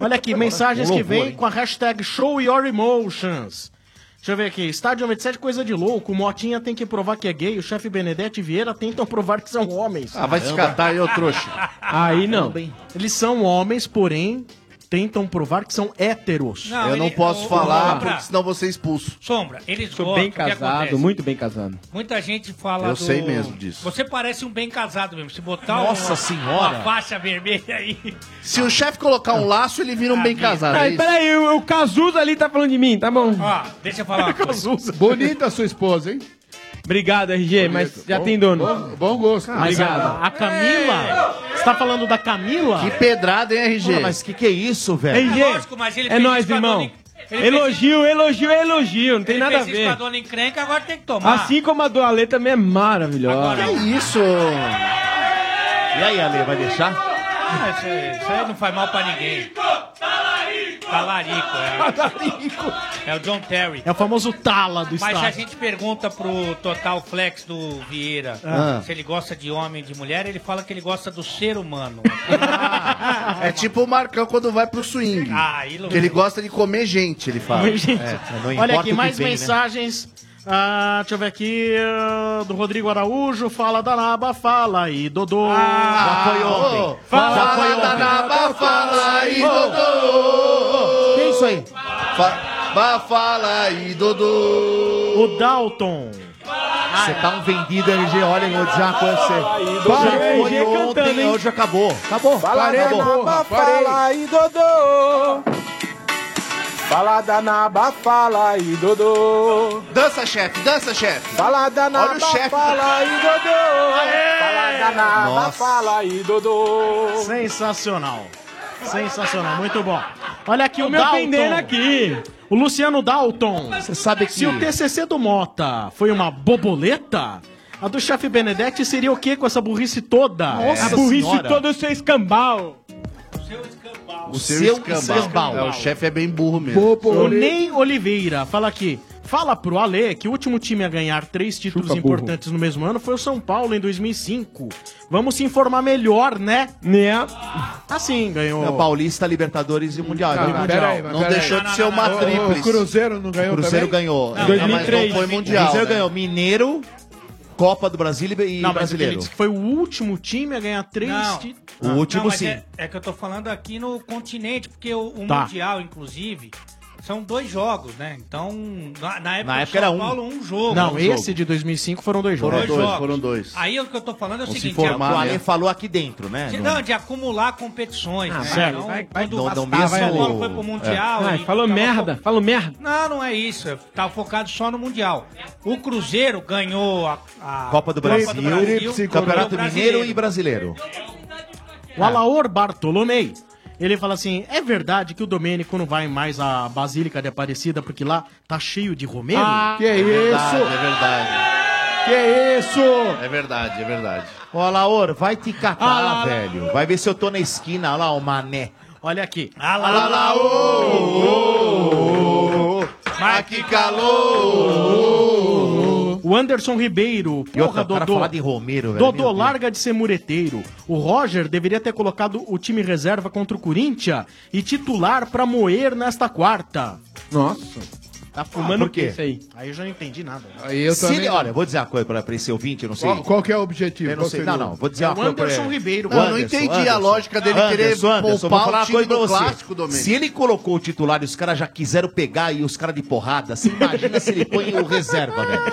[SPEAKER 9] Olha aqui, mensagens que
[SPEAKER 12] é Com louvor,
[SPEAKER 9] vêm
[SPEAKER 12] hein?
[SPEAKER 9] com a hashtag Show Your Emotions. Deixa eu ver aqui. Estádio 97, coisa de louco. Motinha tem que provar que é gay. O chefe Benedetti e Vieira tentam provar que são homens.
[SPEAKER 8] Ah, vai se catar aí, ô trouxa.
[SPEAKER 9] Aí não. Eles são homens, porém, tentam provar que são héteros.
[SPEAKER 12] Não, Eu ele- não posso o- falar, Sombra. porque
[SPEAKER 8] senão vou ser expulso.
[SPEAKER 12] Tá. Sombra, eles
[SPEAKER 9] Sou
[SPEAKER 12] gostam.
[SPEAKER 9] bem
[SPEAKER 12] o que
[SPEAKER 9] casado,
[SPEAKER 12] acontece?
[SPEAKER 1] Muito bem casado.
[SPEAKER 12] Muita gente fala
[SPEAKER 1] Eu
[SPEAKER 12] do-
[SPEAKER 1] sei mesmo disso.
[SPEAKER 12] Você parece um bem casado mesmo. Se botar
[SPEAKER 1] Nossa
[SPEAKER 12] uma,
[SPEAKER 1] Senhora!
[SPEAKER 12] uma faixa vermelha aí... [LAUGHS]
[SPEAKER 8] Se o chefe colocar um laço, ele vira um
[SPEAKER 12] Ah,
[SPEAKER 8] bem casado.
[SPEAKER 1] Ai, peraí, o, o Cazuza ali tá falando de mim, tá bom?
[SPEAKER 12] Ó, deixa eu falar
[SPEAKER 2] [LAUGHS]
[SPEAKER 12] uma coisa.
[SPEAKER 10] Bonita a sua esposa, hein?
[SPEAKER 1] Obrigado, RG, mas já tem dono.
[SPEAKER 10] Bom, bom gosto.
[SPEAKER 1] Mas
[SPEAKER 9] Obrigado. A, a Camila. Você tá falando da Camila?
[SPEAKER 1] Que
[SPEAKER 8] pedrada, hein,
[SPEAKER 1] RG?
[SPEAKER 9] Pô,
[SPEAKER 2] mas que que é isso, velho?
[SPEAKER 1] RG,
[SPEAKER 12] lógico, mas ele
[SPEAKER 1] é
[SPEAKER 12] fez
[SPEAKER 1] nóis,
[SPEAKER 12] isso pra
[SPEAKER 1] irmão.
[SPEAKER 12] dona En- ele fez
[SPEAKER 1] Elogio, elogio, elogio, não tem
[SPEAKER 12] Ele
[SPEAKER 1] nada a
[SPEAKER 12] fez isso com
[SPEAKER 1] ver.
[SPEAKER 12] dona encrenca, agora tem que tomar.
[SPEAKER 1] Assim como a do Ale também é maravilhosa.
[SPEAKER 12] Agora- Que
[SPEAKER 8] isso?
[SPEAKER 2] E aí, Ale, vai deixar?
[SPEAKER 12] Ah, isso aí, isso aí não faz mal pra ninguém. Talarico!
[SPEAKER 1] [LAUGHS]
[SPEAKER 12] Talarico, é. É o John Terry.
[SPEAKER 20] É o famoso tala do
[SPEAKER 12] Mas se a
[SPEAKER 20] estado.
[SPEAKER 12] gente pergunta pro Total Flex do Vieira
[SPEAKER 20] Ah.
[SPEAKER 12] se ele gosta de homem e de mulher, ele fala que ele gosta do ser [LAUGHS] humano.
[SPEAKER 8] É tipo o Marcão quando vai pro swing.
[SPEAKER 12] Ah, ilu-
[SPEAKER 8] que ele gosta de comer gente, ele fala. É,
[SPEAKER 12] Comer gente.
[SPEAKER 9] Olha aqui, mais
[SPEAKER 8] né?
[SPEAKER 9] mensagens. Ah, deixa eu ver aqui. ah, Do Rodrigo Araújo. Fala da Naba, fala aí, Dodô.
[SPEAKER 12] Ah,
[SPEAKER 8] já foi ontem.
[SPEAKER 9] Fala,
[SPEAKER 2] Ah,
[SPEAKER 8] Já foi
[SPEAKER 9] da
[SPEAKER 8] ontem.
[SPEAKER 9] Naba,
[SPEAKER 8] Fala aí, Dodô! Que isso aí? Fa fala aí, Dodô!
[SPEAKER 9] O Dalton.
[SPEAKER 2] Você tá um vendido, RG. Olha, eu já aconteceu.
[SPEAKER 8] Fala,
[SPEAKER 2] Já foi
[SPEAKER 8] RG
[SPEAKER 2] ontem,
[SPEAKER 8] cantando, hein?
[SPEAKER 2] hoje acabou. Acabou.
[SPEAKER 15] Fala da
[SPEAKER 2] acabou.
[SPEAKER 15] naba, fala aí, Dodô. Fala da naba, fala aí, Dodô.
[SPEAKER 8] Dança, chefe, dança, chefe.
[SPEAKER 15] Fala da naba,
[SPEAKER 8] Olha o chefe.
[SPEAKER 15] fala aí, Dodô. Fala da naba,
[SPEAKER 9] Nossa.
[SPEAKER 15] fala aí, Dodô.
[SPEAKER 9] Sensacional. Sensacional, muito bom. Olha aqui
[SPEAKER 20] Tô
[SPEAKER 9] o
[SPEAKER 20] me ofendendo
[SPEAKER 9] Dalton.
[SPEAKER 20] aqui.
[SPEAKER 9] O Luciano Dalton. Você
[SPEAKER 2] sabe
[SPEAKER 9] Se o TCC do Mota foi uma borboleta, a do chefe Benedetti seria o quê com essa burrice toda? É
[SPEAKER 20] Nossa A burrice senhora. toda,
[SPEAKER 9] o seu escambau.
[SPEAKER 8] O seu escambau. É, o chefe é bem burro mesmo.
[SPEAKER 9] O Ney Oliveira fala aqui. Fala pro Ale que o último time a ganhar três títulos
[SPEAKER 1] Chupa, burro.
[SPEAKER 9] importantes no mesmo ano foi o São Paulo em 2005. Vamos se informar melhor, né? Né? Assim, ganhou.
[SPEAKER 2] É, Paulista, Libertadores e Mundial. é
[SPEAKER 9] Cara,
[SPEAKER 2] verdade.
[SPEAKER 9] pera aí, mas
[SPEAKER 2] não
[SPEAKER 9] pera aí.
[SPEAKER 2] deixou
[SPEAKER 9] Não,
[SPEAKER 2] de
[SPEAKER 9] não,
[SPEAKER 2] ser
[SPEAKER 9] não,
[SPEAKER 2] uma
[SPEAKER 9] não.
[SPEAKER 2] tríplice.
[SPEAKER 9] O
[SPEAKER 2] Cruzeiro não ganhou Cruzeiro
[SPEAKER 9] também?
[SPEAKER 2] ganhou.
[SPEAKER 9] Não,
[SPEAKER 2] Não, mas não
[SPEAKER 9] 2003.
[SPEAKER 2] foi Mundial. O Cruzeiro
[SPEAKER 9] né?
[SPEAKER 2] ganhou Mineiro, Copa do Brasil e, e
[SPEAKER 9] Não, mas é o que ele
[SPEAKER 2] Brasileiro.
[SPEAKER 9] disse que foi o último time a ganhar três
[SPEAKER 12] Não.
[SPEAKER 9] títulos.
[SPEAKER 2] O último
[SPEAKER 12] mas
[SPEAKER 2] sim.
[SPEAKER 12] É, é que eu tô falando aqui no continente, porque o, o
[SPEAKER 9] Tá.
[SPEAKER 12] Mundial, inclusive, são dois jogos, né? Então, na, na época,
[SPEAKER 9] Na
[SPEAKER 12] o
[SPEAKER 9] época era
[SPEAKER 12] São
[SPEAKER 9] um.
[SPEAKER 12] Paulo, um jogo.
[SPEAKER 9] Não,
[SPEAKER 12] Um
[SPEAKER 9] esse
[SPEAKER 12] jogo.
[SPEAKER 9] de 2005 foram dois jogos.
[SPEAKER 12] Foram dois, jogos.
[SPEAKER 8] foram dois.
[SPEAKER 12] Aí o que eu tô falando é o
[SPEAKER 2] Vamos se
[SPEAKER 12] seguinte...
[SPEAKER 2] informar,
[SPEAKER 12] a-
[SPEAKER 2] né? O Ale falou aqui dentro, né?
[SPEAKER 12] De,
[SPEAKER 2] No-
[SPEAKER 12] não, de acumular competições.
[SPEAKER 2] Ah,
[SPEAKER 12] né?
[SPEAKER 2] sério,
[SPEAKER 12] Então,
[SPEAKER 2] vai- vai
[SPEAKER 12] quando
[SPEAKER 2] dar um
[SPEAKER 12] o São
[SPEAKER 2] mesmo-
[SPEAKER 12] Paulo foi pro Mundial...
[SPEAKER 1] Ah,
[SPEAKER 2] É.
[SPEAKER 12] e
[SPEAKER 2] Ai, falou
[SPEAKER 12] tava
[SPEAKER 2] merda,
[SPEAKER 1] falou merda.
[SPEAKER 12] Não, não é isso. é- Tá focado só no Mundial. O Cruzeiro ganhou a, a
[SPEAKER 2] Copa do Brasil, Campeonato Mineiro e Brasileiro.
[SPEAKER 9] O Alaor Bartolomei. Ele fala assim: é verdade que o Domênico não vai mais à Basílica de Aparecida porque lá tá cheio de Romero?
[SPEAKER 8] Ah, que É verdade, isso? é
[SPEAKER 9] Que isso?
[SPEAKER 8] É verdade, é verdade.
[SPEAKER 2] Ó, Laor, vai te
[SPEAKER 8] Ah,
[SPEAKER 2] catar,
[SPEAKER 8] lá, lá.
[SPEAKER 2] velho. Vai ver se eu tô na esquina, olha lá, o mané. Ah,
[SPEAKER 9] Olha aqui. Ah,
[SPEAKER 8] Ah,
[SPEAKER 2] Mas que calor!
[SPEAKER 9] O Anderson Ribeiro,
[SPEAKER 2] E outra,
[SPEAKER 9] porra,
[SPEAKER 2] o cara
[SPEAKER 9] Dodô.
[SPEAKER 2] falar de Romero, velho,
[SPEAKER 9] Dodô,
[SPEAKER 2] meu Deus.
[SPEAKER 9] larga de ser mureteiro. O Roger deveria ter colocado o time reserva contra o Corinthians e titular pra moer nesta quarta.
[SPEAKER 2] Nossa.
[SPEAKER 9] Tá
[SPEAKER 2] fumando o quê?
[SPEAKER 9] isso aí? Aí eu já não entendi nada.
[SPEAKER 2] Aí
[SPEAKER 9] eu
[SPEAKER 2] se
[SPEAKER 9] também
[SPEAKER 2] ele,
[SPEAKER 9] não.
[SPEAKER 2] olha, vou dizer uma coisa pra, pra esse ouvinte, eu não sei.
[SPEAKER 9] Qual- qual
[SPEAKER 2] que é o objetivo? Eu não
[SPEAKER 9] Qual
[SPEAKER 2] sei.
[SPEAKER 9] seria
[SPEAKER 2] Não,
[SPEAKER 9] o-
[SPEAKER 2] não, vou dizer
[SPEAKER 9] É
[SPEAKER 2] uma
[SPEAKER 9] o
[SPEAKER 2] coisa. pra
[SPEAKER 9] Anderson
[SPEAKER 2] ele.
[SPEAKER 9] Ribeiro.
[SPEAKER 2] Não,
[SPEAKER 9] Eu não
[SPEAKER 2] Anderson,
[SPEAKER 9] entendi a
[SPEAKER 2] Anderson.
[SPEAKER 9] lógica dele querer
[SPEAKER 2] Anderson,
[SPEAKER 9] poupar
[SPEAKER 2] vou falar
[SPEAKER 9] o
[SPEAKER 2] uma
[SPEAKER 9] time
[SPEAKER 2] coisa pra
[SPEAKER 9] do
[SPEAKER 2] você.
[SPEAKER 9] clássico, Domênico.
[SPEAKER 2] Se ele colocou o titular e os caras já quiseram pegar e os caras de porrada, você imagina se ele põe o reserva, velho.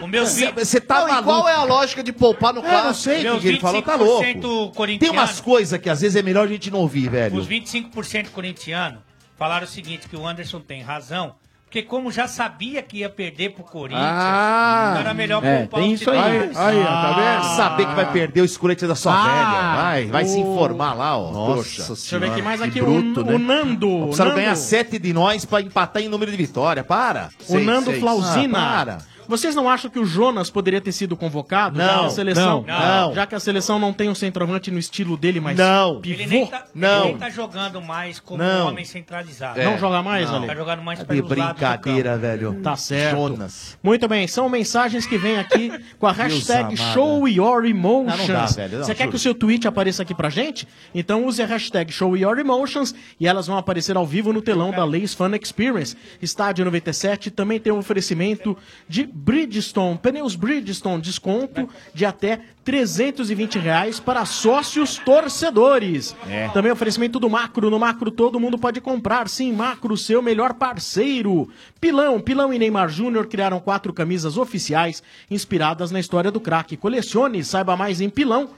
[SPEAKER 12] O meu filho...
[SPEAKER 2] Você tá
[SPEAKER 12] Não, e
[SPEAKER 2] maluco.
[SPEAKER 12] qual é a lógica
[SPEAKER 2] de poupar
[SPEAKER 8] É,
[SPEAKER 12] no
[SPEAKER 2] Eu não
[SPEAKER 12] clássico?
[SPEAKER 2] sei o que
[SPEAKER 12] Meus
[SPEAKER 2] que ele falou, tá
[SPEAKER 12] 25%
[SPEAKER 2] louco. Tem
[SPEAKER 12] corintiano.
[SPEAKER 2] umas coisas que às vezes é melhor a gente não ouvir, velho.
[SPEAKER 12] Os 25% corintiano falaram o seguinte, que o Anderson tem razão, porque como já sabia que ia perder pro Corinthians, então
[SPEAKER 2] Ah,
[SPEAKER 12] era melhor
[SPEAKER 2] é,
[SPEAKER 12] poupar
[SPEAKER 2] tem
[SPEAKER 12] os
[SPEAKER 2] isso aí.
[SPEAKER 12] titulares.
[SPEAKER 2] Aí, aí, ó, tá vendo? Saber que vai perder o escolete da sua
[SPEAKER 12] Ah,
[SPEAKER 2] velha. Vai, vai se
[SPEAKER 12] o-
[SPEAKER 2] informar lá, ó. trouxa.
[SPEAKER 9] Deixa eu ver aqui mais aqui. o, o Nando.
[SPEAKER 2] Ó, né? Precisaram
[SPEAKER 9] Nando.
[SPEAKER 2] ganhar sete de nós pra empatar em número de vitória. Para.
[SPEAKER 9] o Nando Flausina.
[SPEAKER 2] Ah, para.
[SPEAKER 9] Vocês não acham que o Jonas poderia ter sido convocado? já
[SPEAKER 2] Não,
[SPEAKER 9] que a seleção,
[SPEAKER 2] não, não.
[SPEAKER 9] Já que a seleção não tem um centroavante no estilo dele, mas
[SPEAKER 2] Não.
[SPEAKER 9] pivô.
[SPEAKER 12] Ele nem, tá, ele nem tá jogando mais como
[SPEAKER 9] Não.
[SPEAKER 12] um homem centralizado.
[SPEAKER 9] É. Não joga mais,
[SPEAKER 12] não.
[SPEAKER 9] Ale?
[SPEAKER 12] Tá jogando mais
[SPEAKER 2] Tá
[SPEAKER 12] pelos
[SPEAKER 2] de
[SPEAKER 12] lados do
[SPEAKER 2] brincadeira, velho.
[SPEAKER 9] Tá certo.
[SPEAKER 2] Jonas.
[SPEAKER 9] Muito bem, são mensagens que vêm aqui com a
[SPEAKER 2] Deus
[SPEAKER 9] hashtag
[SPEAKER 2] amado.
[SPEAKER 9] Show Your Emotions.
[SPEAKER 2] Não, não dá, velho, não,
[SPEAKER 9] Você quer
[SPEAKER 2] juro.
[SPEAKER 9] que o seu tweet apareça aqui pra gente? Então use a hashtag Show Your Emotions e elas vão aparecer ao vivo no telão da Lays Fan Experience. Estádio 97 também tem um oferecimento de Bridgestone, pneus Bridgestone, desconto de até 320 reais para sócios torcedores.
[SPEAKER 2] É.
[SPEAKER 9] Também oferecimento do Macro. No Macro todo mundo pode comprar. Sim, Macro, seu melhor parceiro. Pilão, Pilão e Neymar Júnior criaram quatro camisas oficiais inspiradas na história do craque. Colecione, saiba mais em pilão.com.br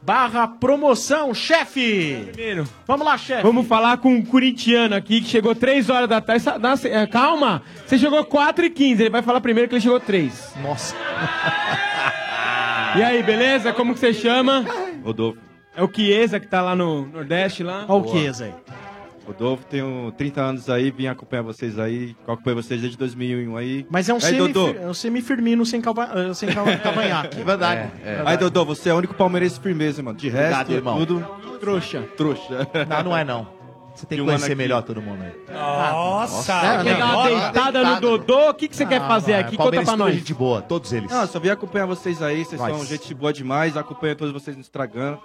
[SPEAKER 9] barra promoção, chefe!
[SPEAKER 1] Primeiro.
[SPEAKER 9] Vamos lá, chefe.
[SPEAKER 1] Vamos falar com um corintiano aqui que chegou 3 horas da tarde. Sa- dá- se- é, Calma! Você chegou 4 e 15 ele vai falar primeiro que ele chegou 3.
[SPEAKER 2] Nossa.
[SPEAKER 1] E aí, beleza? Como que você chama? Rodolfo. É o Chiesa que tá lá no Nordeste lá.
[SPEAKER 9] Olha o Chiesa aí.
[SPEAKER 21] Rodolfo, tenho 30 anos aí, vim acompanhar vocês aí, acompanho vocês desde 2001 aí.
[SPEAKER 9] Mas é um,
[SPEAKER 21] aí,
[SPEAKER 9] semi,
[SPEAKER 21] Dodô.
[SPEAKER 9] é um semi-firmino sem, calva, eh, sem calva, cavanhaque. É.
[SPEAKER 21] Aí, Dodô, você é o único palmeirense firmeza, mano. De resto, é
[SPEAKER 2] Obrigado, irmão.
[SPEAKER 21] tudo...
[SPEAKER 9] Trouxa.
[SPEAKER 21] Trouxa.
[SPEAKER 2] Não, não é não. Você tem que
[SPEAKER 21] Filmando
[SPEAKER 2] conhecer
[SPEAKER 21] aqui.
[SPEAKER 2] melhor todo mundo aí.
[SPEAKER 21] Nossa,
[SPEAKER 1] Tá, Quer dar
[SPEAKER 21] não, tá
[SPEAKER 1] uma
[SPEAKER 21] não,
[SPEAKER 1] deitada no
[SPEAKER 21] deitado,
[SPEAKER 1] Dodô? O que, que você
[SPEAKER 2] Ah,
[SPEAKER 1] quer fazer aqui? Conta pra nós.
[SPEAKER 2] de boa, todos eles.
[SPEAKER 21] Não, eu só vim acompanhar vocês aí, vocês
[SPEAKER 2] Nós.
[SPEAKER 21] são gente boa demais, acompanho todos vocês no Instagram.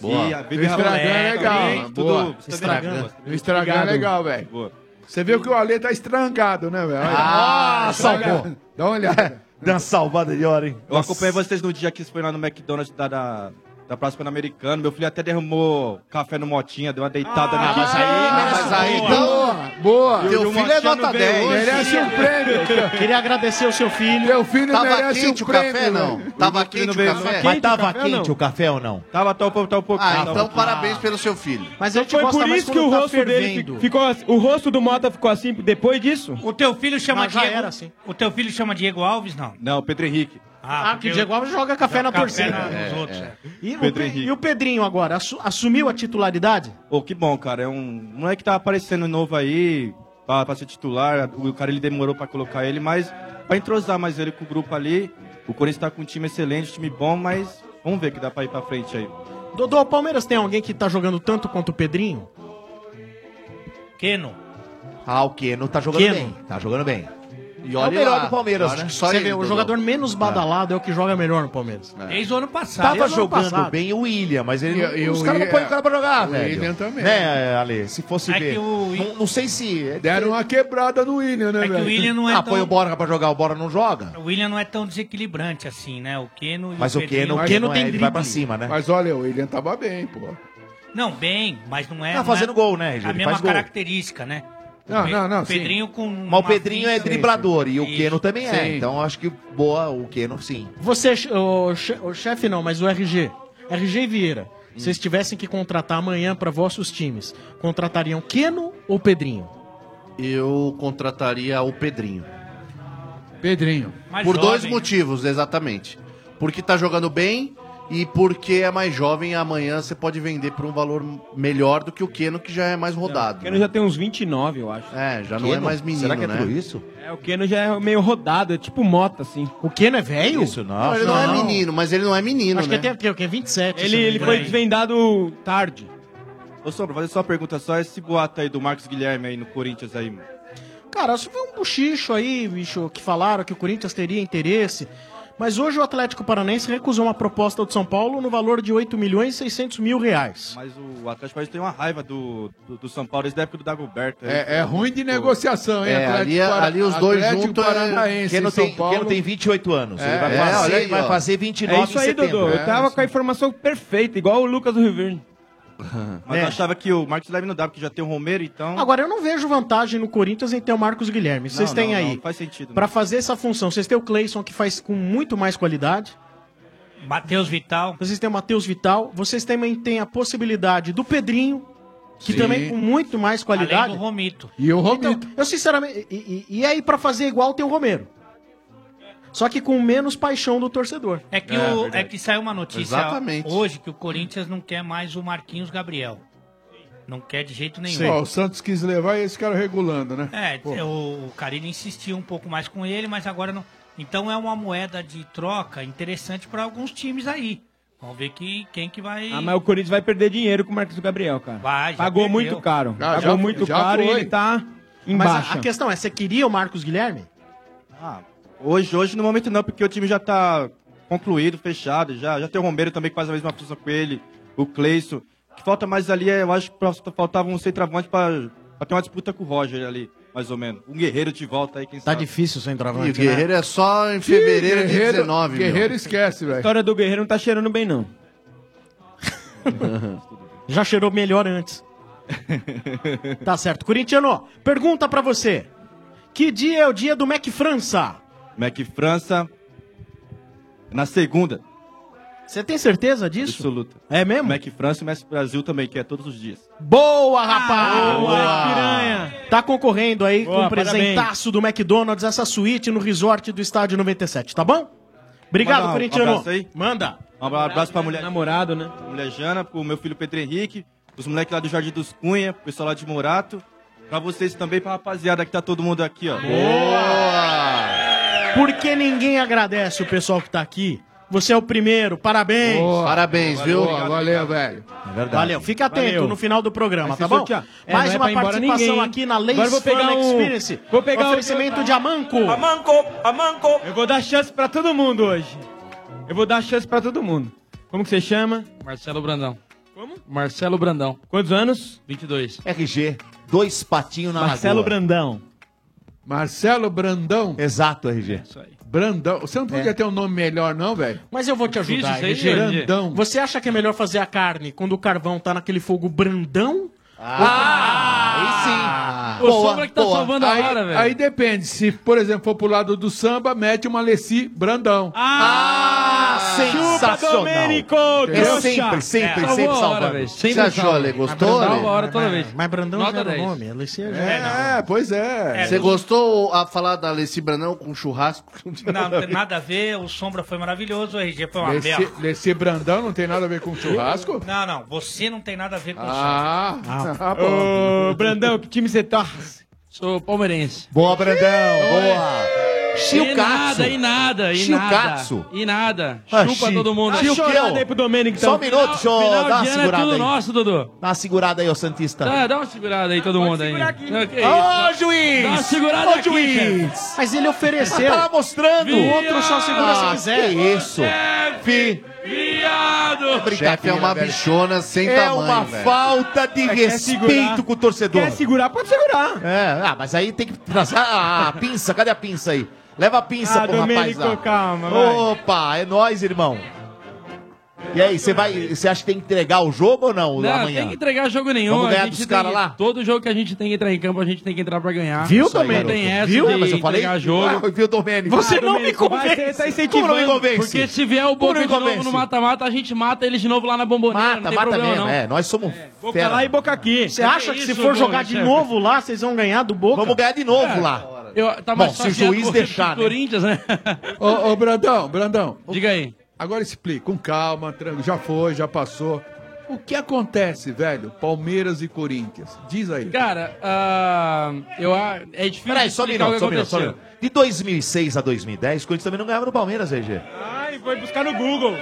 [SPEAKER 10] Boa.
[SPEAKER 21] E a Vivi
[SPEAKER 10] O Instagram
[SPEAKER 21] Ramalho
[SPEAKER 10] é legal,
[SPEAKER 21] também,
[SPEAKER 10] mano,
[SPEAKER 21] tudo-
[SPEAKER 10] boa.
[SPEAKER 21] você tá
[SPEAKER 10] Instagram.
[SPEAKER 21] vendo?
[SPEAKER 10] O Instagram é
[SPEAKER 21] Obrigado.
[SPEAKER 10] legal, velho.
[SPEAKER 21] Boa.
[SPEAKER 10] Você viu que o Ale tá estrangado, né, velho? Olha.
[SPEAKER 21] Ah,
[SPEAKER 10] Dá uma olhada.
[SPEAKER 21] salvou.
[SPEAKER 10] Dá uma olhada.
[SPEAKER 2] [LAUGHS] Dá uma salvada de hora, hein?
[SPEAKER 21] Eu acompanhei vocês no dia que isso foi lá no McDonald's da, da, da Praça Pan-Americana. Meu filho até derramou café no motinha, deu uma
[SPEAKER 10] Ah,
[SPEAKER 21] deitada na
[SPEAKER 2] mas aí- mas aí-
[SPEAKER 10] Boa, então, boa.
[SPEAKER 21] E o de um
[SPEAKER 9] é
[SPEAKER 2] é
[SPEAKER 21] motinha não veio hoje.
[SPEAKER 10] Merece um prêmio.
[SPEAKER 9] Queria agradecer o seu filho.
[SPEAKER 10] Meu filho
[SPEAKER 2] Tava
[SPEAKER 10] merece um
[SPEAKER 2] quente o
[SPEAKER 10] prêmio.
[SPEAKER 2] café, não?
[SPEAKER 10] velho.
[SPEAKER 2] Tava
[SPEAKER 10] filho
[SPEAKER 2] quente o
[SPEAKER 10] veio.
[SPEAKER 2] café? Mas tava quente o café ou não?
[SPEAKER 21] Tava tal
[SPEAKER 1] tá
[SPEAKER 21] pouco,
[SPEAKER 1] um
[SPEAKER 21] tal pouco.
[SPEAKER 8] Ah, então
[SPEAKER 12] tá.
[SPEAKER 8] parabéns pelo seu filho.
[SPEAKER 9] Mas
[SPEAKER 8] eu
[SPEAKER 9] eu
[SPEAKER 8] te
[SPEAKER 9] te
[SPEAKER 1] Então Foi
[SPEAKER 9] gosto
[SPEAKER 1] por
[SPEAKER 9] mais
[SPEAKER 1] isso que o
[SPEAKER 9] quando tá
[SPEAKER 1] rosto dele
[SPEAKER 9] fervendo.
[SPEAKER 1] fi- ficou assim. O rosto do Mota ficou assim depois disso?
[SPEAKER 12] O teu filho chama
[SPEAKER 1] Não, já
[SPEAKER 12] Diego.
[SPEAKER 1] era
[SPEAKER 12] O teu filho chama Diego Alves, não?
[SPEAKER 21] Não, Pedro Henrique.
[SPEAKER 9] Ah, que o Diego Alves joga café na torcida.
[SPEAKER 12] nos outros.
[SPEAKER 9] E, o
[SPEAKER 21] Pedro
[SPEAKER 9] Pe-
[SPEAKER 21] Henrique.
[SPEAKER 9] e o Pedrinho agora, assu- assumiu a titularidade?
[SPEAKER 21] Pô, que bom, cara. É um moleque que tá aparecendo novo aí pra, pra ser titular. O cara ele demorou pra colocar ele, mas pra entrosar mais ele com o grupo ali. O Corinthians tá com um time excelente, um time bom, mas vamos ver que dá pra ir pra frente aí.
[SPEAKER 9] Dodô, o Palmeiras tem alguém que tá jogando tanto quanto o Pedrinho?
[SPEAKER 12] Keno.
[SPEAKER 2] Ah, o Keno tá jogando
[SPEAKER 9] Keno.
[SPEAKER 2] bem. Tá jogando bem. E
[SPEAKER 9] É
[SPEAKER 2] olha
[SPEAKER 9] o melhor
[SPEAKER 2] lá,
[SPEAKER 9] do Palmeiras.
[SPEAKER 2] olha,
[SPEAKER 9] Só Você
[SPEAKER 2] ele,
[SPEAKER 9] vê, o
[SPEAKER 2] Dudu.
[SPEAKER 9] jogador menos badalado é. o que joga melhor no Palmeiras.
[SPEAKER 12] é. Desde o ano passado.
[SPEAKER 2] Tava
[SPEAKER 9] Desde o ano
[SPEAKER 2] jogando
[SPEAKER 9] passado.
[SPEAKER 2] bem o William, mas ele
[SPEAKER 9] E- e
[SPEAKER 2] não, os
[SPEAKER 9] o
[SPEAKER 2] caras não
[SPEAKER 9] William-
[SPEAKER 2] põem o cara pra jogar,
[SPEAKER 9] o
[SPEAKER 2] velho.
[SPEAKER 9] William também.
[SPEAKER 2] Né, Ale? Se
[SPEAKER 12] É
[SPEAKER 2] fosse ver. não, não sei se... é
[SPEAKER 10] Deram uma quebrada no William, né,
[SPEAKER 12] que
[SPEAKER 10] velho?
[SPEAKER 12] o William não é
[SPEAKER 2] ah,
[SPEAKER 12] tão-
[SPEAKER 2] põe o Borja pra jogar, o Borja não joga.
[SPEAKER 12] O William não é tão desequilibrante assim, né? O Keno e
[SPEAKER 2] Mas o
[SPEAKER 12] Pedrinho-
[SPEAKER 2] Keno, o Keno é, ele vai pra cima, né?
[SPEAKER 10] Mas olha, o William tava bem, pô.
[SPEAKER 12] Não, bem, mas não é.
[SPEAKER 2] Tá
[SPEAKER 12] não
[SPEAKER 2] fazendo
[SPEAKER 12] é
[SPEAKER 2] gol, né, Gil?
[SPEAKER 12] A
[SPEAKER 2] Ele
[SPEAKER 12] mesma
[SPEAKER 2] faz gol.
[SPEAKER 12] característica, né?
[SPEAKER 2] Não,
[SPEAKER 12] O Pe-
[SPEAKER 2] não, não,
[SPEAKER 12] o
[SPEAKER 2] sim.
[SPEAKER 12] Pedrinho com.
[SPEAKER 2] Mas o
[SPEAKER 12] uma
[SPEAKER 2] Pedrinho é
[SPEAKER 12] fita-
[SPEAKER 2] driblador e o
[SPEAKER 12] Isso.
[SPEAKER 2] Keno também é.
[SPEAKER 12] Sim.
[SPEAKER 2] Então acho que boa o Keno, sim.
[SPEAKER 9] Você, o, che- o chefe não, mas o RG. RG e Vieira. Se vocês tivessem que contratar amanhã pra vossos times, contratariam Keno ou Pedrinho?
[SPEAKER 8] Eu contrataria o Pedrinho.
[SPEAKER 10] Pedrinho.
[SPEAKER 8] Mais Por dois motivos, exatamente. Porque tá jogando bem e porque é mais jovem, amanhã você pode vender por um valor melhor do que o Keno, que já é mais rodado.
[SPEAKER 1] O Keno já tem uns 29, eu acho.
[SPEAKER 8] É, já não é mais menino,
[SPEAKER 1] Será que é
[SPEAKER 8] né?
[SPEAKER 1] tudo
[SPEAKER 2] isso?
[SPEAKER 1] É, o Keno já é meio rodado, é tipo Mota, assim.
[SPEAKER 9] O Keno é velho?
[SPEAKER 1] Isso,
[SPEAKER 8] Não, ele não, é menino, mas ele não é menino,
[SPEAKER 9] Acho
[SPEAKER 8] né?
[SPEAKER 9] que ele tem o quê? 27.
[SPEAKER 1] Ele, ele foi desvendado tarde.
[SPEAKER 21] Ô, Sombra, fazer só uma pergunta só. Esse boato aí do Marcos Guilherme aí no Corinthians aí, mano.
[SPEAKER 9] Cara, isso foi um bochicho aí, bicho, que falaram que o Corinthians teria interesse. Mas hoje o Atlético Paranaense recusou uma proposta do São Paulo no valor de 8 milhões e 600 mil reais.
[SPEAKER 21] Mas o Atlético Paranaense tem uma raiva do, do, do São Paulo desde a época do Dagoberto. aí.
[SPEAKER 10] É, é ruim de
[SPEAKER 21] Pô.
[SPEAKER 10] negociação, hein?
[SPEAKER 21] É, ali- ali os dois juntos,
[SPEAKER 10] Paranaense,
[SPEAKER 2] é- Keno
[SPEAKER 10] em São
[SPEAKER 2] tem,
[SPEAKER 10] Paulo.
[SPEAKER 2] Keno tem 28 anos.
[SPEAKER 10] É,
[SPEAKER 2] ele vai
[SPEAKER 10] é,
[SPEAKER 2] fazer,
[SPEAKER 10] olha aí,
[SPEAKER 2] vai
[SPEAKER 10] ó.
[SPEAKER 2] fazer 29
[SPEAKER 1] é isso aí,
[SPEAKER 2] em setembro.
[SPEAKER 1] Dodô. Eu tava
[SPEAKER 21] É,
[SPEAKER 1] com a informação perfeita, igual o Lucas do Rio Verde.
[SPEAKER 21] [LAUGHS] Mas eu achava que o Marcos Guilherme não dava, porque já tem o Romero, então...
[SPEAKER 9] É. Agora, eu não vejo vantagem no Corinthians em ter o Marcos Guilherme. Vocês
[SPEAKER 21] Não,
[SPEAKER 9] têm
[SPEAKER 21] não,
[SPEAKER 9] aí,
[SPEAKER 21] não, faz sentido.
[SPEAKER 9] pra fazer essa função, vocês têm o Cleison, que faz com muito mais qualidade.
[SPEAKER 12] Matheus Vital.
[SPEAKER 9] Vocês têm o Matheus Vital. Vocês também têm a possibilidade do Pedrinho, que
[SPEAKER 12] Sim.
[SPEAKER 9] também com muito mais qualidade. Então,
[SPEAKER 12] Além do Romito.
[SPEAKER 10] E o Romito.
[SPEAKER 9] Eu sinceramente. E, e- e aí, pra fazer igual, tem o Romero. Só que com menos paixão do torcedor.
[SPEAKER 12] É que, o, é que saiu uma notícia
[SPEAKER 9] Exatamente.
[SPEAKER 12] hoje que o Corinthians não quer mais o Marquinhos Gabriel. Não quer de jeito nenhum.
[SPEAKER 10] Ó, o Santos quis levar e esse cara regulando, né?
[SPEAKER 12] É,
[SPEAKER 10] Pô.
[SPEAKER 12] o, o Carille insistiu um pouco mais com ele, mas agora não. Então é uma moeda de troca interessante para alguns times aí. Vamos ver que, quem que vai.
[SPEAKER 1] Ah, mas o Corinthians vai perder dinheiro com o Marcos Gabriel, cara.
[SPEAKER 12] Vai, já
[SPEAKER 1] Pagou
[SPEAKER 12] perdeu.
[SPEAKER 1] muito caro.
[SPEAKER 12] Já-
[SPEAKER 1] Pagou
[SPEAKER 12] já-
[SPEAKER 1] muito
[SPEAKER 12] já
[SPEAKER 1] caro
[SPEAKER 12] foi.
[SPEAKER 1] e ele tá em
[SPEAKER 9] Mas
[SPEAKER 1] baixa.
[SPEAKER 9] a, a questão é, você queria o Marcos Guilherme?
[SPEAKER 21] Ah, Hoje, hoje, no momento não, porque o time já tá concluído, fechado, já, já tem o Romero também que faz a mesma função com ele, o Cleison. O que falta mais ali é, eu acho que pra- faltava um centroavante pra, pra ter uma disputa com o Roger ali, mais ou menos. Um guerreiro de volta aí, quem
[SPEAKER 9] Tá
[SPEAKER 21] sabe.
[SPEAKER 9] difícil o
[SPEAKER 21] E
[SPEAKER 9] centroavante,
[SPEAKER 21] o Guerreiro
[SPEAKER 9] [LAUGHS] né?
[SPEAKER 21] é só em fevereiro de 19, meu.
[SPEAKER 10] esquece, velho.
[SPEAKER 1] A história do Guerreiro não tá cheirando bem, não.
[SPEAKER 9] Já cheirou melhor antes. tá certo. Corintiano, pergunta pra você. Que dia é o dia do Mac França?
[SPEAKER 21] Mac é França, na segunda.
[SPEAKER 9] Você tem certeza disso?
[SPEAKER 21] Absoluta.
[SPEAKER 9] É mesmo?
[SPEAKER 21] Mac França e Mac Brasil também, que é todos os dias.
[SPEAKER 9] Boa, rapaz!
[SPEAKER 21] boa.
[SPEAKER 9] piranha! Tá concorrendo aí
[SPEAKER 21] Boa,
[SPEAKER 9] com um presentaço do McDonald's, essa suíte no resort do Estádio 97, tá bom? Obrigado,
[SPEAKER 21] Manda um
[SPEAKER 9] Corintiano.
[SPEAKER 21] abraço aí.
[SPEAKER 9] Manda.
[SPEAKER 21] Um abraço pra mulher.
[SPEAKER 1] Namorado, né?
[SPEAKER 21] Mulher Jana, pro meu filho Pedro Henrique, os moleques lá do Jardim dos Cunha, pro pessoal lá de Morato. Pra vocês também, pra rapaziada que tá todo mundo aqui, ó.
[SPEAKER 4] Porque ninguém agradece o pessoal que tá aqui. Você é o primeiro, parabéns.
[SPEAKER 8] Boa. Parabéns, Valeu, viu?
[SPEAKER 4] Obrigado,
[SPEAKER 8] valeu,
[SPEAKER 4] velho.
[SPEAKER 8] É verdade.
[SPEAKER 4] Valeu, fica atento
[SPEAKER 8] Valeu.
[SPEAKER 4] no final do programa,
[SPEAKER 8] Vai
[SPEAKER 4] tá
[SPEAKER 8] ser
[SPEAKER 4] bom?
[SPEAKER 8] sorteado.
[SPEAKER 9] É,
[SPEAKER 4] Mais
[SPEAKER 9] não é
[SPEAKER 4] uma
[SPEAKER 9] pra ir embora
[SPEAKER 4] participação
[SPEAKER 9] ninguém, hein?
[SPEAKER 4] aqui na Lace
[SPEAKER 9] Agora eu vou pegar
[SPEAKER 4] Fan
[SPEAKER 9] um-
[SPEAKER 4] Experience.
[SPEAKER 9] vou pegar um-
[SPEAKER 4] Oferecimento de Amanco.
[SPEAKER 22] Amanco, Amanco.
[SPEAKER 1] Eu vou dar chance pra todo mundo hoje. Eu vou dar chance pra todo mundo. Como que você chama?
[SPEAKER 18] Marcelo Brandão. Como? Marcelo Brandão.
[SPEAKER 1] Quantos anos?
[SPEAKER 18] 22.
[SPEAKER 2] RG, dois patinhos na
[SPEAKER 18] Marcelo
[SPEAKER 1] Brandão.
[SPEAKER 10] Marcelo Brandão?
[SPEAKER 2] Exato, RG.
[SPEAKER 10] Brandão. Você não podia
[SPEAKER 4] É.
[SPEAKER 10] ter um nome melhor, não, velho?
[SPEAKER 4] Mas eu vou te ajudar,
[SPEAKER 10] Difícil isso
[SPEAKER 4] RG.
[SPEAKER 10] aí, né? Brandão.
[SPEAKER 4] Você acha que é melhor fazer a carne quando o carvão tá naquele fogo brandão?
[SPEAKER 10] Ah,
[SPEAKER 4] aí sim. O Sombra que tá salvando a
[SPEAKER 10] aí,
[SPEAKER 4] hora, velho.
[SPEAKER 10] Aí depende. Se, por exemplo, for pro lado do samba, mete uma Alessi Brandão.
[SPEAKER 1] Ah,
[SPEAKER 10] sensacional.
[SPEAKER 1] Domênico!
[SPEAKER 10] Entendeu?
[SPEAKER 1] trouxa. É,
[SPEAKER 10] sempre, sempre,
[SPEAKER 9] É.
[SPEAKER 1] Salvou
[SPEAKER 10] sempre
[SPEAKER 1] a hora,
[SPEAKER 10] salvando.
[SPEAKER 1] velho.
[SPEAKER 10] Você é
[SPEAKER 1] Sempre
[SPEAKER 10] achou,
[SPEAKER 1] salva.
[SPEAKER 10] Ale? Gostou,
[SPEAKER 1] Mas Brandão,
[SPEAKER 10] Ale?
[SPEAKER 1] a hora toda
[SPEAKER 4] Mas-
[SPEAKER 1] vez.
[SPEAKER 4] Mas Brandão
[SPEAKER 1] Nota
[SPEAKER 4] já era
[SPEAKER 1] 10.
[SPEAKER 4] o nome. Alessia já
[SPEAKER 10] É, pois é.
[SPEAKER 8] Você gostou a falar da Alessi Brandão com churrasco?
[SPEAKER 12] Não, não tem nada a ver, o Sombra foi maravilhoso, o RG foi uma
[SPEAKER 10] Alessi,
[SPEAKER 12] merda.
[SPEAKER 10] Alessi Brandão não tem nada a ver [LAUGHS] com churrasco?
[SPEAKER 12] Não, não, você não tem nada a ver com
[SPEAKER 10] Ah,
[SPEAKER 12] o
[SPEAKER 10] ah,
[SPEAKER 12] Sombra.
[SPEAKER 10] bom.
[SPEAKER 1] Ô, Brandão, que time você torce?
[SPEAKER 22] Sou palmeirense.
[SPEAKER 2] Boa, Brandão, boa.
[SPEAKER 22] E nada, e nada, e nada.
[SPEAKER 2] Chilcaço.
[SPEAKER 22] E nada.
[SPEAKER 2] Ah,
[SPEAKER 22] Chupa
[SPEAKER 2] chi-
[SPEAKER 22] todo mundo. Tá
[SPEAKER 2] Ah, Chilqueu. Só um minuto, deixa eu
[SPEAKER 22] então. Final
[SPEAKER 2] dar uma
[SPEAKER 22] de ano é
[SPEAKER 2] segurada
[SPEAKER 22] tudo
[SPEAKER 2] aí.
[SPEAKER 22] nosso, Dudu. Tá.
[SPEAKER 2] Dá uma segurada aí, ô Santista.
[SPEAKER 22] Dá, dá uma segurada aí, todo mundo aí. Não, que
[SPEAKER 2] Ô,
[SPEAKER 22] isso.
[SPEAKER 2] juiz!
[SPEAKER 22] Dá uma segurada
[SPEAKER 2] Ô,
[SPEAKER 22] aqui,
[SPEAKER 2] juiz!
[SPEAKER 22] cara.
[SPEAKER 4] Mas ele ofereceu.
[SPEAKER 2] Tá mostrando.
[SPEAKER 4] O outro só segura se
[SPEAKER 2] Ah,
[SPEAKER 4] quiser.
[SPEAKER 2] Que isso?
[SPEAKER 12] É,
[SPEAKER 2] Fi.
[SPEAKER 8] O chefe é uma bichona sem
[SPEAKER 2] é
[SPEAKER 8] tamanho,
[SPEAKER 2] uma
[SPEAKER 8] velho.
[SPEAKER 2] falta de
[SPEAKER 8] É, quer segurar.
[SPEAKER 2] respeito com o torcedor.
[SPEAKER 8] Quer
[SPEAKER 1] segurar, pode segurar.
[SPEAKER 2] É, ah, mas aí tem que trazer a, a pinça. Cadê a pinça aí? Leva a pinça
[SPEAKER 1] Ah,
[SPEAKER 2] pro rapaz
[SPEAKER 1] Domênico,
[SPEAKER 2] lá.
[SPEAKER 1] calma, vai.
[SPEAKER 2] Opa, é nóis, irmão. E aí, você vai, você acha que tem que entregar o jogo ou não,
[SPEAKER 22] Não,
[SPEAKER 2] amanhã?
[SPEAKER 22] tem que entregar jogo nenhum.
[SPEAKER 2] Vamos
[SPEAKER 22] a
[SPEAKER 2] ganhar
[SPEAKER 22] gente
[SPEAKER 2] dos
[SPEAKER 22] tem
[SPEAKER 2] caras
[SPEAKER 22] que-
[SPEAKER 2] lá?
[SPEAKER 22] Todo jogo que a gente tem que entrar em campo, a gente tem que entrar pra ganhar.
[SPEAKER 2] Isso aí,
[SPEAKER 22] Não
[SPEAKER 2] garoto.
[SPEAKER 22] tem essa
[SPEAKER 2] Viu?
[SPEAKER 22] de
[SPEAKER 2] Mas eu falei?
[SPEAKER 22] entregar jogo.
[SPEAKER 2] Ah, viu, Domênico?
[SPEAKER 22] Ah,
[SPEAKER 2] Você não me
[SPEAKER 22] Domênico, vai,
[SPEAKER 2] convence.
[SPEAKER 22] Você tá
[SPEAKER 2] Como
[SPEAKER 22] incentivando.
[SPEAKER 2] não me convence?
[SPEAKER 22] Porque se vier o
[SPEAKER 2] Como não
[SPEAKER 22] Boca
[SPEAKER 2] me
[SPEAKER 22] de novo
[SPEAKER 2] convence?
[SPEAKER 22] no mata-mata, a gente mata eles de novo lá na bomboneira. não
[SPEAKER 2] Mata,
[SPEAKER 22] tem
[SPEAKER 2] mata
[SPEAKER 22] problema,
[SPEAKER 2] mesmo.
[SPEAKER 22] não.
[SPEAKER 2] É, nós somos
[SPEAKER 22] Boca
[SPEAKER 2] fera.
[SPEAKER 22] lá e boca aqui.
[SPEAKER 4] Você acha que se for jogar de novo lá, vocês vão ganhar do Boca?
[SPEAKER 2] Vamos ganhar de
[SPEAKER 9] É.
[SPEAKER 10] novo
[SPEAKER 2] lá.
[SPEAKER 22] Eu, tá
[SPEAKER 10] Bom,
[SPEAKER 22] mais
[SPEAKER 10] se o
[SPEAKER 22] fácil
[SPEAKER 10] juiz
[SPEAKER 22] do
[SPEAKER 10] deixar, né?
[SPEAKER 22] Corinthians, né?
[SPEAKER 10] Ô, ô, Brandão, Brandão.
[SPEAKER 22] Diga aí.
[SPEAKER 10] Agora explica, com calma, tranquilo. Já foi, já passou. O que acontece, velho? Palmeiras e Corinthians. Diz aí.
[SPEAKER 22] Cara, ah, eu, a- é difícil
[SPEAKER 2] Peraí, só um
[SPEAKER 22] explicar o
[SPEAKER 2] minuto,
[SPEAKER 22] que
[SPEAKER 2] só um minuto, só um
[SPEAKER 22] aconteceu.
[SPEAKER 2] minuto. De 2006 a 2010, o Corinthians também não ganhava no Palmeiras, RG.
[SPEAKER 1] Ai, foi buscar no Google.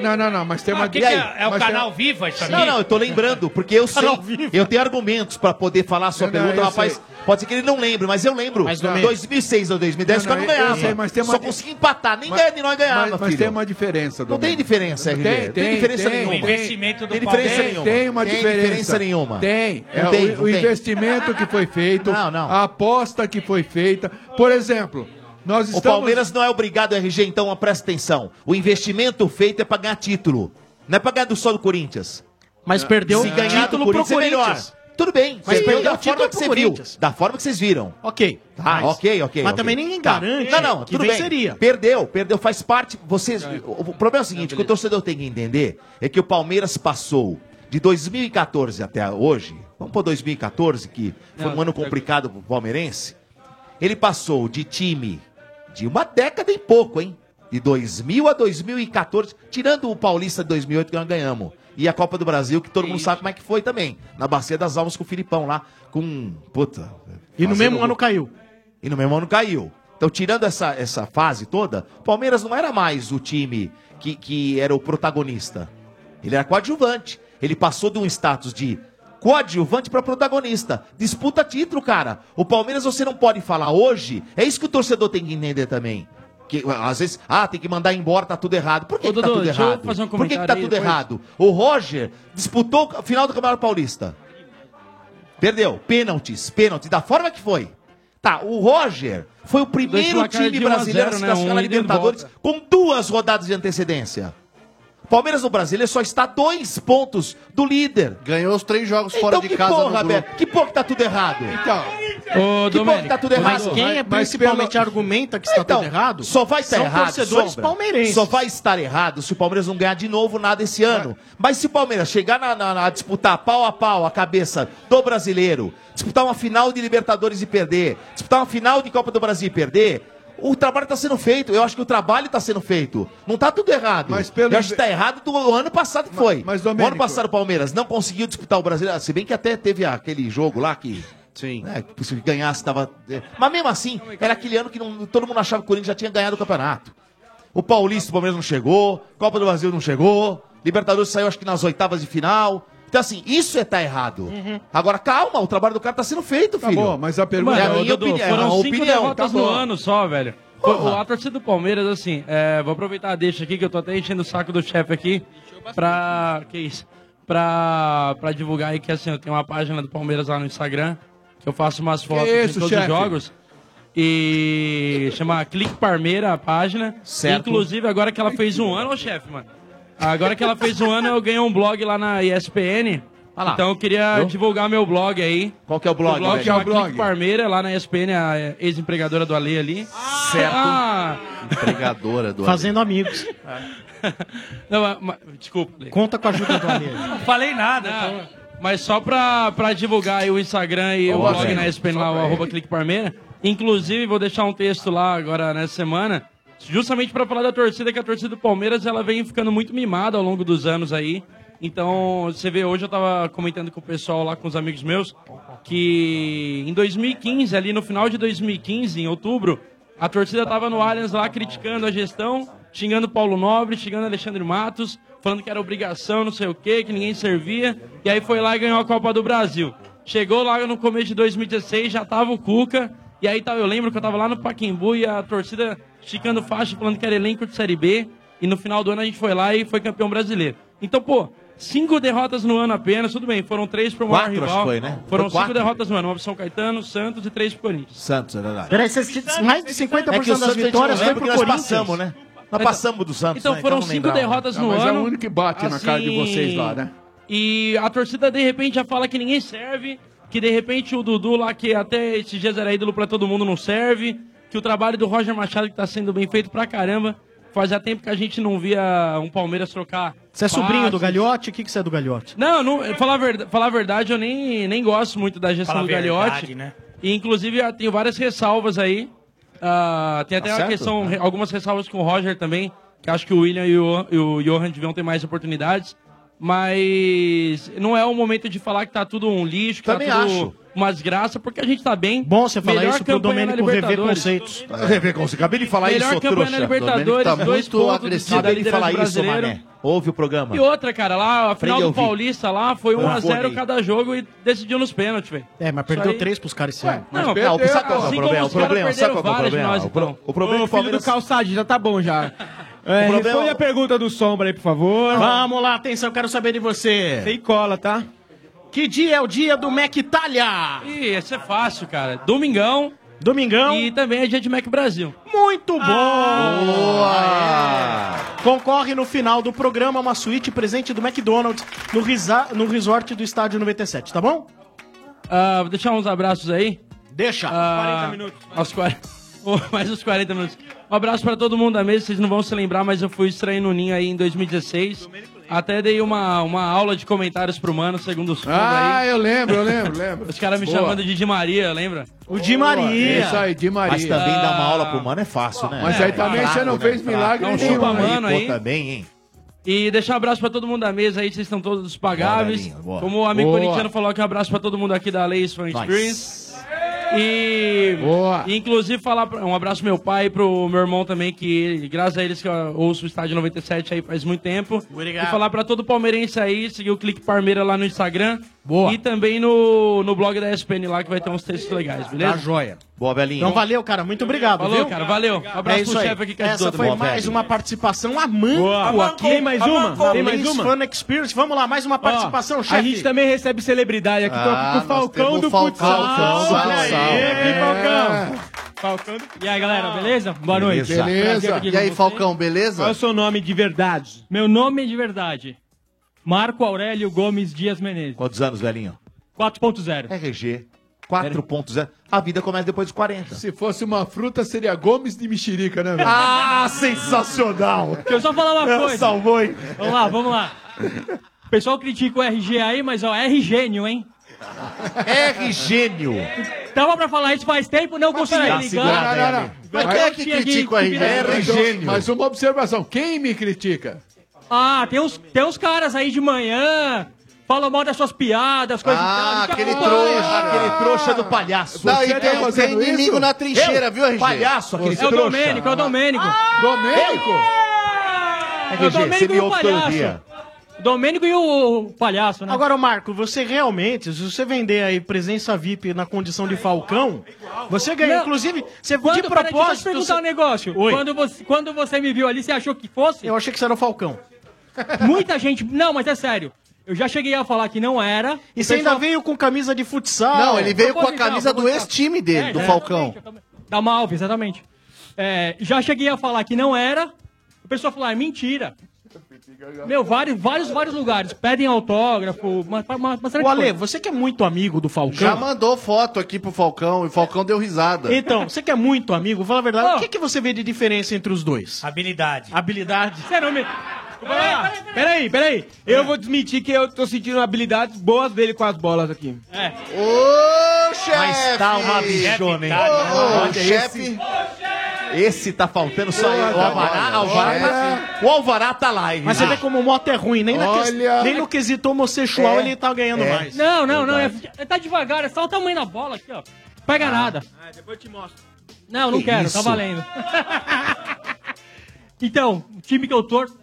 [SPEAKER 10] Não, não, não, mas tem
[SPEAKER 2] uma-
[SPEAKER 12] O que
[SPEAKER 2] e
[SPEAKER 12] que
[SPEAKER 2] aí?
[SPEAKER 12] é? É o
[SPEAKER 2] Mas tem-
[SPEAKER 12] canal Viva isso aqui?
[SPEAKER 2] Não, não, eu tô lembrando, porque eu sei,
[SPEAKER 12] [LAUGHS] Canal Viva.
[SPEAKER 2] eu tenho argumentos pra poder falar a sua
[SPEAKER 10] Não, não,
[SPEAKER 2] pergunta,
[SPEAKER 10] eu
[SPEAKER 2] rapaz.
[SPEAKER 10] sei.
[SPEAKER 2] Pode ser que ele não lembre, mas eu lembro.
[SPEAKER 10] Mas,
[SPEAKER 4] é.
[SPEAKER 10] Domênico-
[SPEAKER 2] 2006 ou 2010,
[SPEAKER 10] Não,
[SPEAKER 2] não,
[SPEAKER 10] não,
[SPEAKER 2] não
[SPEAKER 10] eu- eu
[SPEAKER 2] ganhava.
[SPEAKER 10] sei, mas tem uma-
[SPEAKER 2] Só consegui empatar, nem ganha de nós ganhava,
[SPEAKER 10] Mas, mas
[SPEAKER 2] filho.
[SPEAKER 10] tem uma diferença,
[SPEAKER 2] Não tem diferença, é. RG.
[SPEAKER 10] Tem, tem,
[SPEAKER 2] diferença
[SPEAKER 10] tem,
[SPEAKER 2] nenhuma.
[SPEAKER 10] tem. O investimento
[SPEAKER 2] tem diferença
[SPEAKER 10] tem,
[SPEAKER 2] nenhuma.
[SPEAKER 10] tem uma
[SPEAKER 2] Tem
[SPEAKER 10] diferença.
[SPEAKER 2] diferença nenhuma.
[SPEAKER 10] Tem.
[SPEAKER 2] Não
[SPEAKER 10] É,
[SPEAKER 2] tem,
[SPEAKER 10] o,
[SPEAKER 2] não
[SPEAKER 10] o
[SPEAKER 2] tem.
[SPEAKER 10] investimento que foi feito, a aposta que foi feita. Por exemplo, nós
[SPEAKER 2] O
[SPEAKER 10] estamos...
[SPEAKER 2] Palmeiras não é obrigado, RG, então ó, presta atenção. O investimento feito é pra ganhar título. Não é pra ganhar do só do Corinthians.
[SPEAKER 4] Mas perdeu
[SPEAKER 2] Se
[SPEAKER 4] o
[SPEAKER 2] ganhar
[SPEAKER 4] título
[SPEAKER 2] do
[SPEAKER 4] pro
[SPEAKER 2] Corinthians, é melhor.
[SPEAKER 4] Corinthians.
[SPEAKER 2] Tudo bem,
[SPEAKER 4] Mas
[SPEAKER 2] mas perdeu
[SPEAKER 4] perdeu
[SPEAKER 2] da
[SPEAKER 4] o
[SPEAKER 2] forma
[SPEAKER 4] título
[SPEAKER 2] que
[SPEAKER 4] pro
[SPEAKER 2] você viu.
[SPEAKER 4] Corinthians.
[SPEAKER 2] Da forma que vocês viram.
[SPEAKER 4] Ok.
[SPEAKER 2] Tá,
[SPEAKER 4] Mas-
[SPEAKER 2] ok, ok.
[SPEAKER 4] Mas
[SPEAKER 2] ok.
[SPEAKER 4] também ninguém
[SPEAKER 2] Tá.
[SPEAKER 4] garante
[SPEAKER 2] Não, não,
[SPEAKER 4] que
[SPEAKER 2] tudo
[SPEAKER 4] venceria.
[SPEAKER 2] bem. Perdeu, perdeu, faz parte. Vocês, o o problema é o seguinte: o que o torcedor tem que entender é que o Palmeiras passou de 2014 até hoje. Vamos pôr 2014, que foi
[SPEAKER 22] Não,
[SPEAKER 4] é
[SPEAKER 2] um ano
[SPEAKER 22] tranquilo.
[SPEAKER 2] complicado pro palmeirense. Ele passou de time de uma década e pouco, hein? De 2000 a 2014, tirando o Paulista de 2008 que nós ganhamos. E a Copa do Brasil, que todo mundo sabe como é que foi também. Na Bacia das Almas com o Filipão lá, com. Puta.
[SPEAKER 4] E no
[SPEAKER 2] fazendo
[SPEAKER 4] mesmo
[SPEAKER 2] gol.
[SPEAKER 4] ano caiu.
[SPEAKER 2] E no mesmo ano caiu. Então, tirando essa, essa fase toda, o Palmeiras não era mais o time que, que era o protagonista. Ele era coadjuvante. Ele passou de um status de coadjuvante para protagonista. Disputa título, cara. O Palmeiras você não pode falar hoje. É isso que o torcedor tem que entender também. Que, às vezes, ah, tem que mandar embora, tá tudo errado. Por que,
[SPEAKER 22] Ô,
[SPEAKER 2] que tá
[SPEAKER 22] Dodô,
[SPEAKER 2] tudo
[SPEAKER 22] deixa eu
[SPEAKER 2] errado?
[SPEAKER 22] fazer um
[SPEAKER 2] Por que, que
[SPEAKER 22] comentário
[SPEAKER 2] tá
[SPEAKER 22] aí
[SPEAKER 2] tudo
[SPEAKER 22] depois.
[SPEAKER 2] errado? O Roger disputou a final do Campeonato Paulista. Perdeu. Pênaltis, pênaltis, da forma que foi. Tá, o Roger foi o primeiro
[SPEAKER 22] placares
[SPEAKER 2] time
[SPEAKER 22] de 1 a 0,
[SPEAKER 2] brasileiro a se
[SPEAKER 22] né?
[SPEAKER 2] classificar
[SPEAKER 22] Um
[SPEAKER 2] na
[SPEAKER 22] ida e
[SPEAKER 2] Libertadores com duas rodadas de antecedência. Palmeiras no Brasil ele só está dois pontos do líder.
[SPEAKER 8] Ganhou os três jogos
[SPEAKER 2] então,
[SPEAKER 8] fora de
[SPEAKER 2] que
[SPEAKER 8] casa no
[SPEAKER 2] Porra,
[SPEAKER 8] grupo.
[SPEAKER 2] Beto, que porra que tá tudo errado? Então,
[SPEAKER 22] Ô,
[SPEAKER 2] que porra que tá tudo errado?
[SPEAKER 4] Mas quem é principalmente argumenta que está
[SPEAKER 2] Então,
[SPEAKER 4] tudo errado
[SPEAKER 2] Só vai estar
[SPEAKER 4] são
[SPEAKER 2] errado.
[SPEAKER 4] torcedores
[SPEAKER 2] Sombra.
[SPEAKER 4] palmeirenses.
[SPEAKER 2] Só vai estar errado se o Palmeiras não ganhar de novo nada esse ano. Mas se o Palmeiras chegar na, na- na- a disputar pau a pau a cabeça do brasileiro, disputar uma final de Libertadores e perder, disputar uma final de Copa do Brasil e perder. O trabalho tá sendo feito. Eu acho que o trabalho tá sendo feito. Não tá tudo errado. Mas
[SPEAKER 10] pelo
[SPEAKER 2] Eu acho que
[SPEAKER 10] inve-
[SPEAKER 2] tá errado do ano passado que foi. Mas, o ano passado o Palmeiras não conseguiu disputar o Brasileiro. Se bem que até teve aquele jogo lá que... Sim. se ganhasse, tava... é. Mas mesmo assim, era aquele ano que não- todo mundo achava que o Corinthians já tinha ganhado o campeonato. O Paulista, o Palmeiras não chegou. Copa do Brasil não chegou. Libertadores saiu, acho que nas oitavas de final. Então, assim, isso é tá errado. Agora, calma, o trabalho do cara tá sendo feito, filho.
[SPEAKER 10] bom, mas a pergunta-
[SPEAKER 2] é a
[SPEAKER 22] Mano,
[SPEAKER 2] minha
[SPEAKER 22] Dudu,
[SPEAKER 2] opinião.
[SPEAKER 22] Foram
[SPEAKER 2] é uma
[SPEAKER 22] cinco
[SPEAKER 2] opinião,
[SPEAKER 22] derrotas
[SPEAKER 2] tá
[SPEAKER 22] no
[SPEAKER 2] bom.
[SPEAKER 22] ano só, velho. Pô, A torcida do Palmeiras, assim, é, vou aproveitar a deixa aqui, que eu tô até enchendo o saco do chefe aqui, pra... Que isso? Pra, pra divulgar aí que, assim, eu tenho uma página do Palmeiras lá no Instagram, que eu faço umas fotos
[SPEAKER 10] isso,
[SPEAKER 22] de todos
[SPEAKER 10] chefe?
[SPEAKER 22] os jogos. E chama Clique Parmeira a página.
[SPEAKER 10] Certo.
[SPEAKER 22] Inclusive, agora que ela fez um ano, ô chefe, mano.
[SPEAKER 9] [LAUGHS]
[SPEAKER 22] Agora que ela fez um ano, eu ganhei um blog lá na ESPN.
[SPEAKER 2] lá.
[SPEAKER 22] Então eu queria
[SPEAKER 2] Viu?
[SPEAKER 22] divulgar meu blog aí.
[SPEAKER 2] Qual que é o blog,
[SPEAKER 22] O blog
[SPEAKER 2] velho?
[SPEAKER 22] chama
[SPEAKER 2] Qual que é o blog?
[SPEAKER 22] Clique Parmeira, lá na ESPN, a ex-empregadora do Ale ali.
[SPEAKER 2] Certo.
[SPEAKER 22] Ah,
[SPEAKER 8] Empregadora do
[SPEAKER 4] Fazendo amigos.
[SPEAKER 22] [LAUGHS] não, mas- mas- desculpa. Ale.
[SPEAKER 4] Conta com a ajuda do Ale.
[SPEAKER 22] Não falei nada.
[SPEAKER 12] então.
[SPEAKER 22] Mas só pra, pra divulgar aí o Instagram e o
[SPEAKER 4] Boa,
[SPEAKER 22] blog
[SPEAKER 4] velho.
[SPEAKER 22] na ESPN lá, o arroba Clique Parmeira. Inclusive, vou deixar um texto lá agora nessa semana, justamente pra falar da torcida, que a torcida do Palmeiras ela vem ficando muito mimada ao longo dos anos aí. Então, você vê, hoje eu tava comentando com o pessoal lá, com os amigos meus, que em 2015, ali no final de 2015, em outubro, a torcida tava no Allianz lá criticando a gestão, xingando Paulo Nobre, xingando Alexandre Matos, falando que era obrigação, não sei o quê, que ninguém servia. E aí foi lá e ganhou a Copa do Brasil. Chegou lá no começo de 2016, já tava o Cuca. E aí tava- eu lembro que eu tava lá no Paquimbu e a torcida esticando faixa, falando que era elenco de Série B. E no final do ano a gente foi lá e foi campeão brasileiro. Então, pô, cinco derrotas no ano apenas, tudo bem, foram três pro maior
[SPEAKER 2] Quatro, acho
[SPEAKER 22] rival.
[SPEAKER 2] que foi, né?
[SPEAKER 22] Foram
[SPEAKER 2] Foi
[SPEAKER 22] cinco
[SPEAKER 2] quatro?
[SPEAKER 22] derrotas no ano, uma pro São Caetano, Santos e três pro Corinthians.
[SPEAKER 2] Santos, é verdade.
[SPEAKER 4] Peraí, vocês- mais de 50%
[SPEAKER 2] É que o Santos
[SPEAKER 4] das
[SPEAKER 2] a gente não
[SPEAKER 4] vitórias foi
[SPEAKER 2] lembra
[SPEAKER 4] pro
[SPEAKER 2] que nós
[SPEAKER 4] Corinthians.
[SPEAKER 2] passamos, né? Nós passamos do Santos,
[SPEAKER 22] Então
[SPEAKER 2] né?
[SPEAKER 22] foram
[SPEAKER 2] não
[SPEAKER 22] cinco
[SPEAKER 2] lembrava.
[SPEAKER 22] derrotas
[SPEAKER 2] Ah,
[SPEAKER 22] no
[SPEAKER 2] mas
[SPEAKER 22] ano. Assim,
[SPEAKER 2] é o único que bate na cara de vocês lá, né?
[SPEAKER 22] E a torcida de repente já fala que ninguém serve, que de repente o Dudu lá, que até esses dias era ídolo pra todo mundo, não serve, que o trabalho do Roger Machado que tá sendo bem feito pra caramba. Fazia tempo que a gente não via um Palmeiras trocar.
[SPEAKER 4] Você é sobrinho do
[SPEAKER 22] passes.
[SPEAKER 4] Galhote? O que, que você é do Galhote?
[SPEAKER 22] Não, não falar, a verda- falar a verdade, eu nem, nem gosto muito da gestão
[SPEAKER 4] Fala
[SPEAKER 22] do
[SPEAKER 4] a
[SPEAKER 22] Gagliotti.
[SPEAKER 4] verdade, né?
[SPEAKER 22] E, inclusive, eu tenho várias ressalvas aí. Ah, tem até
[SPEAKER 4] Tá
[SPEAKER 22] uma
[SPEAKER 4] certo?
[SPEAKER 22] questão, re- algumas ressalvas com o Roger também, que acho que o William e o, e o Johan deviam ter mais oportunidades. Mas não é o momento de falar que tá tudo um lixo, que
[SPEAKER 4] Também
[SPEAKER 22] tá tudo
[SPEAKER 4] acho.
[SPEAKER 22] uma desgraça, porque a gente tá bem.
[SPEAKER 4] Bom você falar
[SPEAKER 22] Melhor
[SPEAKER 4] isso pro
[SPEAKER 22] campanha na
[SPEAKER 4] Domênico rever
[SPEAKER 22] Libertadores.
[SPEAKER 4] conceitos.
[SPEAKER 2] Rever conceitos. Acabei de falar
[SPEAKER 22] Melhor
[SPEAKER 2] isso,
[SPEAKER 22] campanha na Libertadores,
[SPEAKER 4] tá
[SPEAKER 2] Domênico tá
[SPEAKER 22] dois pontos de
[SPEAKER 2] Acabei de
[SPEAKER 22] liderança
[SPEAKER 2] falar isso,
[SPEAKER 22] brasileiro.
[SPEAKER 2] Mané. Ouve o programa.
[SPEAKER 22] E outra, cara, lá, a final
[SPEAKER 2] Aprende a
[SPEAKER 22] do
[SPEAKER 2] ouvir.
[SPEAKER 22] Paulista lá foi
[SPEAKER 2] Ah,
[SPEAKER 22] 1x0
[SPEAKER 2] fone.
[SPEAKER 22] cada jogo e decidiu nos pênaltis, velho.
[SPEAKER 4] É, mas
[SPEAKER 22] Isso
[SPEAKER 4] perdeu
[SPEAKER 22] aí-
[SPEAKER 4] três pros
[SPEAKER 23] Assim
[SPEAKER 4] caras esse
[SPEAKER 22] Ué,
[SPEAKER 4] ano.
[SPEAKER 22] não, Mas perdeu, perdeu, sabe qual é o assim como tá- problema? os O caras problema, sabe perderam qual é o várias de problema? nós, O pro- então. o problema
[SPEAKER 23] Ô,
[SPEAKER 4] do
[SPEAKER 23] filho
[SPEAKER 4] Palmeiras-
[SPEAKER 23] do calçadinho, já tá bom já. É,
[SPEAKER 4] O problema-
[SPEAKER 23] Responde a pergunta do Sombra aí, por favor.
[SPEAKER 4] Vamos lá, atenção, quero saber de você.
[SPEAKER 23] Sem cola, tá?
[SPEAKER 4] Que dia é o dia do Mac Itália?
[SPEAKER 22] Ih, esse é fácil, cara. Domingão.
[SPEAKER 4] Domingão.
[SPEAKER 22] E também é dia de Mac Brasil.
[SPEAKER 4] Muito bom! É. Concorre no final do programa uma suíte presente do McDonald's no, risa- no resort do Estádio 97, tá bom?
[SPEAKER 22] Ah, vou deixar uns abraços aí.
[SPEAKER 4] Deixa.
[SPEAKER 22] 40 minutos. Aos 40. [LAUGHS] Oh, Mais uns 40 minutos. Um abraço pra todo mundo da mesa. Vocês não vão se lembrar, mas eu fui estranho no Ninho aí em 2016. Até dei uma, uma aula de comentários pro Mano, segundo os fãs
[SPEAKER 10] Ah,
[SPEAKER 22] aí.
[SPEAKER 10] eu lembro, eu lembro, lembro.
[SPEAKER 22] Os caras me
[SPEAKER 10] Boa.
[SPEAKER 22] chamando de Di Maria, lembra?
[SPEAKER 4] O
[SPEAKER 10] Di Boa, Maria. É isso aí, Di Maria.
[SPEAKER 2] Mas também dar uma aula pro mano é fácil, né?
[SPEAKER 10] Mas aí também
[SPEAKER 2] fraco,
[SPEAKER 10] você não
[SPEAKER 2] né?
[SPEAKER 10] fez
[SPEAKER 2] Fraco.
[SPEAKER 10] milagre
[SPEAKER 2] Não
[SPEAKER 10] nenhum,
[SPEAKER 2] chupa
[SPEAKER 10] né?
[SPEAKER 2] mano aí.
[SPEAKER 22] aí.
[SPEAKER 2] Pô, também, hein?
[SPEAKER 22] E deixar um abraço pra todo mundo da mesa aí, vocês estão todos pagáveis.
[SPEAKER 2] Boa, Darinho, boa.
[SPEAKER 22] Como o amigo
[SPEAKER 2] Boa.
[SPEAKER 22] corintiano falou aqui, um abraço pra todo mundo aqui da Leis Fan
[SPEAKER 2] Nice.
[SPEAKER 22] Experience. E, e, inclusive falar pra- um abraço pro meu pai, pro meu irmão também, que graças a eles que eu ouço o Estádio 97 aí faz muito tempo.
[SPEAKER 4] Obrigado.
[SPEAKER 22] E falar pra todo palmeirense aí, seguir o Clique Parmeira lá no Instagram.
[SPEAKER 4] Boa.
[SPEAKER 22] E também no, no blog da SPN lá que vai ter uns textos legais, beleza?
[SPEAKER 4] Tá joia.
[SPEAKER 2] Boa, velhinho.
[SPEAKER 4] Então valeu, cara. Muito obrigado,
[SPEAKER 22] Falou,
[SPEAKER 4] viu?
[SPEAKER 22] cara. Valeu. Um abraço
[SPEAKER 4] é isso
[SPEAKER 22] pro
[SPEAKER 4] aí.
[SPEAKER 22] chefe aqui que
[SPEAKER 4] Essa
[SPEAKER 22] ajudou Tá
[SPEAKER 4] foi
[SPEAKER 22] também.
[SPEAKER 4] mais uma participação. A Manco
[SPEAKER 23] Boa.
[SPEAKER 4] aqui.
[SPEAKER 23] Tem mais uma?
[SPEAKER 4] Amanco.
[SPEAKER 23] Tem mais
[SPEAKER 4] Leeds
[SPEAKER 23] uma?
[SPEAKER 4] Fan Experience. Vamos lá, mais uma participação,
[SPEAKER 23] Ó,
[SPEAKER 4] chefe.
[SPEAKER 23] A gente também recebe celebridade aqui. tô
[SPEAKER 4] Ah,
[SPEAKER 23] aqui com o
[SPEAKER 4] nós
[SPEAKER 23] Falcão
[SPEAKER 4] temos
[SPEAKER 23] do
[SPEAKER 4] o Falcão,
[SPEAKER 23] futsal.
[SPEAKER 4] Falcão do
[SPEAKER 23] Olha aí,
[SPEAKER 4] futsal.
[SPEAKER 23] que
[SPEAKER 8] É.
[SPEAKER 23] Falcão. Falcão do... E aí, galera, beleza? Boa
[SPEAKER 8] Beleza.
[SPEAKER 23] noite.
[SPEAKER 8] Beleza.
[SPEAKER 23] Prazer estar aqui
[SPEAKER 8] E
[SPEAKER 23] com
[SPEAKER 8] aí,
[SPEAKER 23] vocês.
[SPEAKER 8] Falcão, beleza?
[SPEAKER 23] Qual é o seu nome de verdade?
[SPEAKER 24] Meu nome de verdade. Marco Aurélio Gomes Dias Menezes.
[SPEAKER 2] Quantos anos, velhinho?
[SPEAKER 24] 4.0.
[SPEAKER 2] RG. 4.0. A vida começa depois dos 40.
[SPEAKER 10] Se fosse uma fruta, seria Gomes de mexerica, né, velho?
[SPEAKER 2] Ah, sensacional!
[SPEAKER 24] Deixa eu só falar uma
[SPEAKER 10] Ela
[SPEAKER 24] coisa.
[SPEAKER 10] salvou, hein?
[SPEAKER 24] Vamos lá, vamos lá. O pessoal critica o RG aí, mas ó, é R gênio, hein?
[SPEAKER 2] R gênio.
[SPEAKER 24] Tava pra falar isso faz tempo, não consegui
[SPEAKER 10] Peraí,
[SPEAKER 24] ligar.
[SPEAKER 10] não, não, não.
[SPEAKER 24] Mas
[SPEAKER 10] Mas
[SPEAKER 24] Tá quem é que critica o RG?
[SPEAKER 10] Mas, então,
[SPEAKER 24] Gênio.
[SPEAKER 10] Mas uma observação, quem me critica?
[SPEAKER 24] Ah, tem uns, tem uns caras aí de manhã, falam mal das suas piadas, coisas
[SPEAKER 8] Ah,
[SPEAKER 24] e tal. Ah,
[SPEAKER 8] aquele trouxa.
[SPEAKER 2] Aquele trouxa do palhaço.
[SPEAKER 8] Não, e
[SPEAKER 9] tá
[SPEAKER 8] tem, um tem inimigo na trincheira,
[SPEAKER 2] Eu?
[SPEAKER 8] viu, Ah, RG?
[SPEAKER 2] Palhaço, aquele
[SPEAKER 24] É o Domênico, é o Domênico.
[SPEAKER 10] Domênico?
[SPEAKER 24] É o Domênico e o palhaço. Domênico e o palhaço, né?
[SPEAKER 9] Agora, Marco, você realmente, se você vender aí presença VIP na condição de Falcão, você ganha.
[SPEAKER 24] Não.
[SPEAKER 9] Inclusive, você
[SPEAKER 24] Quando,
[SPEAKER 9] de
[SPEAKER 24] peraí, deixa eu te
[SPEAKER 9] propósito.
[SPEAKER 24] perguntar um negócio.
[SPEAKER 9] Oi.
[SPEAKER 24] Quando, você, quando você me viu ali, você achou que fosse?
[SPEAKER 9] Eu achei que você era o Falcão.
[SPEAKER 24] Muita gente. Não, mas é sério. Eu já cheguei a falar que não era.
[SPEAKER 9] E você ainda veio com camisa de futsal.
[SPEAKER 24] Não, ele veio com a
[SPEAKER 9] Proposital,
[SPEAKER 24] camisa do
[SPEAKER 9] proposital.
[SPEAKER 24] ex-time dele, do Falcão. Da Malve, exatamente. É, já cheguei a falar que não era. O pessoal falou, ah, é mentira. Meu, vários, vários, vários lugares. Pedem autógrafo, uma, uma, uma série
[SPEAKER 9] O
[SPEAKER 24] de
[SPEAKER 9] Ale,
[SPEAKER 24] coisas.
[SPEAKER 9] você que é muito amigo do Falcão.
[SPEAKER 8] Já mandou foto aqui pro Falcão e o Falcão deu risada.
[SPEAKER 9] Então, você que é muito amigo, fala a verdade. O que, que você vê de diferença entre os dois? Habilidade. Habilidade.
[SPEAKER 24] Você não me...
[SPEAKER 23] Peraí, peraí. Eu vou desmentir que eu tô sentindo habilidades boas dele com as bolas aqui.
[SPEAKER 24] É.
[SPEAKER 2] Ô, chefe!
[SPEAKER 23] Mas tá uma bichona, hein?
[SPEAKER 8] tá
[SPEAKER 2] Ô,
[SPEAKER 23] Olha,
[SPEAKER 2] chefe! Esse tá faltando só aí. O Alvará, Alvará tá- o Alvará tá lá, hein?
[SPEAKER 9] Mas você vê como o moto é ruim, nem, na que-
[SPEAKER 2] Olha.
[SPEAKER 9] nem no quesito homossexual
[SPEAKER 2] É.
[SPEAKER 9] ele tá ganhando
[SPEAKER 2] É.
[SPEAKER 9] mais.
[SPEAKER 24] Não, não, não. É, é- tá devagar, é só o tamanho da bola aqui, ó. Pega nada.
[SPEAKER 23] Ah, depois eu te mostro.
[SPEAKER 24] Não, não
[SPEAKER 23] Que
[SPEAKER 24] quero,
[SPEAKER 23] isso?
[SPEAKER 24] tá valendo. então, o time que eu torço,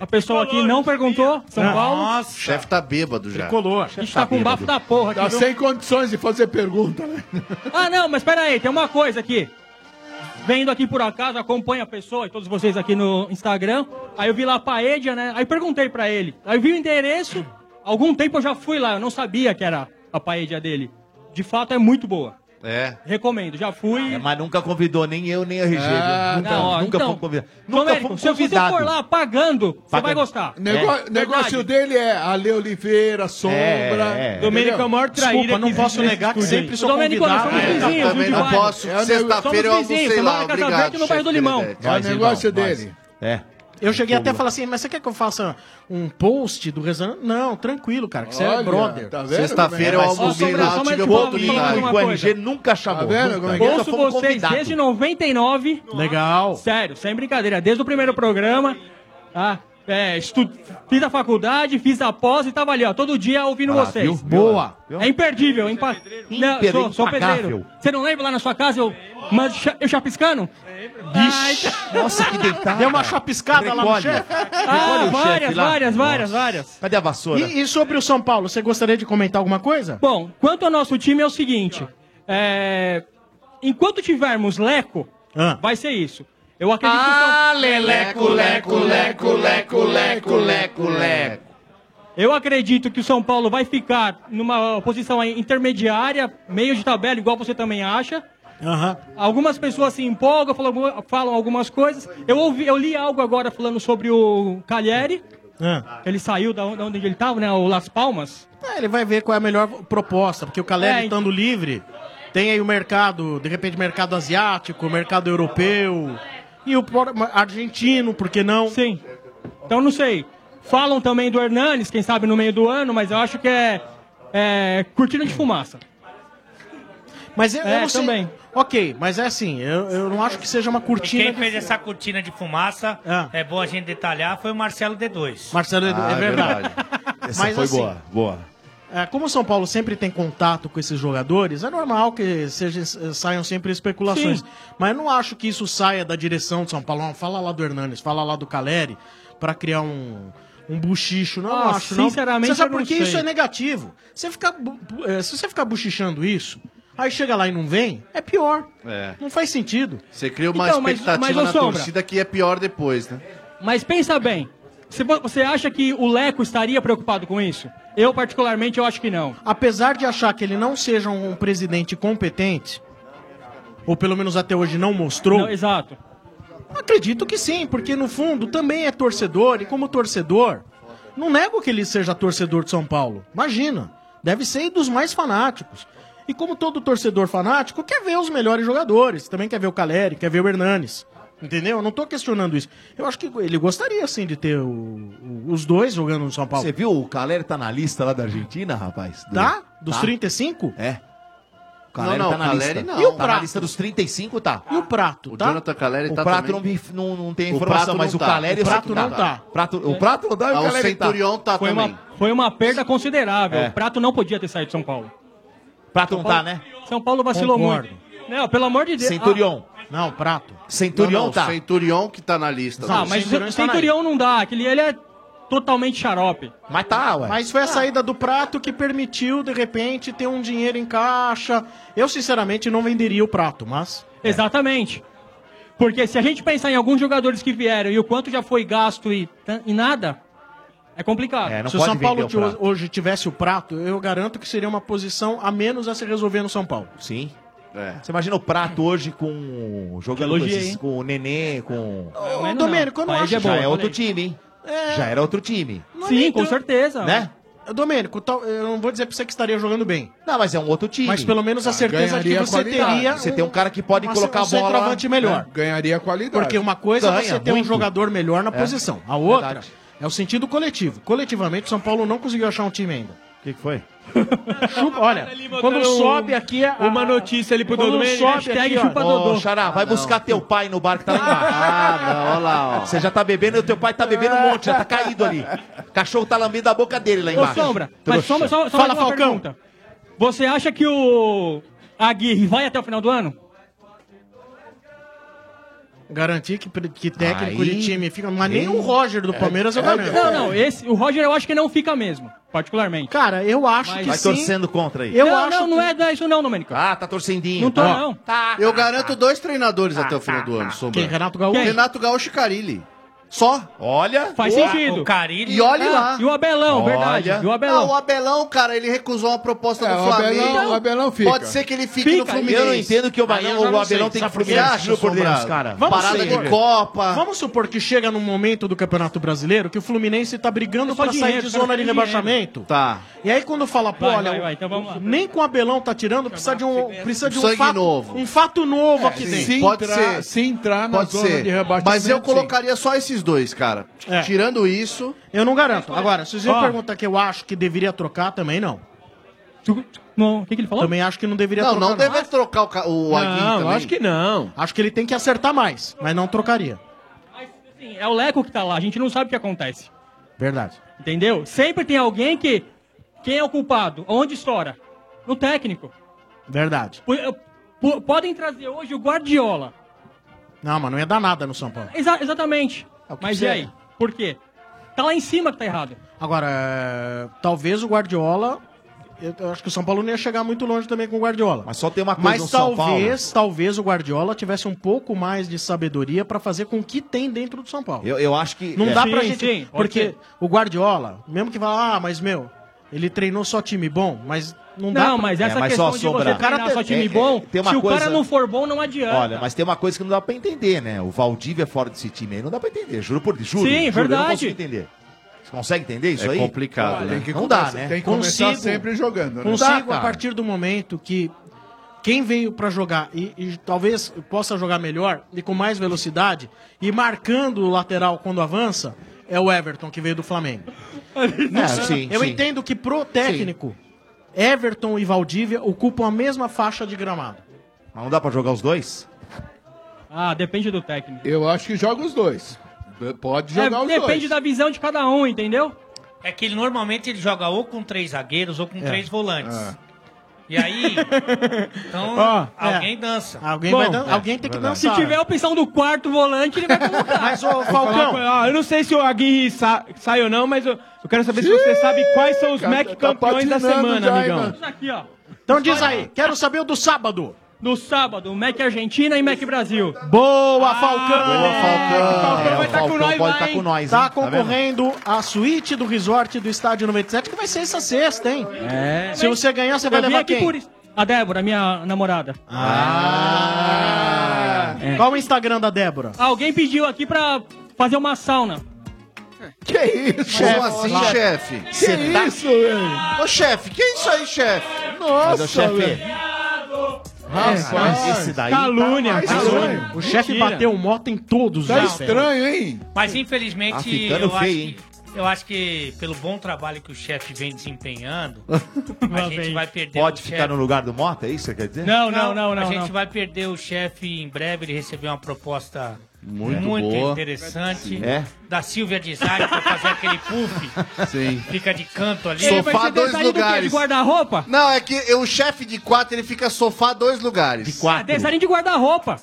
[SPEAKER 24] a pessoa aqui não perguntou, São Paulo.
[SPEAKER 8] O chefe tá bêbado já.
[SPEAKER 24] Tricolor. A gente tá com um bafo da porra aqui,
[SPEAKER 10] Tá
[SPEAKER 24] viu?
[SPEAKER 10] sem condições de fazer pergunta, né?
[SPEAKER 24] Ah, não, mas pera aí, tem uma coisa aqui. Vendo aqui por acaso, acompanho a pessoa e todos vocês aqui no Instagram. Aí eu vi lá a Paedia, né? Aí perguntei pra ele. Aí vi o endereço. Algum tempo eu já fui lá, eu não sabia que era a Paedia dele. De fato, é muito boa.
[SPEAKER 2] É.
[SPEAKER 24] Recomendo, já fui.
[SPEAKER 2] mas nunca convidou nem eu, nem a RG. viu?
[SPEAKER 24] Ah,
[SPEAKER 2] nunca
[SPEAKER 24] não, ó,
[SPEAKER 2] nunca
[SPEAKER 24] então,
[SPEAKER 2] fomos convidados.
[SPEAKER 24] Tom
[SPEAKER 2] Nunca
[SPEAKER 24] Érico,
[SPEAKER 2] fomos
[SPEAKER 24] se você
[SPEAKER 2] convidados.
[SPEAKER 24] for lá pagando, você
[SPEAKER 2] Pagando.
[SPEAKER 24] vai gostar.
[SPEAKER 10] Nego-
[SPEAKER 24] É.
[SPEAKER 10] Negócio dele é Ale Oliveira, Sombra.
[SPEAKER 8] É, é. Domênico é o maior traíra Desculpa, não que posso existe negar que nesse sempre estúdio sou aí.
[SPEAKER 10] Domênico,
[SPEAKER 8] convidado. É, eu também não
[SPEAKER 2] É
[SPEAKER 8] posso. Sexta-feira eu almocei lá, obrigado,
[SPEAKER 9] no bairro do Limão.
[SPEAKER 10] É o negócio dele.
[SPEAKER 2] É.
[SPEAKER 9] Eu cheguei até a falar assim, mas você quer que eu faça um post do Rezando? Não, tranquilo, cara, que você é
[SPEAKER 2] Olha,
[SPEAKER 9] brother.
[SPEAKER 2] tá vendo Sexta-feira como é? eu Mas só almocei sobre- lá, só mais tive uma oportunidade. coisa. O RG nunca chamou, Tá vendo nunca. como é que é? Nunca
[SPEAKER 24] Ouço
[SPEAKER 2] fomos
[SPEAKER 24] vocês
[SPEAKER 2] convidados.
[SPEAKER 24] desde 99.
[SPEAKER 9] Legal.
[SPEAKER 24] Sério, sem brincadeira. Desde o primeiro programa. Tá? É, estu- Fiz a faculdade, fiz a pós e tava ali, ó, todo dia
[SPEAKER 2] Tá
[SPEAKER 24] ouvindo
[SPEAKER 9] Ah,
[SPEAKER 24] vocês.
[SPEAKER 9] viu? Boa.
[SPEAKER 24] É imperdível, hein? pa- Não, sou, sou pedreiro.
[SPEAKER 9] Impagável.
[SPEAKER 24] Você não lembra lá na sua casa eu, mando cha- eu chapiscando? Vixe,
[SPEAKER 2] nossa, que deitada.
[SPEAKER 9] Deu uma chapiscada lá no
[SPEAKER 2] Recolhe.
[SPEAKER 9] chefe.
[SPEAKER 24] Ah, várias, várias, várias, várias.
[SPEAKER 2] Cadê a vassoura?
[SPEAKER 9] E, e sobre o São Paulo, você gostaria de comentar alguma coisa?
[SPEAKER 24] Bom, quanto ao nosso time é o seguinte: é, enquanto tivermos Leco,
[SPEAKER 9] Ah.
[SPEAKER 24] vai ser isso. Eu acredito que o São...
[SPEAKER 14] Leleco, leco, leco, leco, leco, leco, leco.
[SPEAKER 24] Eu acredito que o São Paulo vai ficar numa posição aí intermediária, meio de tabela, igual você também acha. Algumas pessoas se empolgam, falam, alguma- falam algumas coisas. Eu, ouvi, eu li algo agora falando sobre o Calheri.
[SPEAKER 9] Ah.
[SPEAKER 24] Ele saiu da onde, da onde ele estava, né? O Las Palmas.
[SPEAKER 9] É, ele vai ver qual é a melhor proposta, porque o Caleri
[SPEAKER 24] É,
[SPEAKER 9] estando livre, tem aí o mercado, de repente, mercado asiático, mercado europeu, e o por- argentino, por que não?
[SPEAKER 24] Sim. Então não sei. Falam também do Hernanes, quem sabe no meio do ano, mas eu acho que é, é cortina de fumaça.
[SPEAKER 9] Mas eu, eu
[SPEAKER 24] É,
[SPEAKER 9] não sei-
[SPEAKER 24] também.
[SPEAKER 9] Então, assim, Ok, mas é assim, eu, eu não acho que seja uma cortina.
[SPEAKER 12] Quem
[SPEAKER 9] de
[SPEAKER 12] fez
[SPEAKER 9] fumaça. Ah.
[SPEAKER 12] essa cortina de fumaça, é bom a gente detalhar, foi o Marcelo D2.
[SPEAKER 9] Marcelo D2, é Ah, é verdade. [LAUGHS]
[SPEAKER 2] Essa
[SPEAKER 9] Mas
[SPEAKER 2] foi
[SPEAKER 9] assim-
[SPEAKER 2] boa, boa.
[SPEAKER 9] É, como o São Paulo sempre tem contato com esses jogadores, é normal que seja, eh, saiam sempre especulações.
[SPEAKER 4] Sim.
[SPEAKER 9] Mas eu não acho que isso saia da direção de São Paulo. Não, fala lá do Hernanes, fala lá do Caleri, pra criar um, um buchicho. Não,
[SPEAKER 24] Ah,
[SPEAKER 9] eu acho, não.
[SPEAKER 24] sinceramente,
[SPEAKER 9] Você sabe
[SPEAKER 24] eu não
[SPEAKER 9] por que
[SPEAKER 24] sei.
[SPEAKER 9] isso é negativo? Você fica, bu- bu- eh, se você ficar buchichando isso, aí chega lá e não vem, é pior.
[SPEAKER 8] É.
[SPEAKER 9] Não faz sentido.
[SPEAKER 8] Você cria uma
[SPEAKER 24] Então, mas-
[SPEAKER 8] expectativa
[SPEAKER 24] mas, ô,
[SPEAKER 8] na
[SPEAKER 24] Sombra.
[SPEAKER 8] torcida que é pior depois, né?
[SPEAKER 24] Mas pensa bem. Se vo- Você acha que o Leco estaria preocupado com isso? Eu, particularmente, eu acho que não.
[SPEAKER 9] apesar de achar que ele não seja um presidente competente, ou pelo menos até hoje não mostrou.
[SPEAKER 24] Não, exato.
[SPEAKER 9] Acredito que sim, porque no fundo também é torcedor, e como torcedor, não nego que ele seja torcedor de São Paulo. Imagina, deve ser dos mais fanáticos. E como todo torcedor fanático, quer ver os melhores jogadores, também quer ver o Caleri, quer ver o Hernanes. Entendeu? Eu não tô questionando isso. Eu acho que ele gostaria, sim, de ter o- o- os dois jogando no São Paulo.
[SPEAKER 2] Você viu o Caleri tá na lista lá da Argentina, rapaz? Do-
[SPEAKER 9] Tá? Dos 35?
[SPEAKER 2] É. Caleri
[SPEAKER 8] não,
[SPEAKER 2] tá na
[SPEAKER 8] Caleri
[SPEAKER 2] lista.
[SPEAKER 8] não.
[SPEAKER 2] E o
[SPEAKER 8] Tá
[SPEAKER 2] prato?
[SPEAKER 8] na
[SPEAKER 2] na lista dos 35 tá.
[SPEAKER 9] E o prato,
[SPEAKER 2] O
[SPEAKER 8] tá? Jonathan Caleri
[SPEAKER 2] o
[SPEAKER 8] tá
[SPEAKER 2] prato
[SPEAKER 8] também.
[SPEAKER 2] não me- não, não tem
[SPEAKER 8] O
[SPEAKER 2] informação,
[SPEAKER 8] prato
[SPEAKER 2] mas
[SPEAKER 8] não
[SPEAKER 2] o
[SPEAKER 8] tá.
[SPEAKER 2] Caleri
[SPEAKER 8] O
[SPEAKER 2] eu sei
[SPEAKER 8] prato
[SPEAKER 2] que
[SPEAKER 8] não tá.
[SPEAKER 2] Prato, o prato não dá e
[SPEAKER 8] Ah,
[SPEAKER 2] o
[SPEAKER 8] o
[SPEAKER 2] Caleri
[SPEAKER 8] Centurion tá
[SPEAKER 24] foi
[SPEAKER 8] também.
[SPEAKER 24] Uma, foi uma perda considerável.
[SPEAKER 8] É.
[SPEAKER 24] O Prato não podia ter saído de São Paulo.
[SPEAKER 2] Prato
[SPEAKER 24] São
[SPEAKER 2] não tá,
[SPEAKER 24] Paulo-
[SPEAKER 2] né?
[SPEAKER 24] São Paulo vacilou
[SPEAKER 8] Concordo.
[SPEAKER 24] muito. Não, pelo amor de Deus.
[SPEAKER 8] Centurion.
[SPEAKER 9] Não, prato.
[SPEAKER 8] Centurion
[SPEAKER 24] Não, não,
[SPEAKER 8] tá. Centurion que tá na lista.
[SPEAKER 24] Ah, ah mas o Centurion não dá. Aquele, ele é totalmente xarope.
[SPEAKER 2] Mas tá, ué.
[SPEAKER 9] Ah, Mas foi a saída do prato que permitiu, de repente, ter um dinheiro em caixa. Eu, sinceramente, não venderia o prato, mas. é.
[SPEAKER 24] Exatamente. Porque se a gente pensar em alguns jogadores que vieram e o quanto já foi gasto e, tan- e nada, é complicado.
[SPEAKER 9] Se o São Paulo de hoje- hoje tivesse o prato, eu garanto que seria uma posição a menos a se resolver no São Paulo.
[SPEAKER 2] Sim. Você imagina o prato hoje com. jogando
[SPEAKER 9] Que elogia,
[SPEAKER 2] com, esses,
[SPEAKER 9] hein?
[SPEAKER 2] é com o Nenê, com.
[SPEAKER 9] Ô, não. Domênico, É. eu não Paella acho- é
[SPEAKER 2] Já
[SPEAKER 9] boa,
[SPEAKER 24] né?
[SPEAKER 2] é outro
[SPEAKER 9] falei.
[SPEAKER 2] time, hein? Já era outro time.
[SPEAKER 9] Sim, com
[SPEAKER 24] certeza.
[SPEAKER 2] Né?
[SPEAKER 9] Domênico, tal- eu não vou dizer pra você que estaria jogando bem.
[SPEAKER 2] Não, mas é um outro time.
[SPEAKER 9] Mas pelo menos a certeza de que
[SPEAKER 2] Ganharia
[SPEAKER 9] você
[SPEAKER 2] qualidade.
[SPEAKER 9] teria.
[SPEAKER 2] Você tem um cara que pode
[SPEAKER 9] uma-
[SPEAKER 2] colocar a
[SPEAKER 9] um
[SPEAKER 2] bola-
[SPEAKER 9] centroavante melhor.
[SPEAKER 2] né?
[SPEAKER 10] É. Ganharia qualidade.
[SPEAKER 9] Porque uma coisa é
[SPEAKER 10] Ganha
[SPEAKER 9] você ter um
[SPEAKER 10] Então, assim, muito.
[SPEAKER 9] jogador melhor na
[SPEAKER 10] É.
[SPEAKER 9] posição. A outra
[SPEAKER 10] Verdade.
[SPEAKER 9] é o sentido coletivo. Coletivamente, o São Paulo não conseguiu achar um time ainda.
[SPEAKER 8] O que, que foi?
[SPEAKER 9] Chupa, olha, quando sobe aqui a-
[SPEAKER 1] Uma notícia ali pro
[SPEAKER 9] Quando
[SPEAKER 1] Dodô.
[SPEAKER 9] sobe aqui, ó.
[SPEAKER 2] Ô, Xará, vai buscar teu pai no bar que tá lá embaixo. ah, não, olha lá, ó. Você já tá bebendo e o teu pai tá bebendo
[SPEAKER 9] É.
[SPEAKER 2] um monte, já tá caído ali. Cachorro tá lambendo a boca dele lá
[SPEAKER 24] Ô,
[SPEAKER 2] embaixo.
[SPEAKER 24] Sombra, mas
[SPEAKER 2] Trouxa.
[SPEAKER 24] Sombra, só, só mais uma pergunta. Você acha que o Aguirre vai até o final do ano?
[SPEAKER 9] Garantir que, que técnico
[SPEAKER 24] Aí. é,
[SPEAKER 9] de time fica. Mas nem o Roger do Palmeiras eu garanto.
[SPEAKER 24] Não, não, esse, o Roger eu acho que não fica mesmo, particularmente.
[SPEAKER 9] Cara, eu acho
[SPEAKER 2] Vai torcendo contra aí.
[SPEAKER 24] Eu não, não, não é da- isso não, Domênico.
[SPEAKER 2] Ah, tá torcendinho.
[SPEAKER 24] Não tô,
[SPEAKER 8] Ó,
[SPEAKER 24] não.
[SPEAKER 8] Eu garanto dois treinadores até o final do ano, Sombra.
[SPEAKER 9] Quem, Renato Gaúcho?
[SPEAKER 8] Renato Gaúcho e Carilli. Só.
[SPEAKER 2] Olha.
[SPEAKER 24] Faz sentido.
[SPEAKER 8] O E olhe lá.
[SPEAKER 24] E o Abelão, verdade. E o Abelão.
[SPEAKER 8] Ah, o Abelão, cara, ele recusou uma proposta
[SPEAKER 10] É,
[SPEAKER 8] do
[SPEAKER 10] o
[SPEAKER 8] Flamengo. Então,
[SPEAKER 10] Abelão- o Abelão fica.
[SPEAKER 8] Pode ser que ele fique
[SPEAKER 10] Fica,
[SPEAKER 8] no Fluminense.
[SPEAKER 2] eu não entendo que o Bahia-
[SPEAKER 8] Ah, não, já
[SPEAKER 2] o
[SPEAKER 8] não
[SPEAKER 2] Abelão tem que ir
[SPEAKER 8] sei. Sabe
[SPEAKER 2] pro
[SPEAKER 8] por quê?
[SPEAKER 2] Fluminense, juro por
[SPEAKER 8] Sombra?
[SPEAKER 2] Deus, cara.
[SPEAKER 9] Vamos
[SPEAKER 2] Parada
[SPEAKER 9] supor.
[SPEAKER 2] de Copa.
[SPEAKER 9] Vamos supor que chega num momento do Campeonato Brasileiro que o Fluminense tá brigando
[SPEAKER 24] É só
[SPEAKER 9] pra
[SPEAKER 24] dinheiro,
[SPEAKER 9] sair de
[SPEAKER 24] os caras
[SPEAKER 9] zona de
[SPEAKER 24] querem
[SPEAKER 9] rebaixamento.
[SPEAKER 8] Tá.
[SPEAKER 9] E aí quando fala, pô,
[SPEAKER 24] Vai,
[SPEAKER 9] olha,
[SPEAKER 24] vai, vai, então vamos lá.
[SPEAKER 9] nem com o Abelão tá tirando, precisa de um, precisa de um
[SPEAKER 8] Sangue
[SPEAKER 9] fato
[SPEAKER 8] novo.
[SPEAKER 9] um fato novo
[SPEAKER 24] É,
[SPEAKER 9] aqui dentro.
[SPEAKER 10] se
[SPEAKER 8] Pode
[SPEAKER 10] entrar-
[SPEAKER 8] ser.
[SPEAKER 10] se entrar na
[SPEAKER 8] Pode
[SPEAKER 10] zona
[SPEAKER 8] ser.
[SPEAKER 10] de rebaixamento,
[SPEAKER 8] Mas eu
[SPEAKER 10] sim.
[SPEAKER 8] colocaria só esses dois, cara. Tirando isso...
[SPEAKER 9] É. Eu não garanto. Agora, se você
[SPEAKER 8] Ó.
[SPEAKER 9] perguntar que eu acho que deveria trocar, também não.
[SPEAKER 24] Não, o que, ele falou?
[SPEAKER 9] Também acho que não deveria
[SPEAKER 8] Não,
[SPEAKER 9] trocar.
[SPEAKER 8] não deve trocar o, ca- o Aguirre também.
[SPEAKER 9] que
[SPEAKER 12] não.
[SPEAKER 9] Acho que ele tem que acertar mais, mas não trocaria.
[SPEAKER 24] Assim, é o Leco que tá lá, a gente não sabe o que acontece.
[SPEAKER 9] Verdade.
[SPEAKER 24] Entendeu? Sempre tem alguém que. Quem é o culpado? Onde estoura? No técnico.
[SPEAKER 9] Verdade.
[SPEAKER 24] P- p- Podem trazer hoje o Guardiola.
[SPEAKER 9] Não, mas não ia dar nada no São Paulo.
[SPEAKER 24] Exa- exatamente. Mas e
[SPEAKER 9] você-
[SPEAKER 24] aí? Por quê? Tá lá em cima que tá errado.
[SPEAKER 9] Agora, é, talvez o Guardiola. Eu eu acho que o São Paulo não ia chegar muito longe também com o Guardiola.
[SPEAKER 2] Mas só tem uma coisa
[SPEAKER 9] Mas
[SPEAKER 2] no São né?
[SPEAKER 9] talvez, talvez o Guardiola tivesse um pouco mais de sabedoria pra fazer com o que tem dentro do São Paulo.
[SPEAKER 2] Eu, eu acho que.
[SPEAKER 9] Não
[SPEAKER 2] é.
[SPEAKER 9] dá pra gente. porque o Guardiola, mesmo que vá, ah, mas meu, ele treinou só time bom, mas não dá.
[SPEAKER 24] não,
[SPEAKER 9] pra-
[SPEAKER 24] mas essa questão de você treinar só time
[SPEAKER 2] é, é,
[SPEAKER 24] bom,
[SPEAKER 2] tem uma
[SPEAKER 24] se o
[SPEAKER 2] coisa-
[SPEAKER 24] cara não for bom, não adianta.
[SPEAKER 2] Olha, mas tem uma coisa que não dá pra entender, né? O Valdívia fora desse time aí não dá pra entender. Juro por Deus. Juro,
[SPEAKER 24] Sim,
[SPEAKER 2] juro, Eu não
[SPEAKER 24] verdade.
[SPEAKER 2] consigo entender. Você consegue entender isso
[SPEAKER 8] É
[SPEAKER 2] aí?
[SPEAKER 8] complicado,
[SPEAKER 2] Olha,
[SPEAKER 8] né?
[SPEAKER 2] Não dá, né?
[SPEAKER 9] Consigo
[SPEAKER 2] Não né? dá,
[SPEAKER 9] a
[SPEAKER 2] cara.
[SPEAKER 9] partir do momento que quem veio pra jogar e, e talvez possa jogar melhor e com mais velocidade e marcando o lateral quando avança é o Everton que veio do Flamengo. Não
[SPEAKER 2] É,
[SPEAKER 9] sei.
[SPEAKER 2] sim,
[SPEAKER 9] eu
[SPEAKER 2] sim.
[SPEAKER 9] entendo que pro [LAUGHS] técnico Everton e Valdívia ocupam a mesma faixa de gramado.
[SPEAKER 2] Mas não dá pra jogar os dois?
[SPEAKER 24] Ah, depende do técnico.
[SPEAKER 10] Eu acho que joga os dois. Pode
[SPEAKER 24] É,
[SPEAKER 10] jogar os dois.
[SPEAKER 24] depende da visão de cada um, entendeu?
[SPEAKER 12] É que ele normalmente ele joga ou com três zagueiros ou com
[SPEAKER 24] É.
[SPEAKER 12] três volantes.
[SPEAKER 24] É.
[SPEAKER 12] E aí, então,
[SPEAKER 9] [LAUGHS] Ó, é.
[SPEAKER 12] alguém dança.
[SPEAKER 9] Alguém,
[SPEAKER 12] Bom,
[SPEAKER 9] vai dan- alguém tem que dançar.
[SPEAKER 24] é, Se tiver a opção do quarto volante,
[SPEAKER 1] [LAUGHS]
[SPEAKER 24] ele vai colocar.
[SPEAKER 9] Mas, ô,
[SPEAKER 1] É, Falcão, ó, eu não sei se o Aguirre sa- sai ou não, mas eu, eu quero saber se você sabe quais são os
[SPEAKER 9] cara,
[SPEAKER 1] Mac
[SPEAKER 9] tá
[SPEAKER 1] campeões da
[SPEAKER 9] patinando
[SPEAKER 1] semana,
[SPEAKER 9] já, hein,
[SPEAKER 1] amigão.
[SPEAKER 9] mano?
[SPEAKER 24] Aqui, ó.
[SPEAKER 9] Então diz aí, quero saber o do sábado.
[SPEAKER 24] No sábado, Mac Argentina e Mac Brasil. Ah,
[SPEAKER 9] Boa, Falcão! Boa,
[SPEAKER 2] Falcão!
[SPEAKER 9] vai
[SPEAKER 2] É, o Falcão pode tá com nós,
[SPEAKER 9] Tá
[SPEAKER 2] hein? Tá
[SPEAKER 9] concorrendo à suíte do resort do Estádio 97, que vai ser essa sexta, hein?
[SPEAKER 24] É.
[SPEAKER 9] Se você ganhar, você vai
[SPEAKER 24] Eu vim
[SPEAKER 9] levar
[SPEAKER 24] aqui
[SPEAKER 9] quem?
[SPEAKER 24] por isso. A Débora, minha namorada.
[SPEAKER 9] Ah! Qual o Instagram da Débora?
[SPEAKER 24] Alguém pediu aqui pra fazer uma sauna.
[SPEAKER 8] Que isso?
[SPEAKER 9] Chefe, tá-
[SPEAKER 8] Como assim,
[SPEAKER 9] claro.
[SPEAKER 8] chefe?
[SPEAKER 9] Que
[SPEAKER 8] Cê
[SPEAKER 9] isso, velho?
[SPEAKER 8] Ô, chefe, que é isso aí, chefe?
[SPEAKER 9] Nossa, velho.
[SPEAKER 10] É,
[SPEAKER 8] Rapaz, esse daí
[SPEAKER 9] calúnia,
[SPEAKER 8] tá mais
[SPEAKER 9] calúnia.
[SPEAKER 8] estranho.
[SPEAKER 9] O chefe
[SPEAKER 12] Mentira.
[SPEAKER 9] bateu moto em todos,
[SPEAKER 12] Tá
[SPEAKER 9] né,
[SPEAKER 12] estranho,
[SPEAKER 9] velho?
[SPEAKER 12] Mas infelizmente,
[SPEAKER 9] Tá ficando
[SPEAKER 12] eu
[SPEAKER 9] feio,
[SPEAKER 12] acho
[SPEAKER 9] hein?
[SPEAKER 12] que Eu acho que pelo bom trabalho que o chefe vem desempenhando, a
[SPEAKER 2] Lá
[SPEAKER 12] gente
[SPEAKER 2] vem.
[SPEAKER 12] vai perder
[SPEAKER 2] Pode
[SPEAKER 12] o
[SPEAKER 2] ficar
[SPEAKER 12] chefe.
[SPEAKER 2] no lugar do Mota, é isso que você quer dizer?
[SPEAKER 12] A gente vai perder o chefe em breve, ele recebeu uma proposta
[SPEAKER 2] Muito
[SPEAKER 12] muito,
[SPEAKER 2] boa.
[SPEAKER 12] interessante
[SPEAKER 2] É.
[SPEAKER 12] da Silvia Design pra fazer
[SPEAKER 2] [LAUGHS]
[SPEAKER 12] aquele puff.
[SPEAKER 8] Sim.
[SPEAKER 12] Fica de canto ali.
[SPEAKER 8] Sofá dois lugares.
[SPEAKER 24] guarda-roupa?
[SPEAKER 8] Não, é que o chefe de quatro ele fica sofá dois lugares. De
[SPEAKER 24] Ah, Design de guarda-roupa.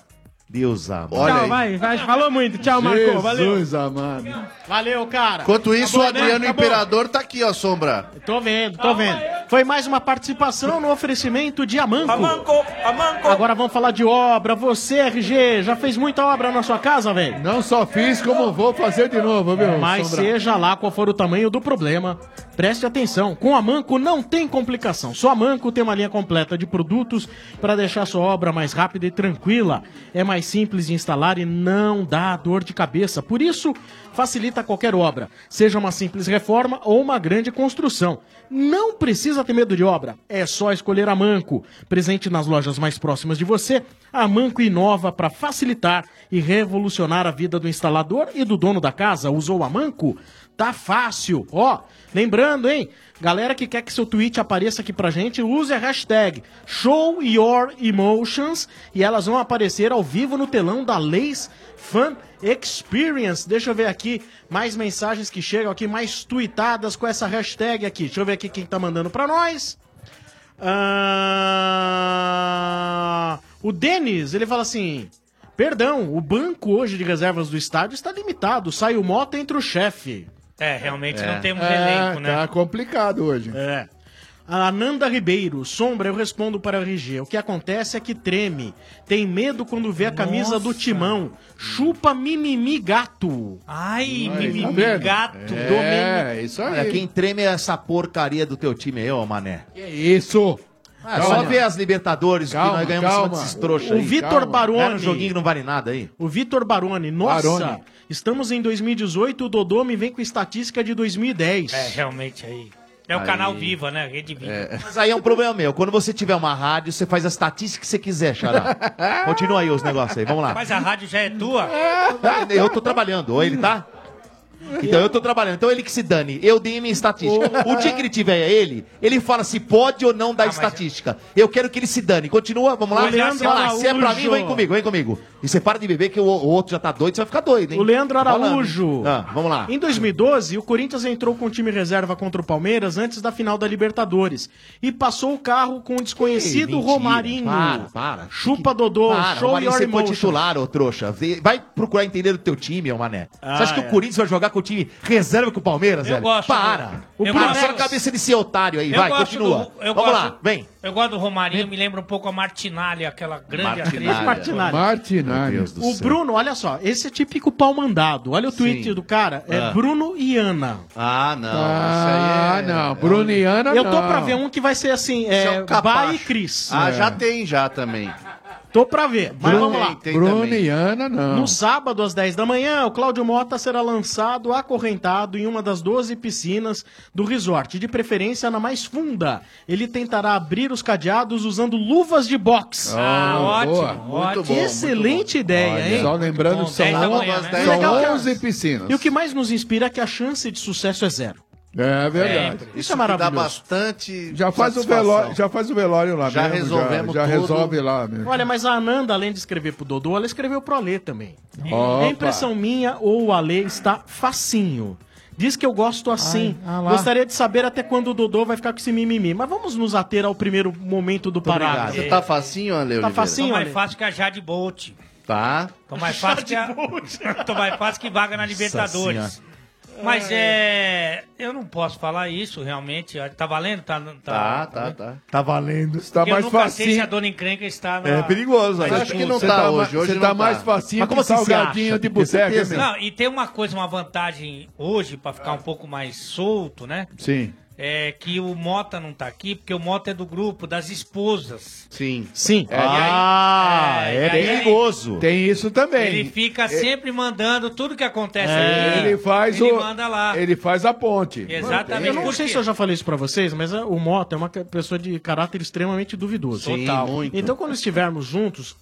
[SPEAKER 2] Deus amado.
[SPEAKER 8] Olha
[SPEAKER 24] Tchau,
[SPEAKER 8] aí.
[SPEAKER 24] vai, vai. Falou muito. Tchau, Marco. Valeu.
[SPEAKER 10] Jesus amado.
[SPEAKER 9] Valeu, cara.
[SPEAKER 8] Enquanto isso,
[SPEAKER 9] Acabou,
[SPEAKER 8] o Adriano
[SPEAKER 9] né? Acabou.
[SPEAKER 8] Imperador tá aqui, ó, Sombra.
[SPEAKER 9] Tô vendo, tô vendo. Foi mais uma participação no oferecimento de Amanco.
[SPEAKER 8] Amanco,
[SPEAKER 9] Agora vamos falar de obra. Você, RG, já fez muita obra na sua casa, velho? É,
[SPEAKER 10] Não só fiz, como vou fazer de novo, viu?
[SPEAKER 9] Mas
[SPEAKER 10] Sombra?
[SPEAKER 9] seja lá qual for o tamanho do problema, preste atenção. Com a Manco não tem complicação. Só a Manco tem uma linha completa de produtos para deixar sua obra mais rápida e tranquila. É mais simples de instalar e não dá dor de cabeça. Por isso, facilita qualquer obra, seja uma simples reforma ou uma grande construção. Não precisa ter medo de obra, é só escolher a Manco. Presente nas lojas mais próximas de você, a Manco inova para facilitar e revolucionar a vida do instalador e do dono da casa. Usou a Manco? Tá fácil. Ó, lembrando, hein? Galera que quer que seu tweet apareça aqui pra gente, use a hashtag Show Your Emotions e elas vão aparecer ao vivo no telão da Leis Fan Experience. Deixa eu ver aqui mais mensagens que chegam aqui, mais tweetadas com essa hashtag aqui. Deixa eu ver aqui quem tá mandando pra nós. Ah, o Denis, ele fala assim: Perdão, o banco hoje de reservas do estádio está limitado. Sai o moto entre o chefe.
[SPEAKER 12] É, realmente
[SPEAKER 9] É.
[SPEAKER 12] não temos
[SPEAKER 9] É,
[SPEAKER 12] elenco, né?
[SPEAKER 9] tá.
[SPEAKER 10] Tá complicado hoje.
[SPEAKER 9] É. A Ananda Ribeiro, sombra, eu respondo para a RG. O que acontece é que treme. Tem medo quando vê a camisa do timão. Chupa mimimi gato.
[SPEAKER 12] Ai,
[SPEAKER 2] Tá
[SPEAKER 9] mimimi
[SPEAKER 2] vendo?
[SPEAKER 9] gato.
[SPEAKER 2] Domênico. Olha, quem
[SPEAKER 9] quem...
[SPEAKER 2] treme é essa porcaria do teu time aí, ô Mané.
[SPEAKER 10] Que isso?
[SPEAKER 2] Ah,
[SPEAKER 9] Calma.
[SPEAKER 2] só ver as Libertadores que
[SPEAKER 9] Calma,
[SPEAKER 2] nós ganhamos em cima
[SPEAKER 9] calma.
[SPEAKER 2] desses trouxas
[SPEAKER 9] O
[SPEAKER 2] aí.
[SPEAKER 9] Vitor
[SPEAKER 2] Calma.
[SPEAKER 9] Baroni.
[SPEAKER 2] Era um joguinho que não vale nada aí.
[SPEAKER 9] O Vitor Baroni, nossa,
[SPEAKER 2] Baroni.
[SPEAKER 9] estamos em 2018, o Dodô me vem com estatística de 2010.
[SPEAKER 12] É, realmente aí. É o
[SPEAKER 2] Aí.
[SPEAKER 12] canal Viva, né? Rede Viva. [LAUGHS]
[SPEAKER 2] Mas aí é um problema meu. Quando você tiver uma rádio, você faz a estatística que você quiser, Xará. Continua aí os negócios aí, vamos lá.
[SPEAKER 12] Mas a rádio já é tua?
[SPEAKER 2] [LAUGHS] Eu tô trabalhando, ou ele tá? Então eu tô trabalhando, então ele que se dane. Eu dei minha estatística. O dia que ele tiver ele, ele fala se pode ou não dar estatística. Eu quero que ele se dane. Continua, vamos lá.
[SPEAKER 9] O Ah, Leandro
[SPEAKER 2] Vai lá, se é pra
[SPEAKER 9] Araújo.
[SPEAKER 2] mim, vem comigo, vem comigo. E você para de beber que o, o outro já tá doido, você vai ficar doido, hein? Tá
[SPEAKER 9] O Leandro
[SPEAKER 2] Falando.
[SPEAKER 9] Araújo.
[SPEAKER 2] Ah, vamos lá.
[SPEAKER 9] Em 2012, o Corinthians entrou com o time reserva contra o Palmeiras antes da final da Libertadores e passou o carro com o desconhecido
[SPEAKER 2] mentira,
[SPEAKER 9] Romarinho.
[SPEAKER 2] para, para.
[SPEAKER 9] Chupa Dodô,
[SPEAKER 2] Para,
[SPEAKER 9] show
[SPEAKER 2] Romarinho,
[SPEAKER 9] your
[SPEAKER 2] você foi
[SPEAKER 9] emotions.
[SPEAKER 2] titular, ô trouxa. Vê- Vai procurar entender o teu time, ô mané.
[SPEAKER 9] Ah,
[SPEAKER 2] você acha que
[SPEAKER 9] é.
[SPEAKER 2] o Corinthians vai jogar com o time reserva com o Palmeiras,
[SPEAKER 12] Eu
[SPEAKER 2] velho?
[SPEAKER 12] gosto,
[SPEAKER 2] Para.
[SPEAKER 12] eu
[SPEAKER 2] para,
[SPEAKER 12] gosto.
[SPEAKER 2] só na cabeça desse otário aí.
[SPEAKER 12] Eu
[SPEAKER 2] vai,
[SPEAKER 12] gosto
[SPEAKER 2] continua.
[SPEAKER 12] do- eu
[SPEAKER 2] Vamos
[SPEAKER 12] gosto-
[SPEAKER 2] lá, vem.
[SPEAKER 12] Eu gosto do Romarinho, me lembra um pouco a Martinalha, aquela grande atriz.
[SPEAKER 9] Martinalha.
[SPEAKER 10] Martinalha.
[SPEAKER 9] O Bruno, olha só, esse é típico pau mandado. Olha o tweet do cara, é
[SPEAKER 8] Ah.
[SPEAKER 9] Bruno e Ana.
[SPEAKER 8] Ah, não.
[SPEAKER 10] Ah,
[SPEAKER 8] isso aí é...
[SPEAKER 10] não. Bruno e Ana,
[SPEAKER 9] Eu tô
[SPEAKER 10] não.
[SPEAKER 9] pra ver um que vai ser assim,
[SPEAKER 8] Isso
[SPEAKER 9] é,
[SPEAKER 8] um capacho.
[SPEAKER 9] Bai e Cris.
[SPEAKER 8] Ah,
[SPEAKER 9] É.
[SPEAKER 8] já tem, já também.
[SPEAKER 9] Tô pra ver, mas
[SPEAKER 8] Bruno-
[SPEAKER 9] vamos lá.
[SPEAKER 8] tem Bruno também.
[SPEAKER 10] e Ana, não.
[SPEAKER 9] No sábado, às 10 da manhã, o Cláudio Mota será lançado acorrentado em uma das 12 piscinas do resort, de preferência na mais funda. Ele tentará abrir os cadeados usando luvas de boxe.
[SPEAKER 10] Ah, Ah, ótimo, boa. ótimo. Muito bom,
[SPEAKER 9] Que excelente ideia,
[SPEAKER 10] Olha,
[SPEAKER 9] hein?
[SPEAKER 10] Só lembrando que é são,
[SPEAKER 9] Dez da
[SPEAKER 10] on-
[SPEAKER 9] manhã, né?
[SPEAKER 10] são
[SPEAKER 9] Legal, cara.
[SPEAKER 10] 11 piscinas.
[SPEAKER 9] E o que mais nos inspira é que a chance de sucesso é zero.
[SPEAKER 10] É verdade.
[SPEAKER 9] Isso, é maravilhoso.
[SPEAKER 8] bastante
[SPEAKER 10] Já faz, o velório, já faz o velório lá
[SPEAKER 9] Já
[SPEAKER 10] mesmo.
[SPEAKER 9] resolvemos
[SPEAKER 10] Já, já
[SPEAKER 9] tudo.
[SPEAKER 10] resolve lá mesmo.
[SPEAKER 9] É. Olha, mas a Ananda, além de escrever pro Dodô, ela escreveu pro Alê também.
[SPEAKER 10] Opa.
[SPEAKER 9] É impressão minha ou o Alê está facinho. Diz que eu gosto assim.
[SPEAKER 10] Ai, ah lá.
[SPEAKER 9] Gostaria de saber até quando o Dodô vai ficar com esse mimimi. Mas vamos nos ater ao primeiro momento do parágrafo.
[SPEAKER 8] Você tá facinho, Ale
[SPEAKER 9] Tá
[SPEAKER 8] Oliveira?
[SPEAKER 9] facinho,
[SPEAKER 12] Tô mais
[SPEAKER 9] Ale?
[SPEAKER 12] fácil que a Jade Bolt.
[SPEAKER 8] Tá.
[SPEAKER 12] Tô mais fácil que a... [LAUGHS] Tô mais fácil que vaga na Libertadores. Mas é... Eu não posso falar isso, realmente. Tá valendo? Tá,
[SPEAKER 8] Tá, tá, tá.
[SPEAKER 10] Tá valendo. Está
[SPEAKER 12] Porque
[SPEAKER 10] mais
[SPEAKER 12] eu nunca sei se a
[SPEAKER 10] facinho.
[SPEAKER 12] dona encrenca está na...
[SPEAKER 10] É perigoso aí.
[SPEAKER 12] na
[SPEAKER 10] Acho que não
[SPEAKER 12] disputa.
[SPEAKER 10] tá Você tá hoje, ma- hoje você não tá tá. mais facinho que salgadinho de
[SPEAKER 12] Com
[SPEAKER 10] boteca,
[SPEAKER 12] certeza.
[SPEAKER 10] meu.
[SPEAKER 12] Não, e tem uma coisa, uma vantagem hoje, pra ficar um pouco mais solto, né?
[SPEAKER 10] Sim.
[SPEAKER 12] É que o Mota não tá aqui, porque o Mota é do grupo das esposas.
[SPEAKER 8] Sim.
[SPEAKER 9] Sim.
[SPEAKER 10] É,
[SPEAKER 2] Ah,
[SPEAKER 12] é, e aí-
[SPEAKER 10] Tem isso também.
[SPEAKER 12] Ele fica
[SPEAKER 2] É.
[SPEAKER 12] sempre mandando tudo que acontece
[SPEAKER 10] É,
[SPEAKER 12] aqui.
[SPEAKER 10] ele faz
[SPEAKER 12] ele
[SPEAKER 10] o-
[SPEAKER 12] manda lá.
[SPEAKER 10] Ele faz a ponte.
[SPEAKER 12] Exatamente.
[SPEAKER 9] Eu não
[SPEAKER 12] Por
[SPEAKER 9] sei
[SPEAKER 12] quê?
[SPEAKER 9] se eu já falei isso pra vocês, mas é, o Mota é uma ca- pessoa de caráter extremamente duvidoso.
[SPEAKER 8] Sim, Total. muito.
[SPEAKER 9] Então, quando estivermos juntos,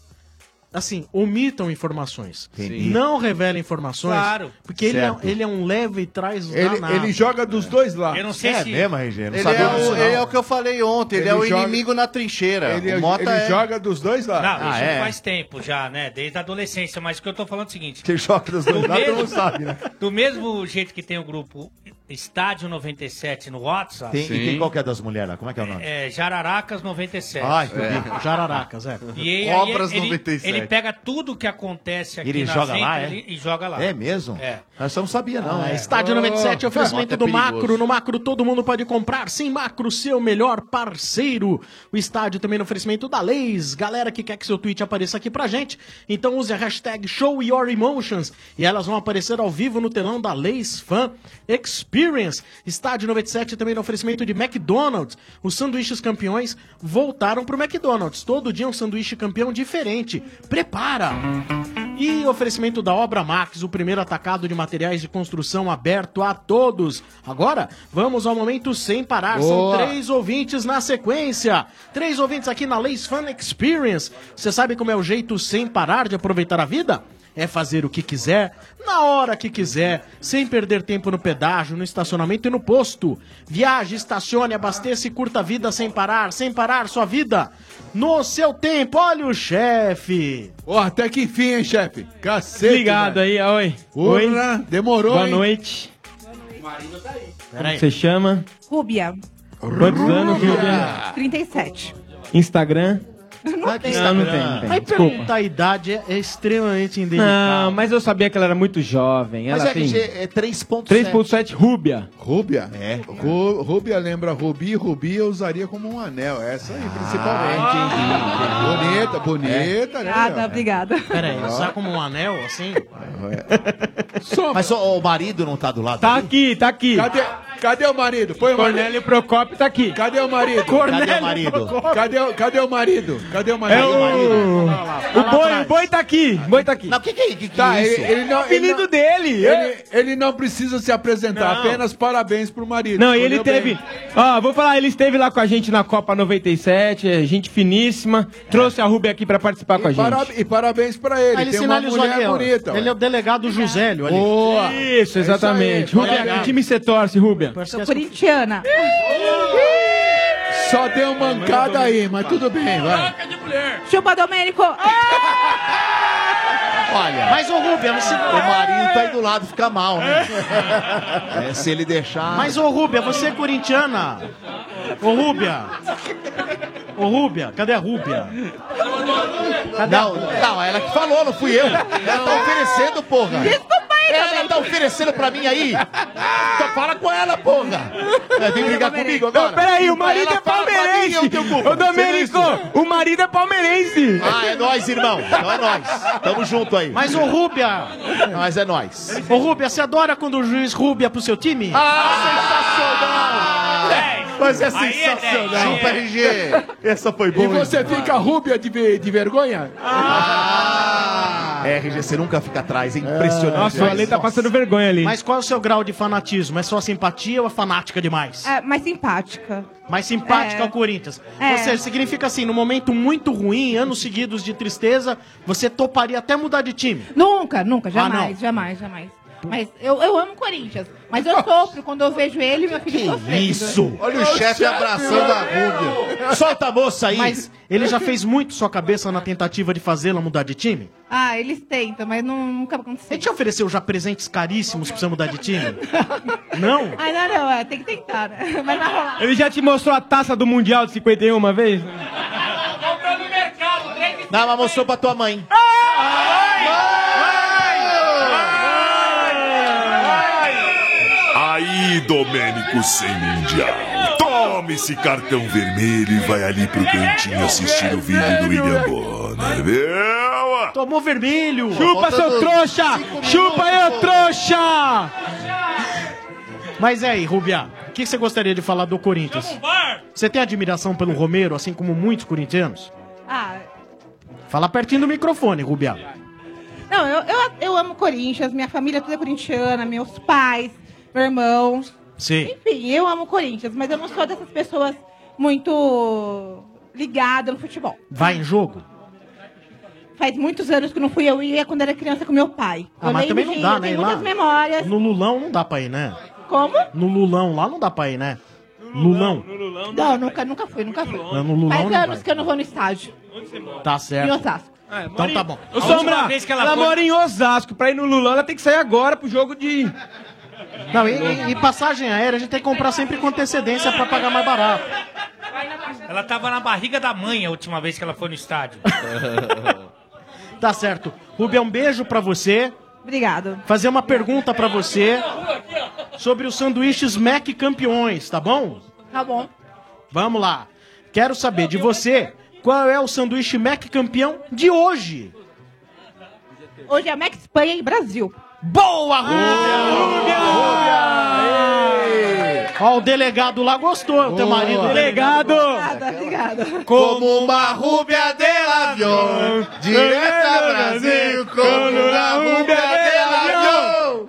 [SPEAKER 9] ah, assim, omitam informações.
[SPEAKER 25] Entendi.
[SPEAKER 9] Não revelem informações.
[SPEAKER 25] Claro.
[SPEAKER 9] Porque ele é,
[SPEAKER 25] Certo.
[SPEAKER 9] ele é um leve e traz
[SPEAKER 10] Ele, ele joga dos dois lados.
[SPEAKER 9] Eu não sei
[SPEAKER 10] é
[SPEAKER 9] se-
[SPEAKER 10] mesmo,
[SPEAKER 2] RG?
[SPEAKER 10] Não
[SPEAKER 8] Ele
[SPEAKER 10] sabia
[SPEAKER 8] é, o,
[SPEAKER 10] disso, não.
[SPEAKER 8] ele é o que eu falei ontem, ele,
[SPEAKER 10] Ele
[SPEAKER 8] é o
[SPEAKER 10] joga-
[SPEAKER 8] inimigo na trincheira.
[SPEAKER 10] Ele,
[SPEAKER 8] o Mota
[SPEAKER 10] ele
[SPEAKER 8] é...
[SPEAKER 10] joga dos dois lados.
[SPEAKER 12] Não,
[SPEAKER 2] Ah,
[SPEAKER 12] isso
[SPEAKER 2] é.
[SPEAKER 10] é.
[SPEAKER 12] faz tempo já, né? Desde a adolescência. Mas o que eu tô falando é o seguinte.
[SPEAKER 10] Quem joga dos dois
[SPEAKER 12] do
[SPEAKER 10] lados
[SPEAKER 12] mesmo-
[SPEAKER 10] não sabe, né?
[SPEAKER 12] Do mesmo jeito que tem o grupo Estádio 97 no WhatsApp,
[SPEAKER 2] Tem, e tem qual que é das mulheres lá? Como é que é o nome?
[SPEAKER 12] é Jararacas 97.
[SPEAKER 2] Ai, que bico.
[SPEAKER 9] Jararacas, é.
[SPEAKER 12] É. E aí,
[SPEAKER 2] É. Cobras
[SPEAKER 12] ele,
[SPEAKER 2] 97.
[SPEAKER 12] Ele pega tudo que acontece aqui
[SPEAKER 2] Ele
[SPEAKER 12] na
[SPEAKER 2] joga
[SPEAKER 12] Centro
[SPEAKER 2] lá, é?
[SPEAKER 12] ali e joga lá.
[SPEAKER 2] É mesmo?
[SPEAKER 12] É.
[SPEAKER 2] Nós não sabia, não.
[SPEAKER 12] Ah,
[SPEAKER 2] é.
[SPEAKER 9] Estádio 97, é oferecimento do Macro. No Macro todo mundo pode comprar. Sim, Macro, seu melhor parceiro. O estádio também no oferecimento da Leis. Galera que quer que seu tweet apareça aqui pra gente, então use a hashtag ShowYourEmotions e elas vão aparecer ao vivo no telão da Leis Fan Experience. Estádio 97 também no oferecimento de McDonald's. Os sanduíches campeões voltaram pro McDonald's. Todo dia um sanduíche campeão diferente. Prepara! E oferecimento da Obra Max, o primeiro atacado de materiais de construção aberto a todos. Agora, vamos ao momento sem parar.
[SPEAKER 25] Boa.
[SPEAKER 9] São três ouvintes na sequência. Três ouvintes aqui na Leis Fan Experience. Você sabe como é o jeito sem parar de aproveitar a vida? É fazer o que quiser, na hora que quiser, sem perder tempo no pedágio, no estacionamento e no posto. Viaje, estacione, abasteça e curta a vida sem parar, sem parar sua vida. No seu tempo, olha o chefe.
[SPEAKER 10] Ó, até que fim, hein, chefe? Cacete.
[SPEAKER 9] Ligado
[SPEAKER 10] velho.
[SPEAKER 9] aí, oi.
[SPEAKER 10] Porra,
[SPEAKER 1] Oi.
[SPEAKER 10] demorou,
[SPEAKER 1] Boa
[SPEAKER 10] hein?
[SPEAKER 1] noite. Como
[SPEAKER 10] Peraí.
[SPEAKER 1] você chama?
[SPEAKER 26] Rúbia,
[SPEAKER 1] Quantos anos, Rubia?
[SPEAKER 26] 37.
[SPEAKER 1] Instagram?
[SPEAKER 9] Não
[SPEAKER 1] tem. Não, não tem, não tem.
[SPEAKER 9] Aí
[SPEAKER 1] Desculpa.
[SPEAKER 9] perguntar a idade é, é extremamente indelicado.
[SPEAKER 1] Não, mas eu sabia que ela era muito jovem.
[SPEAKER 9] Mas
[SPEAKER 1] Ela
[SPEAKER 9] é que
[SPEAKER 1] tem
[SPEAKER 9] já
[SPEAKER 2] é 3.7.
[SPEAKER 1] 3.7 Rúbia.
[SPEAKER 10] Rúbia? É. Ru- Rúbia lembra Rubi, Rubi eu usaria como um anel. Essa aí, principalmente. bonita, bonita, né?
[SPEAKER 1] Ah,
[SPEAKER 26] Obrigada,
[SPEAKER 10] meu?
[SPEAKER 26] obrigada.
[SPEAKER 9] Peraí, usar como um anel, assim?
[SPEAKER 2] Mas só, o marido não tá do lado.
[SPEAKER 10] Tá
[SPEAKER 1] aqui, tá aqui.
[SPEAKER 10] Cadê, cadê o marido? Põe o marido.
[SPEAKER 1] Cornélio Procópio tá aqui.
[SPEAKER 10] Cadê o marido?
[SPEAKER 1] Cornélio
[SPEAKER 10] cadê o marido?
[SPEAKER 1] Procópio.
[SPEAKER 10] Cadê, o- cadê o marido? Cadê o marido?
[SPEAKER 1] É o- O boi, o boi tá aqui, o boi tá aqui. É
[SPEAKER 2] Não, o que que é que
[SPEAKER 10] Tá, ele, ele não,
[SPEAKER 1] o apelido
[SPEAKER 10] ele não-
[SPEAKER 1] dele. é.
[SPEAKER 10] Ele, ele não precisa se apresentar,
[SPEAKER 1] Não.
[SPEAKER 10] apenas parabéns pro marido.
[SPEAKER 1] Não, e ele
[SPEAKER 10] Escolheu bem.
[SPEAKER 1] teve. Ó, vou falar, ele esteve lá com a gente na Copa 97, é gente finíssima. Trouxe a Rubia aqui pra participar com a gente.
[SPEAKER 10] Parab- e parabéns pra ele.
[SPEAKER 1] Ah, ele
[SPEAKER 10] Tem uma
[SPEAKER 1] sinalizou
[SPEAKER 10] mulher
[SPEAKER 1] ali, ó.
[SPEAKER 10] bonita.
[SPEAKER 1] Ele
[SPEAKER 10] é
[SPEAKER 9] o delegado Josélio
[SPEAKER 10] ali.
[SPEAKER 1] Boa! Isso, exatamente.
[SPEAKER 10] É isso aí,
[SPEAKER 1] Rubia,
[SPEAKER 10] parabéns.
[SPEAKER 1] que time você torce, Rubia?
[SPEAKER 26] Sou corintiana.
[SPEAKER 10] Só deu mancada aí, mas tudo bem, vai.
[SPEAKER 26] Chupa, Domênico.
[SPEAKER 2] Olha.
[SPEAKER 9] Mas o Rubens, se...
[SPEAKER 2] O marido tá aí do lado, fica mal, né? É, se ele
[SPEAKER 9] [LAUGHS]
[SPEAKER 2] deixar.
[SPEAKER 9] Mas, ô Rúbia, você é corintiana? Ô Rúbia! Ô Rúbia, cadê a Rúbia?
[SPEAKER 22] tá
[SPEAKER 2] Não, não, ela que falou, não fui eu. Ela tá oferecendo, porra. Desculpa aí, Ela tá oferecendo pra mim aí. Então fala com ela, porra. Ela Vem brigar comigo agora.
[SPEAKER 1] Não, peraí, o
[SPEAKER 2] Então
[SPEAKER 1] marido
[SPEAKER 2] ela
[SPEAKER 1] é
[SPEAKER 2] fala pra mim,
[SPEAKER 1] palmeirense.
[SPEAKER 2] eu tenho culpa.
[SPEAKER 1] Ô, Domênico, o marido é palmeirense.
[SPEAKER 2] Ah, é nóis, irmão. Então é nóis. Tamo junto aí.
[SPEAKER 9] Mas ô Rúbia!
[SPEAKER 2] Mas é nóis. Ah,
[SPEAKER 9] Ô Rúbia, você adora quando o juiz Rúbia pro seu time?
[SPEAKER 2] Mas é
[SPEAKER 9] Aí é
[SPEAKER 2] sensacional.
[SPEAKER 9] dez.
[SPEAKER 2] Chupa, RG. Essa foi boa.
[SPEAKER 10] E você
[SPEAKER 2] hein?
[SPEAKER 10] fica rúbia de, ve- de vergonha?
[SPEAKER 2] É, RG, você nunca fica atrás, é impressionante.
[SPEAKER 1] tá passando vergonha ali.
[SPEAKER 9] Mas qual é o seu grau de fanatismo? É só simpatia ou é fanática demais?
[SPEAKER 26] É, mais simpática.
[SPEAKER 9] Mais simpática
[SPEAKER 26] É.
[SPEAKER 9] ao Corinthians.
[SPEAKER 26] É.
[SPEAKER 9] Ou seja, significa assim, num momento muito ruim, anos seguidos de tristeza, você toparia até mudar de time.
[SPEAKER 26] Nunca, nunca,
[SPEAKER 9] Ah,
[SPEAKER 26] jamais,
[SPEAKER 9] não.
[SPEAKER 26] jamais, jamais. Mas eu, eu amo Corinthians, mas eu sofro quando eu vejo ele e meu filho sofrendo.
[SPEAKER 2] Olha o chefe abraçando a Rúbia. Solta a moça aí.
[SPEAKER 9] Mas ele já fez muito sua cabeça na tentativa de fazê-la mudar de time?
[SPEAKER 26] Ah, eles tentam, mas não, nunca aconteceu.
[SPEAKER 9] Ele te ofereceu já presentes caríssimos pra você mudar de time? Não?
[SPEAKER 26] Ai, não, não, é, tem que tentar, né? [LAUGHS] Mas vai rolar.
[SPEAKER 1] Ele já te mostrou a taça do Mundial de 51 uma vez? né?
[SPEAKER 12] Comprou no mercado,
[SPEAKER 2] Não, mas mostrou pra tua mãe.
[SPEAKER 1] Ah,
[SPEAKER 27] Aí, Domênico sem mundial. Toma esse cartão vermelho e vai ali pro cantinho assistir o vídeo do William Bonner, viu?
[SPEAKER 9] Tomou vermelho!
[SPEAKER 1] Chupa, seu trouxa! Chupa aí, ô trouxa!
[SPEAKER 9] Mas é aí, Rubiá, o que você gostaria de falar do
[SPEAKER 1] um
[SPEAKER 9] Corinthians? Você tem admiração pelo Romero, assim como muitos corintianos?
[SPEAKER 26] Ah,
[SPEAKER 9] Fala pertinho do microfone, Ah, Rubiá.
[SPEAKER 26] não, eu, eu, eu amo Corinthians, minha família toda é corintiana, meus pais, meu irmão.
[SPEAKER 9] Sim.
[SPEAKER 26] Enfim, eu amo Corinthians, mas eu não sou dessas pessoas muito ligada no futebol.
[SPEAKER 9] Vai em jogo?
[SPEAKER 26] Faz muitos anos que não fui eu ia quando era criança com meu pai.
[SPEAKER 9] Ah,
[SPEAKER 26] eu
[SPEAKER 9] mas
[SPEAKER 26] lembro
[SPEAKER 9] também não
[SPEAKER 26] de-
[SPEAKER 9] dá,
[SPEAKER 26] eu
[SPEAKER 9] né?
[SPEAKER 26] tenho
[SPEAKER 9] ir lá.
[SPEAKER 26] muitas memórias.
[SPEAKER 9] No Lulão não dá pra ir, né?
[SPEAKER 26] Como?
[SPEAKER 9] No Lulão lá não dá pra ir, né? Lulão.
[SPEAKER 26] Não, nunca, nunca fui, nunca fui.
[SPEAKER 9] Não, no Lulão
[SPEAKER 26] Faz
[SPEAKER 9] não
[SPEAKER 26] anos
[SPEAKER 9] vai.
[SPEAKER 26] que eu não vou no estádio.
[SPEAKER 9] Tá
[SPEAKER 26] Em
[SPEAKER 9] certo.
[SPEAKER 26] Osasco.
[SPEAKER 9] Então tá bom.
[SPEAKER 1] Ô,
[SPEAKER 9] A
[SPEAKER 1] Sombra,
[SPEAKER 9] última
[SPEAKER 1] ela,
[SPEAKER 9] vez que ela foi-
[SPEAKER 1] mora em Osasco. Pra ir no Lulão, ela tem que sair agora pro jogo de...
[SPEAKER 9] Não, e, e- e passagem aérea a gente tem que comprar sempre com antecedência pra pagar mais barato.
[SPEAKER 12] Ela tava na barriga da mãe a última vez que ela foi no estádio.
[SPEAKER 9] Tá certo. Rubem, um beijo pra você.
[SPEAKER 26] Obrigado.
[SPEAKER 9] Fazer uma pergunta pra você sobre os sanduíches Mac Campeões, tá bom?
[SPEAKER 26] Tá bom.
[SPEAKER 9] Vamos lá. Quero saber de você qual é o sanduíche Mac Campeão de hoje.
[SPEAKER 26] Hoje é Mac Espanha e Brasil.
[SPEAKER 9] Boa, Rúbia! Ó, o delegado lá gostou, o teu marido.
[SPEAKER 1] Delegado!
[SPEAKER 12] Ah, tá
[SPEAKER 26] Obrigada, obrigada.
[SPEAKER 9] Como
[SPEAKER 8] uma rúbia de lavion, direta Brasil, como uma rúbia de lavion.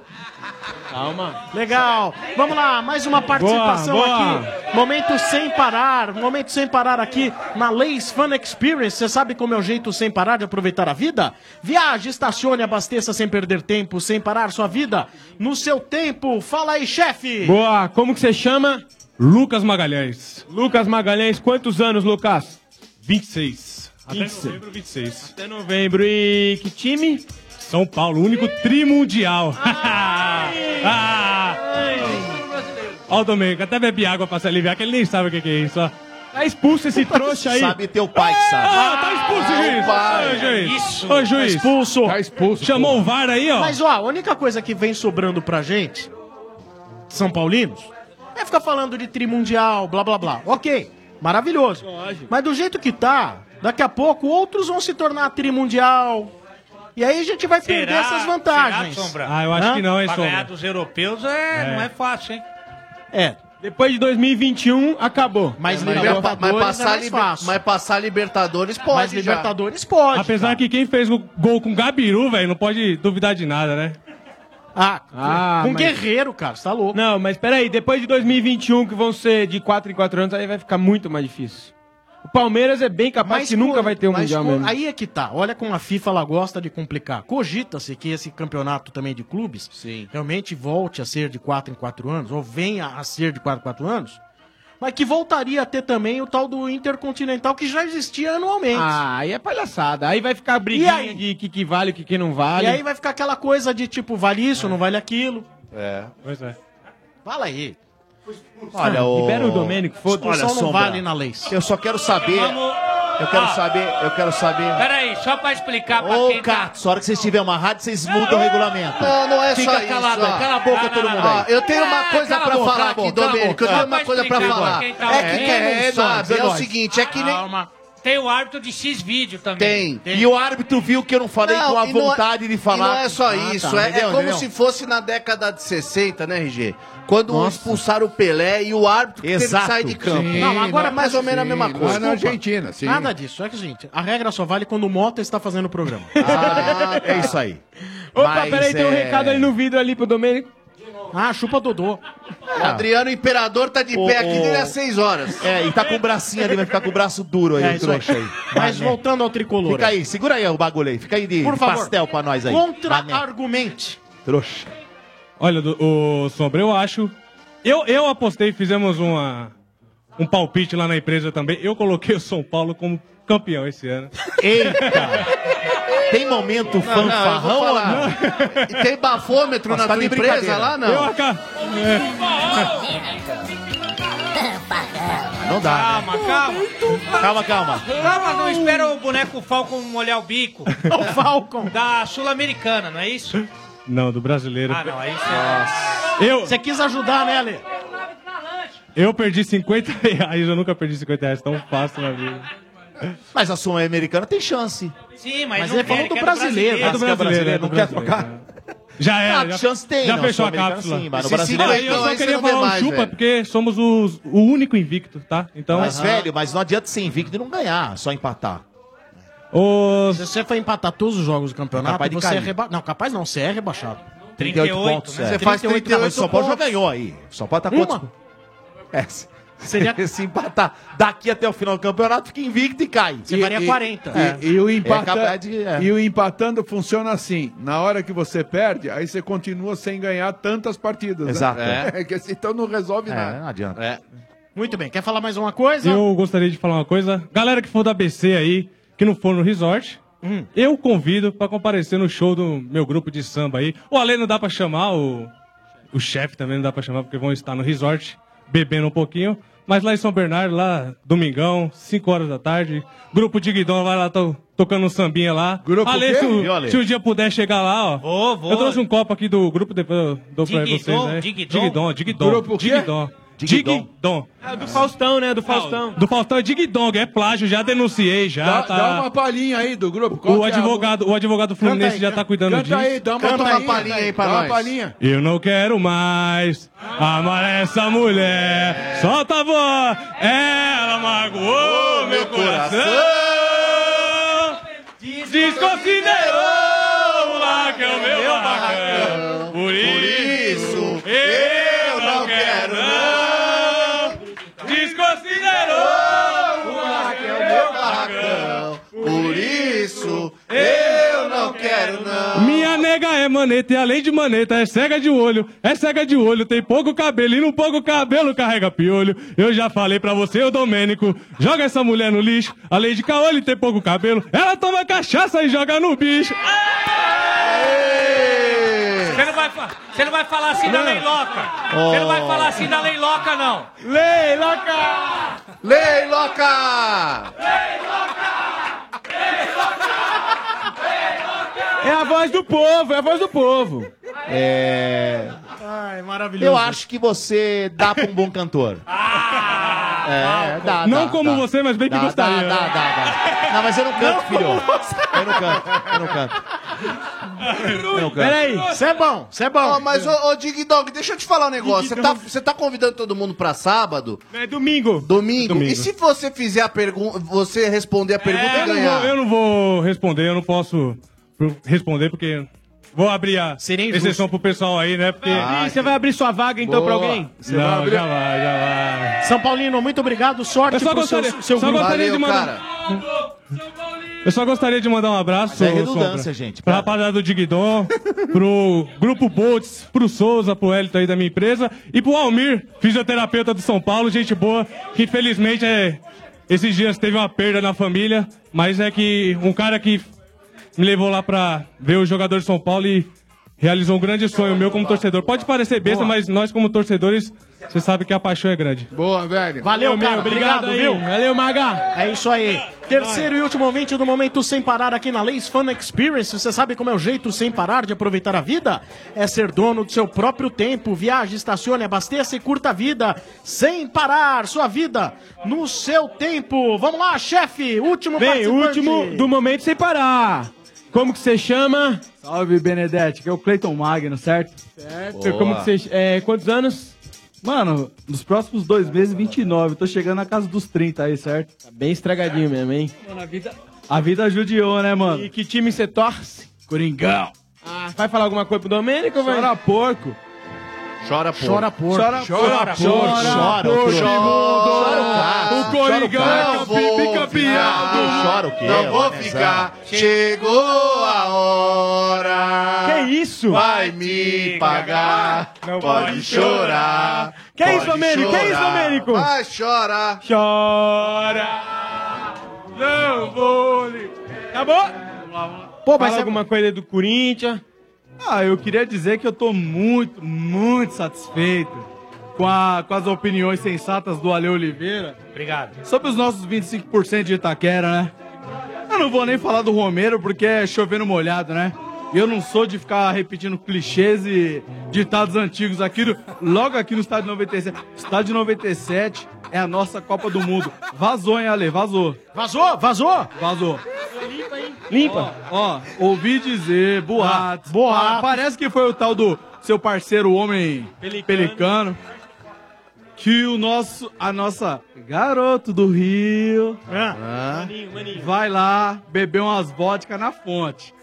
[SPEAKER 9] Calma. Legal. Vamos lá, mais uma participação
[SPEAKER 1] Boa, boa.
[SPEAKER 9] aqui. Momento sem parar, momento sem parar aqui na Leis Fun Experience. Você sabe como é o jeito sem parar de aproveitar a vida? Viaje, estacione, abasteça sem perder tempo, sem parar sua vida no seu tempo. Fala aí, chefe.
[SPEAKER 1] Boa, como que você chama? Lucas Magalhães. Lucas Magalhães, quantos anos, Lucas? 26.
[SPEAKER 11] Até novembro, 26.
[SPEAKER 1] Até novembro. E que time? São Paulo, único trimundial.
[SPEAKER 11] [LAUGHS]
[SPEAKER 12] Ah.
[SPEAKER 11] Ó o Domênico, até bebe água pra se aliviar, que ele nem sabe o que, que é isso, ó. Tá
[SPEAKER 2] [LAUGHS]
[SPEAKER 11] expulso esse trouxa aí.
[SPEAKER 2] Sabe teu pai que sabe.
[SPEAKER 11] Ah, tá expulso,
[SPEAKER 2] Ah,
[SPEAKER 11] juiz.
[SPEAKER 2] o pai.
[SPEAKER 11] Ô, juiz.
[SPEAKER 2] Isso.
[SPEAKER 11] Ô, juiz.
[SPEAKER 9] expulso.
[SPEAKER 11] É Tá expulso. Chamou o VAR aí, ó.
[SPEAKER 9] Mas ó, a única coisa que vem sobrando pra gente, São Paulinos, é ficar falando de trimundial, blá blá blá. Ok, maravilhoso. Mas do jeito que tá, daqui a pouco outros vão se tornar trimundial. E aí a gente vai perder essas vantagens.
[SPEAKER 12] Será, Sombra?
[SPEAKER 11] Ah, eu acho
[SPEAKER 9] Hã?
[SPEAKER 11] que não, hein,
[SPEAKER 12] pra ganhar
[SPEAKER 11] Sombra.
[SPEAKER 12] dos europeus é,
[SPEAKER 11] É.
[SPEAKER 12] não é fácil, hein?
[SPEAKER 9] É.
[SPEAKER 1] Depois de 2021, acabou.
[SPEAKER 28] É,
[SPEAKER 9] Mas,
[SPEAKER 8] Mas,
[SPEAKER 9] Libertadores
[SPEAKER 8] mas passar
[SPEAKER 9] é mais
[SPEAKER 8] liber-
[SPEAKER 9] fácil.
[SPEAKER 8] mas passar Libertadores pode.
[SPEAKER 9] Mas
[SPEAKER 8] já.
[SPEAKER 9] Libertadores pode.
[SPEAKER 11] Apesar que quem fez o gol com o Gabiru, velho, não pode duvidar de nada, né?
[SPEAKER 9] Ah,
[SPEAKER 11] com
[SPEAKER 9] guerreiro, cara, você tá louco.
[SPEAKER 1] Não, mas peraí, depois de 2021, que vão ser de 4 em 4 anos, aí vai ficar muito mais difícil. O Palmeiras é bem capaz que nunca vai ter um
[SPEAKER 9] Mas
[SPEAKER 1] Mundial
[SPEAKER 9] co-
[SPEAKER 1] mesmo.
[SPEAKER 9] Aí é que tá. Olha como a FIFA ela gosta de complicar. Cogita-se que esse campeonato também de clubes realmente volte a ser de 4 em 4 anos, ou venha a ser de 4 em 4 anos, mas que voltaria a ter também o tal do Intercontinental que já existia anualmente.
[SPEAKER 28] Ah, aí é palhaçada. Aí vai ficar
[SPEAKER 9] E aí?
[SPEAKER 28] briguinha de que, que vale, o que, que não vale.
[SPEAKER 9] E aí vai ficar aquela coisa de tipo, vale isso, não vale aquilo.
[SPEAKER 28] É.
[SPEAKER 11] Pois é.
[SPEAKER 9] Fala aí.
[SPEAKER 2] Olha, Ah, o...
[SPEAKER 9] Olha,
[SPEAKER 2] Olha,
[SPEAKER 9] não
[SPEAKER 2] Sombra,
[SPEAKER 9] vale na lei.
[SPEAKER 2] Eu só quero saber... Eu quero saber... Eu quero saber...
[SPEAKER 12] Peraí, só pra explicar pra
[SPEAKER 2] Ô,
[SPEAKER 12] quem tá...
[SPEAKER 2] Cato, a hora que vocês tiverem uma rádio, vocês mudam o regulamento.
[SPEAKER 8] Não, não é
[SPEAKER 2] Fica
[SPEAKER 8] só isso,
[SPEAKER 2] calado,
[SPEAKER 8] ó.
[SPEAKER 2] cala a boca
[SPEAKER 8] Não,
[SPEAKER 2] todo
[SPEAKER 8] não,
[SPEAKER 2] mundo
[SPEAKER 8] não.
[SPEAKER 2] aí. É,
[SPEAKER 8] Ó, eu tenho uma
[SPEAKER 12] É,
[SPEAKER 8] coisa
[SPEAKER 2] cala a
[SPEAKER 8] pra
[SPEAKER 2] boca,
[SPEAKER 8] falar
[SPEAKER 2] cala a
[SPEAKER 8] aqui,
[SPEAKER 2] boca, cala a
[SPEAKER 8] Domênico,
[SPEAKER 2] boca.
[SPEAKER 8] eu tenho uma coisa pra
[SPEAKER 2] explicar
[SPEAKER 8] falar.
[SPEAKER 2] pra quem tá
[SPEAKER 8] É que
[SPEAKER 2] ouvindo.
[SPEAKER 8] quem não
[SPEAKER 2] É,
[SPEAKER 8] sabe
[SPEAKER 2] nós,
[SPEAKER 8] é o
[SPEAKER 2] nós.
[SPEAKER 8] seguinte, é que nem...
[SPEAKER 12] Calma. Tem o árbitro de X-Vídeo
[SPEAKER 2] Tem.
[SPEAKER 12] também.
[SPEAKER 2] E o árbitro viu que eu não falei
[SPEAKER 8] Não,
[SPEAKER 2] com a
[SPEAKER 8] e não é-
[SPEAKER 2] vontade de falar.
[SPEAKER 8] E não é só
[SPEAKER 2] Ah, tá,
[SPEAKER 8] isso, é, é
[SPEAKER 2] entendeu,
[SPEAKER 8] como
[SPEAKER 2] entendeu?
[SPEAKER 8] se fosse na década de 60, né, RG? Quando expulsaram o Pelé e o árbitro que teve
[SPEAKER 2] Exato.
[SPEAKER 8] que sair de campo. é
[SPEAKER 9] Sim, Não, agora não-
[SPEAKER 8] mais ou menos a
[SPEAKER 9] sim,
[SPEAKER 8] mesma
[SPEAKER 9] não
[SPEAKER 8] coisa.
[SPEAKER 9] é na
[SPEAKER 8] Desculpa.
[SPEAKER 9] Argentina,
[SPEAKER 1] Ah,
[SPEAKER 9] Nada disso. É que, gente, a regra só vale quando o Mota está fazendo o programa.
[SPEAKER 2] [LAUGHS] É isso aí.
[SPEAKER 1] Opa,
[SPEAKER 8] Mas,
[SPEAKER 1] peraí, tem um
[SPEAKER 8] é,
[SPEAKER 1] recado ali no vidro ali pro Domênico.
[SPEAKER 9] Ah, chupa Dodô.
[SPEAKER 2] É.
[SPEAKER 8] O Ah. Adriano Imperador tá de
[SPEAKER 2] O-
[SPEAKER 8] pé aqui
[SPEAKER 2] o-
[SPEAKER 8] desde às 6 horas.
[SPEAKER 2] É, e tá com o bracinho ali, vai ficar com o braço duro aí,
[SPEAKER 8] É,
[SPEAKER 2] o
[SPEAKER 8] isso aí.
[SPEAKER 2] trouxa aí.
[SPEAKER 9] Mas voltando ao tricolor.
[SPEAKER 2] Fica aí, segura aí o bagulho aí. Fica aí de
[SPEAKER 9] Por favor.
[SPEAKER 2] pastel pra nós aí.
[SPEAKER 9] Contra-argumente.
[SPEAKER 2] Trouxa.
[SPEAKER 11] Olha, do- o Sombra, eu acho. Eu, eu apostei, fizemos uma, um palpite lá na empresa também. Eu coloquei o São Paulo como campeão esse ano.
[SPEAKER 2] Eita! Tem momento
[SPEAKER 8] fanfarrão ou E tem bafômetro
[SPEAKER 11] Nossa,
[SPEAKER 8] na
[SPEAKER 11] tá
[SPEAKER 8] tua
[SPEAKER 11] de
[SPEAKER 8] empresa
[SPEAKER 11] brincadeira.
[SPEAKER 8] lá, não?
[SPEAKER 11] Eu aca-
[SPEAKER 2] Não dá.
[SPEAKER 12] Calma, calma.
[SPEAKER 2] Calma, calma.
[SPEAKER 12] Calma, não espera o boneco Falcon molhar o bico.
[SPEAKER 9] o Falcon.
[SPEAKER 12] Da Sul-Americana, não é isso?
[SPEAKER 11] Não, do brasileiro.
[SPEAKER 12] Ah, não, aí você...
[SPEAKER 11] Eu,
[SPEAKER 9] Você quis ajudar, né, Ale?
[SPEAKER 11] eu perdi 50 reais, eu nunca perdi 50 reais tão fácil na vida.
[SPEAKER 2] Mas a Sul-Americana tem chance.
[SPEAKER 12] Sim, mas,
[SPEAKER 2] Mas
[SPEAKER 12] não
[SPEAKER 2] ele falou
[SPEAKER 12] quer,
[SPEAKER 2] do
[SPEAKER 12] quer
[SPEAKER 2] brasileiro.
[SPEAKER 11] É do brasileiro, é do
[SPEAKER 2] Não quer
[SPEAKER 11] brasileiro.
[SPEAKER 2] trocar?
[SPEAKER 11] Já era.
[SPEAKER 2] Ah,
[SPEAKER 11] já,
[SPEAKER 2] chance tem,
[SPEAKER 11] Já
[SPEAKER 2] não,
[SPEAKER 11] fechou a
[SPEAKER 2] Sul-Americano
[SPEAKER 11] cápsula.
[SPEAKER 2] sim, mas no
[SPEAKER 11] Se
[SPEAKER 2] brasileiro
[SPEAKER 11] cinco,
[SPEAKER 2] aí
[SPEAKER 11] eu
[SPEAKER 2] não,
[SPEAKER 11] só
[SPEAKER 2] aí você
[SPEAKER 11] queria
[SPEAKER 2] não vê
[SPEAKER 11] falar um
[SPEAKER 2] mais,
[SPEAKER 11] chupa,
[SPEAKER 2] velho.
[SPEAKER 11] porque somos os- o único invicto, tá? Então,
[SPEAKER 2] Mas, velho, mas não adianta ser invicto e não ganhar, só empatar.
[SPEAKER 9] Se você for empatar todos os jogos do campeonato,
[SPEAKER 2] Capaz de
[SPEAKER 9] você é
[SPEAKER 2] cair.
[SPEAKER 9] rebaixado. Não, capaz não, você é rebaixado.
[SPEAKER 2] 38 pontos, é. Você faz 38
[SPEAKER 9] não, mas
[SPEAKER 2] São Paulo já
[SPEAKER 9] pontos.
[SPEAKER 2] ganhou aí. São Paulo tá
[SPEAKER 9] Uma?
[SPEAKER 2] quantos? É. [LAUGHS] Se empatar daqui até o final do campeonato, fica invicto e cai.
[SPEAKER 10] E-
[SPEAKER 9] É
[SPEAKER 10] e- E, e o empata-
[SPEAKER 2] É capaz de- é.
[SPEAKER 10] e o empatando funciona assim. Na hora que você perde, aí você continua sem ganhar tantas partidas. né?
[SPEAKER 2] Exato. É,
[SPEAKER 10] É, [LAUGHS] que assim, então não
[SPEAKER 11] É,
[SPEAKER 10] resolve nada.
[SPEAKER 2] adianta.
[SPEAKER 9] Muito bem, quer falar mais uma coisa?
[SPEAKER 11] Eu gostaria de falar uma coisa. Galera que for da BC aí, que não for no resort,
[SPEAKER 12] Hum.
[SPEAKER 11] eu convido pra comparecer no show do meu grupo de samba aí. O Ale não dá pra chamar, o, o chefe também não dá pra chamar, porque vão estar no resort bebendo um pouquinho. Mas lá em São Bernardo, lá, domingão, 5 horas da tarde, grupo de Guidão vai lá to- tocando um sambinha lá.
[SPEAKER 12] Grupo
[SPEAKER 11] Ale,
[SPEAKER 12] o quê?
[SPEAKER 11] se,
[SPEAKER 12] Viu, Ale?
[SPEAKER 11] o, se um dia puder chegar lá, ó.
[SPEAKER 12] Vou, vou.
[SPEAKER 11] Eu trouxe um copo aqui do grupo, depois eu dou pra
[SPEAKER 12] Diguidon,
[SPEAKER 11] vocês aí.
[SPEAKER 12] Diguidon?
[SPEAKER 11] Diguidon, Diguidon.
[SPEAKER 12] Grupo o quê?
[SPEAKER 11] Diguidon.
[SPEAKER 12] Diguidon.
[SPEAKER 11] Diguidon.
[SPEAKER 23] É do Faustão, né? Do Faustão.
[SPEAKER 11] Do Faustão é ding-dong, é plágio, já denunciei, já.
[SPEAKER 23] Dá-
[SPEAKER 11] tá...
[SPEAKER 23] dá uma
[SPEAKER 10] palhinha aí do grupo.
[SPEAKER 11] O advogado, o advogado fluminense já tá cuidando
[SPEAKER 10] canta
[SPEAKER 11] disso.
[SPEAKER 10] aí, dá uma Canta palhinha, uma palhinha aí pra dá uma nós. palhinha.
[SPEAKER 11] Eu não quero mais amar essa mulher. Solta a voz, ela magoou meu coração. Desconsiderou o lar que é o meu barracão. Por isso eu não quero não. Desconsiderou o lar que é o meu barracão.
[SPEAKER 8] Por isso eu não quero não.
[SPEAKER 11] Minha nega é maneta e além de maneta é cega de olho, é cega de olho, tem pouco cabelo e no pouco cabelo carrega piolho. Eu já falei pra você, ô Domênico, joga essa mulher no lixo, além de caolho e tem pouco cabelo, ela toma cachaça e joga no bicho.
[SPEAKER 12] Você não vai, fa- você não vai falar assim da Leiloca. Você não vai falar assim da Leiloca, não.
[SPEAKER 8] Leiloca! Leiloca!
[SPEAKER 23] É a voz do povo, é a voz do povo.
[SPEAKER 2] É.
[SPEAKER 9] Ai, maravilhoso.
[SPEAKER 2] Eu acho que você dá pra um bom cantor. É, dá,
[SPEAKER 11] Não
[SPEAKER 2] dá,
[SPEAKER 11] como
[SPEAKER 2] dá.
[SPEAKER 11] você, mas bem que
[SPEAKER 2] Dá,
[SPEAKER 11] gostaria.
[SPEAKER 2] Dá, dá, dá, dá. Não, mas eu não canto,
[SPEAKER 11] Não
[SPEAKER 2] filho.
[SPEAKER 11] como
[SPEAKER 2] Eu não canto, eu não canto. Eu não canto.
[SPEAKER 9] Isso é bom, isso é bom.
[SPEAKER 8] mas, ô, ô Dig Dog, deixa eu te falar um negócio. Você tá, você tá convidando todo mundo pra sábado?
[SPEAKER 23] É domingo.
[SPEAKER 8] Domingo.
[SPEAKER 11] Domingo.
[SPEAKER 8] E se você fizer a pergunta, você responder a pergunta
[SPEAKER 11] É,
[SPEAKER 8] e
[SPEAKER 11] eu, não
[SPEAKER 8] ganhar?
[SPEAKER 11] vou, eu não vou responder, eu não posso pro- responder porque vou abrir a exceção pro pessoal aí, né? Porque
[SPEAKER 23] Ih, você vai abrir sua vaga então pra alguém?
[SPEAKER 11] Você não, vai abrir... já vai, já vai.
[SPEAKER 9] São Paulino, muito obrigado, sorte
[SPEAKER 11] Eu só
[SPEAKER 9] pro seu,
[SPEAKER 11] gostaria-
[SPEAKER 9] seu
[SPEAKER 11] só
[SPEAKER 9] grupo.
[SPEAKER 11] gostaria de mandar- Eu só gostaria de mandar um abraço.
[SPEAKER 2] Mas é redundância,
[SPEAKER 11] Sombra,
[SPEAKER 2] gente,
[SPEAKER 11] Pra rapaziada do Digdon, pro Grupo Boltz, pro Souza, pro Hélito aí da minha empresa e pro Almir, fisioterapeuta de São Paulo, gente boa, que infelizmente é, esses dias teve uma perda na família, mas é que um cara que me levou lá pra ver o jogador de São Paulo e realizou um grande sonho meu como torcedor. Pode parecer besta, mas nós como torcedores, você sabe que a paixão é grande.
[SPEAKER 10] Boa, velho.
[SPEAKER 9] Valeu,
[SPEAKER 11] Valeu,
[SPEAKER 9] cara.
[SPEAKER 11] meu,
[SPEAKER 9] Obrigado,
[SPEAKER 11] obrigado
[SPEAKER 9] viu?
[SPEAKER 11] aí.
[SPEAKER 9] Valeu, Maga. É isso aí. Terceiro e último ouvinte do Momento Sem Parar aqui na Leis Fan Experience. Você sabe como é o jeito sem parar de aproveitar a vida? É ser dono do seu próprio tempo. Viaje, estacione, abasteça e curta a vida. Sem parar sua vida no seu tempo. Vamos lá, chefe. Último
[SPEAKER 23] Bem,
[SPEAKER 9] participante.
[SPEAKER 23] último do momento sem parar. Como que você chama?
[SPEAKER 29] Salve, Benedete, que é o Cleiton Magno, certo?
[SPEAKER 23] Certo. Como que você...
[SPEAKER 29] É, quantos anos? Mano, nos próximos dois meses, 29. Tô chegando na casa dos 30 aí, certo? Tá bem estragadinho mesmo, hein?
[SPEAKER 24] Mano, a vida.
[SPEAKER 29] A vida judiou, né, mano?
[SPEAKER 23] E que time você torce?
[SPEAKER 29] Coringão.
[SPEAKER 23] Ah, vai falar alguma coisa pro Domênico? Vai?
[SPEAKER 29] Chora porco.
[SPEAKER 8] Chora porco.
[SPEAKER 23] Chora porco.
[SPEAKER 8] Chora
[SPEAKER 23] Chora
[SPEAKER 8] porco.
[SPEAKER 23] porco.
[SPEAKER 8] Chora
[SPEAKER 23] Chora
[SPEAKER 8] porco.
[SPEAKER 23] porco.
[SPEAKER 2] Ah,
[SPEAKER 8] Chora
[SPEAKER 23] O Coringão
[SPEAKER 8] Chora o
[SPEAKER 23] é
[SPEAKER 8] Vasco.
[SPEAKER 23] campeão, bicampeão.
[SPEAKER 8] Chora o quê?
[SPEAKER 29] é,
[SPEAKER 8] Não vou ficar. Chegou a hora.
[SPEAKER 23] Que isso?
[SPEAKER 8] Vai me pagar.
[SPEAKER 23] Não
[SPEAKER 8] pode
[SPEAKER 23] pode
[SPEAKER 8] chorar.
[SPEAKER 23] chorar. Que é
[SPEAKER 8] pode
[SPEAKER 6] é
[SPEAKER 23] isso, Domênico? Que isso,
[SPEAKER 8] chorar.
[SPEAKER 23] Domênico?
[SPEAKER 8] Vai chorar.
[SPEAKER 23] Chora. Não vou. lhe- Acabou?
[SPEAKER 29] Pô,
[SPEAKER 23] mas alguma coisa do Corinthians?
[SPEAKER 29] Ah, eu queria dizer que eu tô muito, muito satisfeito com, a- com as opiniões sensatas do Ale Oliveira.
[SPEAKER 12] Obrigado.
[SPEAKER 29] Sobre os nossos 25% de Itaquera, né? Eu não vou nem falar do Romero porque é chovendo molhado, né? E eu não sou de ficar repetindo clichês e ditados antigos aqui, do- logo aqui no Estádio 97. Estádio 97 é a nossa Copa do Mundo. Vazou, hein, Ale? Vazou.
[SPEAKER 9] Vazou? Vazou?
[SPEAKER 29] Vazou.
[SPEAKER 23] Limpa.
[SPEAKER 29] Ó, ó, ouvi dizer, boatos. boatos. Parece que foi o tal do seu parceiro, o homem pelicano. que o nosso, a nossa garoto do Rio
[SPEAKER 8] É.
[SPEAKER 29] ah, vai lá beber umas vodka na fonte.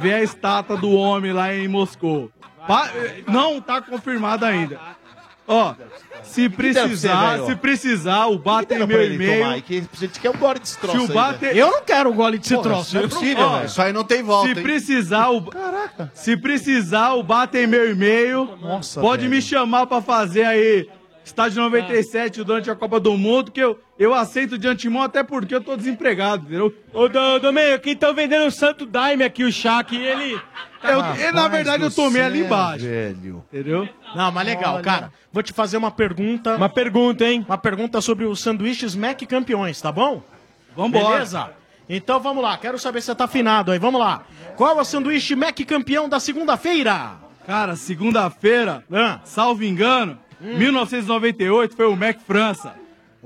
[SPEAKER 29] Vê a estátua do homem lá em Moscou. Pa- não tá confirmado ainda. Ó, se
[SPEAKER 8] que deve ser,
[SPEAKER 29] precisar,
[SPEAKER 8] velho?
[SPEAKER 29] se precisar, o bar tem meu
[SPEAKER 8] pra ele tomar?
[SPEAKER 29] e-mail.
[SPEAKER 8] É que a gente quer um gole desse troço
[SPEAKER 29] Se o
[SPEAKER 8] aí,
[SPEAKER 29] bar
[SPEAKER 8] velho.
[SPEAKER 29] tem-
[SPEAKER 8] Eu não quero um gole
[SPEAKER 29] desse
[SPEAKER 8] troço, não é possível, velho. Isso aí não tem volta,
[SPEAKER 29] Se
[SPEAKER 8] hein?
[SPEAKER 29] precisar, o... Caraca. Se precisar, o bar tem meu e-mail.
[SPEAKER 8] Nossa,
[SPEAKER 29] Pode
[SPEAKER 8] velho.
[SPEAKER 29] me chamar pra fazer aí estádio 97 durante a Copa do Mundo, que eu, eu aceito de antemão até porque eu tô desempregado, entendeu? Ô, Domingo, quem tá vendendo o Santo Daime aqui, o Shaq, ele...
[SPEAKER 9] Ah,
[SPEAKER 29] eu, é, na verdade, eu tomei ali embaixo.
[SPEAKER 9] Entendeu? Não, mas legal,
[SPEAKER 29] Olha.
[SPEAKER 9] cara. Vou te fazer uma pergunta. Uma
[SPEAKER 29] pergunta, hein?
[SPEAKER 9] Uma pergunta sobre os sanduíches Mac Campeões, tá bom?
[SPEAKER 29] Vambora.
[SPEAKER 9] Beleza? Então vamos lá, quero saber se você tá afinado aí. Vamos lá. Qual é o sanduíche Mac Campeão da segunda-feira?
[SPEAKER 29] Cara, segunda-feira, salvo engano,
[SPEAKER 9] Hum.
[SPEAKER 29] 1998 foi o Mac França.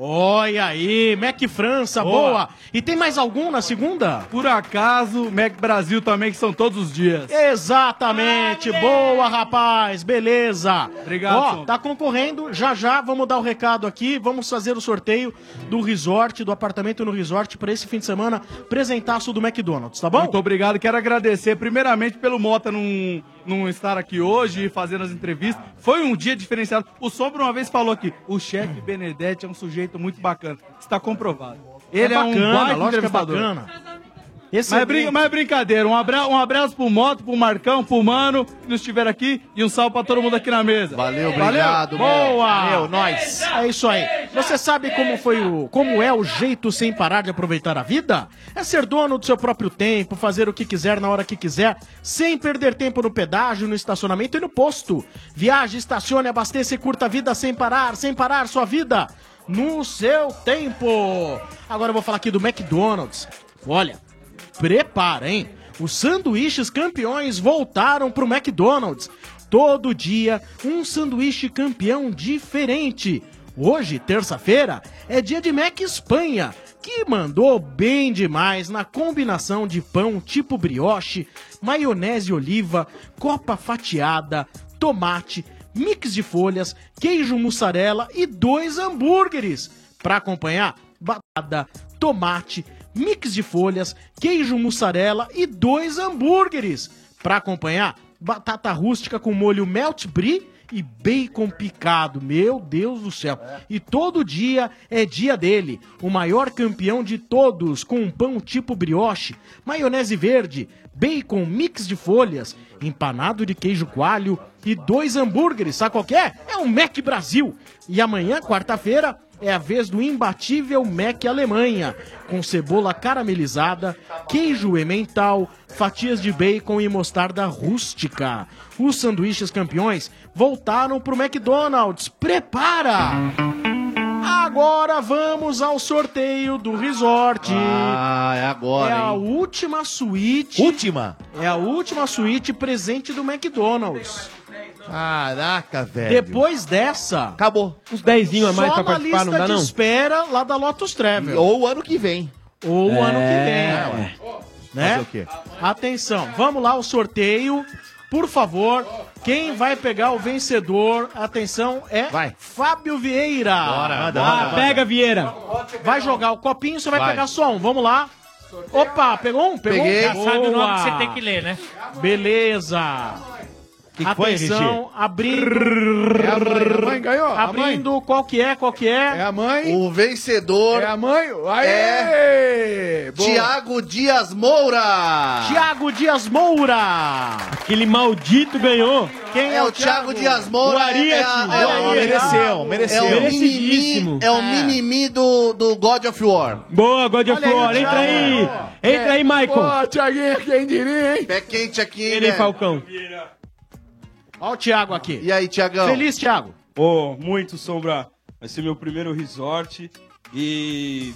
[SPEAKER 9] Olha aí, Mac França, boa. E tem mais algum na segunda?
[SPEAKER 29] Por acaso, Mac Brasil também, que são todos os dias.
[SPEAKER 9] Exatamente, boa rapaz, beleza.
[SPEAKER 29] Obrigado,
[SPEAKER 9] Ó,
[SPEAKER 29] Sombra.
[SPEAKER 9] tá concorrendo, já já vamos dar o recado aqui, vamos fazer o sorteio do resort, do apartamento no resort pra esse fim de semana, presentaço do McDonald's, tá bom?
[SPEAKER 29] Muito obrigado, quero agradecer primeiramente pelo Mota não, não estar aqui hoje e fazendo as entrevistas. Foi um dia diferenciado. O Sombra uma vez falou aqui, o chefe Benedetti é um sujeito muito bacana. Está comprovado. Ele é, um baita
[SPEAKER 9] lógico que é
[SPEAKER 29] entrevistador.
[SPEAKER 9] bacana.
[SPEAKER 29] Mas,
[SPEAKER 9] Excelente.
[SPEAKER 29] brin mas brincadeira, um, abra um abraço pro Moto, pro Marcão, pro Mano, que nos estiveram aqui, e um salve pra todo mundo aqui na mesa. Valeu,
[SPEAKER 9] Valeu, boa!
[SPEAKER 29] Valeu,
[SPEAKER 9] nós! É isso aí. Você sabe como foi o. como é o jeito sem parar de aproveitar a vida? É ser dono do seu próprio tempo, fazer o que quiser na hora que quiser, sem perder tempo no pedágio, no estacionamento e no posto. Viaje, estacione, abasteça e curta a vida sem parar, sem parar sua vida no seu tempo. Agora eu vou falar aqui do McDonald's. Olha, Prepara, hein? Os sanduíches campeões voltaram pro McDonald's. Todo dia, um sanduíche campeão diferente. Hoje, terça-feira, é dia de Mac Espanha, que mandou bem demais na combinação de pão tipo brioche, maionese oliva, copa fatiada, tomate, mix de folhas, queijo mussarela e dois hambúrgueres. Para acompanhar, batata, tomate, mix de folhas, queijo mussarela e dois hambúrgueres. Para acompanhar, batata rústica com molho melt brie e bacon picado. Meu Deus do céu. E todo dia é dia dele, o maior campeão de todos, com um pão tipo brioche, maionese verde, bacon mix de folhas, empanado de queijo coalho e dois hambúrgueres. Sabe qual que é? É o Mac Brasil. E amanhã, quarta-feira, é a vez do imbatível Mac Alemanha, com cebola caramelizada, queijo emmental, fatias de bacon e mostarda rústica. Os sanduíches campeões voltaram pro McDonald's. Prepara! Agora vamos ao sorteio do resort.
[SPEAKER 8] Ah, é agora,
[SPEAKER 9] É a
[SPEAKER 8] hein?
[SPEAKER 9] última suíte.
[SPEAKER 2] Última?
[SPEAKER 9] É a última suíte presente do McDonald's.
[SPEAKER 2] Caraca, velho.
[SPEAKER 9] Depois dessa.
[SPEAKER 2] Acabou.
[SPEAKER 9] Uns
[SPEAKER 2] dezinho a mais
[SPEAKER 9] Só
[SPEAKER 2] pra
[SPEAKER 9] na
[SPEAKER 2] participar, não
[SPEAKER 9] lista
[SPEAKER 2] dá, não?
[SPEAKER 9] de espera lá da Lotus Travel.
[SPEAKER 2] Ou ano que vem.
[SPEAKER 9] Ou
[SPEAKER 2] É.
[SPEAKER 9] ano que vem. Né?
[SPEAKER 2] Fazer o quê?
[SPEAKER 9] Atenção, vamos lá o sorteio. Por favor, quem vai pegar o vencedor, atenção, é Fábio Vieira.
[SPEAKER 29] Bora, manda, manda, manda.
[SPEAKER 9] pega, Vieira. Vai jogar o copinho, você vai,
[SPEAKER 29] Vai.
[SPEAKER 9] pegar só um. Vamos lá. Opa, pegou um? Pegou
[SPEAKER 12] Peguei.
[SPEAKER 9] um?
[SPEAKER 12] Já sabe o nome que você
[SPEAKER 9] Boa.
[SPEAKER 12] tem que ler, né?
[SPEAKER 9] Beleza.
[SPEAKER 12] Que foi,
[SPEAKER 9] Atenção,
[SPEAKER 12] RG?
[SPEAKER 9] Então, abrindo.
[SPEAKER 12] É a mãe, a
[SPEAKER 9] mãe ganhou. Abrindo, qual que é, qual que é? É
[SPEAKER 10] a mãe.
[SPEAKER 8] O vencedor.
[SPEAKER 10] É a mãe? Aê!
[SPEAKER 8] É.
[SPEAKER 10] Boa.
[SPEAKER 8] Tiago Dias Moura.
[SPEAKER 9] Tiago Dias Moura.
[SPEAKER 8] Aquele maldito ganhou.
[SPEAKER 9] Quem
[SPEAKER 8] é, o Thiago Dias Moura?
[SPEAKER 9] O Ariete.
[SPEAKER 8] É a- é o-
[SPEAKER 9] Mereceu, mereceu.
[SPEAKER 8] É o
[SPEAKER 9] Merecidíssimo.
[SPEAKER 8] mimimi, é o mimimi do, do God of War. Boa, God
[SPEAKER 9] of Olha aí, War. Entra Thiago. aí.
[SPEAKER 8] Entra aí, Michael.
[SPEAKER 10] Pô, Thiaguinho, quem diria, hein?
[SPEAKER 8] Pé quente aqui, hein, né?
[SPEAKER 10] Ele,
[SPEAKER 8] velho?
[SPEAKER 10] Falcão.
[SPEAKER 9] Olha o Thiago aqui.
[SPEAKER 8] E aí, Thiagão?
[SPEAKER 9] Feliz, Thiago.
[SPEAKER 19] Pô, muito, Sombra. Vai ser meu primeiro resort. E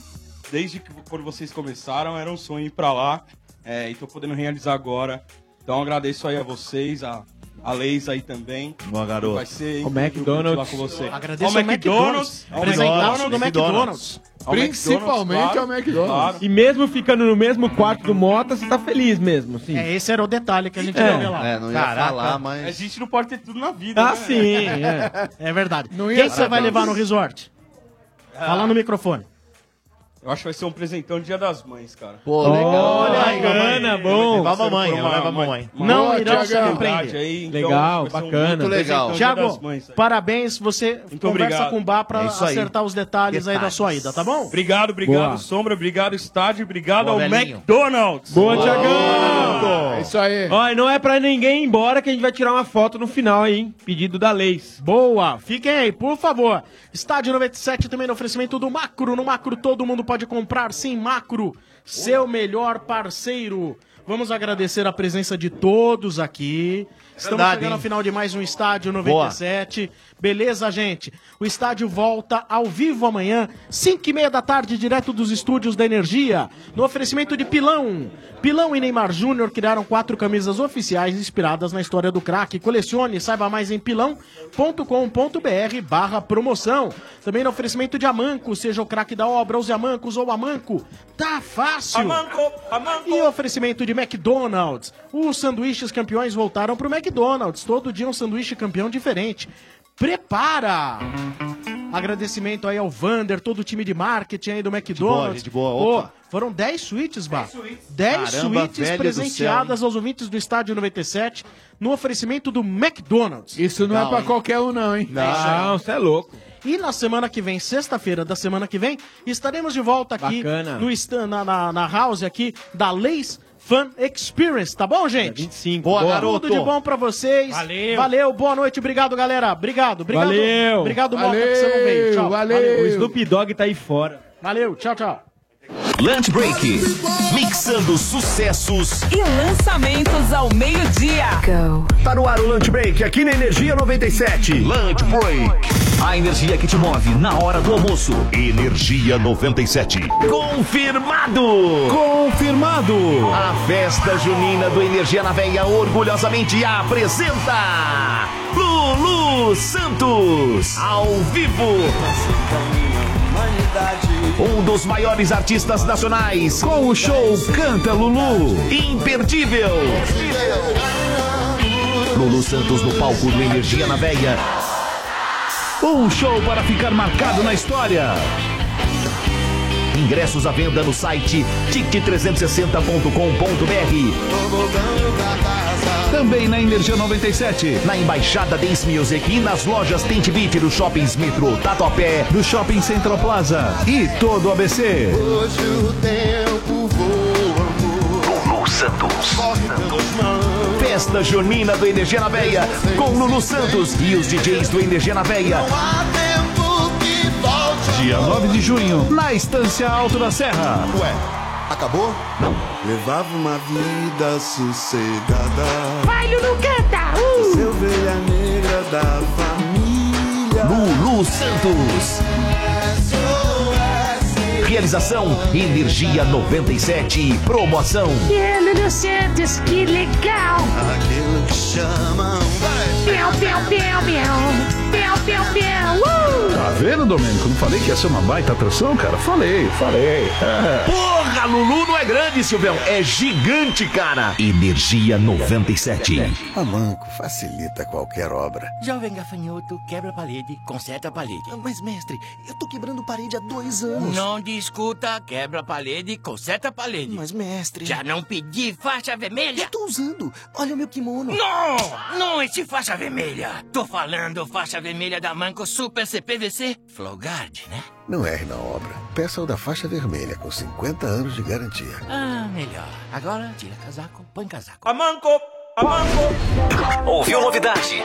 [SPEAKER 19] desde que quando vocês começaram, era um sonho ir pra lá. É, e tô podendo realizar agora. Então agradeço aí a vocês, a, a Leis aí também.
[SPEAKER 2] Boa, garoto.
[SPEAKER 19] Vai ser
[SPEAKER 2] O
[SPEAKER 19] incrível
[SPEAKER 2] McDonald's.
[SPEAKER 19] lá com você.
[SPEAKER 2] Agradeço
[SPEAKER 19] Ao
[SPEAKER 2] ao McDonald's.
[SPEAKER 19] ao
[SPEAKER 2] Apresentaço do
[SPEAKER 10] McDonald's.
[SPEAKER 19] Ao McDonald's,
[SPEAKER 10] Principalmente ao McDonald's.
[SPEAKER 19] claro.
[SPEAKER 1] E mesmo ficando no mesmo quarto do Mota, você tá feliz mesmo, sim.
[SPEAKER 9] É, esse era o detalhe que a gente
[SPEAKER 1] É,
[SPEAKER 9] não ia lá.
[SPEAKER 1] é, não ia falar, mas-
[SPEAKER 19] A gente não pode ter tudo na vida.
[SPEAKER 1] Ah,
[SPEAKER 19] né?
[SPEAKER 1] sim,
[SPEAKER 9] É verdade.
[SPEAKER 19] Não ia
[SPEAKER 9] Quem que você vai
[SPEAKER 19] Parabéns.
[SPEAKER 2] Ah.
[SPEAKER 9] levar no resort? Fala no microfone.
[SPEAKER 19] [LAUGHS] Eu acho que vai ser um presentão de Dia das Mães, cara.
[SPEAKER 2] Pô,
[SPEAKER 19] legal.
[SPEAKER 2] bacana, bom. Leva a mamãe, leva a mamãe. é
[SPEAKER 9] Não irão
[SPEAKER 19] irá
[SPEAKER 9] se arrepender.
[SPEAKER 19] então,
[SPEAKER 2] então
[SPEAKER 19] legal, bacana.
[SPEAKER 9] Muito legal. Tiago, parabéns. Você conversa
[SPEAKER 19] obrigado.
[SPEAKER 9] com o Bá pra
[SPEAKER 19] É isso aí.
[SPEAKER 9] acertar os detalhes, aí da
[SPEAKER 19] Detalhes.
[SPEAKER 9] sua ida, tá bom?
[SPEAKER 19] Obrigado, obrigado,
[SPEAKER 9] Boa.
[SPEAKER 19] Sombra. Obrigado, estádio. Obrigado
[SPEAKER 9] Boa,
[SPEAKER 19] ao
[SPEAKER 9] velhinho.
[SPEAKER 19] McDonald's.
[SPEAKER 1] Boa, Tiagão!
[SPEAKER 19] É
[SPEAKER 1] isso aí. Ó, e não é pra ninguém ir embora que a gente vai tirar uma foto no final aí, hein? Pedido da Leis.
[SPEAKER 9] Boa! Fiquem aí, por favor. Estádio 97 também no oferecimento do Macro. No Macro todo mundo pode comprar, sim, Macro, seu melhor parceiro. Vamos agradecer a presença de todos aqui. Estamos
[SPEAKER 30] Verdade,
[SPEAKER 9] chegando
[SPEAKER 30] hein?
[SPEAKER 9] ao final de mais um Estádio
[SPEAKER 30] Boa.
[SPEAKER 9] 97. Beleza, gente? O estádio volta ao vivo amanhã, 5 e meia da tarde, direto dos estúdios da Energia, no oferecimento de Pilão. Pilão e Neymar Júnior criaram quatro camisas oficiais inspiradas na história do craque. Colecione, saiba mais em pilão.com.br barra promoção. Também no oferecimento de Amanco, seja o craque da obra, os Amancos ou Amanco, tá fácil.
[SPEAKER 19] Amanco, Amanco.
[SPEAKER 9] E oferecimento de McDonald's. Os sanduíches campeões voltaram pro McDonald's. Todo dia um sanduíche campeão diferente. Prepara! Agradecimento aí ao Vander, todo o time de marketing aí do McDonald's.
[SPEAKER 2] gente boa, opa.
[SPEAKER 9] Pô, foram 10 suítes, Bá. 10
[SPEAKER 2] Dez Caramba,
[SPEAKER 9] suítes
[SPEAKER 2] velho do
[SPEAKER 9] presenteadas aos ouvintes do Estádio 97 no oferecimento do McDonald's.
[SPEAKER 31] Isso não é pra qualquer um, não, hein?
[SPEAKER 9] Não, você é louco. E na semana que vem, sexta-feira da semana que vem, estaremos de volta aqui
[SPEAKER 1] Bacana.
[SPEAKER 9] no stand, na, na, na house aqui da Leis Fan Experience, tá bom, gente? 25.
[SPEAKER 1] Boa,
[SPEAKER 9] Tudo
[SPEAKER 1] garoto.
[SPEAKER 9] de bom pra vocês.
[SPEAKER 1] Valeu.
[SPEAKER 9] Valeu, boa noite, obrigado, galera. Obrigado, obrigado.
[SPEAKER 1] Valeu.
[SPEAKER 9] Obrigado, Moca, que você não veio. Tchau.
[SPEAKER 1] O Snoop Dogg tá aí fora.
[SPEAKER 9] Valeu, tchau, tchau.
[SPEAKER 2] Lunch Break. Mixando sucessos
[SPEAKER 32] e lançamentos ao meio-dia.
[SPEAKER 33] Tá no ar o Lunch Break aqui na Energia 97.
[SPEAKER 27] Lunch Break.
[SPEAKER 33] A energia que te move na hora do almoço.
[SPEAKER 27] Energia 97.
[SPEAKER 2] Confirmado! Confirmado! A festa junina do Energia na Veia orgulhosamente apresenta Lulu Santos ao vivo. Um dos maiores artistas nacionais com o show Canta Lulu. Imperdível. Lulu Santos no palco do Energia na Veia. Um show para ficar marcado na história. Ingressos à venda no site tique360.com.br. Também na Energia 97, na Embaixada Dance Music e nas lojas Tente Beat dos shoppings Metro Tatuapé, do Shopping Central Plaza e todo o ABC.
[SPEAKER 26] Hoje o tempo voa,
[SPEAKER 27] Lulu Santos.
[SPEAKER 2] Festa Junina do Energia na Veia, com Lulu Santos e os DJs do Energia na Veia.
[SPEAKER 27] Dia 9 de junho, na Estância Alto da Serra. Ué, acabou? Não.
[SPEAKER 9] é?
[SPEAKER 10] Levava uma vida sossegada.
[SPEAKER 26] Vai, Lulu, canta! uh!
[SPEAKER 10] Se eu velha negra da família.
[SPEAKER 2] Lulu Santos. Realização Energia 97, promoção.
[SPEAKER 26] E Lulu Santos, que legal!
[SPEAKER 2] Aquilo que
[SPEAKER 26] Chamam, vai! Meu, meu, meu, meu! Meu, meu, meu! Uh!
[SPEAKER 27] Tá vendo, Domênico? Não falei que ia ser uma baita atração, cara? Falei, falei.
[SPEAKER 2] Porra, Lulu não é grande, Silvão. É gigante, cara. Energia 97.
[SPEAKER 23] A Manco facilita qualquer obra.
[SPEAKER 16] Jovem gafanhoto, quebra a parede, conserta a parede.
[SPEAKER 23] Mas, mestre, eu tô quebrando parede há dois anos.
[SPEAKER 16] Não discuta, quebra a parede, conserta a parede. Mas, mestre. Já não pedi faixa vermelha?
[SPEAKER 23] Tô usando. Olha o meu kimono.
[SPEAKER 16] Não! Não esse faixa vermelha! Tô falando faixa vermelha da Manco Super CPVC Flowguard, né?
[SPEAKER 23] Não erre na obra. Peça o da faixa vermelha com 50 anos de garantia.
[SPEAKER 16] Ah, melhor. Agora tira casaco, põe casaco.
[SPEAKER 19] A Manco, a Manco.
[SPEAKER 23] Ouviu novidade?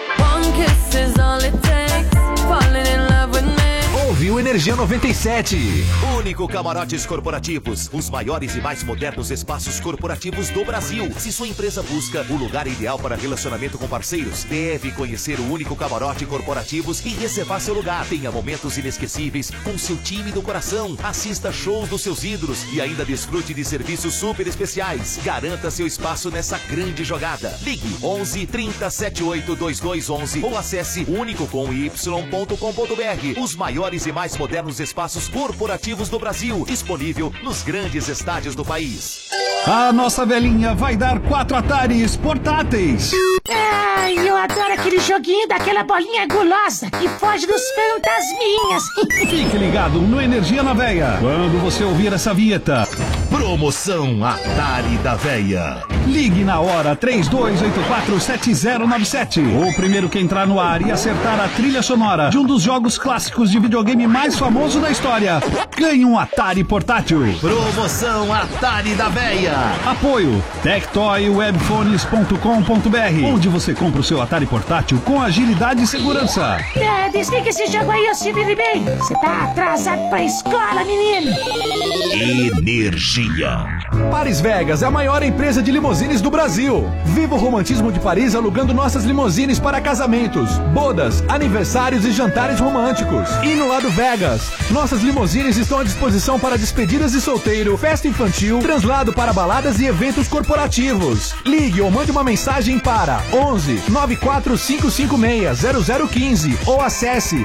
[SPEAKER 2] Ouviu Energia 97. Único Camarotes Corporativos, os maiores e mais modernos espaços corporativos do Brasil. Se sua empresa busca o lugar ideal para relacionamento com parceiros, deve conhecer o Único Camarote Corporativos e reservar seu lugar. Tenha momentos inesquecíveis com seu time do coração. Assista shows dos seus ídolos e ainda desfrute de serviços super especiais. Garanta seu espaço nessa grande jogada. Ligue 11 30 78 2211 ou acesse unicocomy.com.br. Os maiores e mais modernos espaços corporativos do Brasil, disponível nos grandes estádios do país.
[SPEAKER 27] A nossa velhinha vai dar quatro Ataris portáteis.
[SPEAKER 26] Ai, eu adoro aquele joguinho daquela bolinha gulosa que foge dos fantasminhas. [LAUGHS]
[SPEAKER 27] Fique ligado no Energia na Veia. Quando você ouvir essa vinheta. Promoção Atari da Veia. Ligue na hora 32847097. O primeiro que entrar no ar e acertar a trilha sonora de um dos jogos clássicos de videogame mais famoso da história, ganhe um Atari portátil.
[SPEAKER 2] Promoção Atari da Veia.
[SPEAKER 27] Apoio tectoywebphones.com.br, onde você compra o seu Atari portátil com agilidade e segurança.
[SPEAKER 26] Ah, desliga esse jogo aí, ô Silvio Ribeiro. Você tá atrasado pra escola, menino.
[SPEAKER 27] Energia.
[SPEAKER 34] Paris Vegas é a maior empresa de limousines do Brasil. Viva o romantismo de Paris alugando nossas limousines para casamentos, bodas, aniversários e jantares românticos. E no lado Vegas, nossas limousines estão à disposição para despedidas de solteiro, festa infantil, translado para baladas e eventos corporativos. Ligue ou mande uma mensagem para 11 94556 0015 ou acesse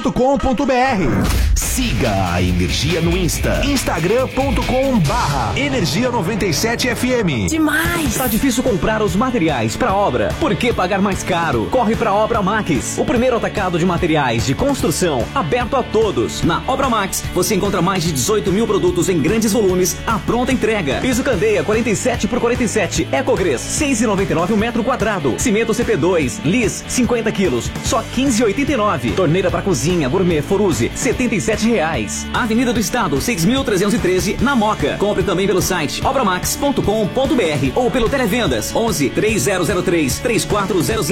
[SPEAKER 34] www.parisvegas.com.br.
[SPEAKER 27] Siga a Energia no Insta.
[SPEAKER 34] Instagram.com barra
[SPEAKER 27] Energia 97 FM.
[SPEAKER 18] Demais! Tá difícil comprar os materiais para obra. Por que pagar mais caro? Corre para Obra Max, o primeiro atacado de materiais de construção aberto a todos. Na Obra Max, você encontra mais de 18 mil produtos em grandes volumes à pronta entrega. Piso Candeia 47 por 47, Ecogres 6,99 o um metro quadrado. Cimento CP2, Lis 50 quilos, só 15,89. Torneira para cozinha Gourmet Foruse 77 reais. Avenida do Estado 6.313 na Moca. Compre também pelo site obramax.com.br ou pelo televendas 11 3003 3400.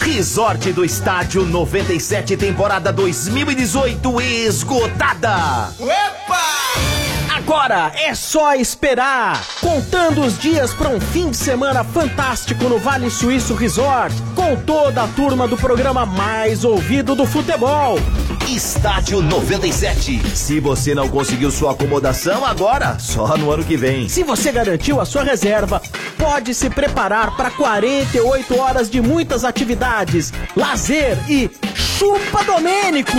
[SPEAKER 2] Resort do Estádio 97, temporada 2018 esgotada.
[SPEAKER 18] Agora é só esperar! Contando os dias para um fim de semana fantástico no Vale Suíço Resort, com toda a turma do programa mais ouvido do futebol.
[SPEAKER 2] Estádio 97. Se você não conseguiu sua acomodação agora, só no ano que vem.
[SPEAKER 18] Se você garantiu a sua reserva, pode se preparar para 48 horas de muitas atividades, lazer e chupa Domênico!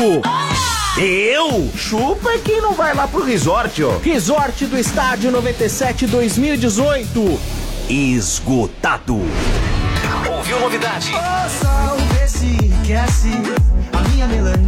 [SPEAKER 2] Eu?
[SPEAKER 18] Chupa é quem não vai lá pro resort, ó. Resort do Estádio 97 2018.
[SPEAKER 2] Esgotado.
[SPEAKER 18] Ouviu novidade?
[SPEAKER 35] Ouça o desse que é assim, a minha melancia.